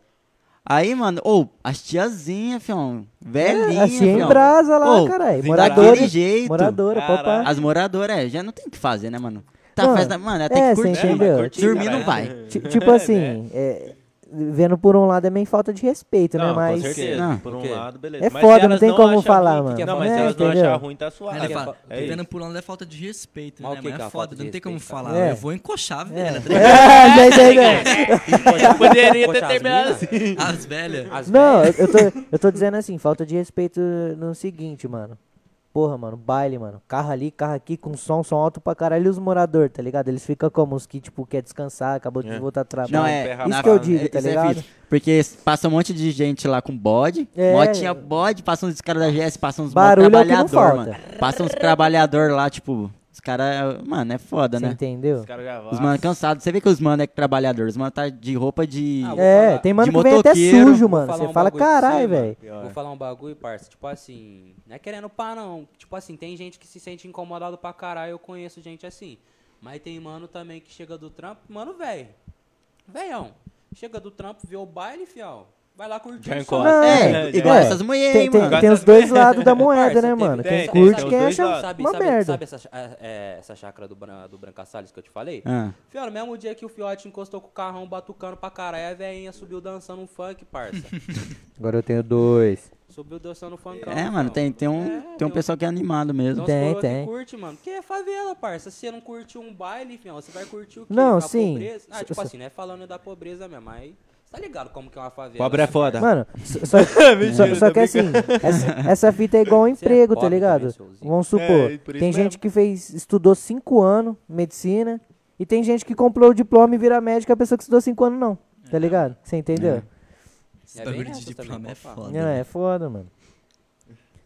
[SPEAKER 6] Aí, mano, ou as tiazinhas, fião. Velhinha,
[SPEAKER 3] A tia É, assim, em
[SPEAKER 6] fião.
[SPEAKER 3] brasa lá,
[SPEAKER 6] Ô,
[SPEAKER 3] caralho.
[SPEAKER 4] daquele
[SPEAKER 3] Moradora.
[SPEAKER 6] Daquele jeito.
[SPEAKER 3] Moradora,
[SPEAKER 4] Caralho.
[SPEAKER 3] papá.
[SPEAKER 6] As moradoras, é, já não tem o que fazer, né, mano? Tá
[SPEAKER 3] Mano,
[SPEAKER 6] festa, mano, até
[SPEAKER 3] é,
[SPEAKER 6] que
[SPEAKER 3] cê
[SPEAKER 6] curtir.
[SPEAKER 3] entendeu?
[SPEAKER 6] mano.
[SPEAKER 4] Curtir,
[SPEAKER 6] Dormir
[SPEAKER 4] cara,
[SPEAKER 6] não vai.
[SPEAKER 5] É,
[SPEAKER 3] Ti- Tipo assim, é, vendo por um lado é meio falta de respeito, né?
[SPEAKER 4] Não,
[SPEAKER 3] Mas.
[SPEAKER 4] com certeza.
[SPEAKER 6] Não.
[SPEAKER 4] Por
[SPEAKER 5] Por quê?
[SPEAKER 4] um lado, beleza.
[SPEAKER 3] É
[SPEAKER 4] Mas
[SPEAKER 3] foda,
[SPEAKER 4] se elas
[SPEAKER 3] não tem como
[SPEAKER 4] acham
[SPEAKER 3] falar,
[SPEAKER 4] ruim,
[SPEAKER 3] mano.
[SPEAKER 4] que- Não, mas se
[SPEAKER 5] É,
[SPEAKER 4] elas não
[SPEAKER 3] entendeu?
[SPEAKER 4] acharem ruim, tá
[SPEAKER 1] Aí ele
[SPEAKER 4] suave.
[SPEAKER 1] fala,
[SPEAKER 4] É
[SPEAKER 1] vendo
[SPEAKER 4] isso.
[SPEAKER 1] por é falta de respeito,
[SPEAKER 5] Mas o
[SPEAKER 1] né?
[SPEAKER 5] que
[SPEAKER 1] Mas
[SPEAKER 5] que é
[SPEAKER 1] é
[SPEAKER 5] a
[SPEAKER 1] foda,
[SPEAKER 5] falta de
[SPEAKER 1] não tem como
[SPEAKER 5] respeito, cara?
[SPEAKER 1] falar.
[SPEAKER 3] É.
[SPEAKER 1] Eu vou encoxar a velha, tá ligado?
[SPEAKER 3] É, já entendeu?
[SPEAKER 4] Poderia
[SPEAKER 5] Poxa,
[SPEAKER 4] ter
[SPEAKER 5] as
[SPEAKER 4] terminado
[SPEAKER 5] mina?
[SPEAKER 4] assim.
[SPEAKER 1] As velhas.
[SPEAKER 5] As
[SPEAKER 3] Não,
[SPEAKER 6] Né?
[SPEAKER 5] velhas-
[SPEAKER 3] eu eu tô, eu tô dizendo assim, falta de respeito no seguinte, mano. Porra, mano, baile, mano. Carro ali, carro aqui, com som, som alto pra caralho. E os moradores, tá ligado? Eles ficam como os que, tipo, quer descansar, acabou de voltar a trabalho.
[SPEAKER 6] Não,
[SPEAKER 4] pé
[SPEAKER 6] é.
[SPEAKER 4] rapado,
[SPEAKER 3] isso que eu
[SPEAKER 4] né?
[SPEAKER 3] digo, tá
[SPEAKER 6] isso é
[SPEAKER 3] ligado?
[SPEAKER 6] fita. Porque passa um monte de gente lá com bode.
[SPEAKER 3] É.
[SPEAKER 6] Motinha bode, passa uns caras da GS, passa uns
[SPEAKER 3] Barulho é o que não
[SPEAKER 6] trabalhador,
[SPEAKER 3] falta.
[SPEAKER 6] mano. Passa uns trabalhador lá, tipo. Os caras. Mano, é foda,
[SPEAKER 3] Você
[SPEAKER 6] né?
[SPEAKER 3] entendeu?
[SPEAKER 4] Os caras gravaram.
[SPEAKER 6] Os mano cansados. Você vê que os mano é trabalhador. Os mano tá de roupa de.
[SPEAKER 5] Ah, o-
[SPEAKER 3] É,
[SPEAKER 5] falar-
[SPEAKER 3] tem mano
[SPEAKER 6] de
[SPEAKER 3] que vem até
[SPEAKER 6] motoqueiro,
[SPEAKER 3] sujo,
[SPEAKER 5] Vou
[SPEAKER 3] mano.
[SPEAKER 5] falar
[SPEAKER 3] Você
[SPEAKER 5] um
[SPEAKER 3] fala,
[SPEAKER 5] bagulho pra
[SPEAKER 3] caralho,
[SPEAKER 5] você, mano.
[SPEAKER 3] velho.
[SPEAKER 5] Vou falar um bagulho, parça. Tipo assim, não é querendo pá, não. Tipo assim, tem gente que se sente incomodado pra caralho. Eu conheço gente assim. Mas tem mano também que chega do trampo. Mano, velho. Velhão. Chega do trampo, vê o baile, fiel. Vai lá curtir
[SPEAKER 4] Já
[SPEAKER 5] o
[SPEAKER 4] encosta.
[SPEAKER 3] Não,
[SPEAKER 6] É,
[SPEAKER 4] É,
[SPEAKER 6] igual
[SPEAKER 3] é.
[SPEAKER 6] essas mulheres,
[SPEAKER 3] Tem,
[SPEAKER 6] hein,
[SPEAKER 3] tem-
[SPEAKER 6] mano.
[SPEAKER 4] Gosta
[SPEAKER 3] tem os
[SPEAKER 4] de-
[SPEAKER 3] dois lados da moeda,
[SPEAKER 5] É, Parça,
[SPEAKER 3] né,
[SPEAKER 5] teve-
[SPEAKER 3] mano?
[SPEAKER 4] tem-
[SPEAKER 3] Quem
[SPEAKER 4] tem-
[SPEAKER 3] curte,
[SPEAKER 4] tem os
[SPEAKER 3] quem
[SPEAKER 4] dois
[SPEAKER 3] acha
[SPEAKER 4] lados.
[SPEAKER 5] Sabe,
[SPEAKER 3] uma
[SPEAKER 5] sabe,
[SPEAKER 3] merda.
[SPEAKER 5] sabe essa, cha- é, é, essa chácara do, Bran- do Branca Salles que eu te falei?
[SPEAKER 6] Ah.
[SPEAKER 5] Fio, no mesmo dia que o Fiote encostou com o carrão batucando pra caralho, a veinha subiu dançando um funk, parça.
[SPEAKER 3] Agora eu tenho dois.
[SPEAKER 5] subiu dançando um Então, funk.
[SPEAKER 6] É, mano, tem, tem, um,
[SPEAKER 5] É,
[SPEAKER 6] tem um pessoal que é animado mesmo.
[SPEAKER 3] Tem, tem.
[SPEAKER 5] tem, tem. curte, mano. Porque é favela, parça. Se você não curte um baile, fião, você vai curtir o quê?
[SPEAKER 3] Não,
[SPEAKER 5] A
[SPEAKER 3] sim.
[SPEAKER 5] Pobreza? Ah,
[SPEAKER 3] S-
[SPEAKER 5] tipo
[SPEAKER 3] s-
[SPEAKER 5] assim, não é falando da pobreza mesmo, mas... Você tá ligado como que é uma favela?
[SPEAKER 4] Pobre é foda.
[SPEAKER 3] Mano, só, só- só- só que assim, essa, essa fita é igual ao emprego, tá
[SPEAKER 5] pobre
[SPEAKER 3] ligado?
[SPEAKER 5] também, seuzinho.
[SPEAKER 3] Vamos supor,
[SPEAKER 4] É, e por isso
[SPEAKER 3] tem
[SPEAKER 4] mesmo.
[SPEAKER 3] gente que fez, estudou 5 anos medicina e tem gente que comprou o diploma e vira médica, a pessoa que estudou 5 anos não, tá ligado? Você entendeu?
[SPEAKER 1] Esse
[SPEAKER 5] É bem
[SPEAKER 1] bagulho de
[SPEAKER 5] nessas
[SPEAKER 1] diploma
[SPEAKER 5] também,
[SPEAKER 1] é
[SPEAKER 5] pô, pá.
[SPEAKER 1] foda.
[SPEAKER 3] Não, é foda, mano.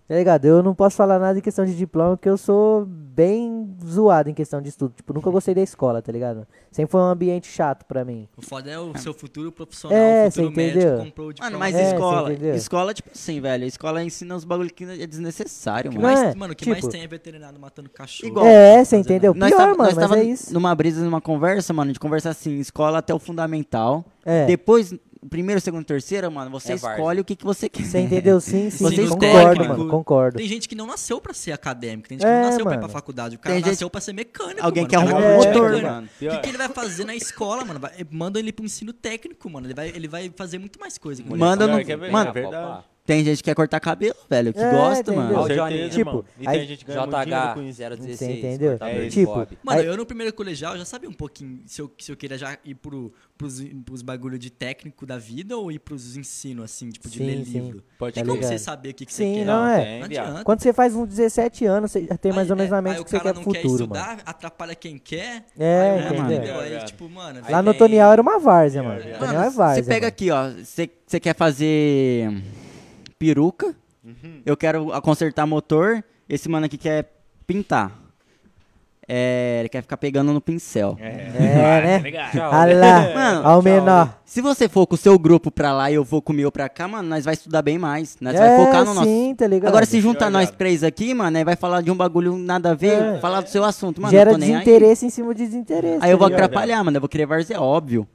[SPEAKER 3] Tá ligado? Eu não posso falar nada em questão de diploma, porque eu sou bem zoado em questão de estudo. Tipo, nunca gostei da escola, tá ligado? Sempre foi um ambiente chato pra mim.
[SPEAKER 1] O foda é o seu futuro profissional,
[SPEAKER 3] É,
[SPEAKER 1] o futuro
[SPEAKER 3] cê entendeu?
[SPEAKER 1] médico comprou o diploma.
[SPEAKER 6] Mano, mas
[SPEAKER 3] É, cê
[SPEAKER 6] escola.
[SPEAKER 3] entendeu?
[SPEAKER 6] Escola, tipo assim, velho. Escola ensina uns bagulho que é desnecessário,
[SPEAKER 1] O que
[SPEAKER 6] mano.
[SPEAKER 1] mais-
[SPEAKER 3] Não é,
[SPEAKER 1] mano, o que
[SPEAKER 3] tipo-
[SPEAKER 1] mais tem é veterinário matando cachorro.
[SPEAKER 6] Igual.
[SPEAKER 3] é, você entendeu?
[SPEAKER 6] Nós
[SPEAKER 3] Pior,
[SPEAKER 6] tava-
[SPEAKER 3] mano,
[SPEAKER 6] nós
[SPEAKER 3] mas
[SPEAKER 6] tava
[SPEAKER 3] é isso.
[SPEAKER 6] numa brisa, numa conversa, mano, de conversa assim, escola até o fundamental.
[SPEAKER 3] É.
[SPEAKER 6] Depois, primeiro, segundo, terceiro, mano, você
[SPEAKER 5] É várzea.
[SPEAKER 6] escolhe o que, que você quer.
[SPEAKER 3] Você entendeu? Sim, sim,
[SPEAKER 1] Você
[SPEAKER 3] sim.
[SPEAKER 1] não
[SPEAKER 3] Concordo,
[SPEAKER 1] tem,
[SPEAKER 3] mano,
[SPEAKER 1] mano.
[SPEAKER 3] concordo.
[SPEAKER 1] Tem gente que não nasceu pra ser acadêmico, tem gente que
[SPEAKER 3] É,
[SPEAKER 1] não nasceu pra ir pra
[SPEAKER 3] mano.
[SPEAKER 1] faculdade. O cara
[SPEAKER 6] Tem gente-
[SPEAKER 1] nasceu pra ser mecânico,
[SPEAKER 6] Alguém
[SPEAKER 1] mano.
[SPEAKER 6] quer
[SPEAKER 1] O cara
[SPEAKER 6] arrumar
[SPEAKER 1] é
[SPEAKER 6] um
[SPEAKER 1] mecânico.
[SPEAKER 6] motor, mano.
[SPEAKER 1] O que, que ele vai fazer na escola, mano? Vai- manda ele pra um ensino técnico, mano. Ele vai, ele vai fazer muito mais coisa. que moleque.
[SPEAKER 6] Manda
[SPEAKER 4] Pior
[SPEAKER 6] no...
[SPEAKER 4] que é verdade.
[SPEAKER 6] Mano,
[SPEAKER 4] É verdade.
[SPEAKER 6] tem gente que quer cortar cabelo, velho, que
[SPEAKER 3] É,
[SPEAKER 6] gosta,
[SPEAKER 3] entendeu?
[SPEAKER 6] mano.
[SPEAKER 5] Ó, o
[SPEAKER 4] certeza,
[SPEAKER 5] Johnny,
[SPEAKER 3] tipo,
[SPEAKER 4] mano. E
[SPEAKER 3] aí-
[SPEAKER 4] tem gente que ganha muito dinheiro com isso.
[SPEAKER 5] JH016.
[SPEAKER 3] Você entendeu?
[SPEAKER 5] cortador
[SPEAKER 4] É,
[SPEAKER 5] de
[SPEAKER 3] tipo,
[SPEAKER 5] bob.
[SPEAKER 1] Mano,
[SPEAKER 3] Aí-
[SPEAKER 1] eu no primeiro colegial já sabia um pouquinho se eu, se eu queria já ir pro, pros, pros bagulho de técnico da vida ou ir pros ensino, assim, tipo, de
[SPEAKER 3] Sim,
[SPEAKER 1] ler
[SPEAKER 3] sim.
[SPEAKER 1] livro.
[SPEAKER 4] Pode
[SPEAKER 1] Tem
[SPEAKER 3] tá
[SPEAKER 1] como
[SPEAKER 3] ligado.
[SPEAKER 1] você saber o que, que
[SPEAKER 3] Sim,
[SPEAKER 1] você quer.
[SPEAKER 3] não é.
[SPEAKER 4] Tem,
[SPEAKER 1] Não
[SPEAKER 4] viado.
[SPEAKER 1] adianta.
[SPEAKER 3] Quando você faz uns 17 anos, você já tem mais ou menos
[SPEAKER 1] é,
[SPEAKER 3] na mente
[SPEAKER 1] aí
[SPEAKER 3] o que você
[SPEAKER 1] o cara
[SPEAKER 3] quer
[SPEAKER 1] não
[SPEAKER 3] pro
[SPEAKER 1] quer
[SPEAKER 3] futuro,
[SPEAKER 1] estudar,
[SPEAKER 3] mano.
[SPEAKER 1] atrapalha quem quer.
[SPEAKER 3] É,
[SPEAKER 1] aí,
[SPEAKER 6] entendeu?
[SPEAKER 1] entendeu? Aí,
[SPEAKER 4] Viado.
[SPEAKER 1] tipo, mano,
[SPEAKER 5] Aí
[SPEAKER 3] Lá no
[SPEAKER 5] tem-
[SPEAKER 3] Tonial era uma várzea, mano.
[SPEAKER 4] Mano,
[SPEAKER 3] Tonial é
[SPEAKER 6] Você
[SPEAKER 3] várzea.
[SPEAKER 6] pega
[SPEAKER 3] mano.
[SPEAKER 6] aqui, ó. Você você quer fazer peruca?
[SPEAKER 3] Uhum.
[SPEAKER 6] Eu quero a- consertar motor. Esse mano aqui quer pintar. É, ele quer ficar pegando no pincel.
[SPEAKER 3] É, né?
[SPEAKER 5] Tchau.
[SPEAKER 3] Olha lá,
[SPEAKER 6] Mano,
[SPEAKER 3] ao menor.
[SPEAKER 6] Se você for com o seu grupo pra lá e eu for com o meu pra cá, mano, nós vai estudar bem mais. Nós
[SPEAKER 3] é,
[SPEAKER 6] vai focar no nosso.
[SPEAKER 3] sim, tá ligado?
[SPEAKER 6] Agora, se juntar
[SPEAKER 4] Pior
[SPEAKER 6] nós
[SPEAKER 4] nada.
[SPEAKER 6] três aqui, mano, aí vai falar de um bagulho nada a ver,
[SPEAKER 3] É.
[SPEAKER 6] falar do seu assunto, mano. eu
[SPEAKER 3] Gera
[SPEAKER 6] tô nem aí.
[SPEAKER 3] desinteresse em cima de desinteresse.
[SPEAKER 6] Aí eu vou
[SPEAKER 3] tá ligado?
[SPEAKER 6] atrapalhar, mano. Eu vou querer varzer, é óbvio.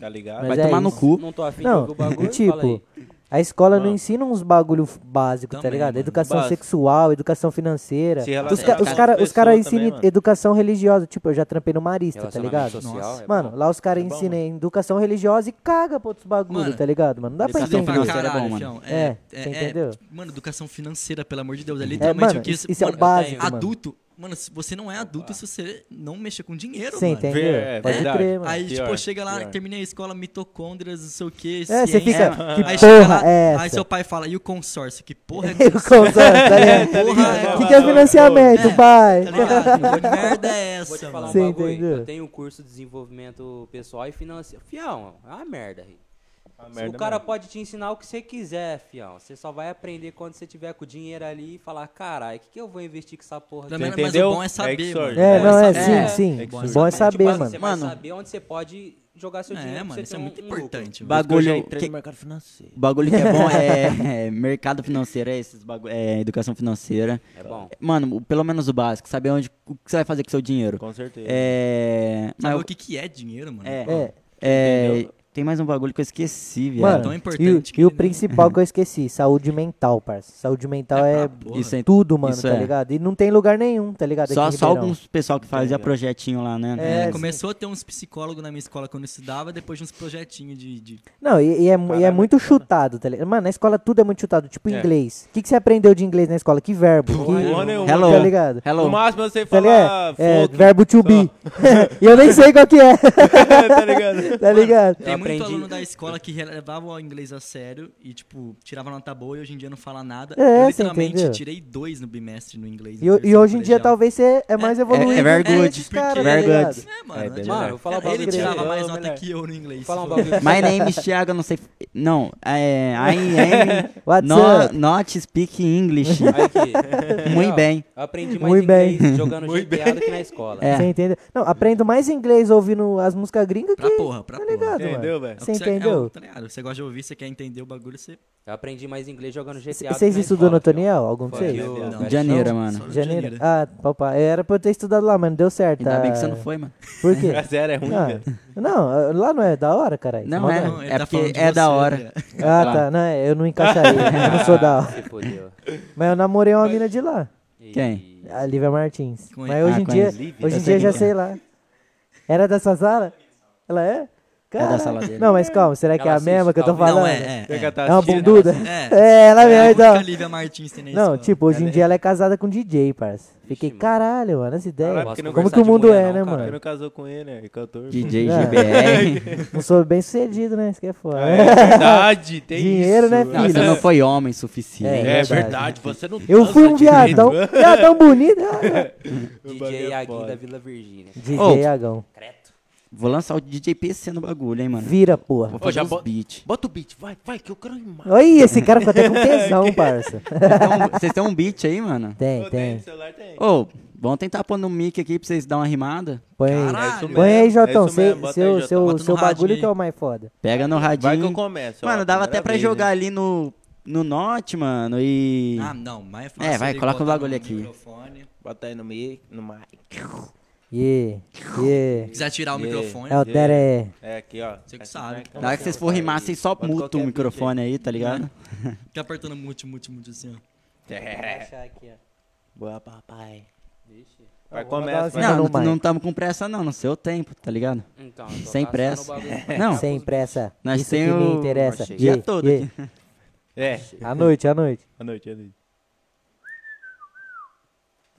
[SPEAKER 4] Tá ligado?
[SPEAKER 3] Mas
[SPEAKER 6] Vai
[SPEAKER 3] é
[SPEAKER 6] tomar no
[SPEAKER 3] isso.
[SPEAKER 6] cu.
[SPEAKER 5] Não tô afim de
[SPEAKER 3] Não,
[SPEAKER 5] ouvir o bagulho, fala aí.
[SPEAKER 3] tipo, a escola não
[SPEAKER 4] Mano.
[SPEAKER 3] ensina uns bagulho f- básico, tá
[SPEAKER 1] Também,
[SPEAKER 3] ligado?
[SPEAKER 1] mano,
[SPEAKER 3] Educação
[SPEAKER 4] básico.
[SPEAKER 3] pessoal, educação financeira.
[SPEAKER 4] Se
[SPEAKER 3] Os,
[SPEAKER 4] relaciona
[SPEAKER 3] ca
[SPEAKER 4] com
[SPEAKER 3] os
[SPEAKER 4] as
[SPEAKER 3] caras os
[SPEAKER 4] pessoas
[SPEAKER 3] cara
[SPEAKER 4] também,
[SPEAKER 3] ensinam
[SPEAKER 4] mano.
[SPEAKER 3] educação religiosa. Tipo, eu já trampei no Marista, tá
[SPEAKER 5] Relacionamento
[SPEAKER 3] ligado?
[SPEAKER 5] social,
[SPEAKER 1] Nossa.
[SPEAKER 5] é bom.
[SPEAKER 3] Mano, lá os caras
[SPEAKER 4] É bom,
[SPEAKER 3] ensinam educação religiosa e caga pra outros bagulho,
[SPEAKER 1] Mano,
[SPEAKER 3] tá ligado? Mano, não dá pra
[SPEAKER 6] educação
[SPEAKER 1] Educação pra
[SPEAKER 3] entender.
[SPEAKER 6] financeira é
[SPEAKER 1] caralho,
[SPEAKER 6] bom,
[SPEAKER 1] fião.
[SPEAKER 6] mano.
[SPEAKER 1] É,
[SPEAKER 3] É, você entendeu?
[SPEAKER 1] Mano, educação financeira, pelo amor de Deus. É
[SPEAKER 3] É,
[SPEAKER 1] literalmente
[SPEAKER 3] mano,
[SPEAKER 1] o que...
[SPEAKER 3] isso, isso é o
[SPEAKER 1] mano,
[SPEAKER 3] básico, mano.
[SPEAKER 1] Adulto... Mano, se você não é adulto se você não mexer com dinheiro,
[SPEAKER 3] Você
[SPEAKER 1] mano.
[SPEAKER 3] entendeu?
[SPEAKER 4] Ver- é
[SPEAKER 3] Pode
[SPEAKER 4] verdade.
[SPEAKER 3] crer, mano.
[SPEAKER 1] Aí,
[SPEAKER 4] Pior,
[SPEAKER 1] tipo, chega lá,
[SPEAKER 4] pior.
[SPEAKER 1] terminei a escola, mitocôndrias, não sei o que.
[SPEAKER 3] É, você fica, que
[SPEAKER 1] aí chega
[SPEAKER 3] porra
[SPEAKER 1] lá,
[SPEAKER 3] é
[SPEAKER 1] aí
[SPEAKER 3] essa?
[SPEAKER 1] seu pai fala, e o consórcio? Que porra é
[SPEAKER 3] Eu consórcio, tá ligado?
[SPEAKER 1] Porra,
[SPEAKER 3] Que que é financiamento,
[SPEAKER 1] É,
[SPEAKER 3] pai?
[SPEAKER 1] Tá ligado? Que merda é
[SPEAKER 5] Vou te
[SPEAKER 1] essa,
[SPEAKER 5] falar
[SPEAKER 1] mano?
[SPEAKER 5] um
[SPEAKER 3] Você
[SPEAKER 5] bagulho.
[SPEAKER 3] entendeu?
[SPEAKER 5] Eu tenho um curso de desenvolvimento pessoal e financeiro. Fião, é uma merda, ri.
[SPEAKER 1] É
[SPEAKER 4] Uma
[SPEAKER 5] O
[SPEAKER 4] merda
[SPEAKER 5] cara
[SPEAKER 4] mesmo.
[SPEAKER 5] pode te ensinar o que você quiser, fião. Você só vai aprender quando você tiver com o dinheiro ali e falar, carai, o que, que eu vou investir com essa porra aqui?
[SPEAKER 1] Também,
[SPEAKER 4] Tu
[SPEAKER 1] mas o
[SPEAKER 4] entendeu?
[SPEAKER 1] bom é
[SPEAKER 4] É que
[SPEAKER 1] saber,
[SPEAKER 4] sorte.
[SPEAKER 1] mano.
[SPEAKER 3] É,
[SPEAKER 1] Bom
[SPEAKER 3] não, é,
[SPEAKER 5] saber,
[SPEAKER 3] sim,
[SPEAKER 5] né?
[SPEAKER 3] sim.
[SPEAKER 4] É que
[SPEAKER 1] isso
[SPEAKER 3] Bom é
[SPEAKER 1] é-
[SPEAKER 3] saber,
[SPEAKER 5] tipo assim,
[SPEAKER 3] mano.
[SPEAKER 5] Você vai
[SPEAKER 6] Mano.
[SPEAKER 5] saber onde você pode jogar seu dinheiro.
[SPEAKER 1] É,
[SPEAKER 5] pra
[SPEAKER 1] mano,
[SPEAKER 5] você
[SPEAKER 1] isso
[SPEAKER 5] ter
[SPEAKER 1] é
[SPEAKER 5] um-
[SPEAKER 1] muito
[SPEAKER 5] um lucro.
[SPEAKER 1] importante, mano.
[SPEAKER 4] Porque eu já
[SPEAKER 6] Bagulho.
[SPEAKER 4] entrei
[SPEAKER 6] que-
[SPEAKER 4] no mercado financeiro.
[SPEAKER 6] O bagulho que é bom é, é mercado financeiro, é esses bagulho, é educação financeira.
[SPEAKER 5] É bom.
[SPEAKER 6] Mano, o- pelo menos o básico, saber onde o que você vai fazer com seu dinheiro.
[SPEAKER 4] Com certeza.
[SPEAKER 6] É, mas
[SPEAKER 1] Saber
[SPEAKER 6] eu-
[SPEAKER 1] o que, que é dinheiro, mano?
[SPEAKER 6] É.
[SPEAKER 3] É,
[SPEAKER 6] é,
[SPEAKER 4] Entendeu?
[SPEAKER 6] tem mais um bagulho que eu esqueci, viado.
[SPEAKER 3] mano,
[SPEAKER 1] tão
[SPEAKER 3] e, o-
[SPEAKER 1] importante que
[SPEAKER 3] e o
[SPEAKER 1] nem-
[SPEAKER 3] principal que eu esqueci, saúde mental, parça. Saúde mental é,
[SPEAKER 1] pra porra.
[SPEAKER 6] isso é
[SPEAKER 3] tudo, mano,
[SPEAKER 6] isso
[SPEAKER 3] tá
[SPEAKER 6] é.
[SPEAKER 3] ligado? E não tem lugar nenhum, tá ligado?
[SPEAKER 6] só
[SPEAKER 3] aqui em
[SPEAKER 6] só
[SPEAKER 3] Ribeirão.
[SPEAKER 6] alguns pessoal que fazia projetinho lá, né?
[SPEAKER 3] É, sim.
[SPEAKER 1] Começou a ter uns psicólogos na minha escola quando eu estudava, depois de uns projetinhos de. de-
[SPEAKER 3] Não, e, e é, mu- e é
[SPEAKER 4] Caralho,
[SPEAKER 3] muito chutado, tá ligado? Mano, na escola tudo é muito chutado, tipo
[SPEAKER 4] É.
[SPEAKER 3] inglês. O que, que você aprendeu de inglês na escola? Que verbo? Que-
[SPEAKER 4] Porra nenhuma.
[SPEAKER 6] Hello.
[SPEAKER 3] Tá ligado?
[SPEAKER 6] Hello.
[SPEAKER 4] No máximo "Ah, eu sei
[SPEAKER 3] Tá
[SPEAKER 4] falar
[SPEAKER 3] ligado? É,
[SPEAKER 4] folk,
[SPEAKER 3] verbo to be. e eu nem sei qual que é,
[SPEAKER 4] tá ligado?
[SPEAKER 3] tá ligado?
[SPEAKER 1] Tem muito
[SPEAKER 6] aprendi.
[SPEAKER 1] aluno da escola que levava o inglês a sério e, tipo, tirava nota boa e hoje em dia não fala nada.
[SPEAKER 3] É,
[SPEAKER 1] eu
[SPEAKER 3] você
[SPEAKER 1] literalmente
[SPEAKER 3] entendeu?
[SPEAKER 1] tirei dois no bimestre no inglês.
[SPEAKER 3] E,
[SPEAKER 1] no
[SPEAKER 3] o- e
[SPEAKER 1] terceiro
[SPEAKER 3] hoje em
[SPEAKER 1] colegial.
[SPEAKER 3] dia
[SPEAKER 1] tipo,
[SPEAKER 3] talvez você é mais evoluído.
[SPEAKER 6] é very
[SPEAKER 3] que
[SPEAKER 6] good,
[SPEAKER 3] esses caras,
[SPEAKER 6] very
[SPEAKER 3] tá ligado?
[SPEAKER 6] good.
[SPEAKER 1] É, mano.
[SPEAKER 6] É,
[SPEAKER 1] né?
[SPEAKER 6] bem
[SPEAKER 5] Mano, eu vou falar um
[SPEAKER 1] Ele
[SPEAKER 5] bagulho pra
[SPEAKER 1] tirava
[SPEAKER 5] você.
[SPEAKER 1] mais
[SPEAKER 5] Ô,
[SPEAKER 1] nota
[SPEAKER 5] moleque,
[SPEAKER 1] que eu no inglês.
[SPEAKER 5] Vou falar um
[SPEAKER 1] pô.
[SPEAKER 5] bagulho pra
[SPEAKER 2] My
[SPEAKER 5] você.
[SPEAKER 2] name is Thiago, não sei. Não, é, I am
[SPEAKER 3] What's
[SPEAKER 2] no,
[SPEAKER 3] up?
[SPEAKER 2] not speak English.
[SPEAKER 5] Aí que-
[SPEAKER 2] Muito
[SPEAKER 5] Ó,
[SPEAKER 2] bem.
[SPEAKER 5] eu Aprendi mais
[SPEAKER 3] Muito bem.
[SPEAKER 5] inglês jogando GTA do que na escola.
[SPEAKER 2] É.
[SPEAKER 3] Você entendeu? Não, aprendo mais inglês ouvindo as músicas gringas que...
[SPEAKER 1] Pra porra, pra
[SPEAKER 3] Tá
[SPEAKER 1] porra.
[SPEAKER 3] ligado,
[SPEAKER 4] Entendeu,
[SPEAKER 3] mano?
[SPEAKER 4] velho?
[SPEAKER 1] É o
[SPEAKER 3] Você
[SPEAKER 1] que é o-
[SPEAKER 3] entendeu?
[SPEAKER 2] um
[SPEAKER 1] tá ligado? Você gosta de ouvir, você quer entender o bagulho, você.
[SPEAKER 5] Eu aprendi mais inglês jogando GTA do que
[SPEAKER 3] Vocês
[SPEAKER 5] na
[SPEAKER 3] estudou no
[SPEAKER 5] escola, tio.
[SPEAKER 3] Toniel? Algum de
[SPEAKER 5] Fuck
[SPEAKER 3] vocês?
[SPEAKER 5] you,
[SPEAKER 1] Não.
[SPEAKER 5] velho.
[SPEAKER 2] Janeiro,
[SPEAKER 1] Não,
[SPEAKER 2] mano.
[SPEAKER 1] só no
[SPEAKER 3] Janeiro? Ah, papá, era pra eu ter estudado lá, mas não deu certo.
[SPEAKER 2] Ainda bem que
[SPEAKER 3] ah,
[SPEAKER 2] você não foi, mano.
[SPEAKER 3] Por quê?
[SPEAKER 4] É sério, é ruim,
[SPEAKER 3] Ah,
[SPEAKER 4] velho.
[SPEAKER 3] não, ah, lá não é da hora, caralho.
[SPEAKER 2] Não,
[SPEAKER 3] Mó
[SPEAKER 2] é.
[SPEAKER 3] da hora.
[SPEAKER 1] Não, ele
[SPEAKER 2] É
[SPEAKER 1] tá
[SPEAKER 2] porque
[SPEAKER 1] falando de
[SPEAKER 2] é da
[SPEAKER 1] você,
[SPEAKER 2] hora.
[SPEAKER 1] velho.
[SPEAKER 3] Ah, tá. Não, é, eu não encaixaria. eu não sou da hora.
[SPEAKER 5] Ah, Se fodeu.
[SPEAKER 3] Mas eu namorei uma mina de lá,
[SPEAKER 5] E-
[SPEAKER 2] Quem?
[SPEAKER 3] a Lívia Martins.
[SPEAKER 1] Conhe-
[SPEAKER 3] Mas hoje
[SPEAKER 2] Ah,
[SPEAKER 3] em dia,
[SPEAKER 2] conheço.
[SPEAKER 3] hoje
[SPEAKER 2] Eu
[SPEAKER 3] em
[SPEAKER 2] sei
[SPEAKER 3] dia já
[SPEAKER 2] quem
[SPEAKER 3] sei lá. Era da sua sala? Ela é?
[SPEAKER 2] da
[SPEAKER 3] Caralho.
[SPEAKER 2] sala dele.
[SPEAKER 3] Não, mas calma, será que é
[SPEAKER 5] Ela
[SPEAKER 3] a mesma que eu tô
[SPEAKER 5] assiste,
[SPEAKER 3] falando?
[SPEAKER 1] Não, é, é.
[SPEAKER 4] Você que
[SPEAKER 1] É,
[SPEAKER 4] tá
[SPEAKER 3] É uma
[SPEAKER 4] assistindo,
[SPEAKER 3] bunduda?
[SPEAKER 5] né?
[SPEAKER 1] É.
[SPEAKER 3] É, ela
[SPEAKER 1] É a
[SPEAKER 3] mesmo,
[SPEAKER 1] única
[SPEAKER 3] então.
[SPEAKER 1] Lívia Martins tem na
[SPEAKER 3] Não,
[SPEAKER 1] escola.
[SPEAKER 3] tipo, hoje em dia ela é casada com DJ, parça. Fiquei,
[SPEAKER 5] mano.
[SPEAKER 3] caralho, mano, essa ideia.
[SPEAKER 4] Caralho, porque não
[SPEAKER 3] Como
[SPEAKER 4] conversar
[SPEAKER 3] que o
[SPEAKER 4] de
[SPEAKER 3] mundo
[SPEAKER 5] mulher
[SPEAKER 3] é,
[SPEAKER 5] não,
[SPEAKER 3] né,
[SPEAKER 5] cara?
[SPEAKER 4] Porque
[SPEAKER 3] mano?
[SPEAKER 4] não casou com ele, né? É 14.
[SPEAKER 2] DJ
[SPEAKER 3] Ah.
[SPEAKER 2] GBR.
[SPEAKER 3] Não sou bem sucedido, né? Isso que é foda.
[SPEAKER 4] É verdade, tem
[SPEAKER 3] Dinheiro,
[SPEAKER 4] isso.
[SPEAKER 3] né,
[SPEAKER 2] Não,
[SPEAKER 3] filho?
[SPEAKER 2] você não foi homem suficiente.
[SPEAKER 4] É
[SPEAKER 3] É
[SPEAKER 4] verdade, você não
[SPEAKER 3] Eu
[SPEAKER 4] dança
[SPEAKER 3] fui um
[SPEAKER 4] direito.
[SPEAKER 3] viadão, viadão bonito. ah,
[SPEAKER 5] DJ
[SPEAKER 4] bagulho é
[SPEAKER 5] Iaguinho
[SPEAKER 4] foda.
[SPEAKER 5] da Vila Virgínia.
[SPEAKER 3] DJ
[SPEAKER 2] Ô.
[SPEAKER 3] Iagão.
[SPEAKER 5] Creto.
[SPEAKER 2] Vou lançar o DJ PC no bagulho, hein, mano.
[SPEAKER 3] Vira, porra.
[SPEAKER 2] Vou fazer
[SPEAKER 4] já
[SPEAKER 2] os
[SPEAKER 4] bota-
[SPEAKER 2] beats.
[SPEAKER 4] Bota o beat, vai, vai, que eu quero mais.
[SPEAKER 3] Oi, esse cara ficou até com tesão, parça.
[SPEAKER 2] Então, Vocês têm um beat aí, mano?
[SPEAKER 3] Tem, tem.
[SPEAKER 4] celular tem.
[SPEAKER 2] Ô, vamos tentar pôr no mic aqui pra vocês dar uma rimada.
[SPEAKER 3] Põe
[SPEAKER 1] Caralho,
[SPEAKER 3] aí.
[SPEAKER 4] É isso mesmo,
[SPEAKER 3] Põe aí,
[SPEAKER 4] é
[SPEAKER 3] Jotão.
[SPEAKER 4] isso
[SPEAKER 3] Cê-
[SPEAKER 4] mesmo, bota aí,
[SPEAKER 3] seu
[SPEAKER 4] Jotão.
[SPEAKER 3] seu,
[SPEAKER 1] Bota no
[SPEAKER 3] seu
[SPEAKER 1] rádio
[SPEAKER 3] bagulho
[SPEAKER 1] aí.
[SPEAKER 3] que é o mais foda.
[SPEAKER 2] Pega no
[SPEAKER 4] Vai que eu
[SPEAKER 2] radinho.
[SPEAKER 4] começo. ó,
[SPEAKER 2] Mano, dava até
[SPEAKER 4] primeira
[SPEAKER 2] pra
[SPEAKER 4] vez,
[SPEAKER 2] jogar
[SPEAKER 4] né?
[SPEAKER 2] ali no, no Note, mano, e...
[SPEAKER 1] Ah, não, mas é fácil.
[SPEAKER 2] É, vai,
[SPEAKER 1] ele
[SPEAKER 2] coloca o
[SPEAKER 1] botar no
[SPEAKER 2] bagulho aqui.
[SPEAKER 1] microfone.
[SPEAKER 4] Bota aí no mic, no mic.
[SPEAKER 3] Yeah, yeah.
[SPEAKER 1] Se quiser tirar o
[SPEAKER 4] Yeah.
[SPEAKER 1] microfone,
[SPEAKER 3] É o Tere.
[SPEAKER 4] É aqui, ó.
[SPEAKER 1] Você que sabe.
[SPEAKER 4] então
[SPEAKER 2] Na hora que vocês for rimar, vocês só
[SPEAKER 4] Bota
[SPEAKER 2] mutam
[SPEAKER 4] qualquer
[SPEAKER 2] o microfone aí, tá ligado?
[SPEAKER 1] fica apertando mute, mute, mute assim, ó.
[SPEAKER 4] É. Boa, papai. Vai,
[SPEAKER 3] Eu vou mandar
[SPEAKER 4] começa.
[SPEAKER 3] assim,
[SPEAKER 4] vai.
[SPEAKER 3] Fica
[SPEAKER 2] Não,
[SPEAKER 3] no
[SPEAKER 2] não-
[SPEAKER 3] mic.
[SPEAKER 2] não estamos com pressa não, no seu tempo, tá ligado?
[SPEAKER 5] Então, eu tô
[SPEAKER 2] Sem
[SPEAKER 5] caçando
[SPEAKER 2] pressa.
[SPEAKER 5] o bagulho.
[SPEAKER 2] Não,
[SPEAKER 3] Sem pressa.
[SPEAKER 2] Nós
[SPEAKER 3] Isso
[SPEAKER 2] tem
[SPEAKER 3] que me
[SPEAKER 2] o-
[SPEAKER 3] interessa.
[SPEAKER 2] Achei.
[SPEAKER 3] Yeah,
[SPEAKER 2] Dia todo
[SPEAKER 3] yeah.
[SPEAKER 4] É.
[SPEAKER 3] À noite, à noite.
[SPEAKER 4] Boa noite, boa noite.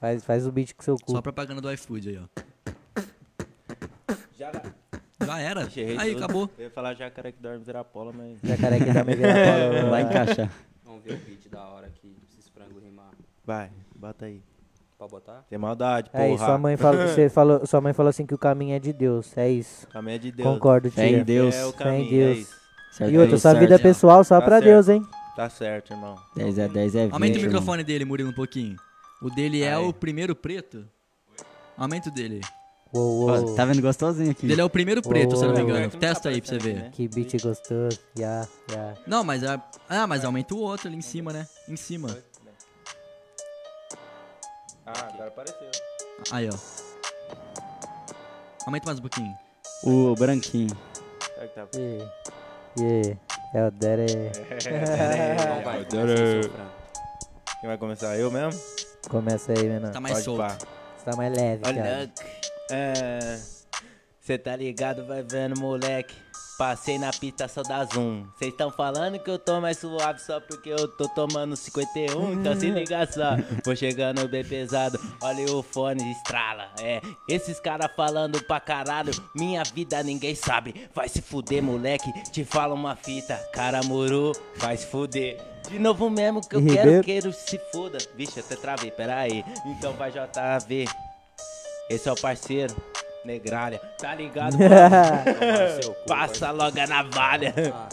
[SPEAKER 3] Faz, faz o beat com seu cu.
[SPEAKER 1] Só a propaganda do iFood aí, ó. Já era.
[SPEAKER 4] Enxerrei
[SPEAKER 1] Aí,
[SPEAKER 4] tudo.
[SPEAKER 1] acabou.
[SPEAKER 4] Eu ia falar jacaré que dorme virar pola, mas...
[SPEAKER 3] Jacaré que dá uma virada pra-
[SPEAKER 2] Não vai encaixar.
[SPEAKER 5] Vamos ver o beat da hora aqui, esses frangos rimar.
[SPEAKER 4] Vai, bota aí.
[SPEAKER 5] Pra botar?
[SPEAKER 4] Tem maldade, porra.
[SPEAKER 3] Aí, sua mãe, falou, você falou, sua mãe falou assim que o caminho é de Deus. É isso.
[SPEAKER 4] Caminho é de Deus.
[SPEAKER 3] Concordo,
[SPEAKER 2] Fé em
[SPEAKER 3] tia.
[SPEAKER 2] Deus.
[SPEAKER 4] É o
[SPEAKER 3] Fé em
[SPEAKER 4] caminho,
[SPEAKER 3] Deus.
[SPEAKER 4] é isso.
[SPEAKER 2] Certo,
[SPEAKER 3] E outra,
[SPEAKER 2] tudo
[SPEAKER 3] sua
[SPEAKER 2] certo.
[SPEAKER 3] vida é pessoal só
[SPEAKER 4] Tá
[SPEAKER 3] pra
[SPEAKER 4] certo.
[SPEAKER 3] Deus, hein?
[SPEAKER 4] Tá certo, irmão.
[SPEAKER 2] 10 é 10 é 20.
[SPEAKER 1] Aumenta o
[SPEAKER 2] irmão.
[SPEAKER 1] microfone dele, Murilo, um pouquinho. O dele é
[SPEAKER 4] Aí.
[SPEAKER 1] o primeiro preto. Aumenta o dele.
[SPEAKER 3] Uou, uou.
[SPEAKER 2] Ó, Tá vendo gostosinho
[SPEAKER 1] O
[SPEAKER 2] aqui?
[SPEAKER 1] dele é o primeiro preto, se eu não me
[SPEAKER 3] Uou.
[SPEAKER 1] engano. Testa aí pra você ver.
[SPEAKER 3] Que beat gostoso. Ya, ya.
[SPEAKER 1] Não, mas a- ah, mas aumenta o outro ali em cima, né? Em cima.
[SPEAKER 4] Ah, agora apareceu.
[SPEAKER 1] Aí, ó. Aumenta mais um pouquinho.
[SPEAKER 2] O branquinho.
[SPEAKER 4] Será que tá...
[SPEAKER 3] Yeah. Yeah. É o Dere.
[SPEAKER 5] Então vai, começa com o seu frango.
[SPEAKER 4] Quem vai começar? Eu mesmo?
[SPEAKER 3] Começa aí, menor.
[SPEAKER 1] Tá mais
[SPEAKER 4] Pode
[SPEAKER 1] solto.
[SPEAKER 4] pá.
[SPEAKER 3] Você tá mais leve,
[SPEAKER 4] Olha,
[SPEAKER 3] cara.
[SPEAKER 4] é, cê tá ligado, vai vendo, moleque. Passei na pista só da Zoom. Cês tão falando que eu tô mais suave só porque eu tô tomando 51, então se liga só. Vou chegando bem pesado, olha o fone, estrala. É, esses caras falando pra caralho, minha vida ninguém sabe. Vai se fuder, moleque, te fala uma fita. Cara moro, vai se fuder. De novo mesmo que eu quero,
[SPEAKER 3] Ribeiro.
[SPEAKER 4] queiro se foda. Vixe, até travei, peraí. Então vai JV. Esse é o parceiro, negralha. Tá ligado?
[SPEAKER 5] Tomar no seu cu,
[SPEAKER 4] Passa logo a navalha.
[SPEAKER 5] Ah,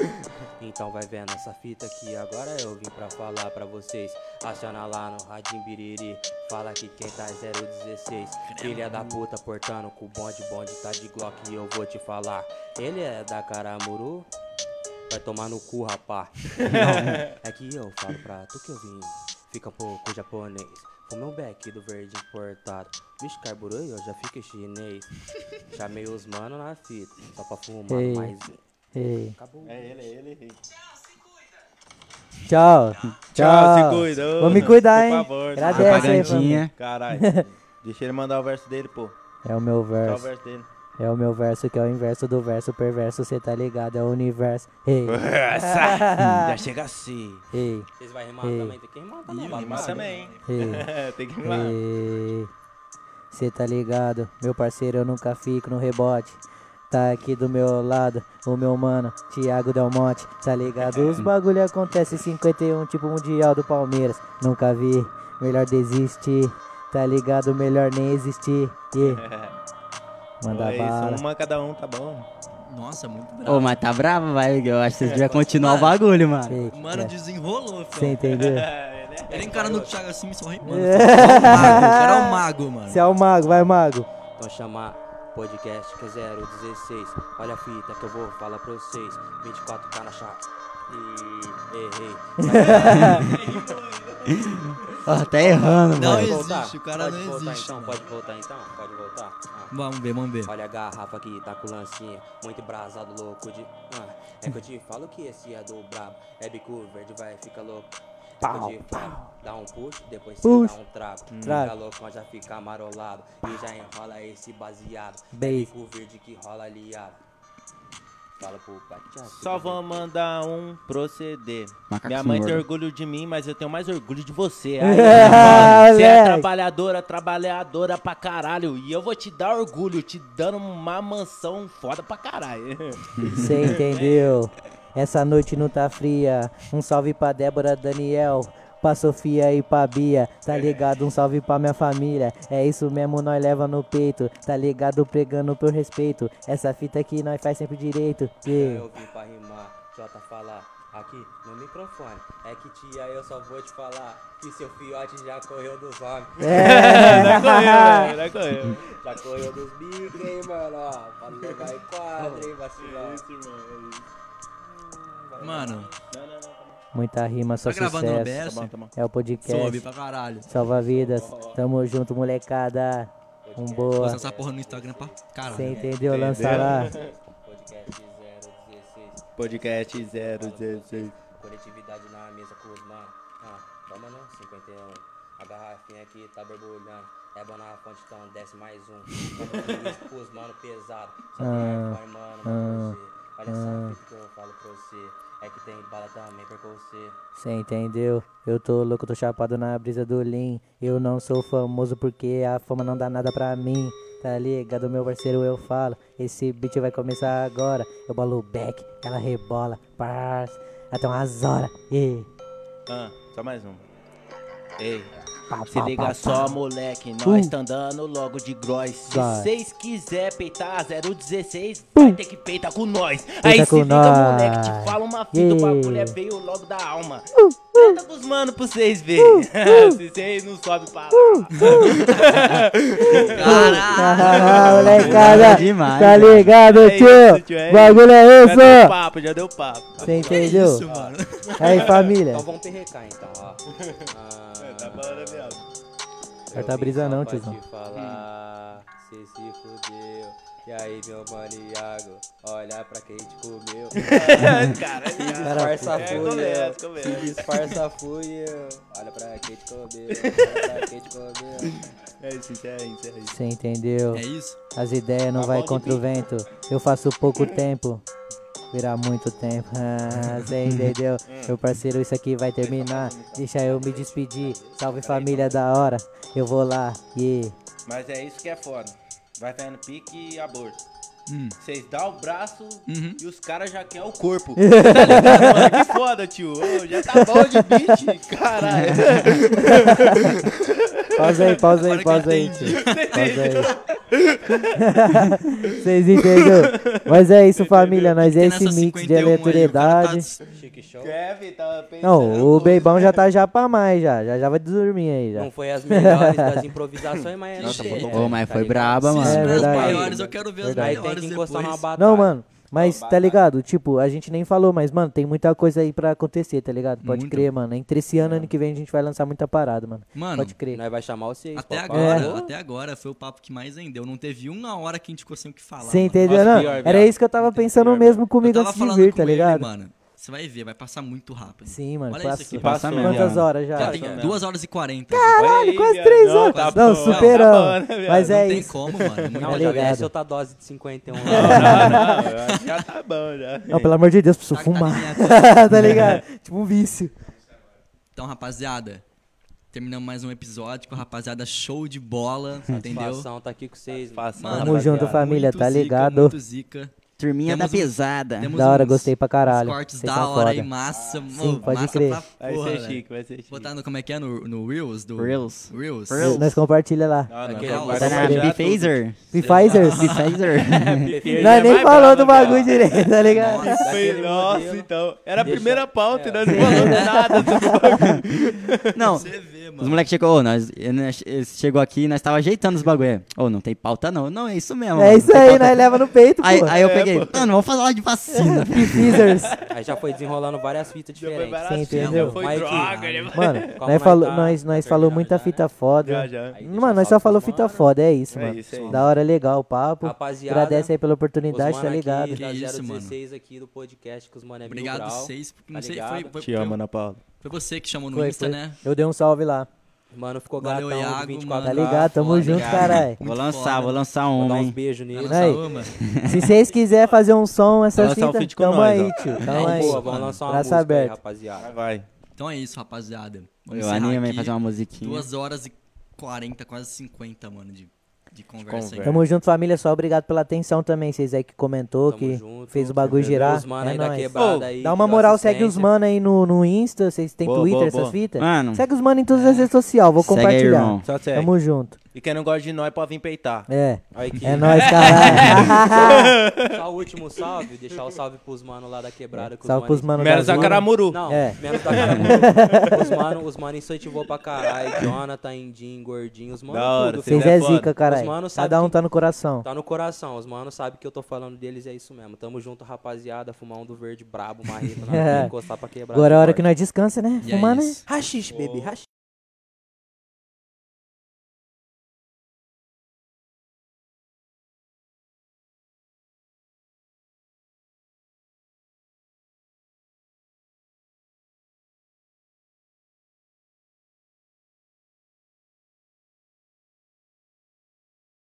[SPEAKER 5] então vai vendo essa fita aqui, agora eu vim pra falar pra vocês. Aciona lá no Radim Biriri, fala que quem tá é 016. Filha da puta portando com o bonde, bonde tá de Glock e eu vou te falar. Ele é da Caramuru, vai tomar no cu, rapá. Não, é que eu falo pra tu que eu vim, fica um pouco japonês. Fumei um beck do verde importado. Bicho carburou eu já fiquei chinês. Chamei os mano na fita, só pra fumar
[SPEAKER 3] Ei.
[SPEAKER 5] mais um.
[SPEAKER 3] Ei.
[SPEAKER 5] Acabou.
[SPEAKER 4] É
[SPEAKER 3] Tchau. Tchau.
[SPEAKER 4] cuida.
[SPEAKER 3] Vou me cuidar, hein? Agradece aí,
[SPEAKER 2] Propagandinha.
[SPEAKER 3] mano.
[SPEAKER 4] Caralho. Deixa ele mandar o verso dele, pô.
[SPEAKER 3] É o meu
[SPEAKER 4] Só o
[SPEAKER 3] verso.
[SPEAKER 4] verso dele.
[SPEAKER 3] É o meu verso que é o inverso do verso perverso. Você tá ligado? É o universo. Ei,
[SPEAKER 4] Já chega assim.
[SPEAKER 3] ei,
[SPEAKER 5] Vocês vão rimar
[SPEAKER 3] Ei.
[SPEAKER 5] também? Tem que rimar também.
[SPEAKER 1] Ih,
[SPEAKER 5] babado.
[SPEAKER 4] Mas também, hein?
[SPEAKER 3] ei.
[SPEAKER 4] Tem que ir lá.
[SPEAKER 3] Cê tá ligado, meu parceiro, eu nunca fico no rebote. Tá aqui do meu lado, o meu mano, Thiago Delmonte, tá ligado? Os bagulho acontece 51, tipo Mundial do Palmeiras. Nunca vi, melhor desistir, tá ligado? Melhor nem existir. Yeah. Manda
[SPEAKER 4] é
[SPEAKER 3] bala.
[SPEAKER 4] isso, uma cada um, tá bom?
[SPEAKER 1] Nossa, muito bravo.
[SPEAKER 2] Ô, mas tá brava, vai. Eu acho que vocês deviam continuar o bagulho, mano.
[SPEAKER 3] Fake,
[SPEAKER 1] Mano,
[SPEAKER 3] né?
[SPEAKER 1] desenrolou,
[SPEAKER 3] Você
[SPEAKER 1] filho.
[SPEAKER 3] entendeu?
[SPEAKER 4] É,
[SPEAKER 5] É,
[SPEAKER 1] Ele encarando o um Thiago assim, me sorri, mano. É. O mago, o cara é o mago, mano.
[SPEAKER 3] Você é o mago, vai mago.
[SPEAKER 5] Então chamar podcast que é 016. Olha a fita que eu vou falar pra vocês. 24k na chave. E errei.
[SPEAKER 2] Ó, tá
[SPEAKER 3] um
[SPEAKER 2] errando,
[SPEAKER 1] Não
[SPEAKER 2] mano.
[SPEAKER 5] Pode
[SPEAKER 1] existe,
[SPEAKER 5] voltar?
[SPEAKER 1] o cara
[SPEAKER 5] pode
[SPEAKER 1] não
[SPEAKER 5] voltar,
[SPEAKER 1] existe,
[SPEAKER 5] Então,
[SPEAKER 1] mano.
[SPEAKER 5] pode voltar então, pode voltar. Ah.
[SPEAKER 1] Vamos ver, vamos ver.
[SPEAKER 5] Olha a garrafa aqui, tá com lancinha, muito brasado, louco de. Ah, é que eu te falo que esse é do brabo. É bico verde, vai, fica louco. É que eu te falo, Dá um puxo, depois você dá um trago. Fica
[SPEAKER 3] Trago.
[SPEAKER 5] loucão, já fica amarolado. E já enrola esse baseado. É
[SPEAKER 3] Beijo.
[SPEAKER 5] bico verde que rola aliado. Fala pro pai. Tchau,
[SPEAKER 4] Só vou mandar um proceder.
[SPEAKER 2] Macacos
[SPEAKER 4] Minha mãe tem
[SPEAKER 2] mortos.
[SPEAKER 4] orgulho de mim, mas eu tenho mais orgulho de você. Aí, mano, você é
[SPEAKER 3] moleque.
[SPEAKER 4] trabalhadora, trabalhadora pra caralho. E eu vou te dar orgulho, te dando uma mansão foda pra caralho.
[SPEAKER 3] Você entendeu? Essa noite não tá fria. Um salve pra Débora Daniel. Pra Sofia e pra Bia, tá ligado? Um salve pra minha família. É isso mesmo, nós leva no peito. Tá ligado? Pregando por respeito. Essa fita aqui nós faz sempre direito. Yeah.
[SPEAKER 5] Eu vim pra rimar, Jota falar aqui no microfone. É que tia, eu só vou te falar que seu fiote já correu dos homens.
[SPEAKER 4] Vai correr, vai correr.
[SPEAKER 5] Já correu dos bicos, hein, mano? Ó, pra não levar em quadra, hein, vacilão.
[SPEAKER 1] Mano,
[SPEAKER 3] Muita rima, só
[SPEAKER 1] tá gravando no
[SPEAKER 3] sucesso.
[SPEAKER 1] OBS?
[SPEAKER 3] É o podcast.
[SPEAKER 1] Sobe pra caralho.
[SPEAKER 3] Salva vidas. Tamo junto, molecada. Um boa.
[SPEAKER 1] Postar essa porra no Instagram pra
[SPEAKER 3] Você
[SPEAKER 1] caralho.
[SPEAKER 3] entendeu? Lança lá.
[SPEAKER 5] Podcast 016,
[SPEAKER 4] Podcast 016.
[SPEAKER 5] coletividade na mesa com os mano. Ah, toma não, 51. A garrafinha aqui tá borbulhando. É bom na fonte, então desce mais um. Toma com os mano pesado. Só é tem iPhone, mano, pra você. Olha só o que eu falo pra você. É que tem bala também pra você.
[SPEAKER 3] Cê entendeu? Eu tô louco, tô chapado na brisa do Lean. Eu não sou famoso porque a fama não dá nada pra mim. Tá ligado, meu parceiro? Eu falo. Esse beat vai começar agora. Eu bolo o back, ela rebola, parça. Até umas horas. E
[SPEAKER 4] Ah, só mais um. Ei.
[SPEAKER 3] pá,
[SPEAKER 4] Se
[SPEAKER 3] pá, pá,
[SPEAKER 4] liga só,
[SPEAKER 3] pá.
[SPEAKER 4] moleque, nós tá andando logo de gross. Se
[SPEAKER 3] Vai.
[SPEAKER 4] vocês quiser peitar 016, vai ter que peitar com nós. Aí se
[SPEAKER 3] com
[SPEAKER 4] liga,
[SPEAKER 3] nós.
[SPEAKER 4] moleque, te fala uma fita, o
[SPEAKER 3] Yeah.
[SPEAKER 4] bagulho é veio logo da alma.
[SPEAKER 3] Uh,
[SPEAKER 4] Tenta com os mano pra vocês verem. Se vocês não sobem pra
[SPEAKER 3] Uh,
[SPEAKER 4] lá.
[SPEAKER 3] Ah, molecada.
[SPEAKER 2] demais,
[SPEAKER 3] Tá ligado,
[SPEAKER 4] É isso,
[SPEAKER 3] tio?
[SPEAKER 4] tio, é
[SPEAKER 3] Bagulho é
[SPEAKER 4] Já deu
[SPEAKER 3] isso.
[SPEAKER 4] papo, É já deu papo.
[SPEAKER 3] Você
[SPEAKER 1] Que
[SPEAKER 3] entendeu?
[SPEAKER 1] isso, mano?
[SPEAKER 3] Aí, família.
[SPEAKER 5] Então vamos perrecar então, ó. Ah, tá
[SPEAKER 3] Corta a tá brisa não, tiozão.
[SPEAKER 5] Te falar, cê se fudeu. E aí, meu mano Iago, olha pra quem te comeu.
[SPEAKER 4] Cara,
[SPEAKER 5] Se disfarça
[SPEAKER 4] é,
[SPEAKER 5] fui
[SPEAKER 4] começa,
[SPEAKER 5] eu.
[SPEAKER 4] começa.
[SPEAKER 5] Se disfarça fui eu. Olha pra quem te comeu. Olha pra quem te comeu.
[SPEAKER 4] é isso, isso é isso, é isso.
[SPEAKER 3] Você entendeu?
[SPEAKER 1] É isso?
[SPEAKER 3] As ideias não
[SPEAKER 4] Tá
[SPEAKER 3] vai
[SPEAKER 4] bom de
[SPEAKER 3] contra o vento. Eu faço pouco tempo. Virar muito tempo. Ah, Cê entendeu?
[SPEAKER 1] Hum.
[SPEAKER 3] Meu parceiro, isso aqui vai terminar. Deixa eu me despedir.
[SPEAKER 1] então.
[SPEAKER 3] Salve família da hora. Eu vou lá. Yeah.
[SPEAKER 4] Mas é isso que é foda. Vai fazendo pique e aborto.
[SPEAKER 1] Hum.
[SPEAKER 4] Vocês dá o braço
[SPEAKER 1] Uhum.
[SPEAKER 4] e os caras já querem o corpo. tá ligado, mano? Que foda, tio. Ô, já tá bom de beat, caralho.
[SPEAKER 3] Pausa aí, pausa
[SPEAKER 1] Agora
[SPEAKER 3] aí,
[SPEAKER 1] que
[SPEAKER 3] pausa
[SPEAKER 1] eu
[SPEAKER 3] aí,
[SPEAKER 1] entendi.
[SPEAKER 3] tio. Pausa aí. Vocês entenderam? Mas é isso, família. Nós é
[SPEAKER 1] Tem
[SPEAKER 3] esse
[SPEAKER 1] nessa 51
[SPEAKER 3] mix de
[SPEAKER 1] aí, o cara
[SPEAKER 3] aleatoriedade.
[SPEAKER 1] tá-
[SPEAKER 5] Chique show.
[SPEAKER 4] Kevin tava tá pensando.
[SPEAKER 3] Não, o Beibão já tá já pra mais, já. Já, já vai dormir aí, já.
[SPEAKER 5] Não foi as melhores das improvisações, mas é
[SPEAKER 1] Nossa,
[SPEAKER 5] cheio,
[SPEAKER 2] Ô, mas
[SPEAKER 5] tá
[SPEAKER 2] foi
[SPEAKER 5] ligado?
[SPEAKER 2] braba,
[SPEAKER 1] Se
[SPEAKER 2] mano.
[SPEAKER 1] isso não é os
[SPEAKER 3] verdade.
[SPEAKER 1] maiores, eu quero ver os
[SPEAKER 3] Verdade.
[SPEAKER 5] Aí tem
[SPEAKER 1] melhores
[SPEAKER 5] que encostar numa
[SPEAKER 1] depois.
[SPEAKER 5] batalha.
[SPEAKER 3] Não, mano. Mas,
[SPEAKER 4] Não,
[SPEAKER 3] tá
[SPEAKER 4] batata.
[SPEAKER 3] ligado? Tipo, a gente nem falou, mas, mano, tem muita coisa aí pra acontecer, tá ligado? Pode
[SPEAKER 1] Muito. É.
[SPEAKER 3] crer, mano. Entre esse ano e ano que vem a gente vai lançar muita parada, mano.
[SPEAKER 1] Mano, é
[SPEAKER 3] Pode crer.
[SPEAKER 5] Nós vai chamar vocês.
[SPEAKER 1] até
[SPEAKER 5] papai.
[SPEAKER 1] agora,
[SPEAKER 5] Alô?
[SPEAKER 1] até agora foi o papo que mais rendeu. Não teve uma hora que a gente ficou sem o que falar.
[SPEAKER 3] Você
[SPEAKER 1] mano.
[SPEAKER 3] entendeu?
[SPEAKER 4] Nossa,
[SPEAKER 3] não,
[SPEAKER 4] pior,
[SPEAKER 3] era
[SPEAKER 4] viado.
[SPEAKER 3] isso que eu tava pensando
[SPEAKER 4] pior,
[SPEAKER 3] mesmo
[SPEAKER 1] Eu
[SPEAKER 3] comigo
[SPEAKER 1] tava
[SPEAKER 3] antes de
[SPEAKER 1] falando
[SPEAKER 3] vir,
[SPEAKER 1] com
[SPEAKER 3] tá
[SPEAKER 1] ele,
[SPEAKER 3] ligado?
[SPEAKER 1] mano. Você vai ver, vai passar muito rápido.
[SPEAKER 3] Sim, mano.
[SPEAKER 1] Olha
[SPEAKER 3] passa-
[SPEAKER 1] isso aqui.
[SPEAKER 4] Passa mesmo.
[SPEAKER 3] Quantas horas já?
[SPEAKER 1] Cara,
[SPEAKER 4] Passa
[SPEAKER 1] tem
[SPEAKER 4] mesmo.
[SPEAKER 1] 2 horas e 40.
[SPEAKER 4] Caralho,
[SPEAKER 3] Quase três horas.
[SPEAKER 1] tá
[SPEAKER 3] não,
[SPEAKER 1] bom,
[SPEAKER 3] superamos.
[SPEAKER 4] tá bom, né, viado?
[SPEAKER 3] mas
[SPEAKER 1] não
[SPEAKER 3] é
[SPEAKER 1] tem
[SPEAKER 3] isso.
[SPEAKER 1] como, mano. Não
[SPEAKER 5] Não,
[SPEAKER 3] Tá
[SPEAKER 5] já
[SPEAKER 3] ligado.
[SPEAKER 5] merece outra dose de 51 lá.
[SPEAKER 4] Não, não, eu acho que já tá bom já.
[SPEAKER 3] Não, pelo amor de Deus, preciso
[SPEAKER 1] Tá- tá
[SPEAKER 3] fumar.
[SPEAKER 1] alinhado.
[SPEAKER 3] tá ligado? tipo um vício.
[SPEAKER 1] Então, rapaziada, Terminamos mais um episódio com a rapaziada show de bola, entendeu?
[SPEAKER 5] Satisfação, tá aqui com vocês, mano.
[SPEAKER 4] Satisfação,
[SPEAKER 1] Mano,
[SPEAKER 3] Tamo junto,
[SPEAKER 4] rapaziada.
[SPEAKER 3] Hum. família,
[SPEAKER 1] Muito
[SPEAKER 3] tá
[SPEAKER 1] zica,
[SPEAKER 3] ligado?
[SPEAKER 1] Muito zica.
[SPEAKER 2] Turminha
[SPEAKER 1] Temos
[SPEAKER 2] da
[SPEAKER 1] um-
[SPEAKER 2] pesada.
[SPEAKER 1] Temos
[SPEAKER 3] Da hora,
[SPEAKER 1] uns-
[SPEAKER 3] gostei pra caralho.
[SPEAKER 1] Os cortes
[SPEAKER 3] Vocês
[SPEAKER 1] da
[SPEAKER 3] são
[SPEAKER 1] hora aí,
[SPEAKER 3] foda. Ah,
[SPEAKER 1] massa,
[SPEAKER 3] Sim,
[SPEAKER 1] mano.
[SPEAKER 3] pode
[SPEAKER 1] massa
[SPEAKER 3] crer.
[SPEAKER 1] pra
[SPEAKER 4] Vai
[SPEAKER 1] porra,
[SPEAKER 4] ser
[SPEAKER 1] velho.
[SPEAKER 4] é chique, vai ser chique.
[SPEAKER 1] Botar no, como é que é? No, no Reels? Do...
[SPEAKER 2] Reels.
[SPEAKER 1] Reels.
[SPEAKER 2] Reels.
[SPEAKER 3] Nós compartilha lá.
[SPEAKER 4] Ah, Não, não,
[SPEAKER 1] Aquele
[SPEAKER 4] não,
[SPEAKER 1] vai
[SPEAKER 2] Tá na
[SPEAKER 3] compartilhar
[SPEAKER 4] já
[SPEAKER 2] Pfizer.
[SPEAKER 3] Pfizers.
[SPEAKER 2] Pfizer.
[SPEAKER 5] é
[SPEAKER 3] Nós nem falou do bagulho direito, tá ligado?
[SPEAKER 1] Nossa,
[SPEAKER 5] Daquele
[SPEAKER 4] Nossa,
[SPEAKER 5] modelo.
[SPEAKER 4] então. Era a
[SPEAKER 5] Deixa-
[SPEAKER 4] primeira pauta, e nós não falamos nada.
[SPEAKER 2] Não,
[SPEAKER 1] você vê,
[SPEAKER 2] os
[SPEAKER 1] mano.
[SPEAKER 2] moleques chegou, ô, nós, eu- nós- eles chegou aqui e nós tava ajeitando os bagulho. Ô, não tem pauta não. Não, é isso mesmo.
[SPEAKER 3] É
[SPEAKER 2] não
[SPEAKER 3] isso
[SPEAKER 2] tem
[SPEAKER 3] aí,
[SPEAKER 2] pauta.
[SPEAKER 3] nós leva no peito,
[SPEAKER 2] Aí,
[SPEAKER 3] pô.
[SPEAKER 2] aí eu
[SPEAKER 1] É,
[SPEAKER 2] peguei, mano, vamos falar de vacina.
[SPEAKER 3] Pfizers.
[SPEAKER 5] Aí já foi desenrolando várias fitas
[SPEAKER 4] Foi
[SPEAKER 5] diferentes.
[SPEAKER 4] barato,
[SPEAKER 3] entendeu?
[SPEAKER 4] já foi
[SPEAKER 5] Mas que-
[SPEAKER 4] droga. né?
[SPEAKER 3] Mano,
[SPEAKER 5] Qual
[SPEAKER 3] nós
[SPEAKER 5] que
[SPEAKER 3] falou,
[SPEAKER 5] vai tá?
[SPEAKER 3] nós, nós falou
[SPEAKER 5] Terminando
[SPEAKER 3] muita
[SPEAKER 5] já, né?
[SPEAKER 3] fita foda.
[SPEAKER 4] Já, já.
[SPEAKER 5] Aí
[SPEAKER 3] Mano, nós
[SPEAKER 5] deixa falar
[SPEAKER 3] só
[SPEAKER 5] com
[SPEAKER 3] falou
[SPEAKER 5] os
[SPEAKER 3] fita
[SPEAKER 5] mano.
[SPEAKER 3] foda, é isso,
[SPEAKER 4] É
[SPEAKER 3] mano.
[SPEAKER 4] isso, é isso.
[SPEAKER 3] Da hora legal o papo.
[SPEAKER 5] Rapaziada,
[SPEAKER 3] Agradece aí pela
[SPEAKER 5] Os
[SPEAKER 3] oportunidade,
[SPEAKER 5] mano
[SPEAKER 3] tá
[SPEAKER 5] aqui
[SPEAKER 3] ligado?
[SPEAKER 5] da
[SPEAKER 1] Que isso,
[SPEAKER 5] 016 aqui do podcast com os Mané Mil
[SPEAKER 1] Obrigado,
[SPEAKER 5] Grau.
[SPEAKER 1] vocês. porque Não
[SPEAKER 5] tá
[SPEAKER 1] sei, foi,
[SPEAKER 5] ligado?
[SPEAKER 1] foi,
[SPEAKER 4] Te
[SPEAKER 1] foi-
[SPEAKER 4] amo, Ana Paula.
[SPEAKER 1] foi você que chamou no
[SPEAKER 3] Foi,
[SPEAKER 1] Insta,
[SPEAKER 3] foi.
[SPEAKER 1] né?
[SPEAKER 3] Eu dei um salve lá.
[SPEAKER 5] Mano, ficou
[SPEAKER 1] Valeu,
[SPEAKER 5] gatão do
[SPEAKER 1] Iago,
[SPEAKER 5] 24
[SPEAKER 3] Tá
[SPEAKER 1] Mano,
[SPEAKER 3] ligado? Tamo
[SPEAKER 1] foda,
[SPEAKER 3] junto,
[SPEAKER 1] cara.
[SPEAKER 3] caralho. Né?
[SPEAKER 2] Vou
[SPEAKER 1] Muito
[SPEAKER 2] lançar,
[SPEAKER 1] foda.
[SPEAKER 2] vou lançar
[SPEAKER 5] Vou dar
[SPEAKER 2] uma,
[SPEAKER 5] uns
[SPEAKER 2] hein.
[SPEAKER 5] beijos
[SPEAKER 1] Vai
[SPEAKER 5] nele. tá
[SPEAKER 1] lançar
[SPEAKER 3] Aí.
[SPEAKER 1] uma.
[SPEAKER 3] Se vocês quiserem fazer um som, essas
[SPEAKER 4] Lançar um
[SPEAKER 3] fitas,
[SPEAKER 4] feat com
[SPEAKER 3] tamo
[SPEAKER 4] nós,
[SPEAKER 3] aí,
[SPEAKER 4] ó.
[SPEAKER 3] tio. Tamo
[SPEAKER 5] Aí,
[SPEAKER 3] aí.
[SPEAKER 5] É, boa, vamos lançar uma
[SPEAKER 3] Braço
[SPEAKER 5] música aí,
[SPEAKER 3] aberto.
[SPEAKER 5] rapaziada.
[SPEAKER 4] Vai.
[SPEAKER 1] Então é isso, rapaziada.
[SPEAKER 2] Eu
[SPEAKER 1] Vamos encerrar
[SPEAKER 2] animo aí
[SPEAKER 1] aqui.
[SPEAKER 2] fazer uma musiquinha.
[SPEAKER 1] Duas horas e 40, quase 50, mano, de, de conversa. aí.
[SPEAKER 4] conversa.
[SPEAKER 3] Tamo junto, família. Só obrigado pela atenção também. Vocês aí que comentou,
[SPEAKER 5] Tamo
[SPEAKER 3] que
[SPEAKER 5] junto.
[SPEAKER 3] fez o bagulho
[SPEAKER 5] Entendeu?
[SPEAKER 3] girar.
[SPEAKER 5] Os mano
[SPEAKER 3] é
[SPEAKER 5] aí da
[SPEAKER 3] nóis.
[SPEAKER 5] quebrada
[SPEAKER 4] Ô,
[SPEAKER 5] aí.
[SPEAKER 3] Dá uma
[SPEAKER 5] deu
[SPEAKER 3] moral, segue os
[SPEAKER 5] assistência.
[SPEAKER 3] mano aí no, no Insta. Vocês têm
[SPEAKER 4] Boa,
[SPEAKER 3] Twitter,
[SPEAKER 4] boa,
[SPEAKER 3] essas
[SPEAKER 4] boa.
[SPEAKER 3] fitas?
[SPEAKER 2] Mano.
[SPEAKER 3] Segue os mano em todas as redes sociais. Vou
[SPEAKER 2] Segue aí,
[SPEAKER 3] compartilhar.
[SPEAKER 2] irmão.
[SPEAKER 4] Só segue.
[SPEAKER 3] Tamo junto.
[SPEAKER 4] E quem não gosta de nós pode vir peitar.
[SPEAKER 3] É.
[SPEAKER 5] Aí que-
[SPEAKER 3] É nóis, caralho.
[SPEAKER 5] Só o último salve, deixar o salve pros mano lá da quebrada. que os
[SPEAKER 3] Salve pros mano
[SPEAKER 4] Menos
[SPEAKER 3] da
[SPEAKER 4] a
[SPEAKER 3] zona.
[SPEAKER 4] caramuru.
[SPEAKER 5] Não,
[SPEAKER 3] É.
[SPEAKER 5] menos da Caramuru. Os mano, os mano incentivou pra caralho. Jonathan, Indim, Gordinho, os mano
[SPEAKER 4] Da hora,
[SPEAKER 5] tudo.
[SPEAKER 4] cê-
[SPEAKER 3] Vocês
[SPEAKER 4] Ele é
[SPEAKER 3] é
[SPEAKER 4] foda.
[SPEAKER 3] zica, caralho.
[SPEAKER 5] Os mano sabe
[SPEAKER 3] Cada um
[SPEAKER 5] que-
[SPEAKER 3] tá no coração.
[SPEAKER 5] Tá no coração, os mano sabe que eu tô falando deles, é isso mesmo. Tamo junto, rapaziada, fumar um do verde brabo, marreta, não
[SPEAKER 3] É.
[SPEAKER 5] encostar pra quebrar.
[SPEAKER 3] Agora é a hora que
[SPEAKER 5] nós
[SPEAKER 3] nós descansa, né?
[SPEAKER 1] E é
[SPEAKER 3] Fumar, né?
[SPEAKER 1] isso.
[SPEAKER 5] Hashish, baby, hashish.